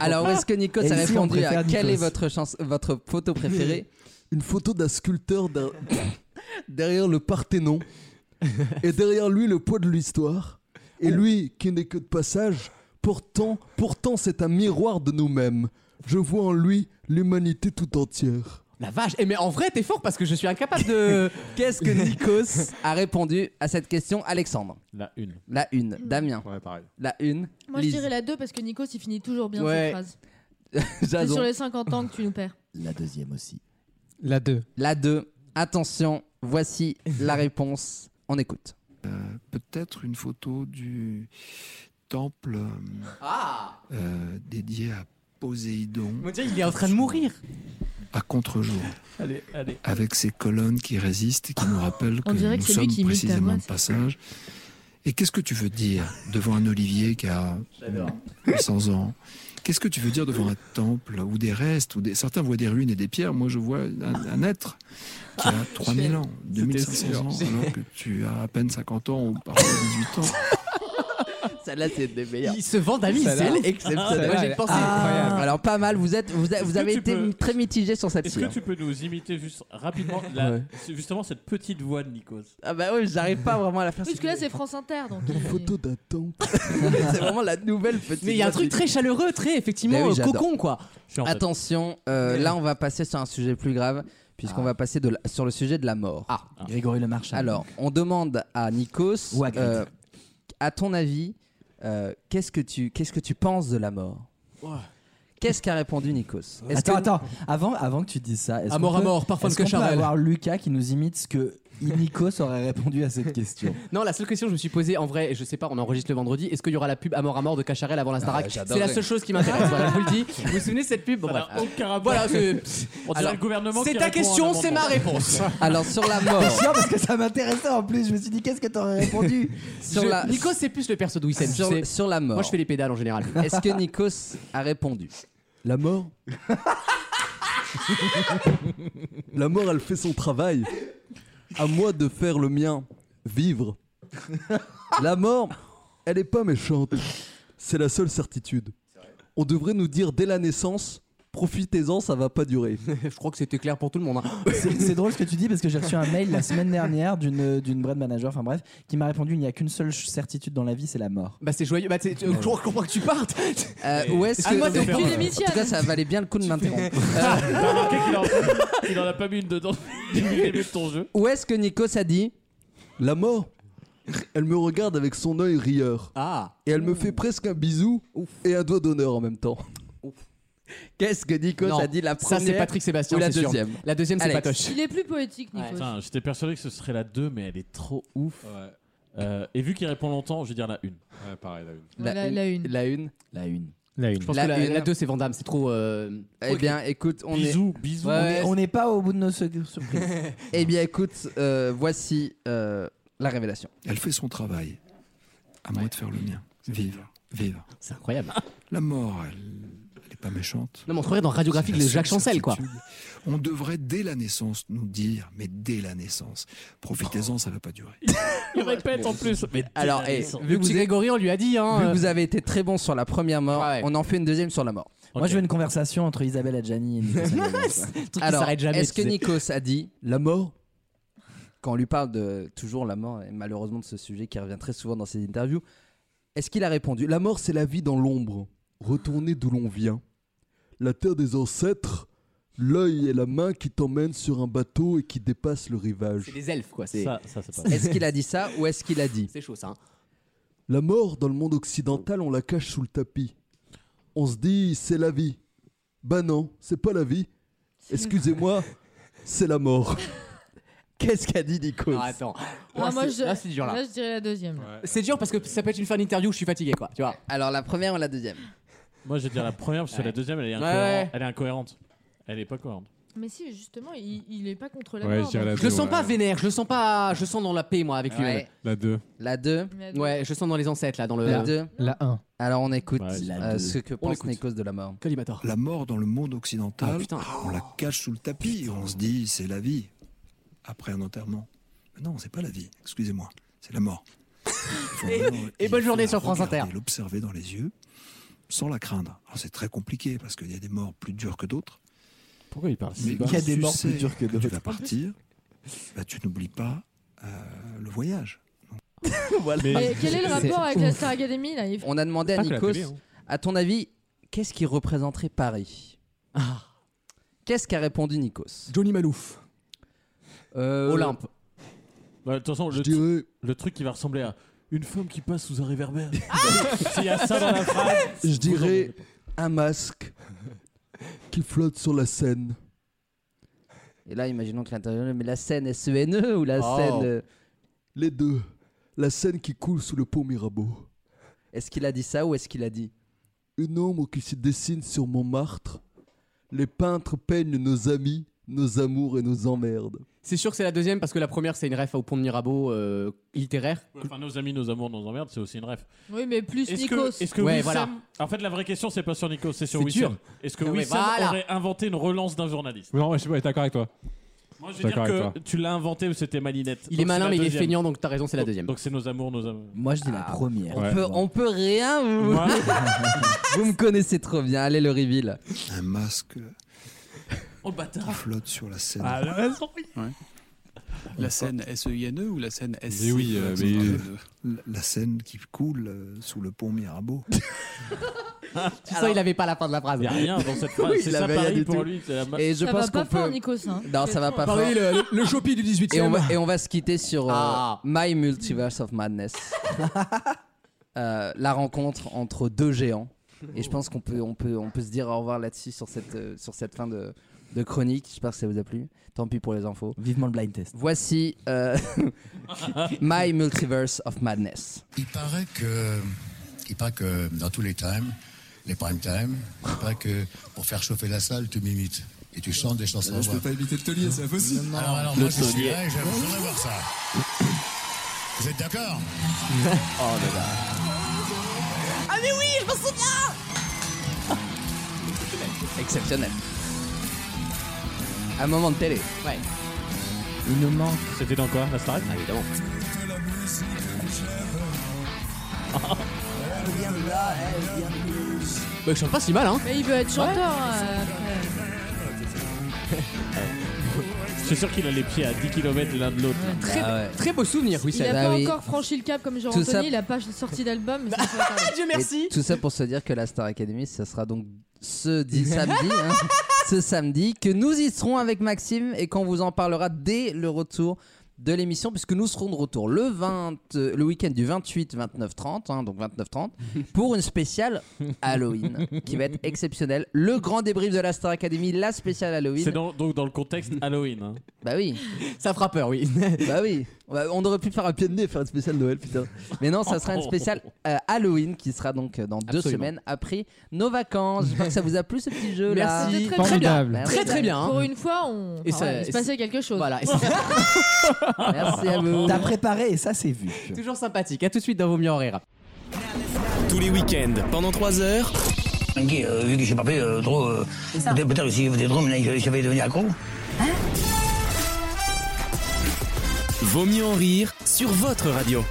S4: Alors, où est-ce que Nikos
S15: Et
S4: a
S15: ici, on
S4: répondu à
S15: préfère
S4: quelle
S15: Nikos.
S4: est votre, chance, votre photo préférée
S15: Une photo d'un sculpteur d'un- (coughs) derrière le Parthénon. Et derrière lui, le poids de l'histoire. Et
S4: Oh.
S15: lui, qui n'est que de passage, pourtant, pourtant c'est un miroir de nous-mêmes. Je vois en lui l'humanité tout entière.
S2: La vache. Eh, mais en vrai, t'es fort parce que je suis incapable de.
S4: (laughs) Qu'est-ce que Nikos a répondu à cette question, Alexandre
S3: La une.
S4: La une. Damien. La une.
S7: Moi, je
S4: Lise.
S7: dirais la 2 parce que Nikos, il finit toujours bien
S4: Ouais.
S7: ses
S2: (laughs)
S4: (laughs)
S7: phrases. C'est
S4: Jason.
S7: sur les 50 ans que tu nous perds.
S15: La deuxième aussi.
S4: La 2. La 2. Attention, voici
S15: (laughs)
S4: la réponse. On écoute.
S17: Euh, Peut-être une photo du temple euh, euh, dédié à Poséidon.
S2: Ah. Mon Dieu, il est en train de mourir.
S17: À contre-jour.
S3: Allez, allez.
S17: Avec ses colonnes qui résistent et qui nous rappellent
S7: On
S17: que
S7: dirait
S17: nous
S7: que c'est lui
S17: sommes
S7: qui imite
S17: précisément
S7: Herman,
S17: de passage. Et qu'est-ce que tu veux dire devant un olivier qui a
S7: J'adore.
S17: 100 ans Qu'est-ce que tu veux dire devant un temple ou des restes ou des... Certains voient des ruines et des pierres. Moi, je vois un, un être qui a 3000 ans,
S6: C'était
S17: 2500
S6: sûr.
S17: ans, alors que tu as à peine 50 ans ou parfois 18 ans.
S4: Celle-là, c'est des meilleures.
S2: Il se vend à mille,
S4: Celle-là-
S2: celle exceptionnelle.
S4: Celle-là,
S2: Moi, j'ai
S15: Ah.
S4: elle est
S2: pensé.
S4: incroyable. Alors, pas mal. Vous, êtes, vous,
S3: Est-ce
S4: vous
S3: que
S4: avez
S3: tu
S4: été
S3: peux-
S4: très mitigé sur cette
S3: Est-ce que
S4: fille. hein.
S3: tu peux nous imiter juste rapidement la- c'est justement cette petite voix de Nikos
S4: Ah bah oui, j'arrive pas vraiment à la faire.
S7: Parce que là, c'est France Inter, donc.
S15: Une photo d'un temple.
S4: (laughs) c'est vraiment la nouvelle petite.
S2: Mais il y a un truc très chaleureux, très effectivement
S4: Ben oui,
S2: euh,
S4: j'adore.
S2: cocon quoi.
S4: Attention, euh, là, on va passer sur un sujet plus grave, puisqu'on va passer de la- sur le sujet de la mort. Ah,
S8: Grégory Le Marchand.
S4: Alors, on demande à Nikos,
S8: Ou à Grit.
S4: euh, à ton avis, euh, qu'est-ce que tu qu'est-ce que tu penses de la mort Qu'est-ce qu'a répondu Nikos Est-ce
S10: Attends,
S4: que-
S10: attends. Avant, avant que tu dises ça, est-ce
S4: À mort,
S10: qu'on
S4: à
S10: peut-
S4: mort, par
S10: est-ce
S4: Femme
S10: qu'on peut
S4: Cacharel.
S10: avoir Lucas qui nous imite ce que Nikos aurait répondu à cette question
S2: Non, la seule question que je me suis posée, en vrai, et je sais pas, on enregistre le vendredi, est-ce qu'il y aura la pub à mort à mort de Cacharel avant la Starac
S4: Ah,
S2: C'est
S4: j'adorerais. Ah.
S2: la seule chose qui m'intéresse, voilà, je vous le dis. Vous vous souvenez de cette pub Bon, bref. Voilà, c'est-
S3: On dirait
S2: Alors,
S3: le gouvernement
S2: C'est
S3: qui
S2: ta
S3: répond à un
S2: question, c'est ma
S3: amendement.
S2: réponse.
S4: (laughs) Alors sur la mort.
S10: C'est chiant parce que ça m'intéressait en plus. Je me suis dit, qu'est-ce que t'aurais
S4: (laughs)
S2: (laughs)
S10: répondu
S4: Sur
S2: Je-
S4: la-
S2: Nico, c'est plus le perso de Wissem, tu
S4: Sur-
S2: sais.
S4: sur la mort.
S2: Moi, je fais les pédales en général.
S4: (laughs) Est-ce que Nikos a répondu
S15: La mort La mort, elle fait son travail. À moi de faire le mien. Vivre. La mort, elle est pas méchante. C'est la seule certitude. On devrait nous dire dès la naissance, profitez-en, ça va pas durer.
S2: (laughs) Je crois que c'était clair pour tout le monde. hein.
S10: C'est c'est drôle ce que tu dis parce que j'ai reçu un mail la semaine dernière d'une d'une brand manager, enfin bref, qui m'a répondu il n'y a qu'une seule ch- certitude dans la vie, c'est la mort.
S2: Bah c'est joyeux, bah c'est- je crois je comprends que tu partes. (laughs)
S4: Euh, Où est-ce que
S2: Ah, moi, t'es
S4: En
S2: obligé
S4: tout cas, ça valait bien le (laughs) coup de m'interrompre. euh,
S3: T'as remarqué qu'il (laughs) en, il en a pas mis une (laughs) dedans depuis le début de ton jeu.
S4: Où est-ce que Nikos a dit
S15: La mort, elle me regarde avec son œil rieur.
S2: Ah.
S15: Et elle me fait presque un bisou et un doigt d'honneur en même temps.
S4: Qu'est-ce (laughs) que Nikos
S2: Non,
S4: a dit la
S2: ça,
S4: première
S2: c'est Patrick Sébastien,
S4: ou la
S2: c'est sûr.
S4: deuxième
S2: La deuxième, c'est
S4: Alex.
S2: Patoche.
S7: Il est plus poétique, Nico.
S3: Putain, j'étais persuadé que ce serait la 2, mais elle est trop ouf. Euh, et vu qu'il répond longtemps, je vais dire la 1. Ouais, pareil, la 1.
S4: La La- une. la une.
S10: La
S2: La une.
S10: une.
S5: La une.
S2: Je pense
S4: La
S2: que la,
S4: une.
S2: la deux, c'est Vandame, c'est trop. euh,
S4: Eh
S2: ok.
S4: bien, écoute, on
S3: Bisous,
S4: est...
S3: bisous.
S4: Ouais,
S10: On est- on n'est pas au bout de nos sur- surprises.
S4: (laughs) Eh bien, écoute, euh, voici euh, la révélation.
S17: (laughs) Elle fait son travail. À moi de faire le mien. Vivre, vivre.
S2: C'est incroyable.
S17: La mort, elle n'est pas méchante.
S2: Non, mais on croirait dans Radiographique
S17: C'est la
S2: de Jacques
S17: seule
S2: Chancel, quoi.
S17: certitude. On devrait dès la naissance nous dire, mais dès la naissance,
S2: Oh.
S17: profitez-en, ça va pas durer.
S3: Il répète en plus. Mais
S4: Alors, eh, vu que vous avez-
S2: Grégory, on lui a dit, hein.
S4: vu que
S2: euh,
S4: vous avez été très bon sur la première mort, on en fait une deuxième sur la mort.
S10: Moi, je veux une conversation entre Isabelle Adjani et Nicolas
S2: (laughs)
S10: Sarkozy.
S2: qui
S4: Alors,
S2: s'arrête jamais,
S4: est-ce que
S2: tu sais.
S4: Nikos a dit la
S2: (laughs)
S4: mort Quand on lui parle de toujours la mort, et malheureusement de ce sujet qui revient très souvent dans ses interviews, est-ce qu'il a répondu
S15: La mort, c'est la vie dans l'ombre. Retourner d'où l'on vient. La terre des ancêtres, l'œil et la main qui t'emmènent sur un bateau et qui dépasse le rivage.
S2: C'est des elfes, quoi. c'est-
S3: Ça- ça,
S2: (laughs)
S3: c'est pas
S4: Est-ce qu'il a dit ça ou est-ce qu'il a dit
S2: C'est chaud, ça. hein.
S15: La mort, dans le monde occidental, on la cache sous le tapis. On se dit, c'est la vie. Bah non, c'est pas la vie. Excusez-moi, c'est la
S2: (laughs)
S15: mort.
S4: Qu'est-ce qu'a dit Nico
S2: Ah, attends.
S7: Ah, moi, je-
S2: là, c'est dur, là.
S7: Là, je dirais la deuxième. là.
S2: C'est dur parce que ça peut être une fin d'interview où je suis fatigué, quoi. Tu vois.
S4: Alors, la première ou la deuxième
S3: Moi, je vais dire la première parce que la deuxième, elle est,
S2: Ouais,
S3: incohérente.
S2: ouais.
S3: elle est incohérente. Elle est pas cohérente.
S7: Mais si, justement, il, il est pas contre la
S3: Ouais,
S7: mort.
S3: je dirais la
S7: donc.
S2: Je le sens pas vénère, je le sens pas. Je le sens dans la paix, moi, avec lui.
S4: Ouais.
S6: La 2.
S4: La 2
S7: La deux.
S2: Ouais, je le sens dans les ancêtres, là, dans le.
S4: La 2
S5: La 1.
S4: Euh, Alors, on écoute
S2: Ouais, la
S4: euh,
S2: deux.
S4: ce que
S2: On
S4: pense
S2: l'écoute.
S4: Nikos de la mort.
S2: Collimator.
S17: La mort dans le monde occidental,
S2: Ah, putain.
S17: on la cache sous le tapis et on se dit, c'est la vie. Après un enterrement. Mais non, c'est pas la vie, excusez-moi, c'est la
S2: (laughs)
S17: mort.
S2: Et- et bonne journée sur France Inter.
S17: Et l'observer dans les yeux sans la craindre. Alors, c'est très compliqué parce qu'il y a des morts plus dures que d'autres.
S3: Pourquoi il parle
S17: Mais
S3: si bas
S17: quand tu
S10: morts plus
S17: sais
S10: dures que
S17: Tu
S10: d'autres.
S17: vas partir, bah, tu n'oublies pas euh, le
S2: (laughs)
S17: voyage.
S7: Et quel est le
S4: C'est
S7: rapport avec la
S4: ouf.
S7: Star Academy là Il-
S4: On a demandé à
S7: Pas que la
S4: Nikos,
S7: télé, hein.
S4: à ton avis, qu'est-ce qui représenterait Paris Qu'est-ce qu'a répondu Nikos
S2: Ah.
S4: (laughs)
S2: Johnny Malouf. Olympe.
S3: Bah, De toute façon, le, tru- le truc qui va ressembler à une femme qui passe sous un
S4: (laughs)
S3: réverbère.
S4: Ah
S3: S'il y a ça dans la phrase.
S15: Je dirais un masque qui flotte sur la Seine.
S4: Et là, imaginons que l'interview, mais la scène SENE ou la
S15: Oh.
S4: scène. euh,
S15: Les deux. La Seine qui coule sous le pont Mirabeau.
S4: Est-ce qu'il a dit ça ou est-ce qu'il a dit
S15: Une ombre qui se dessine sur Montmartre. Les peintres peignent nos amis, nos amours et nos emmerdes.
S2: C'est sûr que c'est la deuxième parce que la première, c'est une ref au pont de Mirabeau euh, (laughs) littéraire.
S3: Enfin, nos amis, nos amours, nos emmerdes, c'est aussi une ref.
S7: Oui, mais plus
S3: Est-ce
S7: Nikos.
S3: que, est-ce que
S2: Ouais,
S3: Wissem-
S2: voilà.
S3: En fait, la vraie question, c'est pas sur Nikos, c'est sur
S2: C'est
S3: Wissem.
S2: dur.
S3: Est-ce que
S2: Ah ouais,
S3: Wissem
S2: voilà.
S3: aurait inventé une relance d'un journaliste
S6: Non, ouais, je suis pas d'accord avec toi.
S3: Moi, je
S6: suis
S3: veux dire
S6: d'accord
S3: que
S6: avec toi.
S3: tu l'as inventé ou c'était Malinette.
S2: Il
S3: Donc,
S2: est malin,
S3: c'est la
S2: mais il est
S3: deuxième.
S2: feignant, donc t'as raison, c'est la deuxième.
S3: Donc, c'est nos amours, nos amours.
S4: (laughs)
S10: Moi, je dis la première.
S4: Ah, on, peut, on peut rien vous...
S3: Moi-
S4: (laughs) vous me connaissez trop bien, allez le reveal.
S17: Un masque
S3: Oh le bâtard
S17: qui flotte sur la Seine.
S3: Ah, la raison.
S18: La scène S-E-I-N-E ou la scène S
S17: E?
S6: Mais oui, euh, mais-
S17: La- La Seine qui coule euh, sous le pont Mirabeau.
S2: Tu sens, il avait pas la fin de la phrase.
S3: Il y a rien dans cette phrase.
S2: (laughs) Oui,
S3: c'est
S2: il
S3: ça
S2: avait rien
S3: Paris
S2: du
S3: pour
S2: tout.
S3: lui. c'est la ma-
S4: Et je
S7: ça
S4: pense
S7: va pas
S4: qu'on
S7: fort,
S4: peut.
S7: Nikos.
S2: (laughs)
S7: Hein.
S4: Non, ça va pas fort.
S2: Paris, le, le shopping du 18 e
S4: Et on, va, et on va se quitter sur euh,
S2: Ah.
S4: My
S2: (laughs)
S4: Multiverse of Madness. Euh, la rencontre entre deux géants. Et je pense qu'on peut, on peut, on peut se dire au revoir là-dessus sur cette, euh, sur cette fin de, de chronique. J'espère que ça vous a plu. Tant pis pour les infos.
S10: Vivement le blind test.
S4: Voici euh, (laughs) My Multiverse of Madness.
S19: Il paraît que, il paraît que dans tous les times, les prime time, il paraît que pour faire chauffer la salle, tu m'imites et tu chantes des chansons.
S17: Euh, Je peux pas éviter le taulier, c'est impossible.
S19: Alors, alors moi, je suis là et j'aimerais j'aimerais voir ça. Vous êtes d'accord
S4: Oh là là.
S9: Ah mais oui, je m'en souviens
S4: Exceptionnel. Un moment de télé. Ouais.
S3: Il nous manque. C'était dans quoi, la star
S4: Ah, Évidemment.
S2: (laughs) Bah, je chante pas si mal, hein.
S7: Mais il veut être chanteur. euh,
S3: Je suis sûr qu'il a les pieds à 10 km l'un de l'autre.
S2: Très, très beau souvenir, oui,
S7: Il a pas encore franchi le cap comme
S4: Tout ça-
S7: Jean-Anthony, il a pas sorti d'album. mais ça se fait attendre.
S4: Et tout ça pour se dire que la Star Academy, ça sera donc ce (laughs) di- samedi. hein, ce samedi, que nous y serons avec Maxime et qu'on vous en parlera dès le retour de l'émission, puisque nous serons de retour le, 20, euh, le week-end du 28, 29, 30, hein, donc 29, (laughs) 30, pour une spéciale Halloween qui va être exceptionnelle. Le grand débrief de la Star Academy, la spéciale Halloween.
S3: C'est dans- donc dans le contexte Halloween. hein.
S4: Bah oui. Ça fera peur, oui. bah oui. On va- On aurait pu faire un pied de nez, et faire une spéciale Noël, putain. Mais non, ça sera une
S3: (laughs)
S4: spéciale euh, Halloween qui sera donc euh, dans deux
S2: Absolument.
S4: semaines après nos vacances. J'espère que ça vous a plu ce petit jeu là.
S2: Merci, C'était très, très bien. Formidable.
S4: Bah
S2: Très, très bien, hein.
S7: Pour une fois, on...
S4: Et
S7: enfin,
S4: ça-
S7: ouais, il se passait quelque chose.
S2: Voilà, et
S4: Merci à vous.
S10: T'as préparé et ça, c'est vu.
S2: (laughs) Toujours sympathique. À tout de suite dans Vos mieux en rire.
S1: Tous les week-ends, pendant 3 heures.
S20: euh, vu que j'ai pas fait trop. euh, peut-être, si vous êtes trop, mais j'avais devenu accro.
S1: Vaut mieux en rire sur votre radio.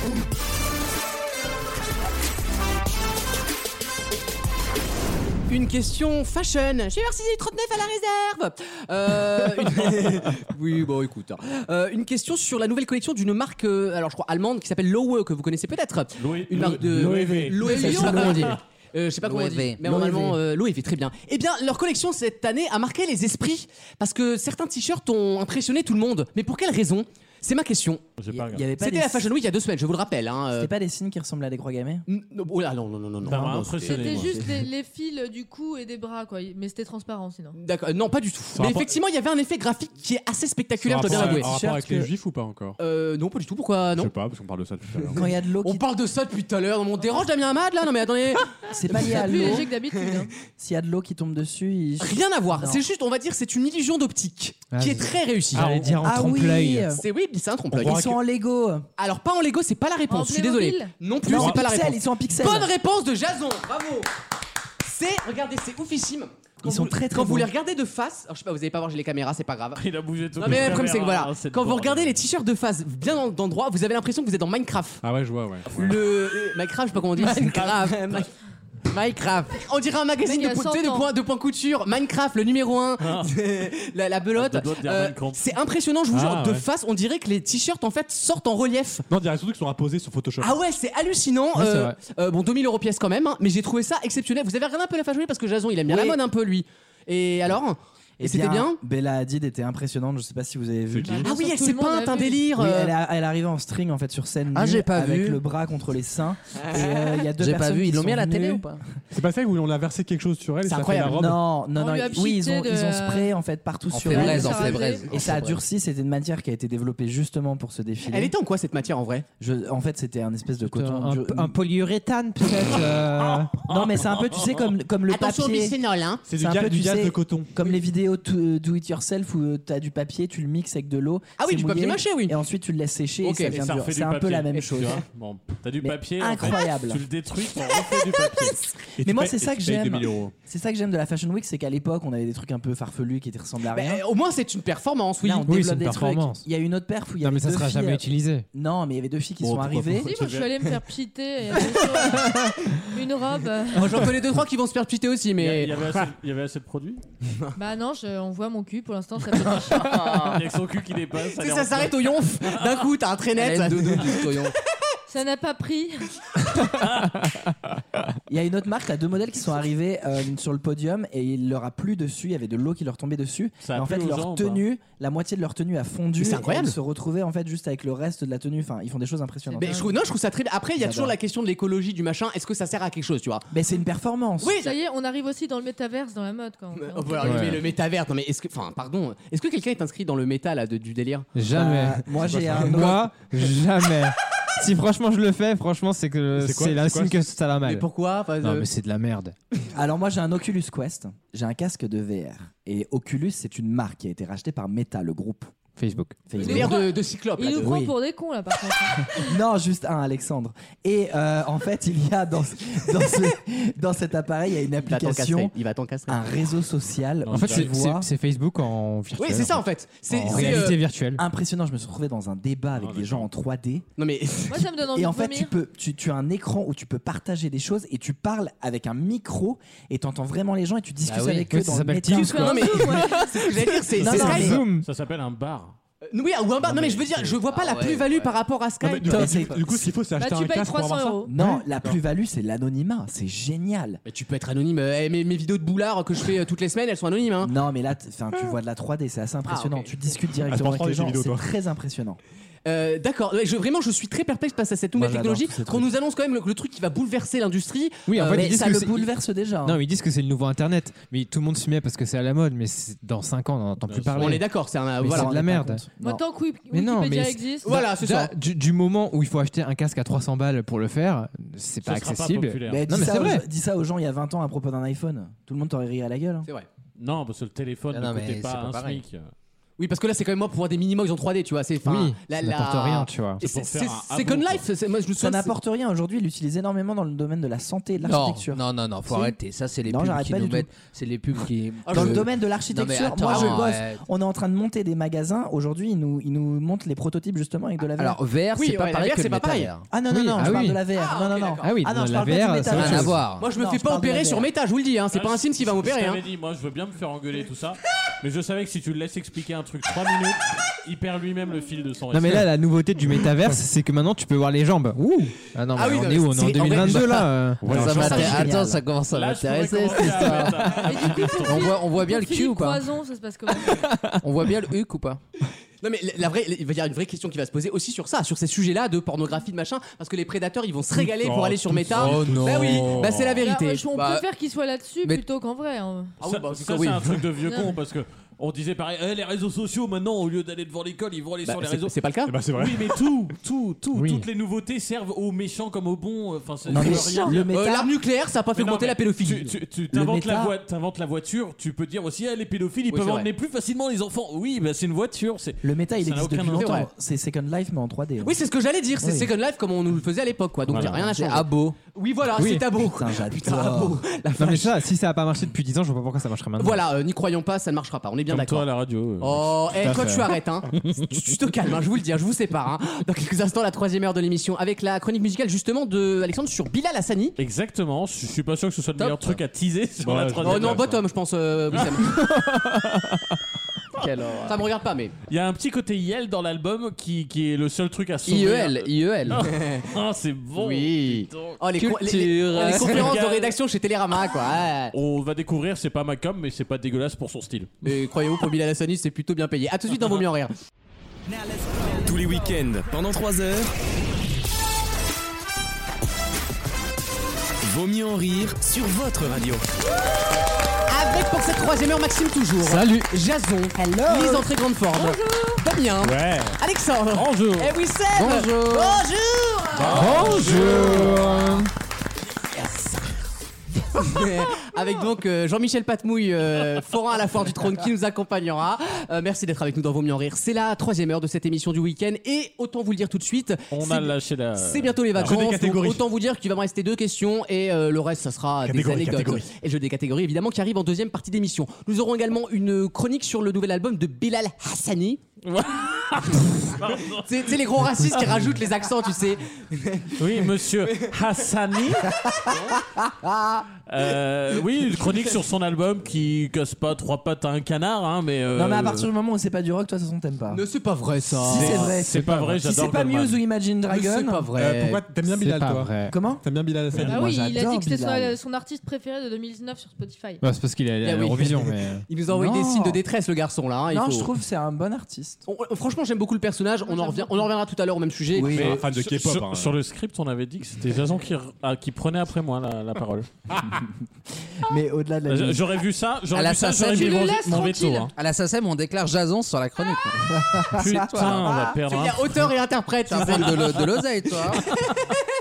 S2: Une question fashion. J'ai versé 39 à la réserve. (laughs) Euh, une- oui, bon, écoute. hein. Euh, une question sur la nouvelle collection d'une marque, euh, alors je crois allemande, qui s'appelle Lowe, que vous connaissez peut-être. Une marque de
S3: Loewe.
S2: Loewe.
S3: Je sais pas comment on dit.
S2: Euh, je sais pas comment on dit,
S3: Loewe.
S2: mais
S3: Loewe.
S2: normalement euh, Loewe, très bien. Eh bien, leur collection cette année a marqué les esprits parce que certains t-shirts ont impressionné tout le monde. Mais pour quelle raison C'est ma question.
S10: Il y avait pas
S2: C'était
S10: des-
S2: la Fashion Week il y a deux semaines, je vous le rappelle. Hein, euh.
S10: C'était pas des signes qui ressemblent à des croix gammées
S2: Oh là, non, non, non, non, non.
S10: Ça m'a
S2: Non,
S10: impressionné,
S7: C'était juste les, les fils du cou et des bras, quoi. Mais c'était transparent sinon.
S2: D'accord, euh, non, pas du tout. Mais
S6: rapport-
S2: effectivement, il y avait un effet graphique qui est assez spectaculaire,
S6: En
S2: je dois bien
S6: rapport-
S2: l'avouer.
S6: en rapport avec les juifs ou pas encore
S2: Euh, non, pas du tout. Pourquoi non
S6: Je sais pas, parce qu'on parle de ça tout à l'heure.
S10: Quand il y a de l'eau
S2: On parle de ça depuis tout à l'heure. On dérange Damien Hamad là Non, mais attendez.
S10: C'est pas lié à
S2: Plus
S10: l'eau.
S2: léger que d'habitude, hein.
S10: (laughs) S'il y a de l'eau qui tombe dessus, il-
S2: Rien à voir.
S10: Non.
S2: C'est juste, on va dire, c'est une illusion d'optique
S10: Ah,
S2: qui est
S10: je-
S2: très réussie.
S10: j'allais dire en Ah oui. trompe-l'œil.
S2: C'est oui, c'est un trompe-l'œil.
S10: Ils sont en Lego.
S2: Alors pas en Lego, c'est pas la réponse.
S10: En
S2: je suis désolé.
S10: Playmobil
S2: Non plus,
S10: Non, en
S2: c'est pas la
S10: pixel,
S2: réponse.
S10: ils sont en pixel.
S2: Bonne réponse de Jason. Bravo. C'est, regardez, c'est oufissime. Quand
S10: Ils sont
S2: vous-
S10: très, très
S2: Quand vous
S10: beaux.
S2: les regardez de face, alors je sais pas, vous allez pas voir, j'ai les caméras, c'est pas grave.
S3: Il a bougé tout
S2: Non mais
S3: le
S2: le problème c'est que
S3: caméra,
S4: Ah,
S2: voilà,
S3: c'est le
S2: quand vous
S3: bordel.
S2: regardez les t-shirts de face bien dans- d'endroit, vous avez l'impression que vous êtes dans Minecraft.
S6: Ah ouais, je vois, ouais.
S2: Le euh, Minecraft, je sais pas comment on dit. Minecraft. Minecraft. On dirait un magazine
S7: Il y
S2: de,
S7: a
S2: pou-
S7: 100
S2: tu sais, de
S7: ans.
S2: points de points couture. Minecraft, le numéro 1. (laughs)
S3: Ah.
S2: la, la belote.
S3: Deux doigts derrière
S2: Euh,
S3: Minecraft.
S2: c'est impressionnant, je vous
S6: Ah,
S2: jure. De
S6: ouais.
S2: face, on dirait que les t-shirts en fait sortent en relief.
S6: Non, on dirait surtout qu'ils sont apposés sur Photoshop.
S2: Ah ouais, c'est hallucinant.
S6: Ouais, c'est
S2: Euh,
S6: vrai.
S2: euh, bon, 2000 euros pièce quand même, hein, mais j'ai trouvé ça exceptionnel. Vous avez regardé un peu la Fashion Week parce que Jason, il aime bien
S10: Oui.
S2: la mode un peu lui. Et alors Et
S10: Eh
S2: c'était bien
S10: Bella Hadid était impressionnante, je sais pas si vous avez vu.
S2: Ah oui, elle s'est peinte un délire.
S10: Oui,
S2: euh,
S10: elle, a- elle arrive en string en fait sur scène
S2: Ah,
S10: nue,
S2: j'ai pas
S10: avec
S2: vu.
S10: le bras contre les seins. Et, euh, il y a deux
S4: J'ai pas
S10: personnes
S4: vu, ils
S10: qui
S4: l'ont mis à
S10: sont
S4: la télé
S10: venues.
S4: ou pas
S6: C'est pas ça où on a versé quelque chose sur elle et
S10: C'est
S6: ça a fait la
S10: incroyable.
S6: robe
S10: Non, non,
S6: On
S10: non.
S6: lui a
S10: ils- Oui, ils
S6: pchité
S10: ont,
S6: de-
S10: ils ont sprayé en fait partout
S6: En
S10: sur
S6: fébraise,
S10: elle.
S6: en fébraise,
S10: Et
S6: en
S10: ça a
S6: fébraise.
S10: durci. C'était une matière qui a été développée justement pour ce défilé.
S2: Elle était en quoi cette matière en vrai
S10: Je- En fait, c'était un espèce de coton.
S5: Un,
S10: du-
S5: un polyuréthane peut-être. euh,
S10: (laughs) Non, mais c'est un peu, tu sais, comme, comme le
S2: Attention au
S10: papier.
S2: bisphénol, hein.
S5: C'est du
S10: un
S5: gaz- du gaz de
S6: coton.
S10: Comme les vidéos to- euh, do it yourself où euh, t'as du papier, tu le mixes avec de l'eau.
S2: Ah oui,
S10: c'est
S2: du papier
S10: mouillé,
S2: mâché, oui.
S10: Et ensuite, tu le laisses sécher
S2: Ok.
S10: et ça
S2: Et
S10: devient
S2: ça
S10: dur.
S2: refait du
S10: C'est un peu
S2: papier.
S10: la même
S2: Mais
S10: chose.
S2: tu vois,
S3: Bon, t'as du
S10: Mais
S3: papier.
S10: incroyable.
S3: En fait, tu le détruis, t'en refais du papier. Et tu
S10: Mais moi,
S3: payes-
S10: c'est
S3: et
S10: ça
S3: tu
S10: que
S3: payes
S10: j'aime.
S3: 2000 euros.
S10: C'est ça que j'aime de la Fashion Week, c'est qu'à l'époque, on avait des trucs un peu farfelus qui étaient ressemblés à rien.
S2: Mais Bah, au moins, c'est une performance, oui.
S10: Là, on
S5: Oui, c'est
S10: développe
S5: une
S10: des
S5: performance.
S10: trucs. Il y a une autre perf où il y
S5: Non,
S10: a
S5: mais ça sera jamais utilisé.
S10: euh, Non, mais il y avait deux filles qui
S5: Bon,
S10: sont
S5: pourquoi
S10: arrivées.
S5: pas,
S7: Si, moi je suis allée me faire
S2: (laughs)
S7: pchiter. et avec ça, Une robe. euh,
S2: Moi, j'en connais deux trois qui vont se faire piter
S3: Il
S2: aussi,
S3: y a-
S2: mais.
S3: il y avait assez- il y avait assez de
S2: (laughs)
S3: produits
S7: (laughs) Bah non, je- on voit mon cul pour l'instant. Ça fait
S3: Avec son cul qui dépasse.
S2: Tu sais, ça s'arrête au yonf. D'un coup, t'as un traînet.
S4: Elle a une doudoune jusqu'au yonf.
S7: Ça n'a pas pris.
S10: (laughs) Il y a une autre marque, t'as deux modèles qui sont arrivés euh, sur le podium et il leur a plu dessus, il y avait de l'eau qui leur tombait dessus.
S3: Ça a
S10: Et en
S3: plu
S10: fait,
S3: aux
S10: leur
S3: gens ou pas
S10: tenue, la moitié de leur tenue a fondu.
S2: Mais c'est
S10: et
S2: incroyable.
S10: ils se retrouvaient en fait juste avec le reste de la tenue. Enfin, ils font des choses impressionnantes.
S2: Mais je trouve, non, je trouve ça très bien. Après, il y a
S10: Ah. J'adore.
S2: toujours la question de l'écologie du machin. Est-ce que ça sert à quelque chose, tu vois
S10: Mais c'est une performance.
S2: Oui.
S7: Ça y est, on arrive aussi dans le métaverse, dans la mode. Quand
S2: Oh, voilà,
S10: Ouais.
S2: mais le métavers. Non, mais est-ce que, enfin, pardon. Est-ce que quelqu'un est inscrit dans le méta là de- du délire Bah,
S5: Jamais. Moi, jamais. Si franchement je le fais, franchement c'est que
S10: C'est quoi-
S5: c'est la
S10: c'est quoi
S5: signe que
S10: ce-
S5: ça va mal.
S10: Mais pourquoi Enfin,
S5: Non
S10: euh,
S5: mais c'est de la merde.
S10: (laughs) Alors moi j'ai un Oculus Quest, j'ai un casque de VR et Oculus c'est une marque qui a été rachetée par Meta, le groupe.
S5: Facebook.
S10: Facebook.
S2: L'air de, de Cyclope.
S7: Il
S2: là,
S7: nous
S2: de-
S7: prend
S10: Oui.
S7: pour des cons là par contre.
S10: (laughs)
S7: hein.
S10: non, juste un, Alexandre. Et euh, en fait, il y a dans, ce- dans, ce- dans cet appareil, il y a une
S2: Il va t'encastrer.
S10: application,
S2: Il va t'encastrer.
S10: un réseau social.
S5: En fait c'est- c'est c'est Facebook en virtuel.
S2: Oui, c'est ça en fait. C'est
S10: En
S2: c'est,
S5: réalité
S2: euh,
S5: virtuelle.
S10: Impressionnant, je me suis retrouvé dans un débat avec des gens en 3D.
S2: Non mais
S7: Moi, ça me donne envie
S10: Et en
S7: de
S10: fait,
S7: vomir.
S10: tu peux, tu, tu as un écran où tu peux partager des choses et tu parles avec un micro et t'entends vraiment les gens et tu discutes
S5: oui.
S10: avec
S5: Oui,
S10: eux
S5: Bah ça
S10: dans le
S5: s'appelle
S10: métier.
S5: Teams, quoi.
S10: (laughs)
S2: Non, mais c'est ce que j'allais (laughs) dire, c'est
S10: Non,
S2: c'est
S10: non,
S2: Skype.
S10: mais-
S3: Ça s'appelle un bar.
S2: Euh, Oui, ou un bar. Non, mais je veux dire, je vois pas
S10: Ah
S2: la plus-value par rapport à
S6: Non, mais
S2: Skype.
S6: du, coup, du- du coup, s'il faut, c'est
S2: Bah,
S6: acheter
S2: tu
S6: un
S2: payes
S6: casque pour
S2: 300
S6: avoir ça.
S2: euros.
S10: Non, la plus-value, c'est l'anonymat. C'est génial.
S2: Mais tu peux être anonyme. Eh, mes, mes vidéos de boulard que je fais euh, toutes les semaines, elles sont anonymes. Hein.
S10: Non, mais là, t- enfin, tu vois de la 3D, c'est assez impressionnant.
S2: ok.
S10: Tu discutes
S2: Ah, je
S10: directement
S2: pense
S10: avec les
S2: prendre
S10: gens.
S2: des jeux vidéo,
S10: C'est
S2: toi.
S10: très impressionnant.
S2: Euh, D'accord. Ouais, je- Vraiment, je suis très perplexe face à cette nouvelle
S10: Moi, j'adore
S2: technologie
S10: tous ces
S2: qu'on nous annonce quand même le, le truc qui va bouleverser l'industrie.
S5: Oui, en
S2: Euh,
S5: fait,
S2: mais
S5: ils disent
S2: ça
S5: que
S2: le
S5: c'est-
S2: bouleverse hein.
S10: déjà.
S5: Non, ils disent que c'est le nouveau Internet, mais tout le monde s'y met parce que c'est à la mode, mais c'est- dans 5 ans, on n'en entend plus parler.
S2: On est d'accord, c'est un-
S5: Mais
S2: voilà.
S5: c'est de la
S2: On est pas
S5: merde.
S2: contre.
S7: Moi, tant que Wik-
S5: Mais non, mais
S7: Wikipédia
S5: c'est-
S7: existe.
S2: Voilà, c'est
S5: Da-
S2: ça.
S5: Du, du moment où il faut acheter un casque à 300 balles pour le faire, c'est pas
S3: sera pas
S5: accessible.
S3: populaire.
S10: Mais
S5: non,
S10: dis
S5: mais
S10: ça
S5: c'est
S10: aux-
S5: vrai.
S10: Dis ça aux gens il y a 20 ans à propos d'un iPhone. Tout le monde t'aurait ri à la gueule. hein.
S2: C'est vrai.
S3: Non, parce que le téléphone
S5: non,
S3: ne
S5: mais
S3: coûtait
S5: c'est
S3: pas
S5: pas
S3: un
S5: pareil.
S3: SMIC.
S2: Oui, parce que là, c'est quand même moi pour voir des minimox en 3D, tu vois. C'est enfin,
S5: Oui, ça n'apporte rien, tu vois.
S2: Et
S5: C'est pour
S2: C'est c'est-
S5: faire un
S2: Second
S5: abo, quoi.
S2: Life, c'est- moi je me
S10: Ça
S2: souviens.
S10: n'apporte rien aujourd'hui. Il l'utilise énormément dans le domaine de la santé et de
S4: Non,
S10: l'architecture.
S4: non, non, non, faut
S10: Si.
S4: arrêter. Ça, c'est les
S10: Non,
S4: pubs
S10: j'arrête
S4: qui
S10: pas
S4: nous
S10: du
S4: mettent.
S10: tout.
S4: C'est les pubs qui.
S10: Ah, Dans
S2: Euh,
S10: le
S4: que-
S10: domaine de
S4: Non,
S10: l'architecture,
S4: mais attends,
S10: moi je bosse.
S4: arrête.
S10: On est en train de monter des magasins. Aujourd'hui, ils nous, ils nous montrent les prototypes justement avec de la VR.
S4: Alors, VR,
S2: Oui,
S4: c'est pas
S2: ouais, la
S4: pareil
S2: VR,
S4: que
S2: c'est
S4: le
S2: pas pareil.
S4: métavers.
S10: Ah non, non,
S4: Oui,
S10: non,
S4: ah
S10: je parle
S4: oui.
S10: de la VR. non, non, non.
S5: Ah oui,
S10: non,
S5: non,
S10: je
S5: la
S10: parle pas du
S5: VR,
S10: métavers.
S5: c'est autre
S4: Rien à
S5: chose.
S4: voir.
S2: Moi je me
S10: Non,
S2: fais
S10: je
S2: pas
S10: parle de la
S2: opérer sur
S10: VR.
S2: méta, je vous le dis, hein, c'est pas un signe qui va m'opérer.
S3: Je
S2: Hein.
S3: t'avais dit, moi je veux bien me faire engueuler tout ça, mais je savais que si tu le laisses expliquer un truc 3 minutes, il perd lui-même le fil de son
S5: Non, mais là,
S3: récit.
S5: la nouveauté du métaverse, c'est que maintenant tu peux voir les jambes. Ouh Ah non, mais
S2: Ah oui,
S5: on
S2: non,
S5: est où On est en
S2: c'est- en vrai,
S5: 2022 là
S2: ça-
S5: euh.
S4: Ça
S2: Ouais, je trouve ça
S4: m'intéresse-
S2: génial.
S4: Attends, ça commence à
S3: Là, je pourrais
S4: m'intéresser cette
S3: commencer (laughs) à
S4: histoire. (laughs) Ah, On voit, on voit bien le cul ou pas
S7: Croison, ça se passe
S2: (laughs)
S7: comment
S4: On voit bien le huc ou pas
S2: Non mais la- la vraie, il va y avoir une vraie question qui va se poser aussi sur ça, sur ces sujets-là de pornographie de machin, parce que les prédateurs ils vont se régaler pour
S4: Oh,
S2: aller sur
S4: tout
S2: méta.
S4: ça. Oh non.
S2: Bah oui, bah c'est la
S7: Là,
S2: vérité.
S7: je- on
S2: Bah,
S7: préfère qu'il soit là-dessus
S2: mais-
S7: plutôt qu'en vrai. hein. Bah
S2: Ah oui,
S3: ça,
S2: bah, en tout
S3: ça,
S2: cas,
S3: c'est
S2: oui.
S3: un truc de
S7: (laughs)
S3: vieux
S7: Non.
S3: con parce que on disait pareil, Eh, les réseaux sociaux maintenant au lieu d'aller devant l'école, ils vont aller
S2: Bah,
S3: sur les
S2: c'est-
S3: réseaux.
S2: c'est pas le cas. Eh ben, c'est vrai.
S3: Oui, mais tout, tout, tout,
S5: Oui.
S3: toutes les nouveautés servent aux méchants comme aux bons. Enfin, c'est
S10: Non,
S3: ça
S10: mais
S3: veut rien
S10: le
S3: dire.
S10: méta-
S2: euh, L'arme nucléaire, ça a pas fait
S3: Mais non,
S2: augmenter
S3: mais
S2: la
S3: Tu,
S2: pédophilie.
S3: tu- tu-
S10: Le
S3: t'inventes, la
S10: méta-
S3: voi- t'inventes la voiture, tu peux dire aussi, eh, les pédophiles, ils
S2: Oui,
S3: peuvent
S2: c'est vrai.
S3: emmener plus facilement les enfants. Oui, bah, c'est une voiture. C'est...
S10: Le méta, il
S3: Ça n'a
S10: existe
S3: aucun
S10: depuis
S3: intérêt.
S10: longtemps. C'est Second Life, mais en 3D.
S2: Oui, c'est ce que j'allais dire, c'est
S10: Oui.
S2: Second Life comme on nous le faisait à l'époque, quoi. Donc il y a rien à
S4: C'est
S2: changer.
S4: abo.
S2: Oui, voilà,
S5: Oui.
S2: c'est à beau.
S10: Putain, j'adore.
S2: Putain, à beau. La
S5: Non, mais
S2: vache.
S5: ça, si ça a pas marché depuis 10 ans, je vois pas pourquoi ça marcherait maintenant.
S2: Voilà, euh, n'y croyons pas, ça ne marchera pas. On est bien
S3: Comme toi
S2: d'accord.
S3: à la radio. euh.
S2: Oh,
S5: Tout
S2: eh,
S5: à
S2: toi
S5: fait.
S2: tu arrêtes, hein. tu, tu te calmes, hein, je vous le dis, hein, je vous sépare. Hein. Dans quelques instants, la troisième heure de l'émission avec la chronique musicale justement de Alexandre sur Bilal Hassani.
S3: Exactement, je je suis pas sûr que ce soit le
S2: Top.
S3: meilleur truc à teaser sur la troisième.
S2: Oh non,
S3: heure.
S2: bottom, je pense, euh, Wissem.
S4: Quelle horreur.
S2: Ça me regarde pas, mais.
S3: Il y a un petit côté IEL dans l'album qui, qui est le seul truc à sauver.
S2: E
S4: IEL,
S3: (laughs)
S4: IEL.
S3: Ah, ah, c'est bon.
S2: Oui. Oh, les, co- les- les-
S4: Culture.
S2: oh, les conférences de
S3: Regarde.
S2: rédaction chez Télérama, quoi. ouais.
S3: On va découvrir, c'est pas ma com, mais c'est pas dégueulasse pour son style.
S2: Mais croyez-vous, pour Bilal Hassani, c'est plutôt bien payé. À tout de suite dans Vaut mieux
S3: (laughs)
S2: en rire.
S1: Tous les week-ends, pendant 3 heures. Vaut mieux en rire sur votre radio.
S2: Avec pour cette troisième heure, Maxime toujours.
S5: Salut.
S2: Jason. Hello. Lise en très grande forme. Damien.
S3: Ouais.
S2: Alexandre.
S3: Bonjour.
S2: Et Wissem.
S4: Bonjour.
S2: Bonjour.
S5: Bonjour
S2: Euh, avec donc euh, Jean-Michel Patmouille, euh, forain à la foire du trône, qui nous accompagnera. Euh, merci d'être avec nous dans Vos Mieux en Rire. C'est la troisième heure de cette émission du week-end et autant vous le dire tout de suite,
S3: On
S2: c'est-
S3: a lâché la.
S2: c'est bientôt les vacances.
S6: des
S2: donc
S6: catégories.
S2: autant vous dire qu'il va me rester deux questions et euh, le reste, ça sera
S6: Catégorie,
S2: des anecdotes.
S6: catégorie.
S2: Et le jeu des catégories, évidemment, qui arrive en deuxième partie d'émission. Nous aurons également une chronique sur le nouvel album de Bilal Hassani. C'est c'est les gros racistes qui rajoutent les accents, tu sais. Ah,
S3: Oui, monsieur Hassani. Euh, oui, une chronique sur son album qui casse pas trois pattes à un canard, hein, mais. euh,
S10: Non, mais à partir du moment où c'est pas du rock, toi, de toute façon, t'aimes pas.
S2: Ne c'est pas vrai ça.
S10: Si c'est vrai,
S3: C'est pas vrai,
S10: Si
S3: j'adore.
S10: c'est pas
S3: Goldman.
S10: Muse ou Imagine Dragon,
S2: Ah, c'est pas vrai.
S6: Euh, pourquoi t'aimes bien Bilal, toi
S10: Comment
S6: T'aimes bien Bilal Hassani
S7: Ah oui, il a dit que c'était
S6: Bilal.
S7: son, son artiste préféré de 2019 sur Spotify.
S5: Bah, c'est parce qu'il est allé
S2: Eh
S5: à
S2: oui.
S5: l'Eurovision, mais.
S2: (laughs)
S5: euh,
S2: Il nous a envoyé des signes de détresse, le garçon là. hein, il
S10: Non,
S2: faut-
S10: je trouve que c'est un bon artiste.
S2: On- franchement, j'aime beaucoup le personnage. On en, revient, on en reviendra tout à l'heure au même sujet.
S3: Mais
S2: Mais-
S3: sur- Sur,
S10: hein. (laughs)
S2: hein.
S3: sur le script, on avait dit que c'était Jason qui, re- ah, qui prenait après moi la, la parole.
S10: (laughs) Mais au-delà de la.
S3: J- Euh, J'aurais vu ça,
S4: À
S3: j'aurais
S4: la
S3: vu ça,
S4: SACEM,
S3: j'aurais mis mon, mon veto. hein.
S4: À la SACEM, on déclare Jason sur
S3: (laughs)
S4: la chronique.
S3: Putain, on va perdre.
S2: Il y
S4: un
S2: a auteur et interprète.
S4: Tu vas prendre de l'o- de l'oseille, toi.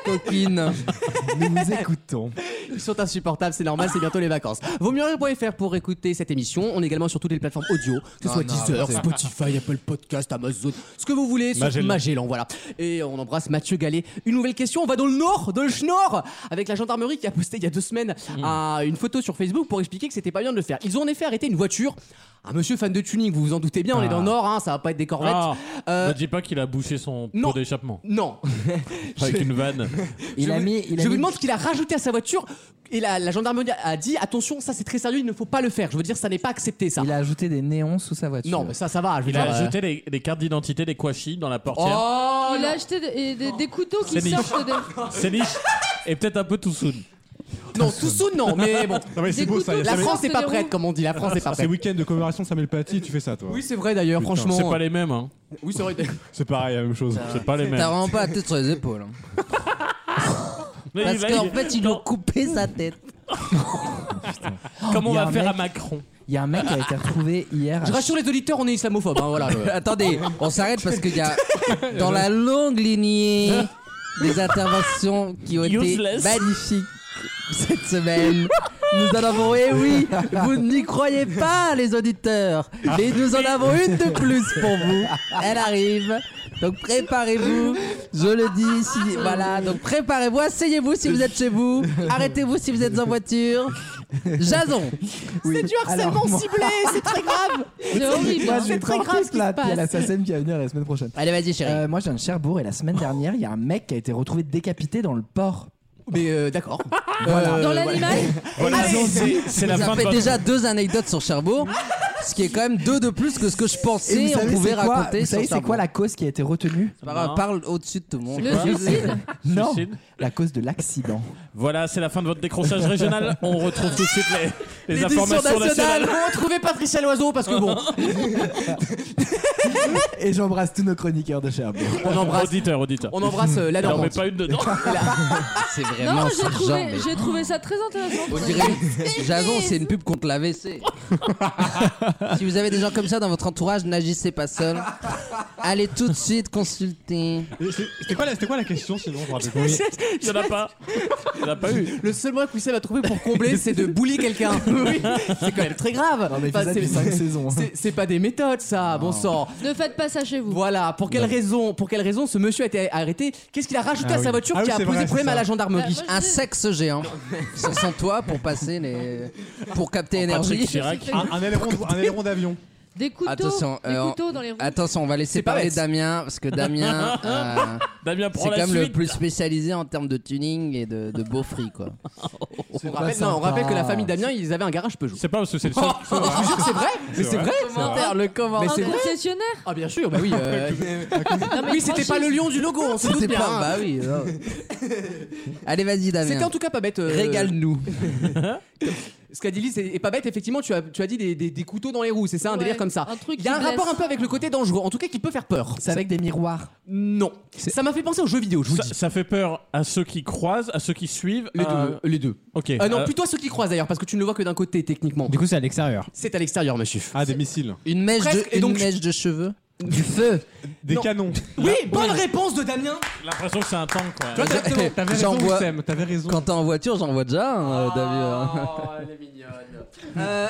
S4: Copine.
S10: (laughs) Nous écoutons.
S2: Ils sont insupportables, c'est normal, c'est bientôt les vacances. Vaut mieux rire.fr pour écouter cette émission. On est également sur toutes les plateformes audio, que ce
S4: Non,
S2: soit
S4: non,
S2: Deezer,
S4: c'est-
S2: Spotify, Apple Podcast, Amazon, ce que vous voulez, sur
S4: Magellan.
S2: Magellan. voilà. Et on embrasse Mathieu Gallet. Une nouvelle question, on va dans le nord, dans le schnorr, avec la gendarmerie qui a posté il y a deux semaines
S3: Mmh.
S2: un- une photo sur Facebook pour expliquer que c'était pas bien de le faire. Ils ont en effet arrêté une voiture. Un monsieur fan de tuning, vous vous en doutez bien, on est dans le nord, hein, ça va pas être des corvettes.
S3: Ah,
S2: Euh,
S3: Ne dis pas qu'il a bouché son pot d'échappement
S2: Non. (laughs)
S3: avec une vanne.
S2: je vous, je vous demande ce qu'il a rajouté à sa voiture et la, la gendarmerie a dit attention, ça c'est très sérieux, il ne faut pas le faire. Je veux dire, ça n'est pas accepté ça.
S10: Il a ajouté des néons sous sa voiture.
S2: Non, mais ça, ça va. Je veux
S3: Il a
S2: dire, euh,
S3: jeté les, les cartes d'identité des Kwashi dans la portière.
S2: Oh
S7: il a acheté des, des- des couteaux qui
S3: C'est niche.
S7: sortent des.
S3: (laughs) C'est niche. Et peut-être un peu tout soon.
S2: Non, tout sous, non, mais bon.
S6: (laughs) Non, mais c'est beau ça. il y a
S2: la
S6: Samuel-
S2: France n'est pas prête, comme on dit. La France n'est pas
S6: C'est
S2: prête.
S6: week-end de commémoration Samuel Paty, tu fais ça toi.
S2: Oui, c'est vrai d'ailleurs,
S6: Putain,
S2: franchement.
S6: c'est pas
S3: les mêmes. Hein.
S2: Oui, c'est vrai.
S6: (laughs) C'est pareil, la même chose. C'est pas les mêmes.
S4: T'as vraiment pas la tête sur les épaules. hein.
S3: Mais
S4: Parce
S3: il va-
S4: qu'en
S3: il-
S4: fait, ils lui ont coupé sa tête.
S3: Comment on
S10: Il y a
S3: va
S10: un
S3: faire
S10: mec-
S3: à Macron
S10: Il y a un mec qui a été retrouvé hier. à
S2: Je rassure les auditeurs, on est
S7: (laughs)
S2: islamophobe. Hein, voilà.
S4: (laughs) Attendez, on s'arrête parce qu'il y a dans la longue lignée des interventions qui ont
S3: Useless.
S4: été magnifiques cette semaine. Nous en avons, eh oui, vous n'y croyez pas, les auditeurs. Et nous en avons une de plus pour vous. Elle arrive. Donc préparez-vous. Je le dis. Si, voilà. Donc préparez-vous. Asseyez-vous si vous êtes chez vous. Arrêtez-vous si vous êtes en voiture. Jason.
S2: C'est du harcèlement ciblé, c'est (laughs) très grave.
S10: C'est horrible. Moi, je vais
S2: C'est très
S10: porter
S2: grave ce
S10: plainte.
S2: qui se
S10: Il y a
S2: passe.
S10: l'assassin qui va venir la semaine prochaine. Euh,
S4: Allez, vas-y, chérie.
S10: moi, je viens de Cherbourg et la semaine
S2: Ah.
S10: dernière, il y a un mec qui a été retrouvé décapité dans le port.
S2: Mais euh, d'accord.
S10: (laughs) Voilà. (laughs)
S7: Dans l'animal
S3: Voilà,
S4: Ah, Allez,
S3: c'est- c'est la
S4: ça
S3: fin de
S4: fait
S3: votre-
S4: déjà deux anecdotes sur Cherbourg, ce qui est quand même deux de plus que ce que je
S10: Et
S4: pensais
S10: vous
S4: on
S10: savez,
S4: pouvait
S10: c'est quoi-
S4: raconter
S10: Vous
S4: sur
S10: savez, c'est
S4: Cherbourg.
S10: quoi la cause qui a été retenue
S4: Par- Parle au-dessus de tout le monde.
S7: Le
S3: (laughs)
S7: suicide
S10: Non,
S3: Suicide.
S10: la cause de l'accident.
S3: Voilà, c'est la fin de votre décrochage
S2: (laughs)
S3: régional. On retrouve tout de suite les, les
S2: L'édition
S3: informations
S2: nationale.
S3: nationales.
S2: Bon, trouvez Patricia Loiseau parce que
S10: (laughs)
S2: bon,
S10: Et j'embrasse tous nos chroniqueurs de Cherbourg.
S2: on embrasse,
S3: Auditeur, auditeur.
S2: on embrasse euh, la
S3: J'en
S2: Normandie.
S3: mets pas une dedans.
S4: C'est
S7: (laughs)
S2: Eh
S4: vraiment
S7: Non, j'ai
S4: sur
S7: trouvé, j'ai trouvé ça très intéressant. (laughs)
S4: On dirait Jason, c'est une pub contre l'AVC. si vous avez des gens comme ça dans votre entourage, n'agissez pas seul. Allez tout de suite consulter.
S6: Et c'est- C'était quoi, la- c'était quoi la question sinon je me
S2: (laughs)
S6: rappelle plus.
S3: Il y en a pas. Il y en a pas eu.
S2: Le seul moyen que Wissem a trouvé pour combler, c'est de
S10: (laughs)
S2: bouler quelqu'un. Oui, c'est quand même très grave.
S10: mais il fait ça
S2: c'est-
S10: depuis cinq saisons. hein.
S2: c'est- C'est pas des méthodes, ça, bon sang.
S7: Ne faites pas ça chez vous.
S2: Voilà, pour quelle raison Pour quelle raison ce monsieur a été arrêté Qu'est-ce qu'il a rajouté
S6: Ah
S2: à sa
S6: oui.
S2: voiture
S6: Ah
S2: qui
S6: oui,
S2: a
S6: c'est
S2: posé
S6: vrai,
S2: problème
S6: c'est
S2: à la
S6: ça.
S2: gendarmerie Ah,
S7: Bah, moi,
S4: Un sexe géant (laughs) sur son toit pour passer les. pour
S6: Oh,
S4: capter
S3: Patrick
S4: énergie.
S3: Chirac.
S4: (laughs)
S6: Ah, Un, un aileron, un aileron d'avion.
S7: Des couteaux,
S4: Attention,
S7: des
S4: euh,
S7: couteaux dans les roues.
S4: Attention, on va laisser
S2: C'est pas
S4: parler
S2: bête.
S4: Damien parce que Damien, euh,
S3: Damien prend
S4: c'est
S3: la
S4: quand même le
S3: suite.
S4: plus spécialisé en termes de tuning et de, de beau free quoi.
S10: Bah,
S2: on rappelle, non, on rappelle que la famille Damien, ils avaient un garage Peugeot.
S3: C'est pas parce que c'est le seul.
S2: (laughs) Je vous jure, c'est vrai Mais c'est vrai
S4: Commentaire, le
S2: Mais
S4: commentaire.
S2: c'est
S7: Un
S2: vrai
S7: concessionnaire
S2: Ah, bien sûr, bah oui. euh,
S7: Non, mais
S2: Oui, c'était pas
S7: franchise.
S2: le lion du logo, on se doute
S4: C'était
S2: bien.
S4: pas.
S2: hein.
S4: Bah oui. non. Allez, vas-y Damien.
S2: C'était en tout cas pas bête. euh,
S4: Régale-nous.
S2: (laughs) Ce qu'a dit Lise est est pas bête, effectivement, tu as, tu as dit des, des- des couteaux dans les roues, c'est ça, un
S7: Ouais,
S2: délire comme ça.
S7: un truc
S2: Il y a
S7: qui
S2: un rapport
S7: blesse.
S2: un peu avec le côté dangereux, en tout cas qui peut faire peur.
S10: C'est avec des miroirs.
S2: (laughs) Non. Ça m'a fait penser aux jeux vidéo, je vous le
S3: Ça,
S2: dis.
S3: ça fait peur à ceux qui croisent, à ceux qui suivent.
S2: Les
S3: euh,
S2: deux. Les deux.
S3: Ok.
S2: Euh, non,
S3: euh,
S2: plutôt à ceux qui croisent d'ailleurs, parce que tu ne le vois que d'un côté techniquement.
S5: Du coup, c'est à l'extérieur.
S2: C'est à l'extérieur, monsieur.
S6: Ah, des missiles.
S4: Une mèche
S2: Presque,
S4: de
S2: et donc-
S4: une mèche de cheveux. Du feu.
S6: Des canons.
S2: Oui, bonne réponse de Damien.
S3: J'ai l'impression que c'est un tank. Quoi.
S2: Tu vois, t'as-
S4: J'en-
S6: T'avais
S4: j'en
S6: raison,
S4: vois-
S6: Wissem, t'avais raison.
S4: Quand t'es en voiture, j'en vois déjà un, euh, Damien. (laughs)
S2: elle est mignonne. Euh,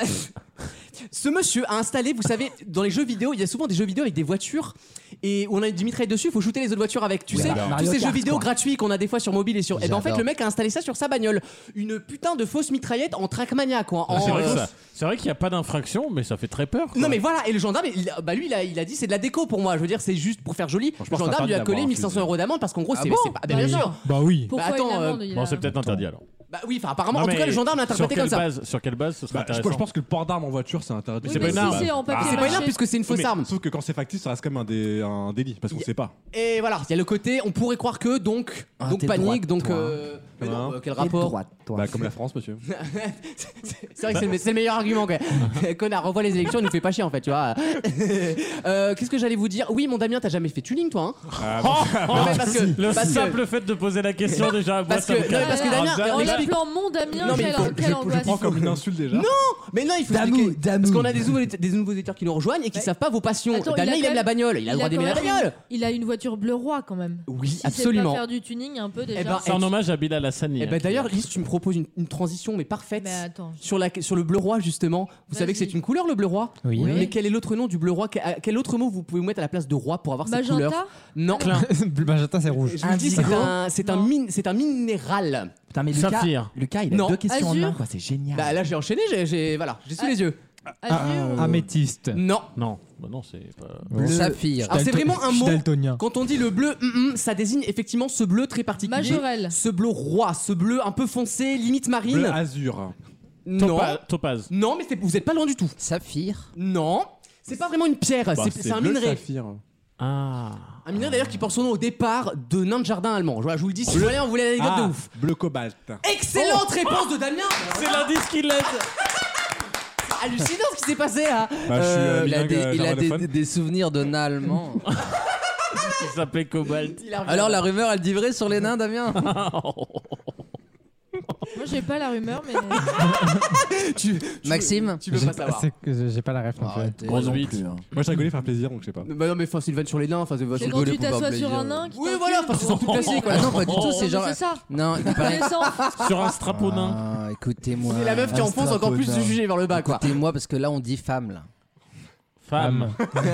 S2: (laughs) ce monsieur a installé, vous savez, dans les jeux vidéo, il y a souvent des jeux vidéo avec des voitures et on a du mitraille dessus, il faut shooter les autres voitures avec. Tu
S10: Oui,
S2: sais,
S10: alors.
S2: tous
S10: Mario
S2: ces
S10: Kart,
S2: jeux vidéo
S10: quoi.
S2: gratuits qu'on a des fois sur mobile et sur. Et ben en fait,
S4: J'adore.
S2: le mec a installé ça sur sa bagnole. Une putain de fausse mitraillette en Trackmania, quoi.
S3: Ah, c'est
S2: en,
S3: vrai que
S2: euh,
S3: ça- c'est vrai qu'il n'y a pas d'infraction, mais ça fait très peur. quoi.
S2: Non mais voilà et le gendarme il, bah lui il a, il a dit c'est de la déco pour moi je veux dire c'est juste pour faire joli
S6: Franchement,
S2: le
S6: c'est
S2: gendarme lui a
S6: interdit
S2: collé
S6: d'avoir un
S2: 1500
S6: fusil.
S2: euros d'amende parce qu'en gros
S4: Ah
S2: c'est
S4: bon
S2: c'est pas bien sûr
S6: Bah oui.
S7: Pourquoi
S2: Bah, attends,
S7: une
S2: euh,
S7: amende, il
S3: Bon,
S7: a-
S3: c'est peut-être interdit alors.
S2: Bah oui, enfin apparemment,
S3: Non,
S2: en tout
S3: mais
S2: cas, le gendarme l'a
S3: sur
S2: interprété
S3: quelle
S2: comme ça.
S3: base- Sur quelle base ce serait
S6: Bah, je,
S3: intéressant
S6: je pense que le port d'arme en voiture, c'est interdit.
S2: Oui, C'est pas mais une si, arme. c'est en papier
S6: Bah,
S2: C'est pas une arme, mâché. puisque c'est une fausse
S6: Mais
S2: arme.
S6: Sauf que quand c'est factice, ça reste quand même un, dé- un délit parce qu'on sait pas.
S2: Et voilà, il y a le côté, on pourrait croire que, donc, donc
S6: Ah,
S2: Ah,
S6: t'es
S2: panique,
S6: droite,
S2: donc.
S6: toi.
S2: euh, mais non,
S6: Hein
S2: euh, quel
S6: T'es
S2: rapport
S6: droite, toi. Bah, comme la France, monsieur.
S2: (laughs) C'est vrai que c'est le, c'est le meilleur argument, quoi. (laughs) Connard, revoit les élections, il nous fait pas chier, en fait, tu vois. (laughs) Euh, Qu'est-ce que j'allais vous dire Oui, mon Damien, t'as jamais fait tuning, toi, hein
S3: Ah,
S2: Oh, (laughs)
S3: bon.
S2: non, mais parce que-
S3: le
S2: parce que-
S3: simple fait de poser la (laughs) question déjà.
S2: Parce
S3: moi, ça
S2: que-
S3: me
S2: non,
S3: calme.
S2: parce que Damien,
S3: Ah,
S2: on
S7: En
S2: Mais explique-
S7: appelant mon Damien,
S2: Non, mais
S7: quelle,
S2: il faut-
S7: quelle angoisse.
S6: une insulte déjà.
S2: Non Mais non, il faut
S10: Damou,
S2: expliquer. Parce
S10: Damou.
S2: qu'on a des nouveaux, des nouveaux auditeurs qui nous rejoignent et qui savent pas vos passions.
S7: Attends,
S2: Damien, il,
S7: quand
S2: aime la
S7: même-
S2: bagnole, il a le droit
S7: quand
S2: d'aimer la
S7: même
S2: bagnole.
S7: une- Il a une voiture bleu roi quand même.
S2: Oui,
S7: Si
S2: absolument.
S7: C'est pas faire du tuning un peu déjà.
S2: Eh ben,
S3: C'est en hommage à Bilal Hassani.
S2: Et
S3: hein,
S2: ben
S3: qui-
S2: d'ailleurs, Lise, tu me proposes une, une transition mais parfaite
S7: Mais attends.
S2: sur la sur le bleu roi justement. Vous savez que c'est une couleur le bleu roi.
S5: Oui.
S2: Mais quel est l'autre nom du bleu roi Que- à- Quel autre mot vous pouvez mettre à la place de roi pour avoir
S5: Bah,
S7: Magenta
S2: cette couleur Non.
S10: (laughs)
S5: Magenta, c'est rouge.
S2: (laughs) Je vous le dis, c'est un c'est un min- c'est un minéral.
S10: Putain, mais Lucas,
S2: Saphir.
S10: Lucas, il a
S2: Non.
S10: deux questions
S2: Azur.
S10: en un, quoi, c'est génial.
S2: Bah là, j'ai enchaîné, j'ai- j'ai voilà, j'ai sous
S10: Ah.
S2: les yeux.
S5: Améthyste.
S2: Non.
S3: Non, bah non, c'est pas.
S5: Bleu. Saphir.
S2: Alors, c'est
S5: Dalto-
S2: vraiment un
S5: je suis
S2: mot.
S5: daltonien.
S2: Quand on dit le bleu, mm, mm, ça désigne effectivement ce bleu très particulier.
S7: Majorelle.
S2: Ce bleu roi, ce bleu un peu foncé, limite marine.
S6: Bleu azur.
S2: Non.
S6: Topa-
S3: Topaz.
S2: Non, mais c'est- vous n'êtes pas loin du tout. Saphir. Non. C'est pas vraiment une pierre,
S6: Bah,
S2: Ah, c'est c'est un
S6: bleu
S2: minerai.
S6: saphir.
S3: Ah.
S2: Un minerai d'ailleurs qui porte son nom au départ de nain de jardin allemand. Je vois, je vous le dis, si vous voulez, on voulait l'anecdote
S6: Ah,
S2: de ouf.
S6: Bleu cobalt.
S2: Excellente
S1: Oh.
S2: réponse de Damien
S3: C'est l'indice qui l'aide
S2: C'est (laughs) hallucinant ce qui s'est passé hein.
S6: Bah, je suis, euh,
S4: il a
S6: bilingue,
S4: des,
S6: euh,
S4: il a des-
S6: germanophone.
S4: des souvenirs de nains allemands.
S3: Il s'appelait Cobalt.
S4: Alors la rumeur, elle dit vrai sur les nains, Damien (laughs)
S7: Moi j'ai pas la rumeur,
S2: (laughs)
S7: mais.
S4: Maxime
S2: Tu veux
S5: J'ai
S2: pas savoir.
S5: c'est que j'ai pas la ref non plus.
S3: Grosse bite.
S6: Moi, j'ai rigolé faire plaisir, donc je sais pas.
S2: hein. Bah non, mais enfin, c'est une vanne sur les nains. Enfin, c'est
S7: C'est quand tu t'assois sur un nain qui
S2: Oui,
S7: t'encule.
S2: voilà, enfin, c'est un truc classique. quoi.
S4: Non, pas du tout, c'est
S7: Oh, mais
S4: genre.
S7: c'est ça.
S4: Non, il paraît.
S2: (laughs)
S7: Descends.
S3: Sur un straponin.
S4: Ah, écoutez-moi.
S2: C'est la meuf qui enfonce encore plus le sujet vers le bas, quoi.
S4: Écoutez-moi, parce que là, on dit femme, là.
S3: Femme.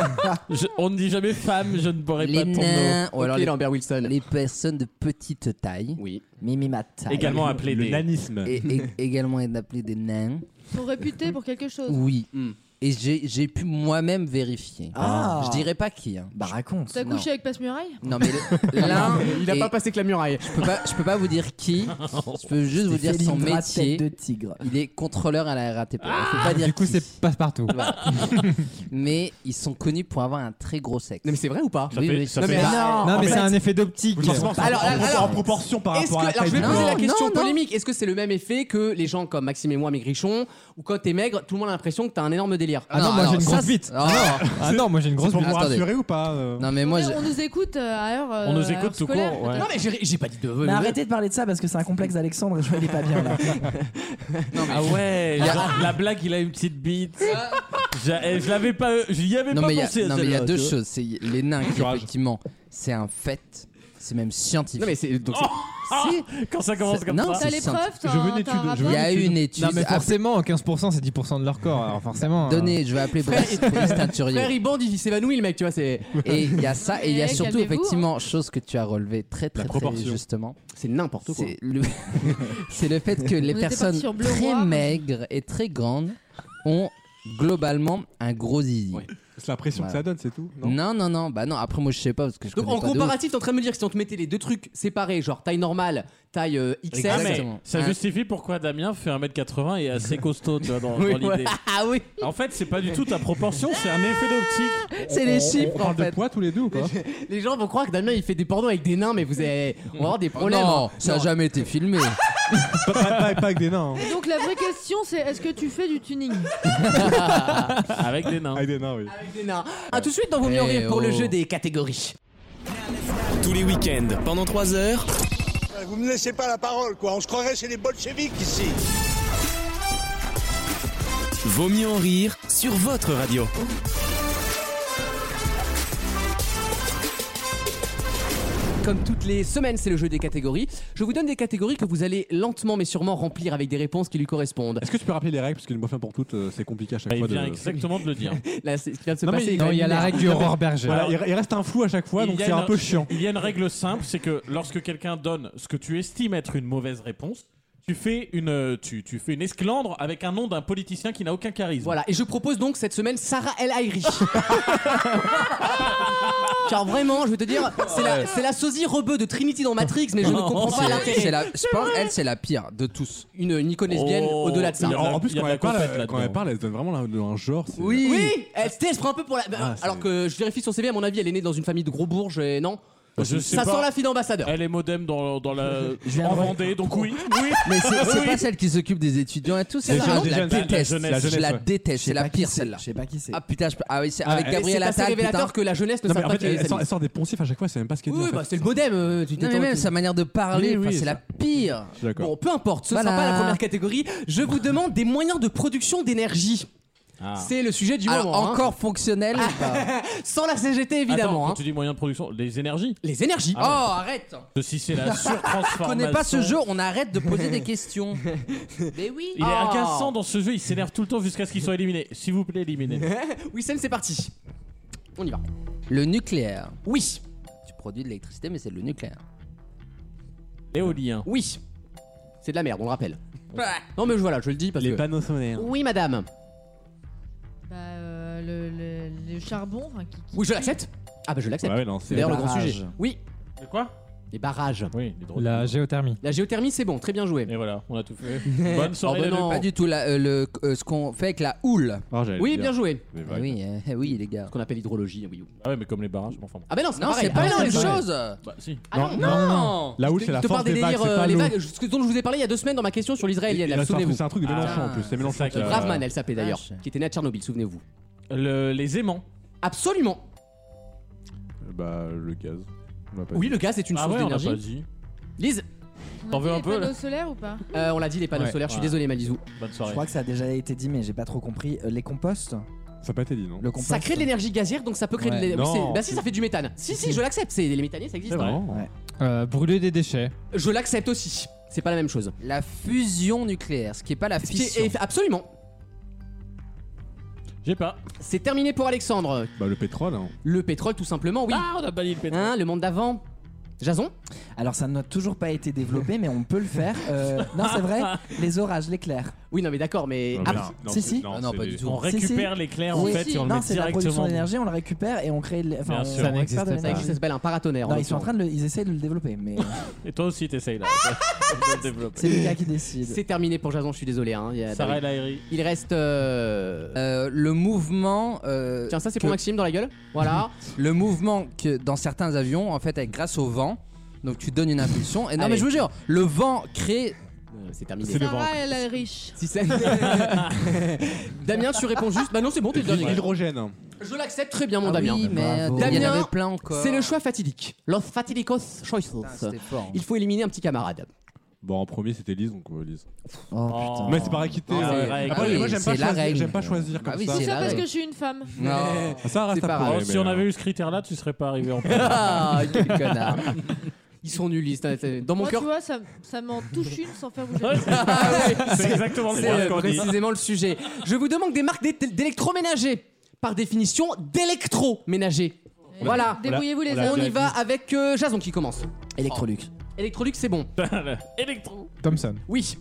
S3: (laughs) Je- on ne dit jamais femme, je ne boirai pas
S4: Les
S3: ton
S4: nains,
S3: eau.
S4: ou alors les,
S2: Wilson.
S4: les personnes de petite taille.
S2: Oui.
S4: Mimima taille.
S3: Également appelé
S6: Le
S3: des-
S6: nanisme.
S4: Et,
S2: (laughs)
S4: et- également appelées des nains.
S7: Ils sont réputés pour quelque chose.
S4: Oui.
S2: Hmm.
S4: Et j'ai j'ai pu moi-même vérifier.
S7: Ah.
S4: Je dirais pas qui. Hein.
S10: Bah raconte.
S7: T'as couché avec Passe-Muraille
S4: Non mais le- l'un,
S2: (laughs) Ah, Il a
S4: est-
S2: pas passé que la muraille.
S4: je peux pas, je peux pas vous dire qui. Je peux juste vous dire
S10: C'était
S4: son
S10: Felindra,
S4: métier.
S10: tête de tigre.
S4: Il est contrôleur à la RATP. je peux pas dire.
S5: Ah, Du coup,
S4: qui.
S5: c'est passe partout. (laughs)
S4: Mais ils sont connus pour avoir un très gros sexe.
S2: Non mais c'est vrai ou pas
S4: Ça Oui, fait- oui. ça
S2: Non,
S4: fait-
S2: mais
S4: Non,
S5: Non,
S2: alors-
S5: mais
S4: En
S5: c'est
S4: fait-
S5: un effet d'optique.
S2: Alors, alors,
S6: proportion par
S2: Est-ce que,
S6: rapport à la
S2: alors
S6: taille
S2: je vais
S6: du
S2: poser
S6: corps.
S2: la
S4: Non,
S2: question
S4: non, non.
S2: polémique. Est-ce que c'est le même effet que les gens comme Maxime et moi maigrichons ou quand t'es maigre, tout le monde a l'impression que t'as un énorme délire
S5: Ah non, moi j'ai une
S4: ça,
S5: grosse
S4: c'est-
S5: bite.
S4: Ah non.
S5: Ah non, moi j'ai une grosse
S6: Pour
S5: bite.
S6: vous
S4: Attendez.
S6: rassurer ou pas euh
S4: Non mais moi,
S7: On
S4: j'ai-
S7: nous écoute euh, à heure. euh,
S3: On nous
S7: à heure
S3: écoute tout
S7: scolaire,
S3: court, ouais.
S7: peut-être.
S2: Non mais j'ai j'ai pas dit de.
S10: Mais arrêtez de parler de ça parce que c'est un complexe d'Alexandre et je vois il est pas bien là.
S3: Ah ouais, genre, la blague, il a une petite bite. J'a- eh, Je l'avais pas, j'y avais
S4: non
S3: pas
S4: mais il y
S3: pensé.
S4: a,
S3: à
S4: non, mais il y a
S3: celle-là,
S4: deux
S3: tu vois.
S4: choses. C'est les nains qui effectivement, c'est un fait. C'est même scientifique.
S2: Non mais c'est donc c'est-
S3: Ah, quand ça commence comme
S4: non,
S3: ça.
S7: T'as
S4: c'est
S7: les
S4: simple.
S7: preuves t'as
S6: Je veux
S7: un-
S6: une
S7: t'as un
S6: étude, je
S7: rapport
S6: veux
S4: Il y a une étude.
S5: Non, mais
S4: Ah,
S5: forcément, 15%, c'est 10% de leur corps. Alors forcément. hein.
S4: Donnez, je vais appeler Brice
S2: (laughs)
S4: Brice Teinturier.
S2: Frère, il bande, il s'évanouit le mec, tu vois. C'est
S4: (laughs) Et il y a ça, et il y a
S7: Eh,
S4: surtout
S7: calmez-vous,
S4: effectivement chose que tu as relevé très très,
S6: La
S4: très
S6: proportion.
S4: justement,
S2: c'est n'importe quoi.
S4: c'est le (laughs) c'est le fait que les
S7: On était
S4: personnes
S7: parti sur bleu
S4: très
S7: roi.
S4: maigres et très grandes ont globalement un gros zizi.
S2: Ouais.
S6: C'est la pression que ça donne, c'est tout. non
S4: Non non non, bah non. Après moi je sais pas parce que je
S2: Donc
S4: connais
S2: en
S4: pas de ouf.
S2: comparatif, t'es en train de me dire que si on te mettait les deux trucs séparés, genre taille normale, taille euh, XS,
S3: Ah, mais
S4: Exactement.
S3: ça
S4: Un-
S3: justifie pourquoi Damien fait 1m80 et est assez costaud, tu vois, dans, dans
S2: Oui,
S3: l'idée.
S2: ouais. (laughs) Ah oui,
S3: En fait, c'est pas du tout ta proportion, c'est
S2: (laughs)
S3: un effet d'optique.
S4: (laughs)
S2: c'est les
S6: On
S2: chiffres en
S6: parle de
S2: fait.
S6: poids tous les deux ou pas
S2: (laughs) Les gens vont croire que Damien il fait des pornos avec des nains, mais vous avez, on va avoir des
S4: Oh
S2: problèmes.
S4: non,
S2: hein.
S4: ça a
S2: Non.
S4: jamais été filmé.
S6: pas, pas- pas- pas avec des nains. hein.
S7: Et donc la vraie question c'est est-ce que tu fais du tuning
S3: Avec des nains.
S6: Avec des nains, oui.
S2: Avec des nains. À
S7: Bah,
S2: tout de suite dans Vos mieux en
S4: Eh
S2: rire pour le
S4: oh.
S2: jeu des catégories.
S1: Tous les week-ends, pendant 3 heures.
S9: Vous me laissez pas la parole, quoi. On se croirait chez les bolcheviks ici.
S1: Vaut mieux en rire sur votre radio.
S2: Comme toutes les semaines, c'est le jeu des catégories. Je vous donne des catégories que vous allez lentement mais sûrement remplir avec des réponses qui lui correspondent.
S6: Est-ce que tu peux rappeler les règles Parce qu'une bonne fin pour toutes, euh, c'est compliqué à chaque
S3: Bah, il
S6: fois.
S3: vient
S6: De...
S3: exactement de le dire.
S2: (laughs) Là, c'est ce qui vient de se
S6: Non, mais
S2: passer.
S6: il-
S2: est
S5: Non, il y a la
S2: linéaire.
S5: règle du Aurore Berger.
S6: Voilà, il, il reste un flou à chaque fois,
S3: Il
S6: donc
S3: y a
S6: c'est un
S3: une-
S6: peu chiant.
S3: Il y a une règle simple, c'est que lorsque quelqu'un donne ce que tu estimes être une mauvaise réponse, Tu fais une, euh, tu, tu fais une esclandre avec un nom d'un politicien qui n'a aucun charisme.
S2: Voilà, et je propose donc cette semaine Sarah El (laughs) Haïry. Car vraiment, je vais te dire, c'est la, c'est la sosie rebeu de Trinity dans Matrix, mais je ne comprends pas
S4: C'est- c'est
S2: l'intérêt.
S4: la- Je pense elle, c'est la pire de tous.
S2: Une, une icône lesbienne au-delà de ça.
S6: Mais En, en plus, quand elle, parle, elle- quand elle parle, elle se donne vraiment la- un genre. c'est-
S2: Oui, Ah, elle, tu sais, elle se prend un peu pour la. bah,
S6: Ah, c'est-
S2: alors que je vérifie son CV, à mon avis, elle est née dans une famille de gros bourges et non.
S3: Bah, je sais
S2: ça
S3: pas.
S2: sent la fille d'ambassadeur.
S3: Elle est modem dans, dans la.
S2: Je viens
S3: en
S2: de-
S3: Vendée, donc
S2: (laughs)
S3: oui. oui.
S4: (laughs) Mais c'est c'est
S3: Oui.
S4: pas celle qui s'occupe des étudiants et tout, c'est
S3: Des
S4: ça.
S3: jeunes,
S4: Je
S3: des
S4: la
S3: jeunes, la- la
S4: déteste.
S3: jeunesse. La
S4: Je
S3: jeunesse,
S4: la
S3: ouais.
S4: déteste, c'est la pire celle-là.
S10: Je sais pas qui c'est.
S4: Ah putain, je peux- ah oui, c'est
S6: Ah,
S4: avec
S6: elle-
S4: Gabriel
S6: c'est assez
S4: Attal.
S6: révélateur
S4: putain.
S6: que la
S2: jeunesse
S6: Non, mais en fait, elle, sort, elle sort des poncifs à chaque fois, bah, c'est même pas ce qu'elle dit.
S2: bah,
S6: en fait.
S2: modem.
S4: non, mais
S2: t'étais-
S4: même sa manière de parler,
S2: Oui, oui,
S4: enfin, c'est
S2: ça-
S4: la pire.
S6: Je suis d'accord.
S2: Bon, peu importe, ce
S4: Voilà.
S2: sera pas la première catégorie. Je vous demande des moyens de production d'énergie.
S3: Ah.
S2: C'est le sujet du
S4: Alors,
S2: moment. hein.
S4: Encore fonctionnel ou pas
S2: (laughs) Sans la CGT,
S3: Attends,
S2: évidemment.
S3: quand
S2: hein.
S3: tu dis moyen de production, les énergies. Ah
S2: Les énergies.
S4: Oh, arrête
S3: Si c'est
S2: (laughs)
S3: la
S4: Je
S3: surtransformation.
S4: connais pas ce jeu, on arrête de poser des questions. Mais oui.
S3: Il est
S2: Oh.
S7: Oh.
S3: agaçant dans ce jeu, il s'énerve tout le temps jusqu'à ce qu'il soit éliminé. S'il vous plaît, éliminez.
S2: (laughs) Oui, Sam, c'est parti. On y va.
S4: Le nucléaire.
S2: Oui.
S4: Tu produis de l'électricité, mais c'est le nucléaire.
S3: Éolien.
S2: Oui. C'est de la merde, on le rappelle. Non, mais je- voilà, je le dis parce
S6: Les
S2: que.
S6: panneaux solaires.
S2: Oui, madame.
S7: Bah, euh, le, le- le charbon. enfin, qui- qui
S2: Oui, je
S7: tue.
S2: l'accepte. Ah, bah, je l'accepte.
S6: Bah ouais, non, c'est-
S2: D'ailleurs, le
S6: Les
S2: grand
S6: barrages.
S2: sujet. Oui.
S3: De quoi
S2: Les barrages.
S3: Oui,
S10: Euh,
S5: La géothermie.
S2: La géothermie, c'est bon, très bien joué.
S3: Et voilà, on a tout
S2: (laughs)
S3: fait. Bonne soirée,
S4: Oh, bah
S3: la
S4: non,
S3: nuit.
S4: pas du tout. la- euh, le, euh, ce qu'on fait avec la houle.
S3: Ah,
S2: Oui, bien joué.
S4: Eh oui, euh, eh oui, les gars.
S2: Ce qu'on appelle hydrologie, oui.
S3: Ah ouais, mais comme les barrages, enfin.
S2: Ah, bah non, c'est
S4: Non,
S2: pareil.
S4: c'est pas
S2: Ah,
S4: la même
S2: c'est pareil.
S4: chose.
S3: Bah si.
S2: Ah non,
S6: Non, non, non. La houle,
S2: Je te-
S6: c'est la
S2: je te
S6: force
S2: parle
S6: des vagues,
S2: délires,
S6: c'est
S2: euh,
S6: pas
S2: les
S6: l'eau.
S2: vagues, ce dont je vous ai parlé il y a deux semaines dans ma question sur l'israélienne,
S6: Et la
S2: souvenez-vous.
S6: sorte, C'est un truc de
S3: Ah.
S6: Mélenchon en plus. C'est Mélenchon qui a- Ah,
S2: Braveman, elle s'appelait d'ailleurs, qui était née à Tchernobyl, souvenez-vous.
S3: Le- les aimants.
S2: Absolument.
S6: Bah, le gaz. On l'a pas
S2: Oui,
S6: dit.
S2: le gaz est une
S6: Ah
S2: source
S6: ouais, on l'a
S2: d'énergie.
S6: pas dit.
S2: Lise,
S7: On a
S2: T'en
S7: dit
S2: veux un
S7: les
S2: peu, là
S7: panneaux solaires ou pas
S2: Euh, on l'a dit, les panneaux
S10: Ouais.
S2: solaires, je suis
S10: Voilà.
S2: désolé, Malizou.
S3: Bonne
S10: Je crois que ça a déjà été dit, mais j'ai pas trop compris. Euh, Les composts
S6: Ça n'a pas été dit, non
S10: Le compost. euh,
S2: Ça crée de l'énergie gazière, donc ça peut créer
S10: Ouais.
S2: de l'énergie.
S10: Non.
S2: Bah si, ça fait du méthane.
S6: (laughs)
S2: Si, si, je l'accepte, c'est les méthaniers, ça existe. hein.
S5: Euh, brûler des déchets.
S2: Je l'accepte aussi. C'est pas la même chose.
S4: La fusion nucléaire, ce qui est pas la
S2: Qui est-
S4: fission.
S2: Absolument.
S3: J'ai pas.
S2: C'est terminé pour Alexandre.
S6: Bah, le pétrole. hein.
S2: Le pétrole, tout simplement, oui.
S3: Ah, on a banni le pétrole.
S2: Hein, le
S3: (laughs)
S2: monde d'avant. Jason
S10: Alors ça n'a toujours pas été développé, mais on peut le faire.
S2: (laughs)
S10: Euh, non, c'est vrai. Les orages, l'éclair.
S2: Oui, non, mais d'accord, mais.
S10: Non, mais non, non,
S2: si,
S10: c'est-
S2: si.
S10: non, Ah non, c'est pas des- du tout.
S3: On
S10: Si,
S3: récupère
S10: si.
S3: l'éclair en
S10: Oui,
S3: fait
S10: si.
S3: et on le
S10: non,
S3: met
S10: c'est de la production
S3: directement.
S10: d'énergie, on la récupère et on crée. de l'é- Enfin,
S3: Bien
S10: on
S3: sûr.
S10: on
S3: Ça
S10: récupère de
S3: n'existe pas.
S10: l'énergie.
S3: Ça existe, ça
S2: s'appelle un paratonnerre,
S10: Non,
S2: en
S10: ils sont en train de le, ils essayent de le développer, mais (laughs)
S3: Et toi aussi, t'essayes là.
S2: Ah
S10: c'est le gars qui décide.
S2: C'est terminé pour Jason, je suis désolé. Hein. Il y a-
S3: Sarah
S2: bah
S3: El
S2: oui.
S3: Haïry.
S2: Il reste. euh,
S4: Euh, le mouvement. euh,
S2: Tiens, ça c'est
S4: que-
S2: pour Maxime dans la gueule. Voilà.
S4: (laughs) Le mouvement que dans certains avions, en fait, avec grâce au vent, donc tu donnes une impulsion. Et non,
S2: Allez.
S4: mais je vous jure, le vent crée.
S2: Ah, Euh, c'est terminé.
S7: Euh, Sarah, elle est riche.
S2: Si c'est. (laughs) (laughs) Damien, tu réponds juste. Bah non, c'est bon, t'es le dernier.
S6: L'hydrogène.
S2: Je l'accepte très bien, mon
S4: Ah
S2: Damien.
S4: oui, mais
S2: Bravo.
S4: il y en
S2: Damien,
S4: avait plein encore.
S2: c'est le choix fatidique. Los fatigicos choices.
S4: c'était fort, hein.
S2: Il faut éliminer un petit camarade.
S6: Bon, en premier, c'était Lise, donc euh, Lise.
S4: Oh,
S3: putain.
S6: Mais c'est pas acquitté.
S7: Ah,
S3: Non, c'est
S6: euh,
S3: la règle.
S6: Après, moi, j'aime
S4: C'est
S6: pas
S4: la
S6: choisir-
S4: règle.
S6: j'aime pas choisir
S4: Bah
S6: comme
S4: oui,
S6: ça.
S7: Tout ça parce
S4: règle.
S7: que je suis une femme.
S4: Non.
S6: Ça reste
S4: C'est pas
S6: à prouver,
S4: grave.
S6: mais,
S3: Si on
S6: euh,
S3: avait eu ce critère-là, tu serais pas
S2: (laughs)
S3: arrivé en
S2: Ah, quel connard. Ils sont nuls, ils- c'est- dans mon
S7: Moi, tu
S2: cœur.
S7: vois, ça, ça m'en touche une sans faire vous jamais.
S3: C'est exactement le
S2: C'est
S3: point
S2: euh,
S3: qu'on dit.
S2: précisément le sujet. Je vous demande des marques d'é- d'électroménager. Par définition, d'électroménager. Voilà.
S7: Débrouillez-vous, les amis.
S2: On y va avec euh, Jason qui commence. Oh.
S10: Electrolux.
S2: Electrolux, c'est bon.
S3: (laughs) Electro.
S5: Thomson.
S2: Oui.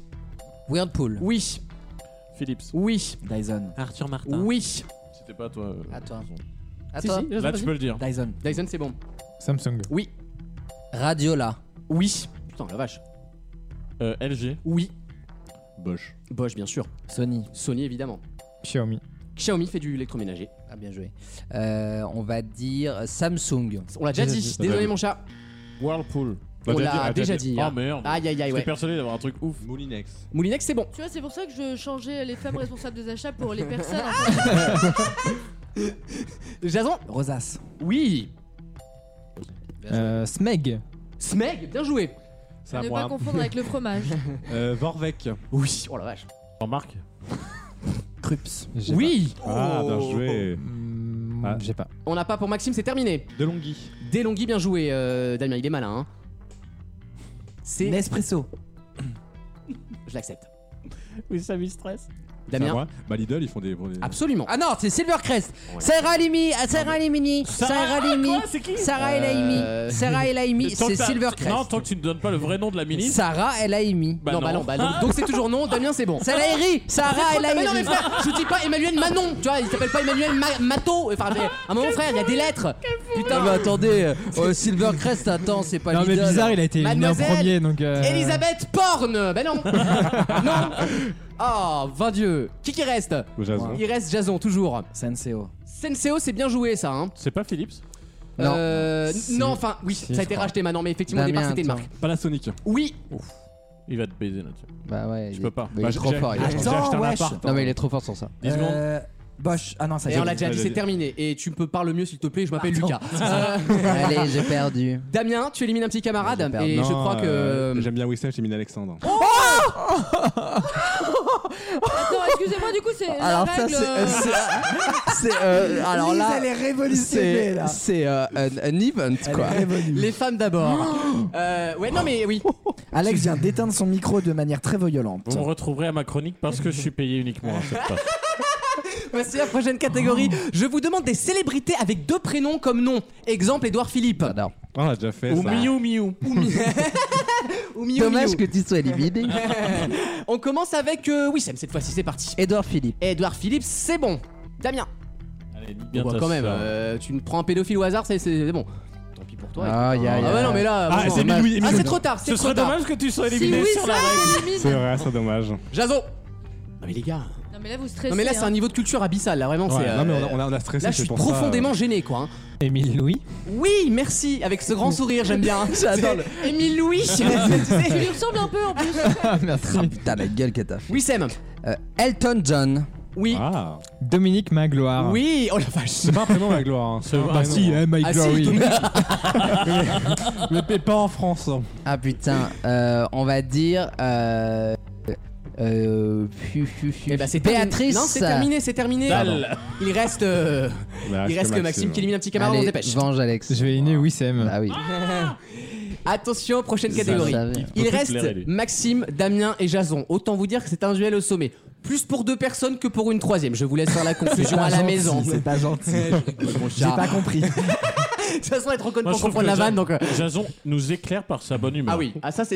S4: Whirlpool.
S2: Oui.
S3: Philips.
S2: Oui.
S10: Dyson.
S3: Arthur Martin.
S2: Oui.
S3: C'était pas toi. euh,
S4: À toi.
S3: raison.
S4: À
S2: Si,
S4: toi.
S2: si,
S3: Là,
S2: vas-y.
S3: tu peux le dire.
S10: Dyson.
S2: Dyson, c'est bon.
S5: Samsung.
S2: Oui.
S4: Radiola.
S2: Oui. Putain, la vache.
S3: Euh, LG.
S2: Oui.
S6: Bosch.
S2: Bosch, bien sûr.
S10: Sony.
S2: Sony, évidemment.
S5: Xiaomi.
S2: Xiaomi fait du électroménager.
S4: Ah, bien joué. Euh, on va dire Samsung.
S2: On l'a déjà dit. Désolé, mon chat.
S3: Whirlpool.
S2: On l'a déjà dit.
S3: Ah
S2: hein.
S3: merde.
S2: Aïe, aïe, aïe,
S3: J'étais
S2: ouais.
S3: persuadé d'avoir un truc ouf.
S6: Moulinex.
S2: Moulinex, c'est bon.
S7: Tu vois, c'est pour ça que je changeais les femmes responsables des achats pour les personnes. en fait.
S2: (laughs) Jason
S10: Rosace.
S2: Oui.
S5: Euh, Smeg.
S2: Smeg, bien joué.
S6: Ça
S7: ne pas confondre avec le fromage.
S6: Euh, Vorvec.
S2: Oui. Oh la vache. (laughs)
S3: Jean-Marc.
S10: Krups.
S2: Oui.
S6: Ah, bien
S2: Oh.
S6: joué. Ah.
S5: J'ai Hmm, pas.
S2: On n'a pas pour Maxime, c'est terminé.
S6: Delonghi.
S2: Delonghi, bien joué, euh, Damien, il est malin. hein. C'est.
S10: Nespresso.
S2: Je l'accepte. (laughs)
S3: Oui, ça me stress.
S2: Damien
S6: C'est à moi Bah Lidl, ils font des. pour des-
S2: Absolument.
S4: Ah non, c'est Silvercrest. Sarah Limi, ah, Sarah Limini, Sarah Limi, Sarah El
S3: Ah, Euh,
S4: Haimi, Sarah El Haimi,
S3: tant que
S4: c'est
S3: t'as-
S4: Silvercrest.
S3: Non, tant que tu ne donnes pas le vrai nom de la ministre.
S4: Sarah El Haimi.
S3: Bah
S2: non, bah non,
S3: (laughs)
S2: bah non. Donc c'est toujours non, Damien c'est bon.
S4: Sarah Eri, Sarah
S2: Mais
S4: El Haimi.
S2: non, mais frère, je dis pas Emmanuel Manon, tu vois, il s'appelle pas Emmanuel Ma- Mato. Enfin, mais, à un moment, frère, il y a des lettres.
S4: Ah
S2: Putain.
S4: bah attendez, euh, Silvercrest, attends, c'est pas
S5: Non, mais
S4: Lidl.
S5: bizarre, il a été éliminé en
S4: Mademoiselle
S5: premier, donc. euh,
S2: Elisabeth Porn Bah non (laughs) Non Oh, vain Dieu Qui qui reste
S5: Jason.
S2: Il reste Jason, toujours.
S10: Senseo.
S2: Senseo, c'est bien joué ça, hein
S3: C'est pas Philips
S2: Non. Euh, non, enfin, oui, ça a été racheté maintenant, mais effectivement,
S4: Bah,
S2: au départ, c'était une marque.
S6: Panasonic.
S2: Oui.
S3: Il va te baiser là-dessus.
S4: Bah ouais.
S3: Je peux pas.
S4: il est trop fort, il est trop fort.
S3: Oh,
S4: Attends, wesh. Non, mais il est trop fort sur ça.
S3: 10 secondes.
S10: Euh, Bosch. Ah non, ça y
S2: Et
S10: est.
S2: on l'a déjà dit, c'est terminé. Et tu peux parler mieux, s'il te plaît, je m'appelle Lucas.
S4: Allez, j'ai perdu.
S2: Damien, tu élimines un petit camarade,
S6: Pardon,
S2: et je crois que.
S6: euh, J'aime bien Wissem, j'ai mis Alexandre. Ah,
S7: Oh Attends, excusez-moi, du coup, c'est la
S4: Alors ça,
S7: règle.
S4: c'est-
S7: euh,
S4: c'est. c'est, euh, alors
S10: Lise,
S4: là,
S10: elle est révolutionnée,
S4: c'est-
S10: là.
S4: C'est euh, un, un event quoi.
S2: (laughs) Les femmes d'abord.
S3: Ah.
S2: Euh, ouais, non, mais oui.
S10: (laughs) Alex vient d'éteindre son micro de manière très violente.
S3: Vous me retrouverez à ma chronique parce que je suis payé uniquement à cette
S2: (laughs)
S3: place.
S2: Voici la prochaine catégorie. Je vous demande des célébrités avec deux prénoms comme nom. Exemple, Édouard Philippe.
S6: On l'a déjà fait.
S3: Ou
S6: ça.
S3: Miou
S6: (laughs)
S3: Miou.
S2: Ou Miu
S4: Dommage
S2: Miu.
S4: que tu sois éliminé.
S2: (laughs) On commence avec euh, Wissem cette fois-ci, c'est parti.
S4: Edouard Philippe.
S2: Edouard Philippe, c'est bon. Damien.
S3: Bien
S2: Bon, bah,
S3: ta
S2: quand même,
S3: sœur.
S2: euh,
S4: (laughs)
S2: tu ne prends un pédophile au hasard, c'est- c'est c'est bon. Tant pis pour toi.
S4: Ah,
S2: écoute.
S4: y a- y a-
S2: ah ouais, non, mais là.
S4: Ah,
S2: bon,
S4: c'est
S2: dommage.
S4: Miu Miu.
S2: Ah, c'est trop tard. c'est
S3: Ce
S2: trop
S3: serait
S2: tard.
S3: dommage que tu sois
S2: Si
S3: éliminé sur
S2: Wissem
S3: la
S2: est
S3: règle.
S2: éliminé-
S6: C'est vrai, c'est dommage.
S2: Jason. Non, mais les gars. hein.
S7: Non, mais là, vous stressez.
S2: Non, mais là, c'est un
S7: hein.
S2: niveau de culture abyssal, là, vraiment.
S6: Ouais,
S2: c'est, euh,
S6: non, mais on a- on a- on a stressé,
S2: Là,
S6: c'est
S2: je suis
S6: pour ça, euh.
S2: profondément gêné, quoi. hein.
S5: Émile Louis.
S2: Oui, merci, avec ce grand sourire, j'aime bien.
S4: J'adore le-
S2: C'est Émile Louis. Tu sais,
S7: Tu lui ressembles un peu en plus.
S4: Merci. Ah, putain, la gueule que t'as fait. Euh,
S2: Oui, Sam.
S4: Elton John.
S2: Oui.
S5: Dominique Magloire.
S2: Oui, oh la vache. C'est
S6: Ah. pas un prénom, la gloire. hein. C'est un
S5: Bah
S6: prénom.
S5: si, hein, My
S6: Ah, si,
S5: Glory.
S6: Dominique. (laughs) Mais mais pas en France.
S4: (laughs) Ah putain, euh, on va dire. Euh, euh, fu- fu- fu-
S2: Eh ben, c'est terminé.
S4: Béatrice.
S2: Non, c'est terminé, c'est terminé.
S4: Dalle.
S2: Pardon. Il reste. euh,
S6: Bah,
S2: il reste que Maxime qui élimine un petit camarade, on se
S4: Allez,
S2: dépêche.
S4: Venge Alex.
S5: Je vais éliminer Wissem.
S4: Ah oui.
S2: Attention, prochaine
S4: Ça,
S2: catégorie.
S4: ça va.
S2: Il
S4: Il peut
S2: reste
S4: plus plaire, lui.
S2: Maxime, Damien et Jason. Autant vous dire que c'est un duel au sommet. Plus pour deux personnes que pour une troisième. Je vous laisse faire la conclusion à la maison.
S10: C'est pas
S2: (laughs)
S10: gentil.
S2: Mon
S10: J'ai
S2: chat.
S10: pas compris.
S2: (laughs) De toute façon, elle est trop conne
S3: Moi,
S2: pour
S3: je trouve
S2: comprendre
S3: que
S2: la
S3: Ja-
S2: vanne. Donc... euh,
S3: Jason nous éclaire par sa bonne humeur.
S2: Ah oui, ah ça c'est.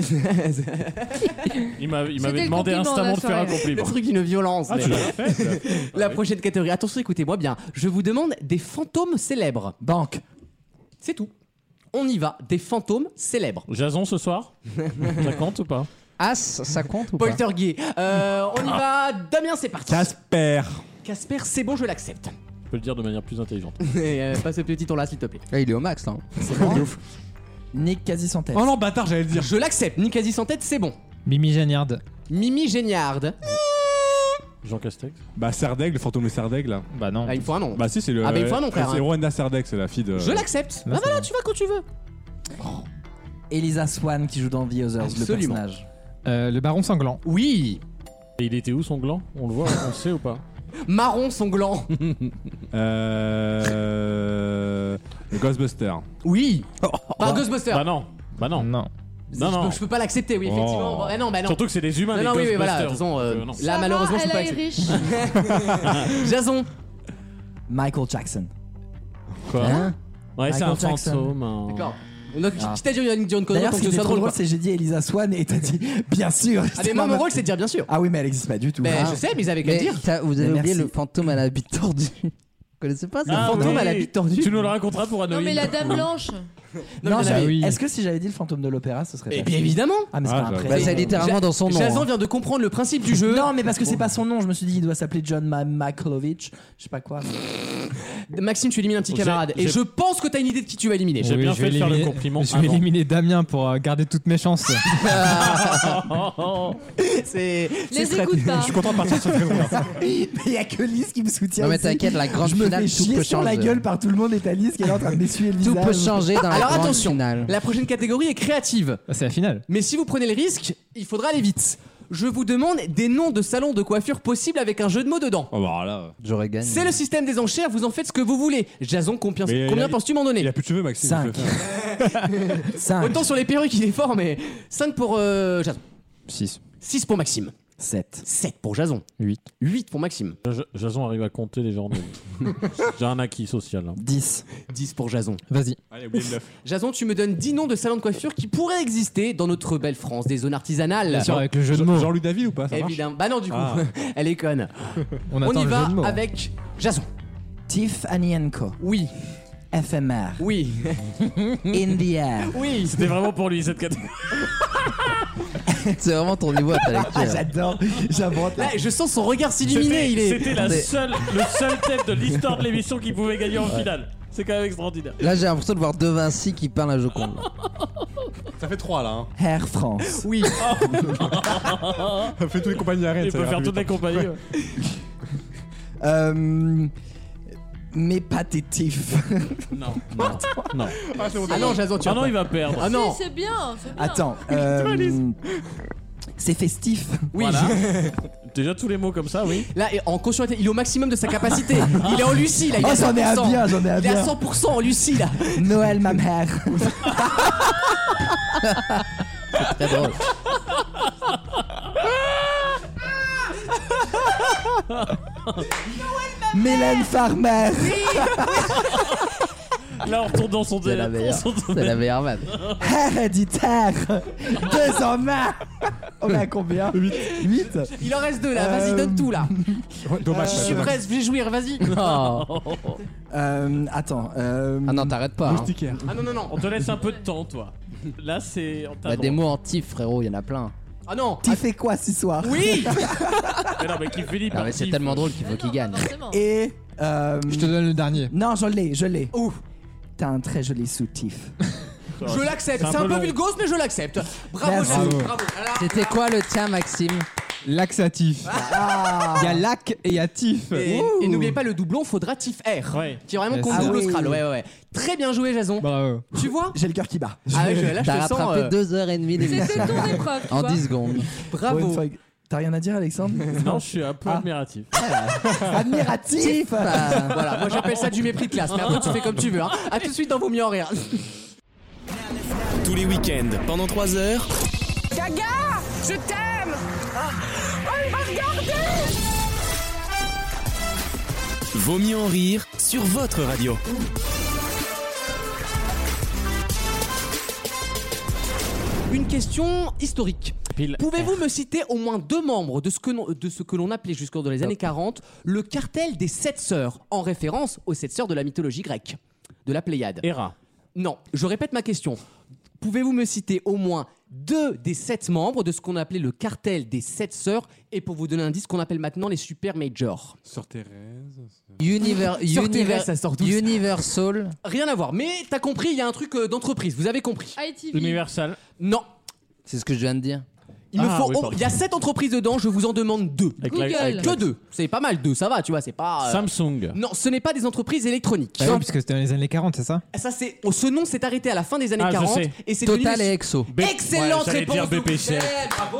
S3: (laughs) Il m'a- il
S2: C'était
S3: m'avait
S2: le
S3: demandé
S2: compliment,
S3: instamment
S2: la
S3: de faire un
S2: soirée.
S3: compliment.
S2: Le truc d'une violence.
S3: Ah,
S2: mais-
S3: tu l'as fait, tu l'as
S2: La prochaine catégorie. Attention, écoutez-moi bien. Je vous demande des fantômes célèbres.
S10: Banque.
S2: C'est tout. On y va. Des fantômes célèbres.
S3: Jason ce soir Ça compte ou pas
S4: As, Ah, ça compte ou pas
S2: Poltergeist. Euh, on y va. Damien, c'est parti.
S6: Casper.
S2: Casper, c'est bon, je l'accepte.
S3: Je peux le dire de manière plus intelligente.
S2: (laughs) Et, euh, pas ce petit ton là, s'il te plaît.
S4: Ah, il est au max
S2: hein.
S4: là.
S10: Nick quasi sans tête.
S6: Oh non, bâtard, j'allais le dire.
S2: Je l'accepte. Nicasie sans tête, c'est bon.
S5: Mimi Janiard.
S2: Mimi
S4: Euh.
S2: Géniarde.
S3: Jean Castex
S6: Bah Sardeg, le fantôme de Sardeg là.
S5: Bah non.
S2: Ah, il faut un nom.
S6: Bah si, c'est le.
S2: Ah, bah, il faut un nom, frère,
S6: C'est
S2: hein.
S6: Rwanda Sardeg, c'est la fille de.
S2: Je l'accepte. Bah voilà, tu vas quand tu veux. Ah,
S10: Elisa Swan qui joue dans The Others,
S5: Absolument.
S10: le personnage.
S5: Euh, le Baron Sanglant.
S2: Oui.
S3: Et il était où son gland On le voit, on le sait ou
S5: (laughs)
S3: pas
S2: Marron sanglant.
S6: (laughs) Euh. le Ghostbuster.
S2: Oui. Pas Ghostbuster.
S3: Bah non, bah non.
S5: Oh. Non.
S3: Non,
S2: je,
S3: non.
S2: Peux, je peux pas l'accepter, oui, effectivement.
S3: Oh.
S2: Bah, non, bah non.
S3: Surtout que c'est des humains,
S2: Non,
S3: les
S2: non, oui, oui, voilà. De toute
S3: Ghostbusters,
S2: façon, euh,
S3: donc, euh, non.
S2: là,
S7: Ça
S2: malheureusement,
S7: va,
S2: je peux pas
S7: elle
S2: l'accepter.
S7: est riche.
S2: (laughs) Jason.
S10: Michael Jackson.
S3: Quoi
S10: Hein
S3: Ouais, c'est un
S10: Michael Jackson.
S3: fantôme. un-
S2: D'accord. Donc,
S10: Ah.
S2: qui t'a dit une, une connerie
S10: D'ailleurs, ce
S2: pour que
S10: qui
S2: ce
S10: était
S2: soit
S10: trop
S2: drôle
S10: drôle,
S2: quoi.
S10: c'est j'ai dit Elisa Swan et t'as dit bien sûr.
S2: Ah, mais moi, mon rôle, c'est de dire bien sûr.
S10: Ah oui, mais elle existe pas du tout. Ah.
S2: Mais je sais, mais ils avaient qu'à le
S4: Mais
S2: dire.
S4: t'as- vous avez
S10: Mais
S4: oublié
S10: merci.
S4: le fantôme à la bite tordue. (laughs) Vous connaissez pas ça
S3: Ah
S4: Le fantôme
S3: oui.
S4: à la bite tordue.
S3: Tu nous le raconteras pour
S7: Non,
S3: Anoïde.
S7: mais la dame
S2: (laughs)
S7: blanche.
S10: Non,
S4: mais
S10: j'avais-
S4: bah oui.
S10: Est-ce que si j'avais dit le fantôme de l'opéra, ce serait
S2: Et
S10: pas
S2: bien
S10: ça
S2: évidemment.
S10: Ah, mais c'est
S4: Ah,
S10: pas un
S4: j'avoue.
S10: prénom.
S4: Bah, c'est littéralement dans son nom.
S2: Jason
S4: hein.
S2: vient de comprendre le principe
S10: (laughs)
S2: du jeu.
S10: Non, mais parce que c'est pas son nom, je me suis dit il doit s'appeler John Ma Maklovich, je sais pas quoi.
S2: Maxime, tu élimines un petit
S3: J'ai-
S2: camarade. Et
S3: j'ai-
S2: je pense que t'as une idée de qui tu vas éliminer.
S3: J'ai
S5: Oui,
S3: bien
S5: je
S3: fait
S5: vais
S3: de faire le
S5: éliminer-
S3: compliment
S5: Je vais
S3: avant.
S5: éliminer Damien pour euh, garder toutes
S3: (laughs)
S5: mes chances.
S1: Ah.
S2: (laughs) C'est. c'est
S7: hein. Les
S2: strat-
S7: écoute pas.
S6: content de partir
S10: (laughs)
S6: sur
S2: hein.
S10: Mais il y a que Lise qui me soutient.
S4: Non, mais
S10: ici.
S4: t'inquiète, la grande
S10: je me
S4: finale,
S10: fais
S4: tout
S10: chier
S4: peut
S10: sur la
S4: changer.
S10: gueule par tout le monde et t'as Lise qui est là en train de m'essuyer le
S4: Tout
S10: visage.
S4: peut changer dans la
S2: Alors
S4: grande
S2: attention,
S4: finale.
S2: la prochaine catégorie est créative.
S3: Ah,
S5: C'est la finale.
S2: Mais si vous prenez le risque, il faudra aller vite. Je vous demande des noms de salons de coiffure possibles avec un jeu de mots dedans.
S3: Ah,
S6: Oh bah là.
S4: J'aurais gagné.
S2: C'est le système des enchères, vous en faites ce que vous voulez. Jason, combien,
S6: Mais il
S2: combien
S6: a-
S2: penses-tu m'en
S6: Il
S2: donner
S6: a plus de cheveux, Maxime.
S10: Cinq.
S6: je peux faire.
S10: Cinq.
S2: (laughs) Autant sur les perruques, il est fort, mais 5 pour euh, Jason.
S5: 6.
S2: 6 pour Maxime.
S10: 7.
S2: 7 pour Jason.
S5: 8.
S2: 8 pour Maxime.
S3: Jason arrive à compter les gens. J'ai un acquis social. hein.
S10: 10.
S2: 10 pour Jason.
S5: Vas-y.
S6: Allez, oubliez le neuf.
S2: Jason, tu me donnes 10 noms de salons de coiffure qui pourraient exister dans notre belle France, des zones artisanales.
S5: Bien sûr, avec le jeu de mots.
S6: Jean-Louis David ou pas
S2: Évidemment. Bah non, du coup,
S5: Ah.
S2: (laughs) elle est conne.
S5: On
S2: On,
S5: attend
S2: y
S5: le
S2: va
S5: jeu de mots. hein.
S2: avec Jason.
S10: Tiff Anienko.
S2: Oui.
S10: FMR.
S2: Oui.
S10: In the air.
S2: Oui.
S3: C'était vraiment pour lui cette catégorie.
S4: C'est vraiment ton niveau
S10: (laughs) Ah,
S4: intellectuel.
S10: j'adore. J'aborde la-
S2: Là, je sens son regard s'illuminer. Il est.
S3: C'était la
S4: Attendez.
S3: seule, le seul tête de l'histoire de l'émission qui pouvait gagner en finale. C'est quand même extraordinaire.
S4: Là, j'ai l'impression de voir De Vinci qui peint la Joconde.
S6: Ça fait 3 là. Hein.
S10: Air France.
S2: (laughs)
S6: (laughs)
S2: Oui.
S6: Ça fait toutes les compagnies aériennes.
S3: Hein Il
S6: ça
S3: peut
S6: a l'air
S3: faire
S6: plus
S3: toutes les (laughs)
S6: vite.
S3: compagnies. ouais.
S10: (laughs) Euh, mais pathétif.
S3: (laughs) Non, non, non.
S6: Ah, c'est bon,
S2: Ah non, Jason, tu
S3: Ah
S2: vas
S3: non,
S2: pas.
S3: il va perdre.
S2: Ah non.
S7: Si, c'est bien, c'est bien.
S2: (laughs)
S10: Attends. euh, c'est festif.
S2: Oui. (laughs)
S3: Déjà tous les mots comme ça, oui.
S2: Là, et en conscient, il est au maximum de sa capacité. Il est en Lucie, là. Il
S10: Oh,
S2: est à
S10: j'en ai un
S2: 100%.
S10: bien, j'en ai un
S2: Il est
S10: bien.
S2: à 100% en Lucie, là.
S10: Noël, ma
S2: (laughs)
S10: mère.
S4: Très drôle.
S10: Mylène Farmer.
S3: Là, on retourne dans son
S4: C'est la
S3: délire.
S4: meilleure. C'est la meilleure vanne.
S10: Héréditaire. Deux en main. On est à combien 8. 8
S2: Il en reste deux, là. Vas-y,
S10: Euh,
S2: donne tout,
S10: (laughs)
S2: là. Euh,
S6: Dommage.
S2: Je suis
S6: ça,
S2: prêt, je vais jouir, vas-y.
S4: (laughs) Non.
S10: Euh, attends. euh,
S4: Ah non, t'arrêtes pas. hein.
S6: Moustiquaire.
S2: Ah non, non, non.
S3: On te laisse un peu de temps, toi. Là, c'est. on t'a
S4: Bah, des
S3: droit.
S4: mots anti, frérot, il y en a plein.
S2: Ah non.
S10: Tu fais quoi ce soir (laughs)
S2: Oui.
S3: Mais non, mais qui finit
S4: Ah,
S3: par.
S4: mais c'est
S3: kiff.
S4: tellement drôle qu'il faut qu'il gagne.
S7: Forcément.
S10: Et. euh,
S5: Je te donne le dernier.
S10: Non, je l'ai, je l'ai.
S2: Ouh.
S10: T'as un très joli (laughs) soutif.
S2: Je l'accepte. C'est un peu vulgose, mais je l'accepte. Bravo,
S10: Merci.
S2: Jason. Bravo. Ah Alors,
S4: C'était quoi le tien, Maxime
S5: Laxatif. Il y a lac et il y a tif.
S2: Ah. Et, et n'oubliez pas le doublon, faudra Tif R.
S3: Ouais.
S2: Qui est vraiment
S5: Yes.
S2: contre
S5: Ah
S2: double
S10: oui.
S2: Austral. Ouais, ouais, ouais. Très bien joué, Jason.
S5: Bravo.
S2: Tu vois
S10: J'ai le cœur qui bat.
S2: Ah ouais, je- là, je
S4: T'as
S2: te sens.
S4: rattrapé
S2: euh,
S4: deux heures et demie d'émission
S7: C'était ton épreuve. tu
S4: en
S7: vois.
S4: 10 secondes.
S10: Pour une
S2: Bravo.
S10: fois que- T'as rien à dire,
S2: (laughs)
S10: Alexandre
S3: Non, je suis un
S2: Ah.
S3: peu admiratif.
S10: Admiratif
S4: Bah,
S2: (laughs) Voilà, moi j'appelle ça du mépris de classe, mais après tu fais comme tu veux. Hein. À tout de suite dans Vos mieux en rire.
S1: Tous les week-ends, pendant 3 heures.
S12: Gaga, je t'aime. Ah,
S1: Vaut mieux en rire sur votre radio.
S2: Une question historique.
S3: Pile.
S2: Pouvez-vous me citer au moins deux membres de ce que, l'on- de ce que l'on appelait jusqu'en dans les années 40 le cartel des sept sœurs, en référence aux sept sœurs de la mythologie grecque, de la Pléiade
S3: Hera.
S2: Non, je répète ma question. Pouvez-vous me citer au moins deux des sept membres de ce qu'on appelait le cartel des sept sœurs et pour vous donner un indice qu'on appelle maintenant les super majors
S6: Sœur Thérèse. c'est-
S2: (laughs)
S4: Univers,
S2: Sur
S4: univers-
S2: TVS, ça sort tous.
S4: Universal.
S2: Rien à voir, mais t'as compris, il y a un truc euh, d'entreprise, vous avez compris.
S7: ITV.
S3: Universal.
S2: Non,
S4: C'est ce que je viens de dire.
S2: il me
S3: Ah,
S2: faut.
S3: oui,
S2: oh,
S3: pardon.
S2: il y a sept entreprises dedans, je vous en demande deux.
S3: Avec
S7: Google.
S3: la- avec
S2: Que deux, c'est pas mal deux, ça va, tu vois, c'est pas. euh,
S3: Samsung. Ah
S2: Non, ce n'est pas des entreprises électroniques.
S5: Bah oui, puisque c'était dans les années 40, c'est ça
S2: Ça c'est oh, ce nom s'est arrêté à la fin des années
S3: Ah, je
S2: 40
S3: sais.
S2: et c'est
S4: Total
S2: devenu-
S4: et Exo.
S3: B-
S2: Excellente
S3: Ouais, j'allais
S2: réponse.
S3: dire
S2: de
S3: BPCE.
S2: Michel. Eh, Bravo.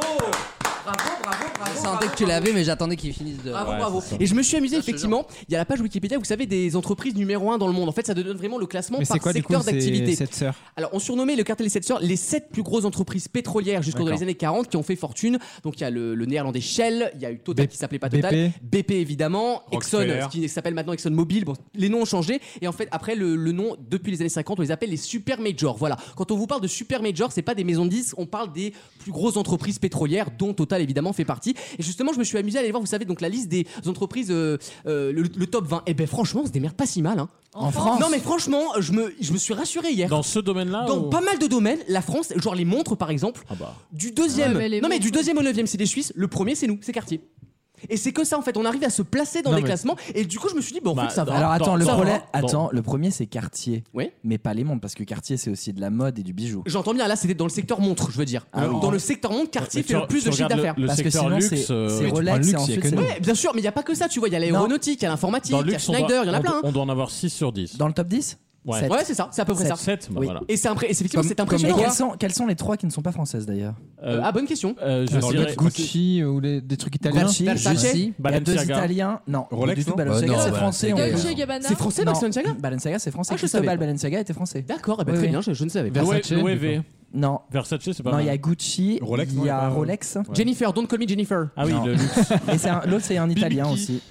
S2: Bravo, bravo, bravo.
S4: Je
S2: bravo,
S4: sentais que tu l'avais, mais j'attendais qu'il finisse de.
S2: Bravo,
S3: Ouais,
S2: bravo.
S3: c'est Ah, ça.
S2: Et je me suis amusé effectivement. Il y a la page Wikipédia, vous savez, des entreprises numéro 1 dans le monde. En fait, ça te donne vraiment le classement
S5: Mais
S2: par
S5: c'est quoi du coup
S2: secteur d'activité.
S5: ces- cette sœur
S2: Alors, on surnommait le cartel des sept sœurs les sept plus grosses entreprises pétrolières jusqu'en dans
S5: D'accord.
S2: les années 40 qui ont fait fortune. Donc, il y a le, le néerlandais Shell, il y a eu Total
S5: B-
S2: qui s'appelait pas Total, BP, évidemment, Exxon, euh,
S6: Rockefeller.
S2: ce qui s'appelle maintenant ExxonMobil. Bon, les noms ont changé. Et en fait, après, le, le nom, depuis les années 50, on les appelle les super majors. Voilà. Quand on vous parle de super majors, c'est pas des maisons de 10, on parle des plus grosses entreprises pétrolières, dont Total évidemment fait partie. Et justement, je me suis amusé à aller voir, vous savez, donc la liste des entreprises, euh, euh, le, le top 20. Et ben, franchement, on se démerde pas si mal. hein.
S7: En France.
S2: Non, mais franchement, je me, je me suis rassuré hier.
S3: Dans ce domaine-là
S2: Dans
S3: ou-
S2: pas mal de domaines, la France, genre les montres par exemple,
S3: Ah bah.
S2: du deuxième,
S7: Ouais, mais les
S2: non mais
S7: montres.
S2: du deuxième au neuvième c'est des Suisses, le premier c'est nous, c'est Cartier. Et c'est que ça en fait, on arrive à se placer dans
S5: Non,
S2: les
S5: mais-
S2: classements et du coup je me suis dit bon en
S3: Bah,
S2: fait ça va.
S10: Alors
S3: Dans-
S10: attends, le,
S3: dans-
S10: problème-
S3: dans-
S10: attends le premier c'est Cartier.
S2: Oui.
S10: Mais pas les montres, parce que Cartier c'est aussi de la mode et du bijou.
S2: J'entends bien là c'était dans le secteur montre je veux dire.
S10: Ah oui.
S2: Dans le secteur montre Cartier
S3: Mais tu
S2: fait le
S3: re-
S2: plus
S3: tu
S2: de chiffre
S3: regardes le-
S2: d'affaires.
S3: Le
S10: Parce que
S3: secteur
S10: sinon,
S3: luxe,
S10: c'est-
S3: euh,
S10: c'est
S3: tu prends
S10: Rolex,
S3: le
S10: et
S3: luxe,
S10: ensuite,
S3: il y a que
S10: c'est
S3: nous.
S10: le-
S2: Ouais, bien sûr mais il n'y a pas que ça tu vois, il y a l'aéronautique, il y a l'informatique,
S3: Dans
S2: il y a
S3: luxe, on doit-
S2: Schneider, il y en a
S3: on
S2: plein.
S3: doit- On doit en avoir 6 sur 10.
S10: Dans le top 10
S3: Ouais.
S10: Sept.
S2: hein. Ouais c'est ça, c'est à peu près ça.
S3: 7,
S10: Oui.
S3: voilà.
S2: Et c'est impré- effectivement c'est
S10: Et
S2: impressionnant. hein.
S10: quelles sont, quelles sont les trois qui ne sont pas françaises d'ailleurs
S2: Euh,
S3: Euh,
S2: ah bonne question.
S3: euh, je
S5: Genre
S3: dirais-
S5: Gucci ou les- des trucs italiens
S10: Gucci,
S2: Versace
S10: Gucci, il y a deux
S3: Balenciaga. Oh,
S10: Italiens. Non, pas
S6: Rolex,
S10: du tout.
S6: non
S10: Balenciaga,
S4: Bah non,
S10: c'est
S4: bah,
S10: français. en
S4: c'est-
S10: plus.
S7: Dolce et Gabbana.
S2: C'est français
S10: Non.
S2: Balenciaga
S10: Balenciaga, c'est français.
S2: Ah, je savais
S10: Cristobal
S2: pas.
S10: Balenciaga était français.
S2: D'accord, eh ben,
S10: Oui,
S2: très
S10: oui.
S2: bien, je, je ne savais Bah, pas.
S5: Versace,
S3: Louis- Louis
S5: du coup.
S3: V.
S10: Non.
S3: Versace, c'est pas
S10: non,
S3: mal.
S10: il y a Gucci,
S3: Rolex, non,
S10: il y a Rolex.
S2: Jennifer, don't call me Jennifer.
S3: Euh, Ah oui,
S10: Non. (laughs)
S3: le luxe.
S10: Et c'est un- l'autre, c'est un italien aussi.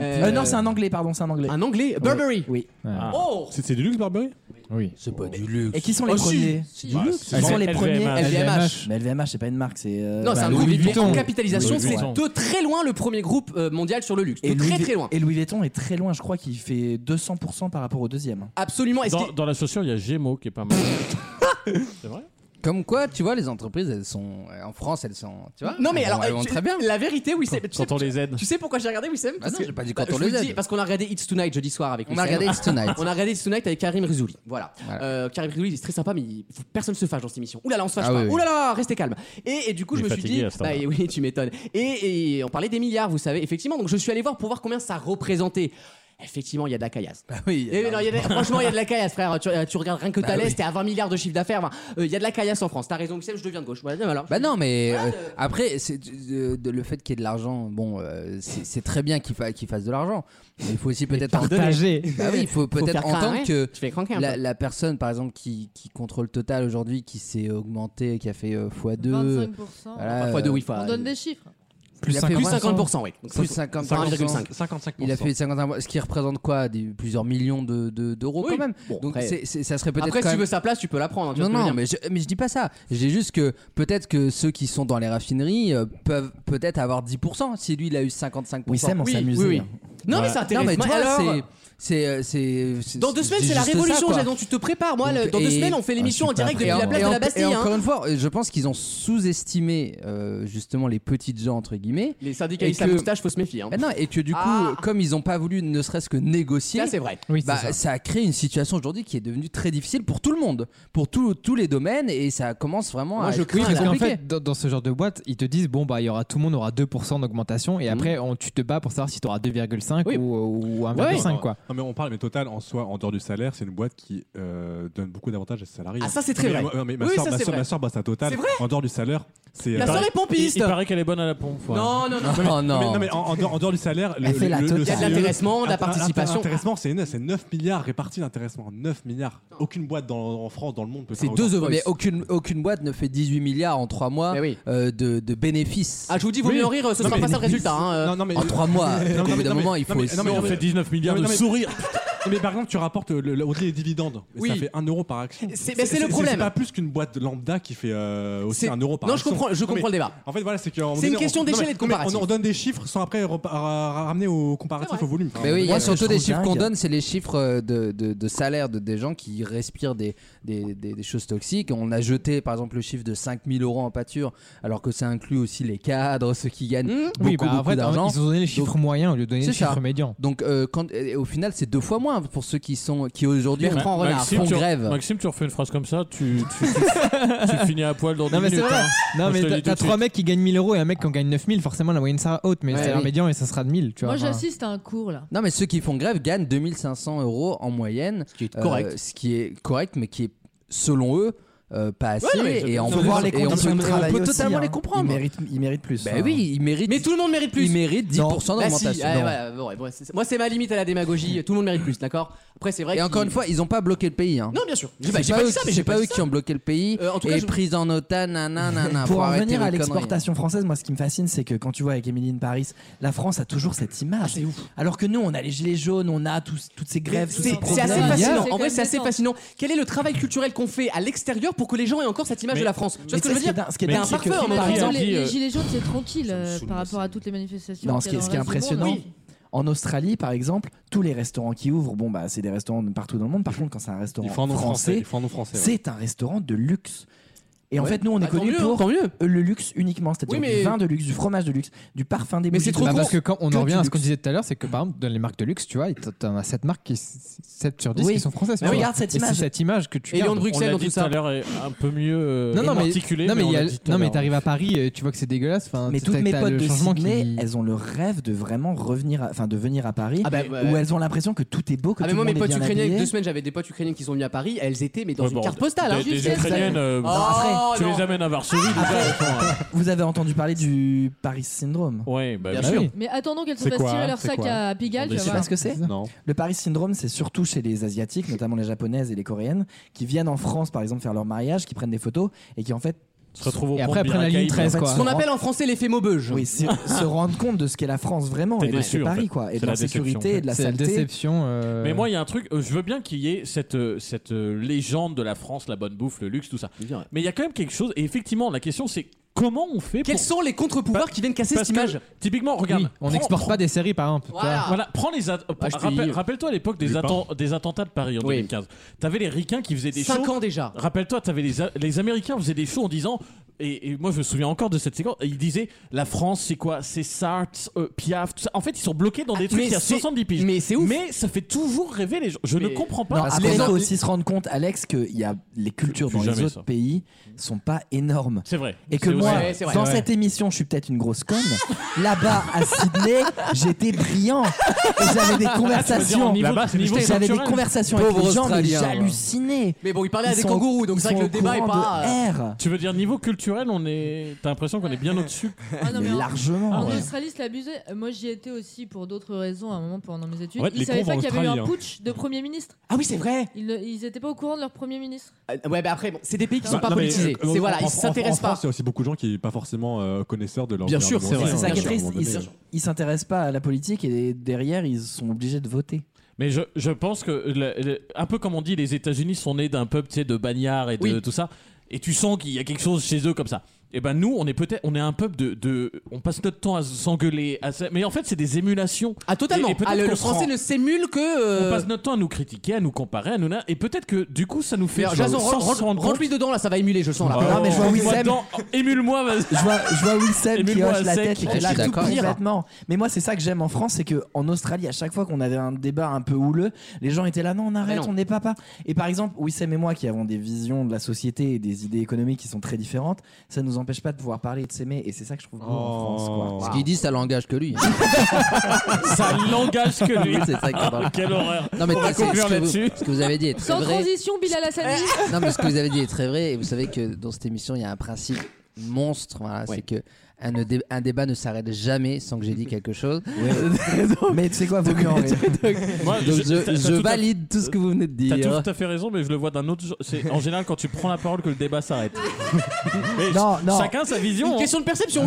S2: Euh,
S10: Euh, non, c'est un anglais, pardon, c'est un anglais.
S2: Un anglais Burberry
S10: Oui.
S2: Oh
S6: C'est c'est du luxe, Ah. Burberry
S5: Oui.
S10: C'est
S2: pas du luxe.
S10: Et qui sont les
S2: Oh, si.
S10: premiers
S2: C'est du luxe.
S10: Qui sont les
S2: LVMH.
S10: premiers
S2: LVMH.
S10: Mais LVMH, c'est pas une marque, c'est. euh,
S2: Non, c'est
S10: bah,
S2: un
S10: Louis
S2: groupe mais
S10: Vuitton.
S2: en capitalisation,
S10: Louis
S2: c'est
S10: Vuitton.
S2: de très loin le premier groupe euh, mondial sur le luxe.
S10: Et
S2: De
S10: Louis
S2: très
S10: Vu-
S2: très loin.
S10: Et Louis Vuitton est très loin, je crois qu'il fait 200% par rapport au deuxième.
S2: Absolument.
S10: est-ce
S3: Dans,
S10: que-
S3: dans la chaussure, il y a Gémeaux qui est
S2: (laughs)
S3: pas mal. c'est vrai
S4: Comme quoi, tu vois, les entreprises, elles sont. euh, En France, elles sont. Tu vois
S2: non mais
S4: elles
S2: alors
S4: vont- elles vont
S2: tu-
S4: très bien.
S2: la vérité oui c'est tu sais-
S4: quand on les aide.
S2: tu sais pourquoi j'ai regardé Wissem
S10: Ah,
S4: Bah non, j'ai pas dit quand
S2: Ah, je
S4: on
S2: vous
S4: les
S2: le dis,
S4: aide.
S2: parce qu'on a regardé It's Tonight jeudi soir avec
S4: On a
S2: Wissem.
S4: regardé It's Tonight.
S2: (laughs) on a regardé It's Tonight avec Karim Rizouli voilà, Euh, Karim Rizouli c'est très sympa mais il faut que personne se fâche dans cette émission oulala on se fâche
S4: Ah
S2: pas
S4: oui, oui.
S2: oulala restez calme et, et du coup
S4: Il
S2: je
S4: est
S2: me suis
S4: fatigué
S2: dit
S4: à ce temps-là.
S2: bah, et oui tu m'étonnes et, et on parlait des milliards vous savez effectivement donc je suis allé voir pour voir combien ça représentait Effectivement, il y a de la caillasse. Et non, il y a de- franchement, il y a de la caillasse, frère. Tu, euh, tu regardes rien que
S4: Bah
S2: ta
S4: oui.
S2: leste, t'es à 20 milliards de chiffre d'affaires. Enfin, euh, Il y a de la caillasse en France. T'as raison, Wissem, je deviens de gauche. Voilà, voilà.
S4: Bah non, mais euh, après, c'est, euh, de- le fait qu'il y ait de l'argent, bon, euh, c'est, c'est très bien qu'il, fa- qu'il fasse de l'argent. Mais il faut aussi peut-être en
S5: partager.
S4: donner. Bah oui, il
S5: (laughs)
S4: faut
S5: Faut
S4: peut-être
S5: faire
S4: entendre
S5: craindre,
S4: que
S5: ouais. Tu fais craquer un
S4: la,
S5: peu.
S4: la personne, par exemple, qui, qui contrôle Total aujourd'hui, qui s'est augmentée, qui a fait euh, x2.
S7: 25%.
S4: voilà,
S2: Parfois deux, oui,
S4: euh,
S2: enfin,
S7: On donne des chiffres.
S2: Plus
S4: il a fait
S2: 50%,
S4: 20%,
S2: oui. Donc,
S4: plus
S2: faut-
S4: 50%.
S2: 55.
S4: Il a fait 51%, ce qui représente quoi des, Plusieurs millions de, de- d'euros
S2: Oui.
S4: quand même.
S2: Bon,
S4: Donc
S2: après-
S4: c'est- c'est- ça serait peut-être.
S2: Après,
S4: quand
S2: si tu
S4: même-
S2: veux sa place, tu peux la prendre. hein, tu
S4: non,
S2: vois ce que je
S4: non,
S2: veux
S4: mais
S2: dire.
S4: je, mais je dis pas ça. Je dis juste que peut-être que ceux qui sont dans les raffineries euh, peuvent peut-être avoir 10%. Si lui, il a eu 55%.
S10: Oui, Sam, on
S4: oui,
S10: s'amusait,
S4: oui, oui.
S10: hein.
S2: Non,
S4: Ouais.
S2: mais ça intéresse.
S4: Non, mais
S2: Moi,
S4: toi,
S2: alors-
S4: c'est- c'est, euh, c'est, c'est-
S2: Dans deux semaines,
S4: je dis
S2: c'est la
S4: juste ça,
S2: révolution,
S4: quoi.
S2: Jadon. Tu te prépares. Moi, le- dans deux
S4: Et-
S2: semaines,
S10: Ah,
S2: on fait l'émission en direct depuis la place
S4: Et
S2: de
S4: en-
S2: la
S4: et
S2: Bastille. hein.
S4: encore une fois, euh, je pense qu'ils ont sous-estimé euh, justement les petites gens entre guillemets.
S2: Les syndicalistes à moustache, faut se méfier. hein.
S4: Ah non, et que du coup,
S2: Ah.
S4: comme ils n'ont pas voulu ne serait-ce que négocier,
S2: Ça, c'est vrai.
S4: bah, ça. a créé une situation aujourd'hui qui est devenue très difficile pour tout le monde, pour tout- tous les domaines, et ça commence vraiment à être
S5: Oui,
S4: très
S5: parce qu'en
S4: compliqué.
S5: fait, dans, dans ce genre de boîte, ils te disent bon, bah, il y aura tout le monde aura 2% d'augmentation, et après, on, tu te bats pour savoir si tu auras 2,5 ou, ou 1,5 quoi.
S6: Non, mais on parle, mais Total, en soi, en dehors du salaire, c'est une boîte qui euh, donne beaucoup d'avantages à ses salariés.
S2: Ah, ça, c'est très
S6: Mais,
S2: vrai.
S6: euh, mais ma,
S2: Oui,
S6: soeur,
S2: ça,
S6: ma,
S2: c'est
S6: soeur,
S2: vrai.
S6: ma soeur bosse à Total.
S2: C'est vrai
S6: en dehors du salaire, c'est.
S2: La
S6: euh,
S2: soeur
S6: pareil-
S2: est pompiste.
S3: Il, il paraît qu'elle est bonne à la pompe. ouais.
S2: Non, non, non.
S6: mais- mais- mais en, en dehors, en dehors du salaire, le,
S2: Elle fait
S6: le-
S2: la
S6: le- le
S2: totale. Il y a de
S6: CE,
S2: l'intéressement, de la
S6: un- un-
S2: participation.
S6: L'intéressement, c'est une- c'est 9 milliards répartis d'intéressement. 9 milliards. Aucune boîte dans- en France, dans le monde peut faire autant.
S4: Mais aucune, aucune boîte ne fait 18 milliards en 3 mois euh, de, de bénéfices.
S2: Ah, je vous dis, vaut mieux en rire, ce sera pas ça le résultat. hein.
S4: en 3 mois,
S2: (laughs)
S6: Non,
S4: au
S6: non,
S4: bout
S6: mais-
S4: d'un
S6: non, mais-
S4: moment, il faut
S6: non, mais-
S4: aussi-
S6: non, mais on fait
S3: 19 milliards
S6: Non,
S3: de
S6: mais-
S3: sourires.
S6: Mais par exemple, tu rapportes le, le- au-delà des dividendes, mais
S2: Oui.
S6: ça fait 1 euro par action.
S2: C'est- mais c'est le problème.
S6: C'est pas plus qu'une boîte lambda qui fait euh, aussi
S2: C'est-
S6: 1 euro par
S2: Non, je
S6: action.
S2: comprends- je comprends
S6: mais-
S2: le débat.
S6: En fait, voilà, c'est que.
S2: C'est une question d'échelle et de comparatif.
S6: On, on donne des chiffres sans après repa- ra- ramener au comparatif au volume. Enfin,
S4: Mais oui, il y
S6: moi,
S4: a
S6: ce que je
S4: surtout des
S6: trouve
S4: chiffres
S6: dingue-
S4: qu'on donne, c'est les chiffres euh, de, de, de salaire de, des gens qui respirent des, des, des- des choses toxiques. On a jeté par exemple le chiffre de 5000 euros en pâture, alors que ça inclut aussi les cadres, ceux qui gagnent beaucoup,
S5: oui, bah, en
S4: beaucoup
S5: fait,
S4: d'argent.
S5: ils ont donné les chiffres moyens au lieu de donner les
S4: C'est ça.
S5: chiffres médians.
S4: Donc euh, quand, et au final, c'est deux fois moins pour ceux qui sont qui aujourd'hui
S3: Ma-
S4: font, renard, font
S3: tu,
S4: grève.
S3: Maxime, tu refais une phrase comme ça, tu, tu, tu- tu finis à poil dans 10
S5: Non mais c'est
S3: minutes.
S5: vrai.
S3: hein.
S5: Non
S3: Moi, je
S5: mais
S3: te le
S5: t'as-
S3: dis tout
S5: t'as
S3: de suite.
S5: trois mecs qui gagnent 1000 euros et un mec qui en gagne 9000. Forcément la moyenne sera haute, mais
S4: Ouais,
S5: c'est un
S4: oui.
S5: médian et ça sera de 1000. Tu vois.
S7: Moi,
S5: enfin.
S7: j'assiste à un cours là.
S4: Non, mais ceux qui font grève gagnent 2500 euros en moyenne. Ce qui est
S7: correct.
S4: ce qui est correct, mais qui est, selon eux, euh, pas assez.
S2: Ouais, mais-
S4: et on
S2: Faut
S4: peut,
S2: voir les
S4: et on
S2: conditions
S4: peut-
S2: de
S4: on peut
S2: travail aussi,
S4: totalement
S2: hein.
S4: les comprendre.
S2: Ils
S10: méritent, plus.
S4: Bah
S2: hein.
S4: oui, ils méritent.
S2: Mais tout le monde mérite plus.
S4: Ils méritent 10%
S2: Bah si,
S4: d'augmentation.
S2: ouais,
S4: Non.
S2: ouais, bon, ouais, bon, c'est- Moi, c'est ma limite à la démagogie. Tout le monde mérite plus, d'accord Après, c'est vrai
S4: Et
S2: qu'il-
S4: encore une fois, ils n'ont pas bloqué le pays. Hein.
S2: Non, bien sûr. J'ai
S4: C'est
S2: pas- j'ai
S4: pas
S2: pas
S4: eux,
S2: dit ça, mais
S4: c'est
S2: j'ai
S4: pas
S2: pas
S4: eux
S2: dit
S4: qui ont bloqué le pays
S2: Euh, en tout cas,
S4: et
S2: je-
S4: prise en otage,
S2: (laughs)
S4: nanana,
S10: Pour
S4: faut
S10: en
S4: arrêter
S10: revenir
S4: vos
S10: à
S4: conneries.
S10: l'exportation française, moi ce qui me fascine, c'est que quand tu vois avec Émilie in Paris, la France a toujours cette
S2: Ah,
S10: image. Alors que nous, on a les gilets jaunes, on a tous- toutes ces grèves, tous
S2: C'est
S10: ces
S2: c'est
S10: problèmes.
S2: assez fascinant. En vrai, c'est assez fascinant. Quel est le travail culturel qu'on fait à l'extérieur pour que les gens aient encore cette image
S10: Mais-
S2: de la France Tu vois
S10: mais
S2: ce que je veux
S10: c'est
S2: dire
S10: dingue, ce qui est
S2: T'as
S10: dingue,
S2: un
S10: c'est que
S2: parfum,
S10: Paris
S2: par
S10: a
S2: exemple.
S10: dit-
S7: Les,
S10: euh,
S7: les gilets jaunes, c'est tranquille euh, par rapport à toutes les manifestations.
S10: Non, ce qui, est- ce qui est impressionnant, en Australie par exemple, tous les restaurants qui ouvrent, bon bah c'est des restaurants de partout dans le monde. Par contre, quand c'est un restaurant
S6: Ils font un nom français,
S10: français,
S6: ils font un nom français, ouais.
S10: c'est un restaurant de luxe. Et en
S2: Ouais.
S10: fait, nous, on
S2: Bah,
S10: est
S2: tant
S10: connus
S2: mieux,
S10: pour
S2: tant
S10: le luxe uniquement, c'est-à-dire
S2: Oui, mais-
S10: du vin de luxe, du fromage de luxe, du parfum des
S2: Mais c'est
S10: bougies de
S2: trop
S10: luxe.
S5: Bah, parce que quand on
S10: Que
S5: en revient
S10: du
S5: à ce qu'on
S10: luxe.
S5: disait tout à l'heure, c'est que par exemple, dans les marques de luxe, tu vois, t'en as 7 marques qui 7 sur 10
S10: Oui.
S5: qui sont françaises.
S10: Mais
S5: tu vois.
S10: regarde cette
S5: Et c'est
S10: image.
S5: cette image que tu gardes.
S3: on l'a dit tout à l'heure, est un peu mieux euh,
S5: Non, non, mais,
S3: articulé.
S5: non, mais,
S3: on
S5: il y a-
S3: l'a dit tout à
S5: non, mais
S3: l'heure. hein.
S5: t'arrives à Paris, euh, tu vois que c'est dégueulasse. enfin,
S10: Mais
S5: t'as-
S10: toutes mes
S5: t'as
S10: potes
S5: le
S10: de
S5: changement qui-
S10: Sydney, elles ont le rêve de vraiment revenir, à- enfin de venir à Paris,
S2: Ah bah, ouais.
S10: où elles ont l'impression que tout est beau, que
S2: Ah mais
S10: tout
S2: moi
S10: le
S2: mes
S10: monde est
S2: potes
S10: bien
S2: ukrainiens, il y a
S10: habillé.
S2: deux semaines j'avais des potes ukrainiennes qui sont venues à Paris, elles étaient mais dans
S3: Ouais,
S2: une
S3: bon,
S2: carte postale.
S3: des-
S2: hein.
S3: des Ukrainiennes, euh,
S2: Oh,
S3: Non, après,
S2: Non,
S3: tu
S2: non.
S3: les amènes à Varsovie, déjà, au fond, hein.
S10: (laughs) Vous avez entendu parler du Paris Syndrome
S3: Ouais, bah,
S10: Bien
S3: bien
S10: sûr.
S3: sûr.
S7: Mais attendons qu'elles se
S10: C'est
S7: fassent
S10: quoi
S7: tirer leur
S10: C'est
S7: sac
S10: quoi
S7: à Pigalle, tu
S10: Tu
S7: vas
S10: sais
S7: voir.
S10: pas ce que c'est
S6: Non.
S10: Le Paris Syndrome, c'est surtout chez les Asiatiques, notamment les Japonaises et les Coréennes, qui viennent en France, par exemple, faire leur mariage, qui prennent des photos et qui en fait
S3: se retrouvent au
S2: Et après, prennent la ligne 13, quoi. Ce qu'on appelle en français l'effet Maubeuge.
S10: Oui, se, se rendre compte de ce qu'est la France vraiment
S3: T'es
S10: et de
S3: déçu,
S10: ce
S3: en
S10: Paris
S3: fait.
S10: quoi, et
S3: C'est
S10: de
S3: la
S10: la sécurité
S3: déception.
S10: et de la
S5: C'est la
S10: saleté.
S5: déception. euh,
S3: Mais moi, il y a un truc, euh, je veux bien qu'il y ait cette, euh, cette euh, légende de la France, la bonne bouffe, le luxe, tout ça. Mais il y a quand même quelque chose, et effectivement, la question c'est comment on fait
S2: Quels sont les contre-pouvoirs qui viennent casser
S3: parce
S2: cette
S3: que,
S2: image
S3: Typiquement, regarde.
S5: oui, on
S3: prends-
S5: n'exporte pas des séries par exemple.
S3: Voilà. Voilà, prends les. at-
S5: Ah, je te
S3: rappel-
S5: dis.
S3: Rappelle-toi à l'époque des,
S5: Lupin.
S3: atten- des attentats de Paris en 2015. T'avais les Ricains qui faisaient des
S2: Cinq
S3: shows.
S2: ans déjà.
S3: Rappelle-toi, t'avais les, A- les Américains faisaient des shows en disant. Et, et moi, je me souviens encore de cette séquence. Ils disaient La France, c'est quoi C'est Sartre, euh, Piaf, tout ça. En fait, ils sont bloqués
S2: Ah,
S3: dans des trucs
S10: mais
S3: il y a
S10: c'est-
S3: 70 piges. Mais c'est ouf. Mais ça fait toujours rêver les gens. Je ne comprends pas.
S10: Non, après, il faut aussi se rendre compte, Alex, que il y a les cultures
S3: Plus
S10: dans les
S3: jamais
S10: autres
S3: ça.
S10: pays sont pas énormes.
S3: C'est vrai.
S10: Et que
S3: C'est
S10: moi,
S3: vrai. Ouais, c'est vrai.
S10: dans
S3: Ouais.
S10: cette émission, je suis peut-être une grosse conne. Là-bas, à Sydney, j'étais brillant. Et j'avais des
S2: Ah, tu veux dire
S10: conversations.
S2: au niveau- Là-bas, c'est niveau
S10: j'avais des
S2: culturel.
S10: conversations avec
S2: Pauvre
S10: les gens, mais
S2: Australien, ouais.
S10: j'hallucinais.
S2: Mais bon, il parlait à
S10: Ils
S2: des
S10: sont-
S2: kangourous, donc
S10: ils
S2: c'est vrai
S10: sont
S2: que le
S10: au
S2: débat est
S10: courant
S2: pas. euh,
S10: de R.
S3: Tu veux dire, niveau culturel, on est. T'as l'impression qu'on est bien au-dessus
S7: Ah non, mais en-
S10: largement.
S7: En Australie, c'est abusé. Euh, Moi, j'y étais aussi pour d'autres raisons à un moment pendant mes études.
S2: Ouais,
S7: ils
S2: les
S7: savaient
S2: cons
S7: pas
S2: vont
S7: qu'il y
S2: en
S7: avait eu un
S2: Australie, hein.
S7: putsch de Premier ministre.
S2: Ah oui, c'est vrai
S7: Ils ne- ils étaient pas au courant de leur Premier ministre.
S2: Euh, Ouais, bah après, bon, c'est des pays qui
S6: Bah,
S2: sont pas
S6: non, mais,
S2: politisés.
S6: euh,
S2: C'est
S6: en-
S2: voilà,
S6: en-
S2: ils
S6: en-
S2: s'intéressent
S6: en
S2: pas.
S6: France, Il y a aussi beaucoup de gens qui sont pas forcément euh, connaisseurs de leur
S2: Bien sûr,
S6: gouvernement.
S10: Et C'est ça qui est
S6: Bien sûr, à un
S10: triste.
S6: moment
S10: Ils
S6: donné.
S10: s- Ils s'intéressent pas à la politique et derrière, ils sont obligés de voter.
S3: Mais je, je pense que, le- le- un peu comme on dit, les États-Unis sont nés d'un peuple tu sais, de bagnards et de
S2: Oui.
S3: tout ça. Et tu sens qu'il y a quelque chose chez eux comme ça. Et ben nous, on est peut-être, on est un peuple de, de- on passe notre temps à s'engueuler. à se- mais en fait, c'est des émulations.
S2: Ah, totalement.
S3: Et- et peut-être
S2: Ah, le,
S3: qu'on
S2: le
S3: se
S2: français
S3: rend-
S2: ne s'émule que. euh,
S3: On passe notre temps à nous critiquer, à nous comparer, à nous na- et peut-être que du coup, ça nous fait.
S2: faire- Jason,
S3: sans se rendre compte.
S2: rentre-lui dedans, là, ça va émuler, je le sens. Là.
S3: Oh,
S2: Ah, mais je vois
S3: rentre-moi
S2: Wissem.
S3: dedans. Émule-moi, vas-y.
S10: Je vois, je vois Wilson qui
S3: Émule-moi
S10: hoche
S3: à
S10: la
S3: sec.
S10: tête et
S2: Ah,
S10: qui
S3: Je suis
S10: lâche tout
S3: d'accord.
S10: complètement. Mais moi, c'est ça que j'aime en France, c'est que en Australie, à chaque fois qu'on avait un débat un peu houleux, les gens étaient là, non, on arrête,
S2: non.
S10: on n'est pas pas. Et par exemple, Wissem et moi, qui avons des visions de la société et des idées économiques qui sont très différentes, ça nous empêche pas de pouvoir parler et de s'aimer. Et c'est ça que je trouve beau
S2: Oh.
S10: en France. Quoi.
S4: Ce qu'il dit, ça l'engage que
S2: (laughs)
S4: lui.
S3: ça l'engage que lui.
S4: (laughs) C'est ça qui est drôle.
S3: Ah, quelle horreur.
S4: Non, mais
S3: on
S4: de
S3: va
S4: toute façon,
S3: conclure
S4: ce que vous-
S3: là-dessus.
S4: Ce que vous avez dit est très
S7: Sans
S4: vrai.
S7: transition, Bilal Hassani.
S4: Non, mais ce que vous avez dit est très vrai. Et vous savez que dans cette émission, il y a un principe monstre. voilà, C'est que un, dé- un débat ne s'arrête jamais sans que j'ai dit quelque chose. (laughs)
S10: Mais tu sais quoi, vaut mieux en rire.
S3: Moi,
S4: Donc, je-
S3: t'as- t'as
S4: je
S3: tout à-
S4: valide tout ce que vous venez de
S3: T'as
S4: dire.
S3: tout à fait raison, mais je le vois d'un autre. C'est en général quand tu prends la parole que le
S10: (laughs)
S3: débat s'arrête. Mais
S4: Oh,
S10: Non,
S3: ch-
S10: non.
S3: Chacun sa vision. hein.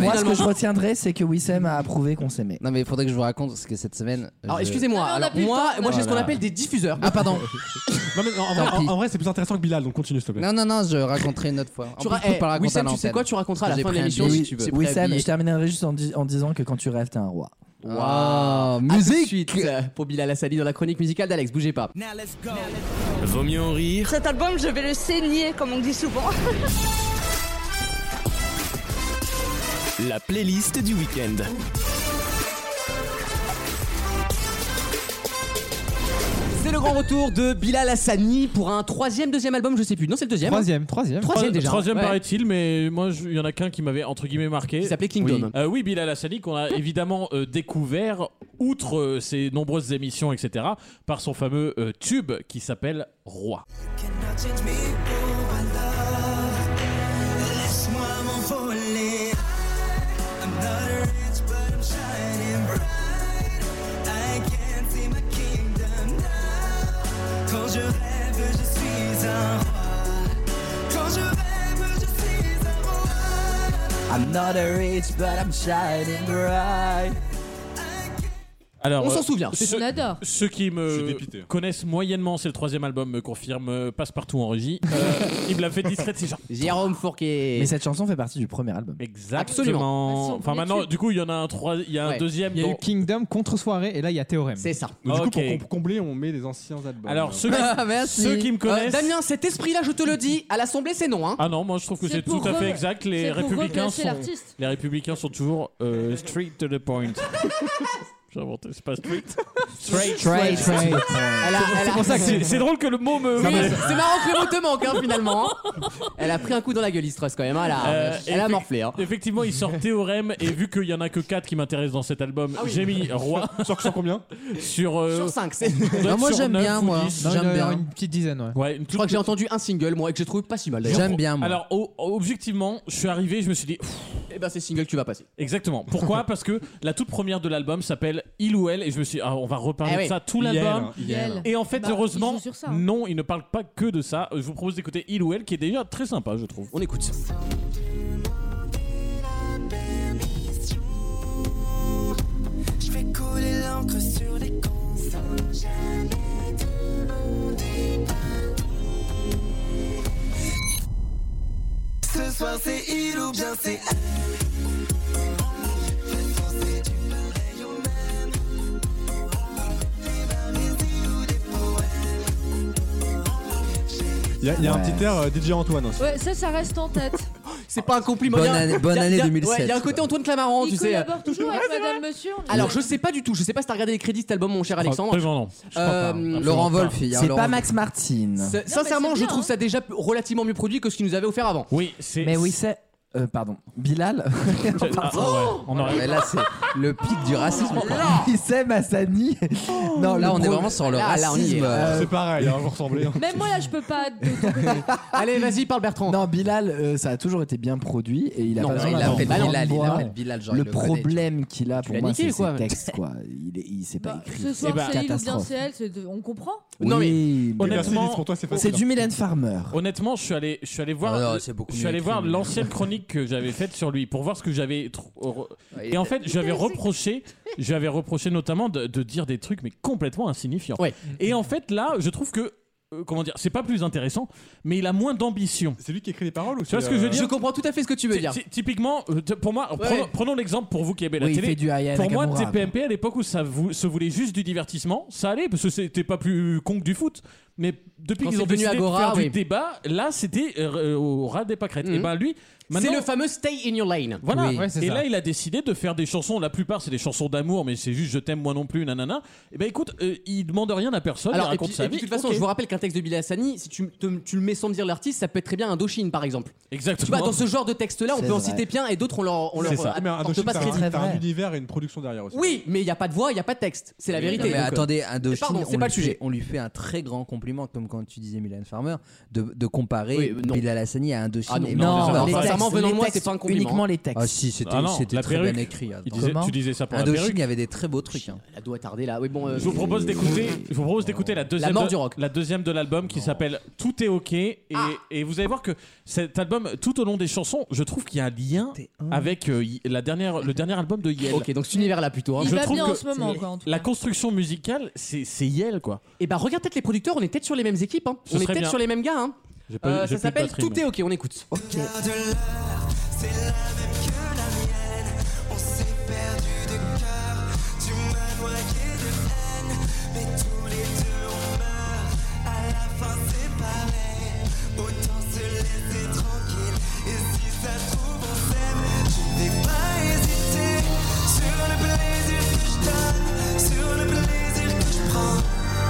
S10: Moi, ce que je retiendrai, c'est que Wissem a approuvé qu'on s'aimait.
S4: Non, mais il faudrait que je vous raconte parce que cette semaine.
S2: Alors,
S4: je-
S21: Ah,
S2: excusez-moi, alors, moi, moi j'ai ce qu'on
S4: Voilà.
S2: appelle des diffuseurs.
S4: Ah,
S2: (laughs)
S4: pardon.
S6: Non, mais en, en
S4: Tant
S6: vrai, en-
S4: pis.
S6: en vrai, c'est plus intéressant que Bilal, donc continue s'il te plaît.
S4: Non, non, non, je raconterai une autre fois. En plus,
S2: Tu ra-
S4: je peux
S2: eh,
S4: pas le raconter
S2: Wissem,
S4: à
S2: tu sais
S4: l'antenne.
S2: quoi, tu raconteras à la
S4: J'ai
S2: fin de
S4: pris un
S2: l'émission,
S4: billet.
S2: si tu veux.
S4: J'ai pris un
S10: Wissem,
S4: billet.
S10: je terminerai juste en, dis- en disant que quand tu rêves, t'es un roi.
S2: Waouh, musique Pour Bilal Hassani dans la chronique musicale d'Alex, bougez pas.
S1: Vaut mieux en rire.
S21: Cet album, je vais le saigner, comme on dit souvent.
S1: La playlist du week-end.
S2: C'est le grand retour de Bilal Hassani pour un troisième, deuxième album, je sais plus. Non, c'est le deuxième. hein.
S5: Troisième, troisième.
S2: Troisième déjà. hein.
S3: Troisième
S2: ouais.
S3: paraît-il, mais moi je- il y en a qu'un qui m'avait entre guillemets marqué.
S2: Qui s'appelait Kingdom.
S3: Oui, Euh, oui Bilal Hassani qu'on a évidemment euh, découvert outre euh, ses nombreuses émissions etc par son fameux euh, tube qui s'appelle Roi.
S9: Laisse-moi m'envoler. I'm not rich, but I'm shining bright. I can see my kingdom now. Quand je rêve, je suis un roi. Quand je rêve, je suis un roi.
S10: I'm not a rich, but I'm shining bright.
S3: Alors,
S2: On
S3: euh,
S2: s'en souvient, c'est-
S3: ceux-
S2: on adore.
S3: Ceux qui me connaissent moyennement, c'est le troisième album, me confirme Passepartout en régie. Euh,
S2: (laughs)
S3: il me l'a fait discrète, c'est genre.
S2: Jérôme Fourquet.
S10: Mais cette chanson fait partie du premier album.
S3: Exactement.
S2: Absolument.
S3: Enfin, maintenant, du coup, il y en a un, trois, il y a un deuxième.
S5: Il y a eu
S3: dont-
S5: Kingdom contre soirée et là il y a Théorème.
S2: C'est ça.
S6: Donc, Du coup,
S3: Ok.
S6: pour com- combler, on met les anciens albums.
S3: Alors, ceux qui-
S2: Ah, merci.
S3: ceux qui me connaissent-
S2: Euh, Damien, cet esprit-là, je te le dis, à l'Assemblée, c'est non. Hein.
S3: Ah non, moi je trouve que
S2: C'est
S3: c'est tout
S2: pour
S3: à
S2: re-
S3: fait exact. Les
S2: c'est pour
S3: républicains
S2: replacer
S3: sont
S2: l'artiste. (laughs)
S3: les républicains sont toujours euh, straight to the point. J'ai inventé, c'est pas street. Straight.
S2: Straight. Straight. Elle a- elle
S3: C'est
S2: a-
S3: pour ça que c'est c'est drôle que le mot me.
S2: Euh, Oui, c'est marrant que le mot te manque hein, finalement. Elle a pris un coup dans la gueule, Istros quand même. hein, Elle a,
S3: Euh,
S2: elle a
S3: effec-
S2: morflé. hein.
S3: Effectivement, il sort Théorème et vu qu'il y en a que 4 qui m'intéressent dans cet album,
S2: Ah oui.
S3: j'ai mis Roi.
S6: Sur, combien
S3: Sur, euh,
S2: Sur 5, (laughs) c'est.
S4: moi, j'aime bien, moi. J'aime bien.
S5: Une petite dizaine, ouais.
S3: une
S2: Je crois que j'ai entendu un single, moi, et que j'ai trouvé pas si mal d'ailleurs.
S4: J'aime bien, moi.
S3: Alors, au- objectivement, je suis arrivé, je me suis dit.
S2: Eh ben, c'est single, tu vas passer.
S3: Exactement.
S2: (laughs)
S3: Pourquoi Parce que la toute première de l'album s'appelle Il ou Elle, et je me suis dit, ah, on va reparler
S2: Eh
S3: de
S2: oui.
S3: ça tout
S2: Il,
S3: l'album.
S2: elle, il, elle.
S3: Et en fait,
S2: Bah, il
S3: heureusement,
S2: joue sur ça.
S3: non, il ne parle pas que de ça. Euh, Je vous propose d'écouter Il ou Elle, qui est déjà très sympa, je trouve.
S2: On écoute.
S11: Je fais couler l'encre sur des cons sans jamais demander pardon. Ce soir c'est il ou bien c'est elle. De toute façon, c'est du pareil au même. Des babaisers ou des poèmes.
S6: Il y a, il y a un
S2: Ouais.
S6: petit air euh, DJ Antoine aussi.
S7: Ouais, ça, ça reste en tête.
S2: C'est pas un compliment.
S6: Bonne
S2: Il y a-
S6: année- bonne
S2: il y a-
S6: année
S2: il y a-
S6: 2007,
S2: ouais, Il y a un côté
S6: quoi.
S2: Antoine Clamaran, tu
S7: Il
S2: sais. euh,
S7: collabore toujours avec Madame Monsieur. on est
S2: Alors,
S7: bien.
S2: je sais pas du tout. Je sais pas si t'as regardé les crédits de cet album, mon cher Alexandre.
S3: Absolument non. Je crois
S2: Euh,
S3: pas. Absolument
S4: Laurent
S3: pas.
S4: Wolf, il y a
S10: C'est
S4: Laurent
S10: pas
S4: Wolf.
S10: Max Martin.
S2: C'est- hein. Sincèrement, je trouve ça déjà p- relativement mieux produit que ce qu'ils nous avaient offert avant.
S3: Oui, c'est.
S10: Mais oui, c'est. euh, pardon.
S2: (laughs)
S10: Bilal
S3: Ah, on aurait-
S4: Mais là, c'est le pic du racisme.
S10: (laughs) Issem Hassani. Non,
S4: Là,
S10: le
S4: on est
S10: pro-
S4: vraiment sur le
S10: Là, là, on y est.
S4: racisme. euh,
S6: C'est pareil, hein, vous
S7: (laughs)
S6: ressemblez. hein.
S7: Même moi, là, je peux pas.
S2: Allez, vas-y, parle Bertrand.
S10: Non, Bilal, euh, ça a toujours été bien produit et il a
S4: Non,
S10: pas
S4: mais
S10: besoin
S4: il
S10: d'avoir
S4: l'appelle
S10: besoin de
S4: Bilal, il
S10: voir.
S4: l'appelle Bilal, genre,
S10: le
S4: il le connaît, tu
S10: problème qu'il a
S4: l'as
S10: pour moi,
S4: niqué,
S10: c'est
S4: quoi.
S10: ses textes, quoi. Il, est- il sait pas écrire.
S7: Ce
S3: Eh
S10: une
S3: ben,
S7: soir, c'est il ou bien
S10: Eh ben, catastrophe.
S7: c'est elle, c'est de- on comprend.
S2: Non, mais
S10: Oui, mais-
S3: honnêtement, Merci, Lise, Eh ben, pour toi, c'est facile. hein.
S10: c'est du Mylène Farmer.
S3: Honnêtement, je suis allé, je suis allé voir,
S4: Ah non, c'est beaucoup
S3: je suis
S4: mieux
S3: allé
S4: écrit,
S3: voir
S4: mais-
S3: l'ancienne chronique que j'avais faite sur lui pour voir ce que j'avais. tr- re-
S4: Ouais, il
S3: Et en
S4: était-
S3: fait, j'avais reproché, j'avais reproché notamment de, de dire des trucs mais complètement insignifiants. Et en fait, là, je trouve que euh, Comment dire, c'est pas plus intéressant, mais il a moins d'ambition.
S6: C'est euh, lui qui écrit les paroles ou
S3: Tu vois ce que je veux dire
S2: Je comprends tout à fait ce que tu veux
S3: Ty-
S2: dire.
S3: ty- Typiquement, euh, t- pour moi, prenons, prenons l'exemple pour vous qui aimez la
S10: Oui, il
S3: télé.
S10: fait du Aya
S3: pour moi,
S10: Nakamura,
S3: TPMP à l'époque où ça vou- se voulait juste du divertissement, ça allait parce que c'était pas plus con que du foot. Mais depuis
S2: Quand
S3: qu'ils
S2: c'est
S3: ont
S2: devenu
S3: décidé
S2: Agora,
S3: de faire
S2: oui.
S3: du débat, là, c'était euh, au ras des pâquerettes.
S2: Mhm.
S3: Et ben lui, maintenant,
S2: C'est le fameux Stay in Your Lane.
S3: voilà.
S2: Oui.
S3: et là, il a décidé de faire des chansons. La plupart, c'est des chansons d'amour, mais c'est juste je t'aime moi non plus, nanana. Et ben écoute, euh, il demande rien à personne. il
S2: Alors, et
S3: raconte
S2: puis,
S3: sa
S2: et puis,
S3: vie.
S2: de toute façon,
S3: Ok.
S2: je vous rappelle qu'un texte de Bilal Hassani, si tu, te- tu le mets sans dire l'artiste, ça peut être très bien un Doshin, par exemple.
S3: Exactement.
S2: Tu vois, dans ce genre de texte-là, on
S6: C'est
S2: peut en
S6: vrai.
S2: citer plein et d'autres, on leur, on leur
S6: C'est ça.
S2: euh,
S6: Mais un
S2: apporte
S6: Indochine,
S2: pas
S6: t'as
S2: ce
S6: un-
S2: crédit.
S6: t'as un univers et une production derrière aussi.
S2: Oui, mais il n'y a pas de voix, il n'y a pas de texte. C'est la vérité.
S4: Non, mais
S2: donc, euh,
S4: attendez, Indochine,
S2: Pardon,
S4: on
S2: c'est pas
S4: lui
S2: le sujet.
S4: fait- on lui fait un très grand compliment, comme quand tu disais Mylène Farmer, de, de comparer
S2: Oui, non.
S4: Bilal Hassani à Indochine.
S2: Ah non,
S4: et
S2: non,
S4: Mylène
S2: non,
S4: Farmer. Les
S2: non, sincèrement,
S4: textes,
S2: venant de
S4: les
S2: moi,
S4: textes,
S2: c'est pas un compliment.
S4: Uniquement les textes. Ah si, c'était
S3: Ah non,
S4: c'était
S3: la
S4: très bien
S3: perruque.
S4: écrit.
S3: Il disait-
S4: attends.
S3: tu disais ça pour la
S4: Indochine,
S3: perruque.
S4: il y avait des très beaux trucs. hein.
S2: La doigt tardée là. Oui, bon, euh,
S3: Je vous propose d'écouter, je vous propose d'écouter la deuxième,
S2: La mort
S3: de,
S2: du rock. Ah.
S3: la deuxième de l'album qui s'appelle Tout est ok et, et vous allez voir que cet album, tout au long des chansons, je trouve qu'il y a un lien avec euh, Y- la dernière, le dernier album de Yel.
S2: Ok, donc cet univers-là plutôt. hein.
S7: Il
S3: je
S7: va
S3: trouve
S7: bien
S3: que
S7: en ce moment, quoi, en tout
S3: la construction musicale, c'est c'est Yel quoi.
S2: Et bah, regarde peut-être les producteurs, on est peut-être sur les mêmes équipes. hein.
S3: Ce
S2: On est
S3: serait
S2: peut-être
S3: bien.
S2: sur les mêmes gars. hein.
S3: J'ai pas- j'ai
S2: Euh,
S3: plus
S2: ça
S3: de
S2: s'appelle
S3: batterie,
S2: Tout
S3: moi.
S2: est ok, on écoute.
S11: Regarde l'heure, c'est la même que la mienne. On s'est perdu de cœur, tu m'as noyé de haine. Mais tous les deux on meurt, à la fin c'est pareil. Autant se laisser tranquille, et si ça se trouve on s'aime. Je n'ai pas hésité sur le plaisir que je donne, sur le plaisir que je prends.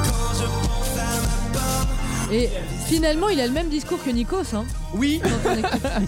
S11: Quand je pense à ma pomme,
S7: Et finalement, il a le même discours que Nikos. Hein.
S2: Oui, (laughs)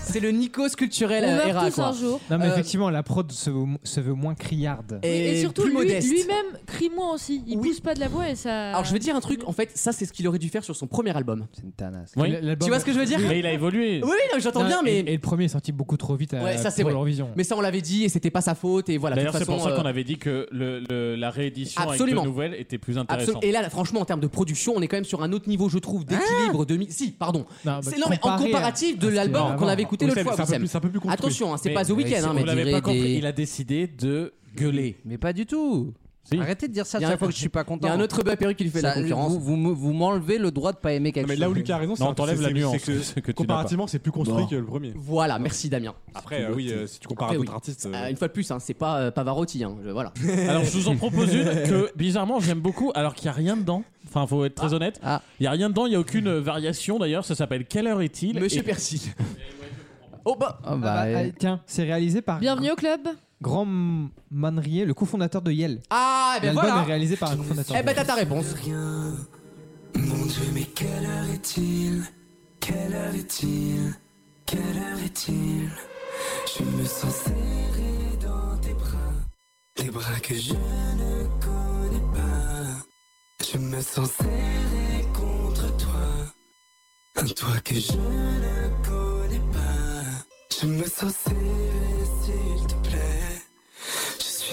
S2: c'est le Nikos culturel
S7: On
S2: euh,
S7: meurt
S2: Era
S7: tous un
S2: quoi.
S7: jour.
S5: Non, mais
S2: Euh,
S5: effectivement, la prod se veut, se veut moins criarde.
S2: Et-
S7: Et, surtout,
S2: plus
S7: lui-
S2: modeste.
S7: lui-même euh, crie moins aussi. Il pousse pas de la voix et ça.
S2: Alors je vais dire un truc, en fait, ça c'est ce qu'il aurait dû faire sur son premier album.
S4: C'est une tanasse.
S3: Oui.
S2: Tu vois ce que je veux dire
S3: Mais il a évolué.
S2: Oui, non, j'entends
S5: Non,
S2: bien, mais.
S5: et- Et, le premier est sorti beaucoup trop vite à,
S2: Ouais, ça c'est
S5: pour
S2: vrai.
S5: l'Eurovision.
S2: Mais ça on l'avait dit et c'était pas sa faute et voilà. de
S3: D'ailleurs,
S2: toute
S3: c'est pour
S2: façon,
S3: ça qu'on
S2: euh,
S3: avait dit que le- le- la réédition
S2: Absolument.
S3: avec deux nouvelles était plus
S2: euh, absolu-
S3: intéressante.
S2: Et là, franchement, en termes de production, on est quand même sur un autre niveau, je trouve,
S3: Ah
S2: d'équilibre. de mi- Si, pardon.
S5: Non,
S2: C'est-
S5: mais
S2: non, mais en
S5: comparé à-
S2: comparatif de
S5: à ce qu'il y a
S2: l'album
S5: avant.
S2: qu'on avait écouté
S5: Oui,
S2: l'autre
S5: c'est-
S2: fois.
S5: c'est un peu
S2: Wissem.
S5: plus- c'est un peu plus construit.
S2: Attention, hein, c'est
S3: Mais-
S2: pas The Weeknd. hein,
S3: Vous
S2: mais-
S3: l'avez pas compris,
S4: des-
S3: il a décidé de gueuler.
S4: Mais pas du tout.
S3: Si.
S4: Arrêtez de dire ça
S2: Il y a un-
S4: chaque fois que je suis pas content.
S2: il y a un autre bas perruque qui lui fait de la
S4: Ça,
S2: concurrence.
S4: Vous, vous me- vous m'enlevez le droit de pas aimer quelque
S6: Mais
S4: chose.
S6: là où Lucas a raison, c'est
S3: Non, t'enlèves
S6: c'est-
S3: la
S6: c'est-
S3: nuance que- que
S6: c'est
S3: tu n'as
S6: comparativement,
S3: pas.
S6: c'est plus construit
S3: Bon.
S6: que le premier.
S2: Voilà, merci Damien.
S6: Après, euh, oui, euh, si tu compares
S2: Après,
S6: à d'autres
S2: oui.
S6: artistes. euh,
S2: Euh, une fois de plus, hein, c'est pas euh, Pavarotti. hein, je- voilà.
S3: Alors
S2: (laughs)
S3: je vous en propose une que bizarrement j'aime beaucoup alors qu'il n'y a rien dedans. Enfin faut être très
S2: Ah.
S3: honnête. Il n'y a rien dedans, il n'y a aucune euh, variation d'ailleurs. Ça s'appelle Quelle heure est-il
S5: (laughs)
S2: Monsieur
S3: Et-
S2: Percy. Oh bah.
S5: Ah bah, euh, tiens, c'est réalisé par.
S7: Bienvenue au club.
S5: Grand Manrier, le cofondateur de Yale.
S2: Ah, eh ben
S5: L'album
S2: voilà.
S5: est réalisé par un cofondateur.
S2: Eh ben, t'as ta réponse.
S11: Mon Dieu, mais quelle heure est-il Quelle heure est-il Quelle heure est-il Je me sens serré dans tes bras, tes bras que je ne connais pas. Je me sens serré contre toi, un toi que je ne connais pas. Je me sens serré, s'il te plaît.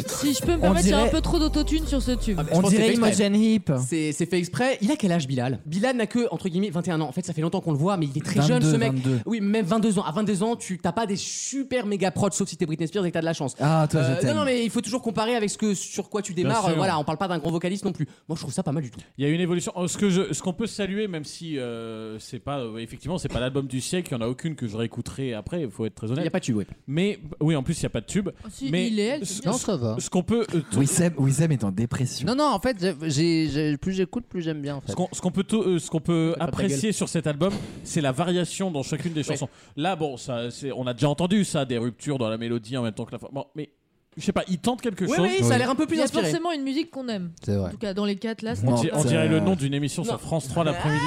S7: Si je peux me
S2: On
S7: permettre, il y a un
S2: dirait-
S7: peu trop d'autotune sur ce tube.
S2: Ah, Je pense que c'est fait exprès. C'est c'est fait exprès. Il a quel âge, Bilal Bilal n'a que, entre guillemets, 21 ans. En fait, ça fait longtemps qu'on le voit, mais il est très jeune,
S10: 22,
S2: ce mec.
S10: 22.
S2: Oui, même 22 ans. À 22 ans, tu t'as pas des super méga prods, sauf si t'es Britney Spears et que t'as de la chance. Euh,
S10: Ah, toi, je
S2: non,
S10: t'aime.
S2: non, mais il faut toujours comparer avec ce que, sur quoi tu
S3: Bien
S2: démarres.
S3: sûr.
S2: Euh, Voilà, on parle pas d'un grand vocaliste non plus. Moi, je trouve ça pas mal du tout.
S3: Il y a une évolution. Oh, Ce que je, ce qu'on peut saluer, même si euh, c'est pas, euh, effectivement, c'est pas l'album du siècle, il y en a aucune que je réécouterai après. Il faut être très honnête.
S2: Il y a pas de tube, oui.
S3: Mais oui, en plus, il y a pas de tube.
S7: Oh, si,
S3: mais
S7: il est, elle, c'est
S3: ce-
S7: bien. Non, ça
S4: va.
S3: Ce qu'on peut, euh, tout-
S10: Wissem, Wissem est en dépression.
S4: Non, non, en fait, j'ai- j'ai- j'ai- plus j'écoute, plus j'aime bien. En fait.
S3: Ce qu'on ce qu'on peut, tôt- euh, ce qu'on peut
S4: ta
S3: apprécier sur cet album, c'est la variation dans chacune des chansons. Là, bon, ça, c'est- on a déjà entendu ça, des ruptures dans la mélodie en même temps que la. Bon, mais je sais pas, il tente quelque
S2: Oui,
S3: chose.
S2: oui, ça a l'air un peu
S7: Il
S2: plus
S7: y a
S2: inspiré.
S7: forcément une musique qu'on aime.
S3: C'est vrai.
S7: En tout cas, dans les quatre là, c'est
S3: On,
S7: pas-
S3: di- on dirait le nom d'une émission sur France 3 l'après-midi.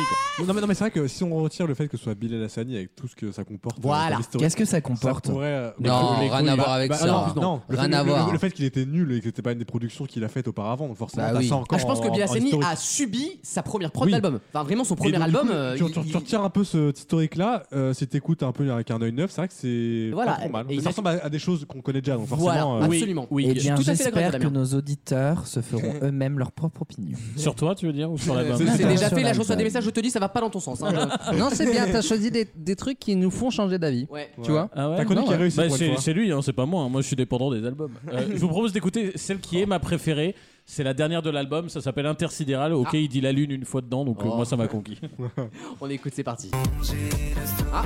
S6: Non mais, non, mais c'est vrai que si on retire le fait que ce soit Bilal Hassani avec tout ce que ça comporte.
S3: Voilà.
S6: euh, comme historique,
S10: Qu'est-ce que ça comporte
S6: ça pourrait, euh,
S10: Non,
S6: les couilles-
S10: rien à
S6: bah-
S10: voir avec
S6: bah,
S10: ça.
S6: Non, non,
S10: Non,
S6: le fait-
S10: rien à
S6: le- le-
S10: voir.
S6: Le fait qu'il était nul et que c'était pas une des productions qu'il a faites auparavant, donc forcément,
S2: Bah
S6: t'as
S2: oui.
S6: ça encore.
S2: Ah, je pense
S6: en-
S2: que
S6: en
S2: Biassani
S6: historique.
S2: a subi sa première prod
S6: Oui.
S2: d'album. Enfin, vraiment, son
S6: Et
S2: premier
S6: donc, du
S2: album.
S6: coup,
S2: euh,
S6: tu,
S2: il-
S6: tu- tu
S2: il-
S6: retires un peu cet historique-là. euh, si t'écoutes un peu avec un œil neuf, c'est vrai que c'est
S2: Voilà,
S6: pas trop mal.
S2: et il
S6: ça
S2: a-
S6: ressemble à, à des choses qu'on connaît déjà, donc forcément.
S2: Voilà,
S6: euh,
S2: absolument.
S10: Eh
S6: je suis
S10: bien,
S6: tout à fait d'accord avec
S10: j'espère que
S6: Damien.
S10: nos auditeurs se
S3: (laughs)
S10: feront eux-mêmes leur propre opinion.
S3: Sur toi, tu veux dire, ou sur
S10: la
S3: l'album
S2: euh, C'est déjà
S10: Sur
S2: fait, là je reçois
S10: l'album.
S2: des messages, je te dis ça va pas dans ton sens. hein.
S4: (laughs) non, c'est bien, t'as choisi des, des trucs qui nous font changer d'avis.
S2: Ouais.
S4: Tu vois
S3: Ah ouais
S4: Non, ouais.
S3: Bah, c'est- C'est lui, hein, c'est pas moi. hein. Moi, je suis dépendant des albums.
S4: (laughs)
S3: Euh, je vous propose d'écouter celle qui est ma préférée. C'est la dernière de l'album. Ça s'appelle Intersidéral. Ok, il dit la lune une fois dedans, donc euh,
S2: Oh.
S3: moi, ça m'a conquis.
S2: (laughs) On écoute, c'est parti.
S11: Ah.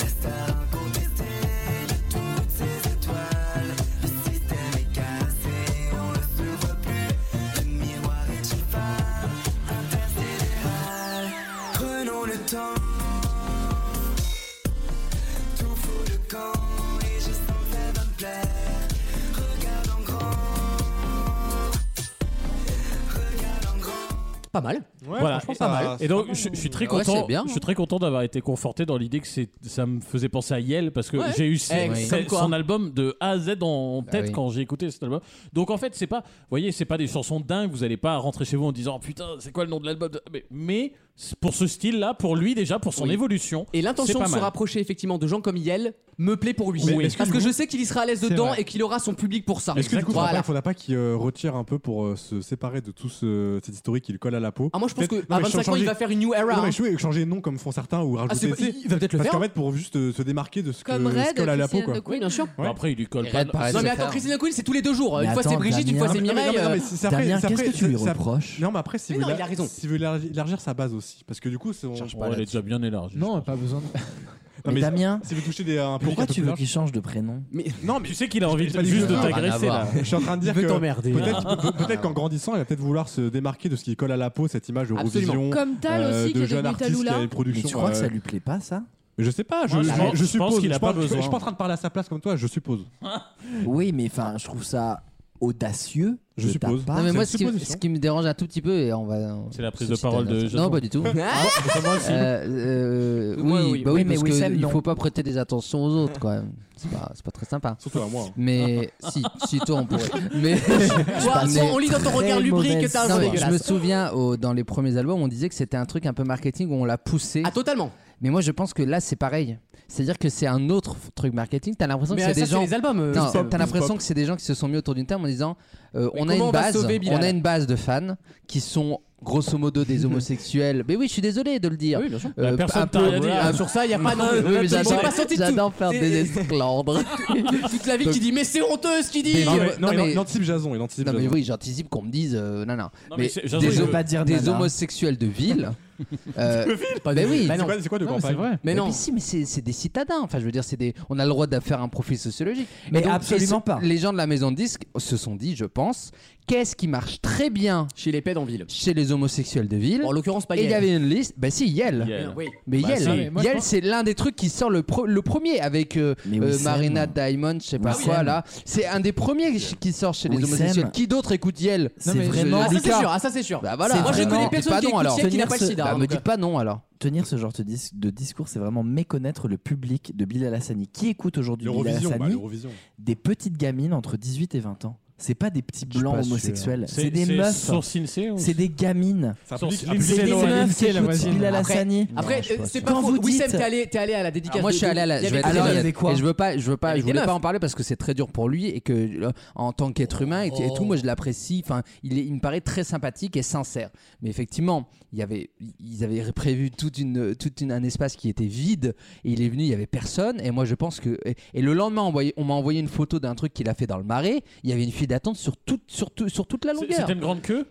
S11: La star contestée de toutes ces étoiles. Le système est cassé, on ne se voit plus. Le miroir est une femme intersidérale. Prenons le temps. Tout fout le camp et je sens que ça va me plaire. Regarde en grand. Regarde en grand.
S2: Pas mal.
S3: voilà.
S2: franchement,
S3: Et-
S2: pas mal.
S3: Et donc, je, je suis très
S2: Ouais,
S3: content.
S2: c'est bien,
S3: je suis très content d'avoir été conforté dans l'idée que c'est, ça me faisait penser à Yel parce que
S2: Ouais.
S3: j'ai eu ce-
S2: Eh,
S3: ce-
S2: comme quoi.
S3: son album de A à Z en tête
S2: oui.
S3: quand j'ai écouté cet album. Donc en fait, c'est pas, vous voyez, c'est pas des chansons dingues. Vous allez pas rentrer chez vous en disant putain, c'est quoi le nom de l'album de- mais, mais c'est pour ce style-là, pour lui déjà, pour son
S2: Oui.
S3: évolution.
S2: Et
S3: c'est
S2: l'intention
S3: pas
S2: de se
S3: mal.
S2: rapprocher effectivement de gens comme Yel me plaît pour lui.
S3: Mais- mais est-ce
S2: Parce
S3: que
S2: que
S3: du
S2: je
S3: coup-
S2: sais qu'il y sera à l'aise
S3: C'est
S2: dedans
S3: vrai.
S2: et qu'il aura son public pour ça.
S6: Est-ce que du coup, faudra
S2: Voilà.
S6: pas- faudra pas qu'il euh, retire un peu pour euh, se séparer de tout ce, cet historique qu'il colle à la peau
S2: Ah, moi, je pense
S6: Peut-être-
S2: que à
S6: mais
S2: 25 ans,
S6: changer-
S2: il va faire une new era,
S6: Non, mais
S2: hein. Ah,
S6: je veux changer de nom comme font certains ou rajouter.
S2: c'est-
S6: tu sais,
S2: il va peut-être le
S6: parce
S2: faire.
S6: qu'en fait, pour juste euh, se démarquer de ce que
S2: Comme
S6: ce
S2: Red,
S6: colle à la peau,
S2: Christine
S6: quoi.
S2: O'Connell. Oui, bien sûr.
S3: Bon, Après, il lui colle pas. de-
S2: Non mais attends, Christine O'Connell, c'est hein. tous les deux jours. Une
S3: Mais
S2: fois c'est
S3: attends,
S2: Brigitte, une fois c'est
S3: Damien.
S2: Mireille.
S6: Non, mais- non, mais
S2: euh,
S6: c'est- c'est après- c'est après- c'est- c'est- Non, mais après, si
S2: Mais
S6: vous
S2: non, il a raison.
S6: si vous élargir élargir sa base aussi, parce que du coup, c'est on
S3: Oh, elle est déjà bien élargie.
S5: Non, pas besoin de.
S6: Non,
S10: Mais Damien,
S6: si vous touchez des un public
S10: Pourquoi
S6: un peu
S10: tu
S6: plus
S10: veux
S6: large-
S10: qu'il change de prénom
S3: non, mais tu sais qu'il a envie
S6: J'ai pas
S3: de-
S6: dit
S3: juste
S6: que-
S3: de
S6: Non, rien
S3: t'agresser
S6: à
S3: là.
S6: voir. Je suis en train de dire
S3: Il veut
S6: que
S3: t'emmerder.
S6: peut-être peut-
S3: (laughs)
S6: peut- peut-être qu'en grandissant, il va peut-être vouloir se démarquer de ce qui colle à la peau, cette image de
S2: Absolument.
S6: Eurovision,
S2: Comme Tal
S6: euh,
S2: aussi, qui
S6: de
S2: est
S6: jeune
S2: devenu
S6: artiste qui
S2: Talula.
S6: a une production.
S10: Mais tu crois que ça
S6: euh,
S10: lui plaît pas ça
S6: mais je sais pas, je,
S10: Moi,
S6: je,
S10: je pense-
S6: je
S10: je
S6: suppose.
S10: pense qu'il a
S6: je
S10: pas
S6: pense- je- Je
S10: besoin.
S6: suis pas en train de parler à sa place comme toi, je suppose.
S10: (laughs) Oui, mais enfin, je trouve ça audacieux.
S6: Je
S10: de ta
S6: suppose.
S10: part.
S4: Non, mais moi, ce qui, ce qui me dérange un tout petit peu, et on va.
S3: C'est la prise
S4: on
S3: de
S4: se cite
S3: parole
S4: à
S3: de
S4: notre-
S3: Jason.
S4: Non, pas du tout.
S3: Ah, c'est (laughs) moi aussi.
S4: Euh, euh,
S3: Moi,
S4: oui,
S3: oui.
S4: bah
S3: Oui,
S4: oui,
S3: mais
S4: parce
S3: Wissem,
S4: qu'il
S3: non.
S4: faut pas prêter des attentions aux autres, quand même. C'est pas, c'est pas très sympa.
S6: Surtout à moi.
S3: hein. (laughs)
S4: Mais si, si toi, on pourrait. Mais.
S2: (laughs) Toi,
S4: Mais-
S2: toi, on lit dans ton regard lubrique que t'as un
S4: Non,
S2: jeu
S4: mais Je me
S2: dégueulasse.
S4: souviens, au- dans les premiers albums, on disait que c'était un truc un peu marketing où on l'a poussé. Ah,
S2: totalement.
S4: Mais moi, je pense que là, c'est pareil. C'est-à-dire que c'est un autre f- truc marketing. T'as l'impression que
S2: Mais
S4: c'est
S2: ça,
S4: des
S2: c'est
S4: gens.
S2: les albums, euh,
S4: Non,
S2: Plus pop,
S4: T'as
S2: plus
S4: l'impression
S2: pop.
S4: que c'est des gens qui se sont mis autour d'une table en disant euh,
S2: Mais
S4: on a
S2: comment
S4: une
S2: on va
S4: base,
S2: sauver Bilal
S4: on a une base de fans qui sont grosso modo
S2: (laughs)
S4: des homosexuels. Mais oui, je suis désolé de le dire.
S2: Oui, bien sûr.
S4: Euh,
S2: Bah, personne
S4: un
S2: t'a
S4: peu-
S2: rien dit,
S4: un-
S2: hein. Sur ça, y
S4: (laughs)
S2: a pas non-
S4: Oui, mais
S2: j'ai pas
S4: j'adore-
S2: senti de tout.
S4: J'adore faire
S2: (laughs)
S4: des esclandres.
S2: Toute la vie qui dit mais c'est honteux ce qu'il dit. Euh,
S4: Des-
S6: non, il- il
S4: anticipe
S6: Jason, il anticipe
S4: Non mais
S6: Jason.
S4: oui, j'anticipe qu'on me dise euh, non non.
S3: Non, mais
S4: mais
S3: c'est- Jason,
S4: des,
S3: il
S4: hom-
S3: veut pas dire
S4: des
S3: nana.
S4: homosexuels de ville Euh,
S2: Pas de
S4: ben
S2: ville.
S4: oui.
S2: Bah non. C'est quoi- c'est quoi de
S4: Non,
S2: campagne
S4: mais vrai.
S2: Mais
S4: Mais
S2: non.
S4: non. si, mais c'est c'est des citadins. Enfin, je veux dire, c'est des. On a le droit de faire un profil sociologique.
S10: Mais
S4: Et donc,
S10: absolument
S4: et ce-
S10: pas.
S4: Les gens de la maison de disque se sont dit, je pense, qu'est-ce qui marche très bien
S2: chez les pèdes en ville,
S4: chez les homosexuels de ville.
S2: En l'occurrence, pas
S4: Et il y
S2: Yel.
S4: avait une liste. Bah si, Yel.
S2: Yel. Oui.
S4: Mais
S2: Bah,
S4: Yel,
S2: si. Ah, mais moi, je
S4: Yel,
S2: pense-
S4: c'est l'un des trucs qui sort le, pro- le premier avec euh,
S10: Mais
S4: euh,
S10: Wissem.
S4: Marina Diamond, je sais
S2: Ah
S4: pas quoi
S10: Wissem.
S4: là. C'est un des premiers qui sort chez les
S10: Wissem.
S4: homosexuels. Qui d'autre écoute Yel
S10: C'est Non, mais- vraiment-
S4: Ah, ça, c'est
S2: Lucas.
S4: sûr, ah, ça, c'est sûr.
S2: Bah voilà.
S4: Moi, je
S10: vraiment-
S4: connais personne
S10: Dites
S4: qui écoute Yel qui n'a
S10: Tenir
S4: pas le
S10: ce- Ah,
S4: sida, hein, donc, pas non alors.
S10: Tenir ce genre de, dis- de discours, c'est vraiment méconnaître le public de Bilal Hassani. Qui écoute aujourd'hui Bilal
S6: L'Eurovision, bah,
S10: Hassani
S6: l'Eurovision.
S10: Des petites gamines entre 18 et 20 ans. C'est pas des petits
S6: suis
S10: blancs
S6: pas sûr.
S10: homosexuels.
S6: C'est-
S10: C'est des
S6: c'est
S10: meufs.
S6: Source Insee ou-
S10: C'est des gamines.
S6: Ça
S10: C'est
S6: applique-
S10: des
S6: applique les lois à
S10: meufs
S6: l'Insee,
S10: qui
S6: la
S10: écoutent
S6: voisine.
S10: Bilal
S6: Après-
S10: Hassani.
S2: Après, euh, c'est pas
S10: Quand
S2: faux.
S10: vous
S2: Wissem,
S10: dites-
S2: t'es allé, t'es allé à la dédicace.
S4: Alors moi
S2: de
S4: je suis allé à la,
S2: Il y
S4: je vais
S2: avait
S4: être très
S2: des meufs.
S4: honnête. et je veux pas, je veux
S2: Il y
S4: pas,
S2: avait
S4: je voulais
S2: des
S4: pas
S2: meufs.
S4: en parler parce que c'est très dur pour lui et que euh, en tant qu'être humain et,
S2: Oh.
S4: et tout, moi je l'apprécie. Enfin, il, est- il me paraît très sympathique et sincère. Mais effectivement, il y avait, ils avaient prévu toute une, toute une- un espace qui était vide et il est venu, il y avait personne. Et moi je pense que et, et le lendemain, on, voyait- on m'a envoyé une photo d'un truc qu'il a fait dans le marais. Il y avait une file d'attente sur toute, sur, tout- sur toute la longueur.
S3: C'était une grande
S2: (laughs)
S3: queue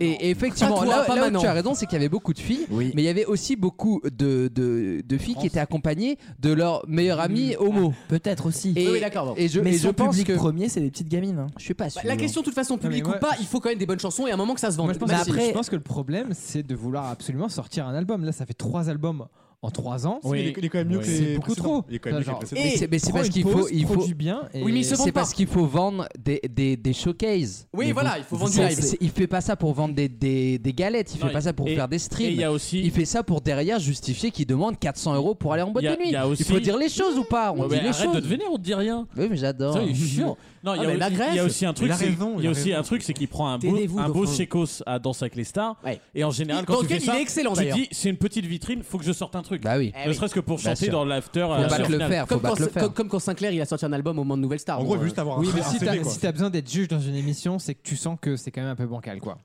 S4: Et et effectivement,
S2: Ah,
S3: Pas toi,
S4: là,
S3: pas
S4: Ah, là où
S3: Manon.
S4: tu as raison, c'est qu'il y avait beaucoup de filles, mais il y avait aussi beaucoup de, de, de filles qui étaient accompagnées de leur meilleur ami homo.
S10: Peut-être aussi.
S4: Et,
S2: Oui, oui, d'accord, bon.
S4: et je,
S2: Mais
S4: et je
S2: son
S4: pense
S2: public
S4: que.
S10: premier, c'est des petites gamines.
S4: Je suis pas sûr.
S2: Bah, La question, de toute façon, public
S5: Non, mais
S2: ou pas,
S5: moi-
S2: il faut quand même des bonnes chansons et à un moment que ça se vende.
S5: Moi, je pense,
S2: Même
S5: que-
S2: si-
S5: je pense que le problème, c'est de vouloir absolument sortir un album. Là, ça fait trois albums en trois ans.
S6: Oui. Il est- il est quand même mieux que les
S5: C'est beaucoup
S6: précédents.
S5: trop.
S6: Il est quand même mieux que les précédents.
S5: Et
S4: Mais c'est mais c'est
S5: prends
S4: parce
S5: une
S4: qu'il faut,
S5: pause,
S4: il faut.
S5: produis bien. et-
S4: c'est parce qu'il faut vendre des, des, des showcases.
S2: Oui,
S4: Mais
S2: voilà,
S4: vous-
S2: il faut vendre
S4: vous-
S2: du live.
S4: c'est- Il fait pas ça pour vendre des, des, des galettes, il
S3: Non,
S4: fait pas ça pour
S3: et-
S4: faire des
S3: et
S4: streams.
S3: il y a aussi-
S4: Il fait ça pour derrière justifier qu'il demande 400 euros pour aller en boîte
S3: Il y a-
S4: de nuit.
S3: il y a aussi-
S4: Il faut dire les choses ou pas On
S3: Ouais,
S4: dit
S3: mais
S4: les
S3: arrête
S4: choses.
S3: de te venir, on te dit rien.
S4: Oui, mais
S2: Oh.
S4: j'adore.
S3: Ça, il est chiant. (laughs) Non, il y a
S4: Ah, mais
S3: aussi-
S4: la grève.
S3: il y a aussi un truc,
S4: Il a
S3: c'est-
S4: raison,
S3: il
S4: il
S3: y a
S4: a
S3: aussi
S4: raison.
S3: un truc, c'est qu'il prend un beau,
S4: Taisez-vous,
S3: un beau
S4: Gaufran.
S3: Sécos à Danse avec les stars. Et en général,
S2: Il-
S3: quand
S2: dans
S3: tu fais
S2: lequel il
S3: ça,
S2: est excellent,
S3: tu
S2: d'ailleurs.
S3: dis c'est une petite vitrine, faut que je sorte un truc.
S4: Bah oui.
S2: Eh
S3: Ne
S2: oui.
S3: serait-ce que pour
S2: Bien
S3: chanter
S2: sûr.
S3: dans l'after. euh,
S5: Faut
S3: à la
S5: pas te le
S3: finale.
S5: faire,
S2: comme, quand, comme- comme quand Sinclair il a sorti un album au moment de Nouvelle Star.
S6: En
S2: Bon,
S6: gros, il veut
S2: euh,
S6: juste avoir
S5: Oui, mais
S6: un
S5: si
S6: CD,
S5: t'as
S6: quoi.
S5: si t'as besoin d'être juge dans une émission, c'est que tu sens que c'est quand même un peu bancal, quoi.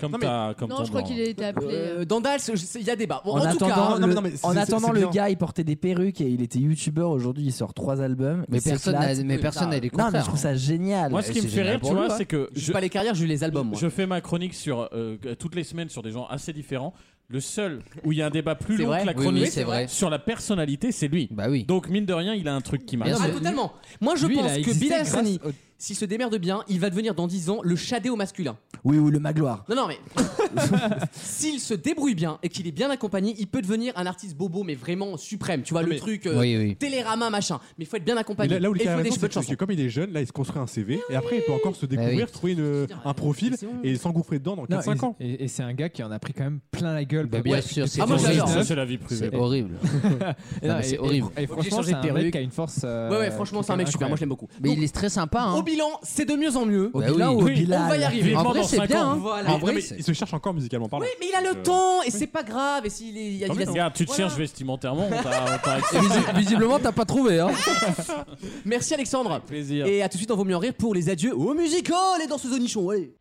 S3: Comme
S6: Non, mais-
S3: ta- comme
S7: Non,
S3: ton
S7: je crois
S3: blanc.
S7: qu'il a été appelé. euh,
S2: Euh, Dandal, je sais, il y a débat. Bon,
S10: en,
S2: en tout
S10: attendant,
S2: cas, hein,
S10: le, en attendant, le gars, il portait des perruques et il était youtubeur. Aujourd'hui, il sort trois albums.
S4: Mais
S10: il
S4: personne
S10: s'éclate.
S4: n'a- mais personne n'a les
S10: Non, mais
S4: contraires. hein.
S10: je trouve ça génial.
S3: Moi, ce qui me fait rire, tu vois, c'est que
S2: Je pas les carrières, je les albums. moi.
S3: Je fais ma chronique sur euh, toutes les semaines sur des gens assez différents. Le seul où il y a un débat plus
S2: C'est
S3: long
S2: vrai.
S3: que la
S2: Oui, oui,
S3: chronique
S2: c'est vrai.
S3: sur la personnalité, c'est lui.
S4: Bah oui.
S3: Donc mine de rien, il a un truc qui marche.
S2: Ah, totalement. Moi, je
S3: lui, il
S2: pense
S3: a
S2: que
S3: existé
S2: Bilal
S3: grâce
S2: Hassani, s'il se démerde bien, il va devenir dans 10 ans le Shadé au masculin.
S10: Oui, ou le Magloire.
S2: Non, non,
S4: (laughs)
S2: mais s'il se débrouille bien et qu'il est bien accompagné, il peut devenir un artiste bobo, mais vraiment suprême. Tu vois, le truc euh,
S4: Oui, oui.
S2: Télérama, machin. Mais il faut être bien
S6: Mais
S2: accompagné.
S6: là, là où
S2: et
S6: le
S2: il
S6: cas
S2: faut
S6: raison,
S2: des
S6: c'est
S2: bonnes
S6: parce que
S2: chansons.
S6: comme il est jeune, là, il se construit un CV et après, il peut encore
S4: Bah
S6: se découvrir, trouver une- un profil et son gouffrer dedans dans
S5: Non,
S6: 4-5
S5: et-
S6: ans.
S5: Et, et c'est un gars qui en a pris quand même plein la gueule.
S4: Bah, bien
S5: Ouais,
S4: sûr,
S5: depuis
S4: c'est Ah, moi,
S5: 2019.
S4: j'adore. Ça, c'est la vie privée. C'est horrible. (laughs)
S5: Et
S4: Non,
S5: non,
S4: mais c'est
S5: et-
S4: horrible.
S5: Et, et
S4: Obligé de
S5: franchement,
S4: changer
S5: c'est
S4: de
S5: un mec
S4: perruque.
S5: qui a une force. euh,
S2: Ouais, ouais, franchement, c'est un mec super. Moi, je l'aime beaucoup.
S4: Mais il est très sympa. hein.
S2: Au bilan, c'est de mieux en mieux.
S4: Bah oui.
S2: on va y arriver.
S4: En vrai, c'est bien. hein.
S2: Voilà.
S4: En vrai,
S6: Mais Euh,
S4: c'est-
S6: il se cherche encore musicalement parlant.
S2: Oui, mais il a le temps et c'est pas grave. Et s'il est, il y a, il a-
S3: Regarde, tu te
S2: Voilà.
S3: cherches vestimentairement, on t'a on t'a accepté.
S4: (laughs) Visi- Visiblement, t'as pas trouvé. Hein.
S2: (laughs) Merci Alexandre.
S3: plaisir.
S2: Et à tout de suite, on vaut mieux en rire pour les adieux aux musicaux, les danseuses au nichon. Allez.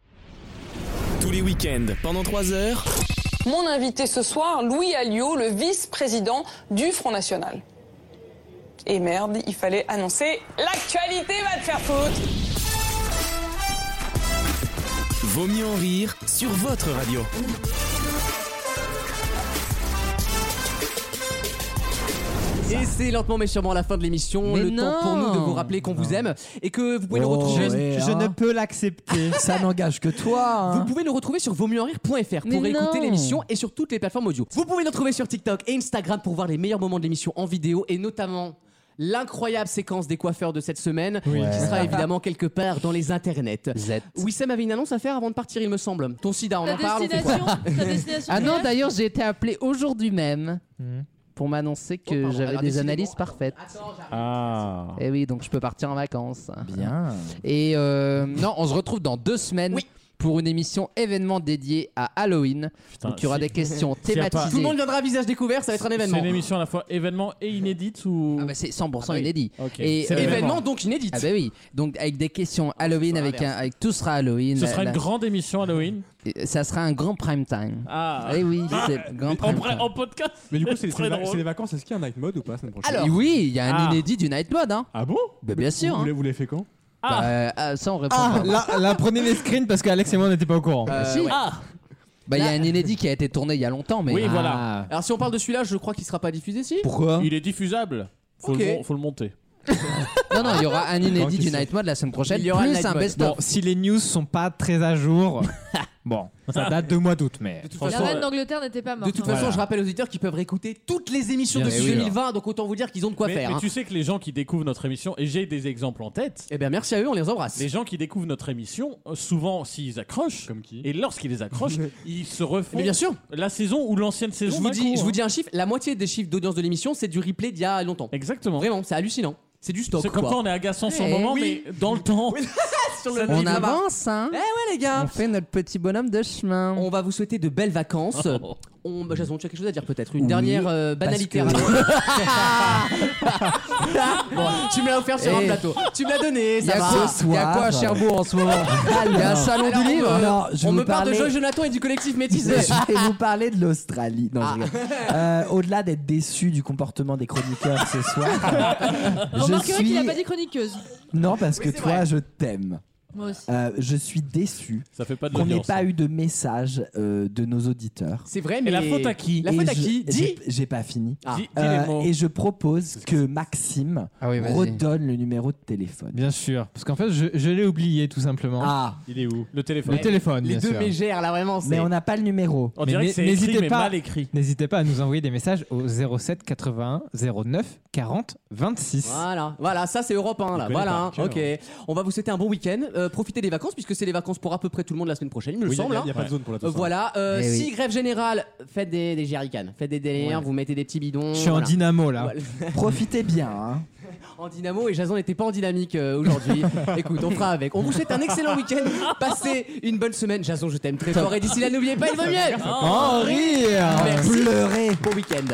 S1: Tous les week-ends, pendant 3 heures,
S13: Mon invité ce soir, Louis Alliot, le vice-président du Front National. Et merde, il fallait annoncer l'actualité va te faire foutre.
S1: Vaut mieux en rire sur votre radio.
S2: Et c'est lentement mais sûrement la fin de l'émission.
S4: Mais
S2: Le temps
S4: non.
S2: pour nous de vous rappeler qu'on vous aime et que vous pouvez nous retrouver. hein.
S10: peux l'accepter. hein. (laughs) Ça n'engage que toi. hein.
S2: Vous pouvez nous retrouver sur vautmieuxenrire.fr pour
S10: Mais
S2: écouter
S10: non.
S2: l'émission et sur toutes les plateformes audio. Vous pouvez nous retrouver sur TikTok et Instagram pour voir les meilleurs moments de l'émission en vidéo et notamment l'incroyable séquence des coiffeurs de cette semaine qui sera évidemment quelque part dans les internets. Wissem avait une annonce à faire avant de partir, il me semble. Ton sida, on
S7: Ta
S2: en parle. on fait quoi
S7: destination-
S2: (laughs)
S7: ta destination
S4: Ah non,
S7: finale
S4: d'ailleurs, j'ai été appelé aujourd'hui même
S2: Hmm.
S4: pour m'annoncer
S3: Oh,
S4: que j'avais
S2: alors
S4: des
S2: décidément.
S4: analyses parfaites.
S3: Ah.
S4: Et oui, donc je peux partir en vacances.
S10: Bien.
S4: Et euh, non, on se retrouve dans deux semaines. Pour une émission événement dédiée à Halloween. donc il y aura
S3: si-
S4: des questions
S3: s'il y a pas-
S4: thématisées.
S2: Tout le monde viendra à visage découvert, ça va être un événement.
S3: C'est une émission à la fois événement et inédite ou
S4: Ah bah c'est 100%
S3: Ah oui.
S4: inédit.
S3: Ok.
S4: Et
S3: C'est
S4: euh,
S3: l'événement.
S2: événement donc inédit.
S4: Ah bah oui. Donc avec des questions Halloween, avec, un, avec tout sera Halloween.
S3: Ce sera
S4: La-
S3: une grande émission Halloween.
S4: Et Ça sera un grand prime time.
S3: Ah.
S4: Eh oui, c'est le grand
S3: En
S4: prime
S3: vrai-
S4: time.
S3: En podcast.
S6: Mais du coup, c'est
S3: Très
S6: c'est les,
S3: drôle.
S6: c'est les vacances. Est-ce qu'il y a un night mode ou pas la semaine prochaine
S4: Alors, oui, il y a un
S6: Ah.
S4: inédit du Night Mode. Hein.
S6: Ah bon
S4: Bah, bien sûr.
S6: Vous,
S4: hein.
S6: l'avez- vous l'avez fait quand
S4: Bah, euh, ah, ça, on répond
S5: Ah,
S4: pas. Bah,
S2: euh,
S6: Ah.
S5: là, là, prenez les screens parce qu'Alex et moi, on n'était pas au courant.
S4: Euh, ouais. Bah, il y a un inédit qui a été tourné il y a longtemps, mais. ah,
S3: Oui, voilà.
S2: Alors, si on parle de celui-là, je crois qu'il sera pas diffusé, si
S3: Il est diffusable. Faut, le,
S2: Ok.
S3: mon- faut le monter.
S4: (laughs) Non, non, il y aura un inédit
S3: Tranquille.
S4: du Night Mode la semaine prochaine.
S5: Il y aura
S4: plus
S5: le Night
S4: un
S5: Mode.
S4: best-of.
S5: Bon, si les news sont pas très à jour,
S4: (laughs)
S5: bon, ça date de mois d'août, mais.
S7: La reine d'Angleterre n'était pas morte.
S2: De toute
S7: hein.
S2: façon, je rappelle aux auditeurs qu'ils peuvent réécouter toutes les émissions
S3: Bien
S2: de
S3: sûr.
S2: 2020, donc autant vous dire qu'ils ont de quoi
S3: mais,
S2: faire.
S3: mais
S2: hein.
S3: tu sais que les gens qui découvrent notre émission, et j'ai des exemples en tête.
S2: Eh bien, merci à eux, on les embrasse.
S3: Les gens qui découvrent notre émission, euh, souvent, s'ils accrochent, et lorsqu'ils les
S4: (laughs)
S3: accrochent, ils se refont.
S2: Mais bien sûr.
S3: La saison ou l'ancienne saison.
S2: je, vous
S3: d'un
S2: dis,
S3: coup,
S2: je
S3: hein.
S2: vous dis un chiffre, la moitié des chiffres d'audience de l'émission, c'est du replay d'il y a longtemps.
S3: Exactement.
S2: Vraiment, c'est hallucinant. C'est du stock.
S3: C'est comme
S2: quoi.
S3: quoi on est agaçant sur le
S2: Eh
S3: moment,
S2: oui. (laughs)
S3: mais dans le temps.
S2: Sur le
S3: Ça
S4: On
S2: rythme, ça va.
S4: avance, hein
S2: Eh ouais, les gars.
S4: On fait notre petit bonhomme de chemin.
S2: On va vous souhaiter de belles vacances.
S4: Oh.
S2: On, bah, Jason, tu as quelque chose à dire peut-être Une
S4: Oui,
S2: dernière euh,
S4: parce
S2: banalité.
S4: que- (laughs)
S2: à- (laughs) Bon, tu me l'as offert sur un
S4: Eh.
S2: plateau. Tu me l'as donné,
S4: Il y a
S2: ça va.
S4: quoi- il y a quoi à Cherbourg en ce moment Il y a un salon
S2: Alors,
S4: du livre
S2: on me-
S4: Non,
S2: On
S4: je
S2: me,
S4: vais vous
S2: parle de
S4: parler-
S2: Joy Jonathan et du
S4: (laughs)
S2: collectif métisé.
S10: (laughs) Je vais vous parler de l'Australie. Non,
S3: Ah.
S10: je rigole. Euh, Au-delà d'être déçu du comportement des chroniqueurs ce soir,
S3: (laughs)
S7: On
S10: je
S7: remarquerait qu'il
S10: suis.
S7: a pas dit chroniqueuse.
S10: Non, parce que toi, je t'aime.
S7: Moi aussi.
S10: Euh, je suis déçu
S3: Ça fait pas de
S10: qu'on n'ait
S3: l'audience.
S10: pas eu de message euh, de nos auditeurs.
S2: C'est vrai,
S3: Et
S2: mais.
S3: la faute à qui
S2: La
S10: Et
S2: faute à
S10: je-
S2: qui Dis
S10: j'ai- J'ai pas fini. Euh,
S2: Ah.
S3: Dis- dis les mots.
S10: et je propose que Maxime
S5: Ah oui, vas-y.
S10: redonne le numéro de téléphone.
S5: Bien sûr, parce qu'en fait, je, je l'ai oublié tout simplement.
S10: Ah.
S3: Il est où Le téléphone.
S5: Le téléphone, bien sûr.
S2: mégères, là, vraiment.
S10: Mais on n'a pas le numéro.
S3: On
S5: Mais
S3: dirait
S5: n'hé-
S3: que c'est écrit, mais mal écrit.
S5: N'hésitez pas à nous envoyer des messages au 07 81 09 40 26.
S2: Voilà, voilà, ça c'est Europe 1 là.
S5: connaît
S2: Voilà,
S5: par
S2: hein,
S5: cœur.
S2: ok. On va vous souhaiter un bon week-end. Euh, profitez des vacances puisque c'est les vacances pour à peu près tout le monde la semaine prochaine, il me
S6: Oui, y a-
S2: semble.
S6: y a-
S2: hein.
S6: y a pas de zone pour la Toussaint.
S2: Euh, Voilà, euh,
S6: Eh
S2: si
S6: oui.
S2: grève générale, faites des, des jerrycans, faites des délires, vous mettez des petits bidons.
S5: Je suis en
S2: voilà.
S5: dynamo là.
S2: Voilà.
S10: Profitez bien. hein.
S2: En dynamo et Jason n'était pas en dynamique euh,
S5: (laughs)
S2: aujourd'hui. Écoute, on fera avec. On vous souhaite un excellent week-end. Passez une bonne semaine. Jason, je t'aime très fort. Et d'ici là, n'oubliez pas, il vaut mieux.
S5: En rire,
S2: Merci.
S5: pleurer.
S2: Bon week-end.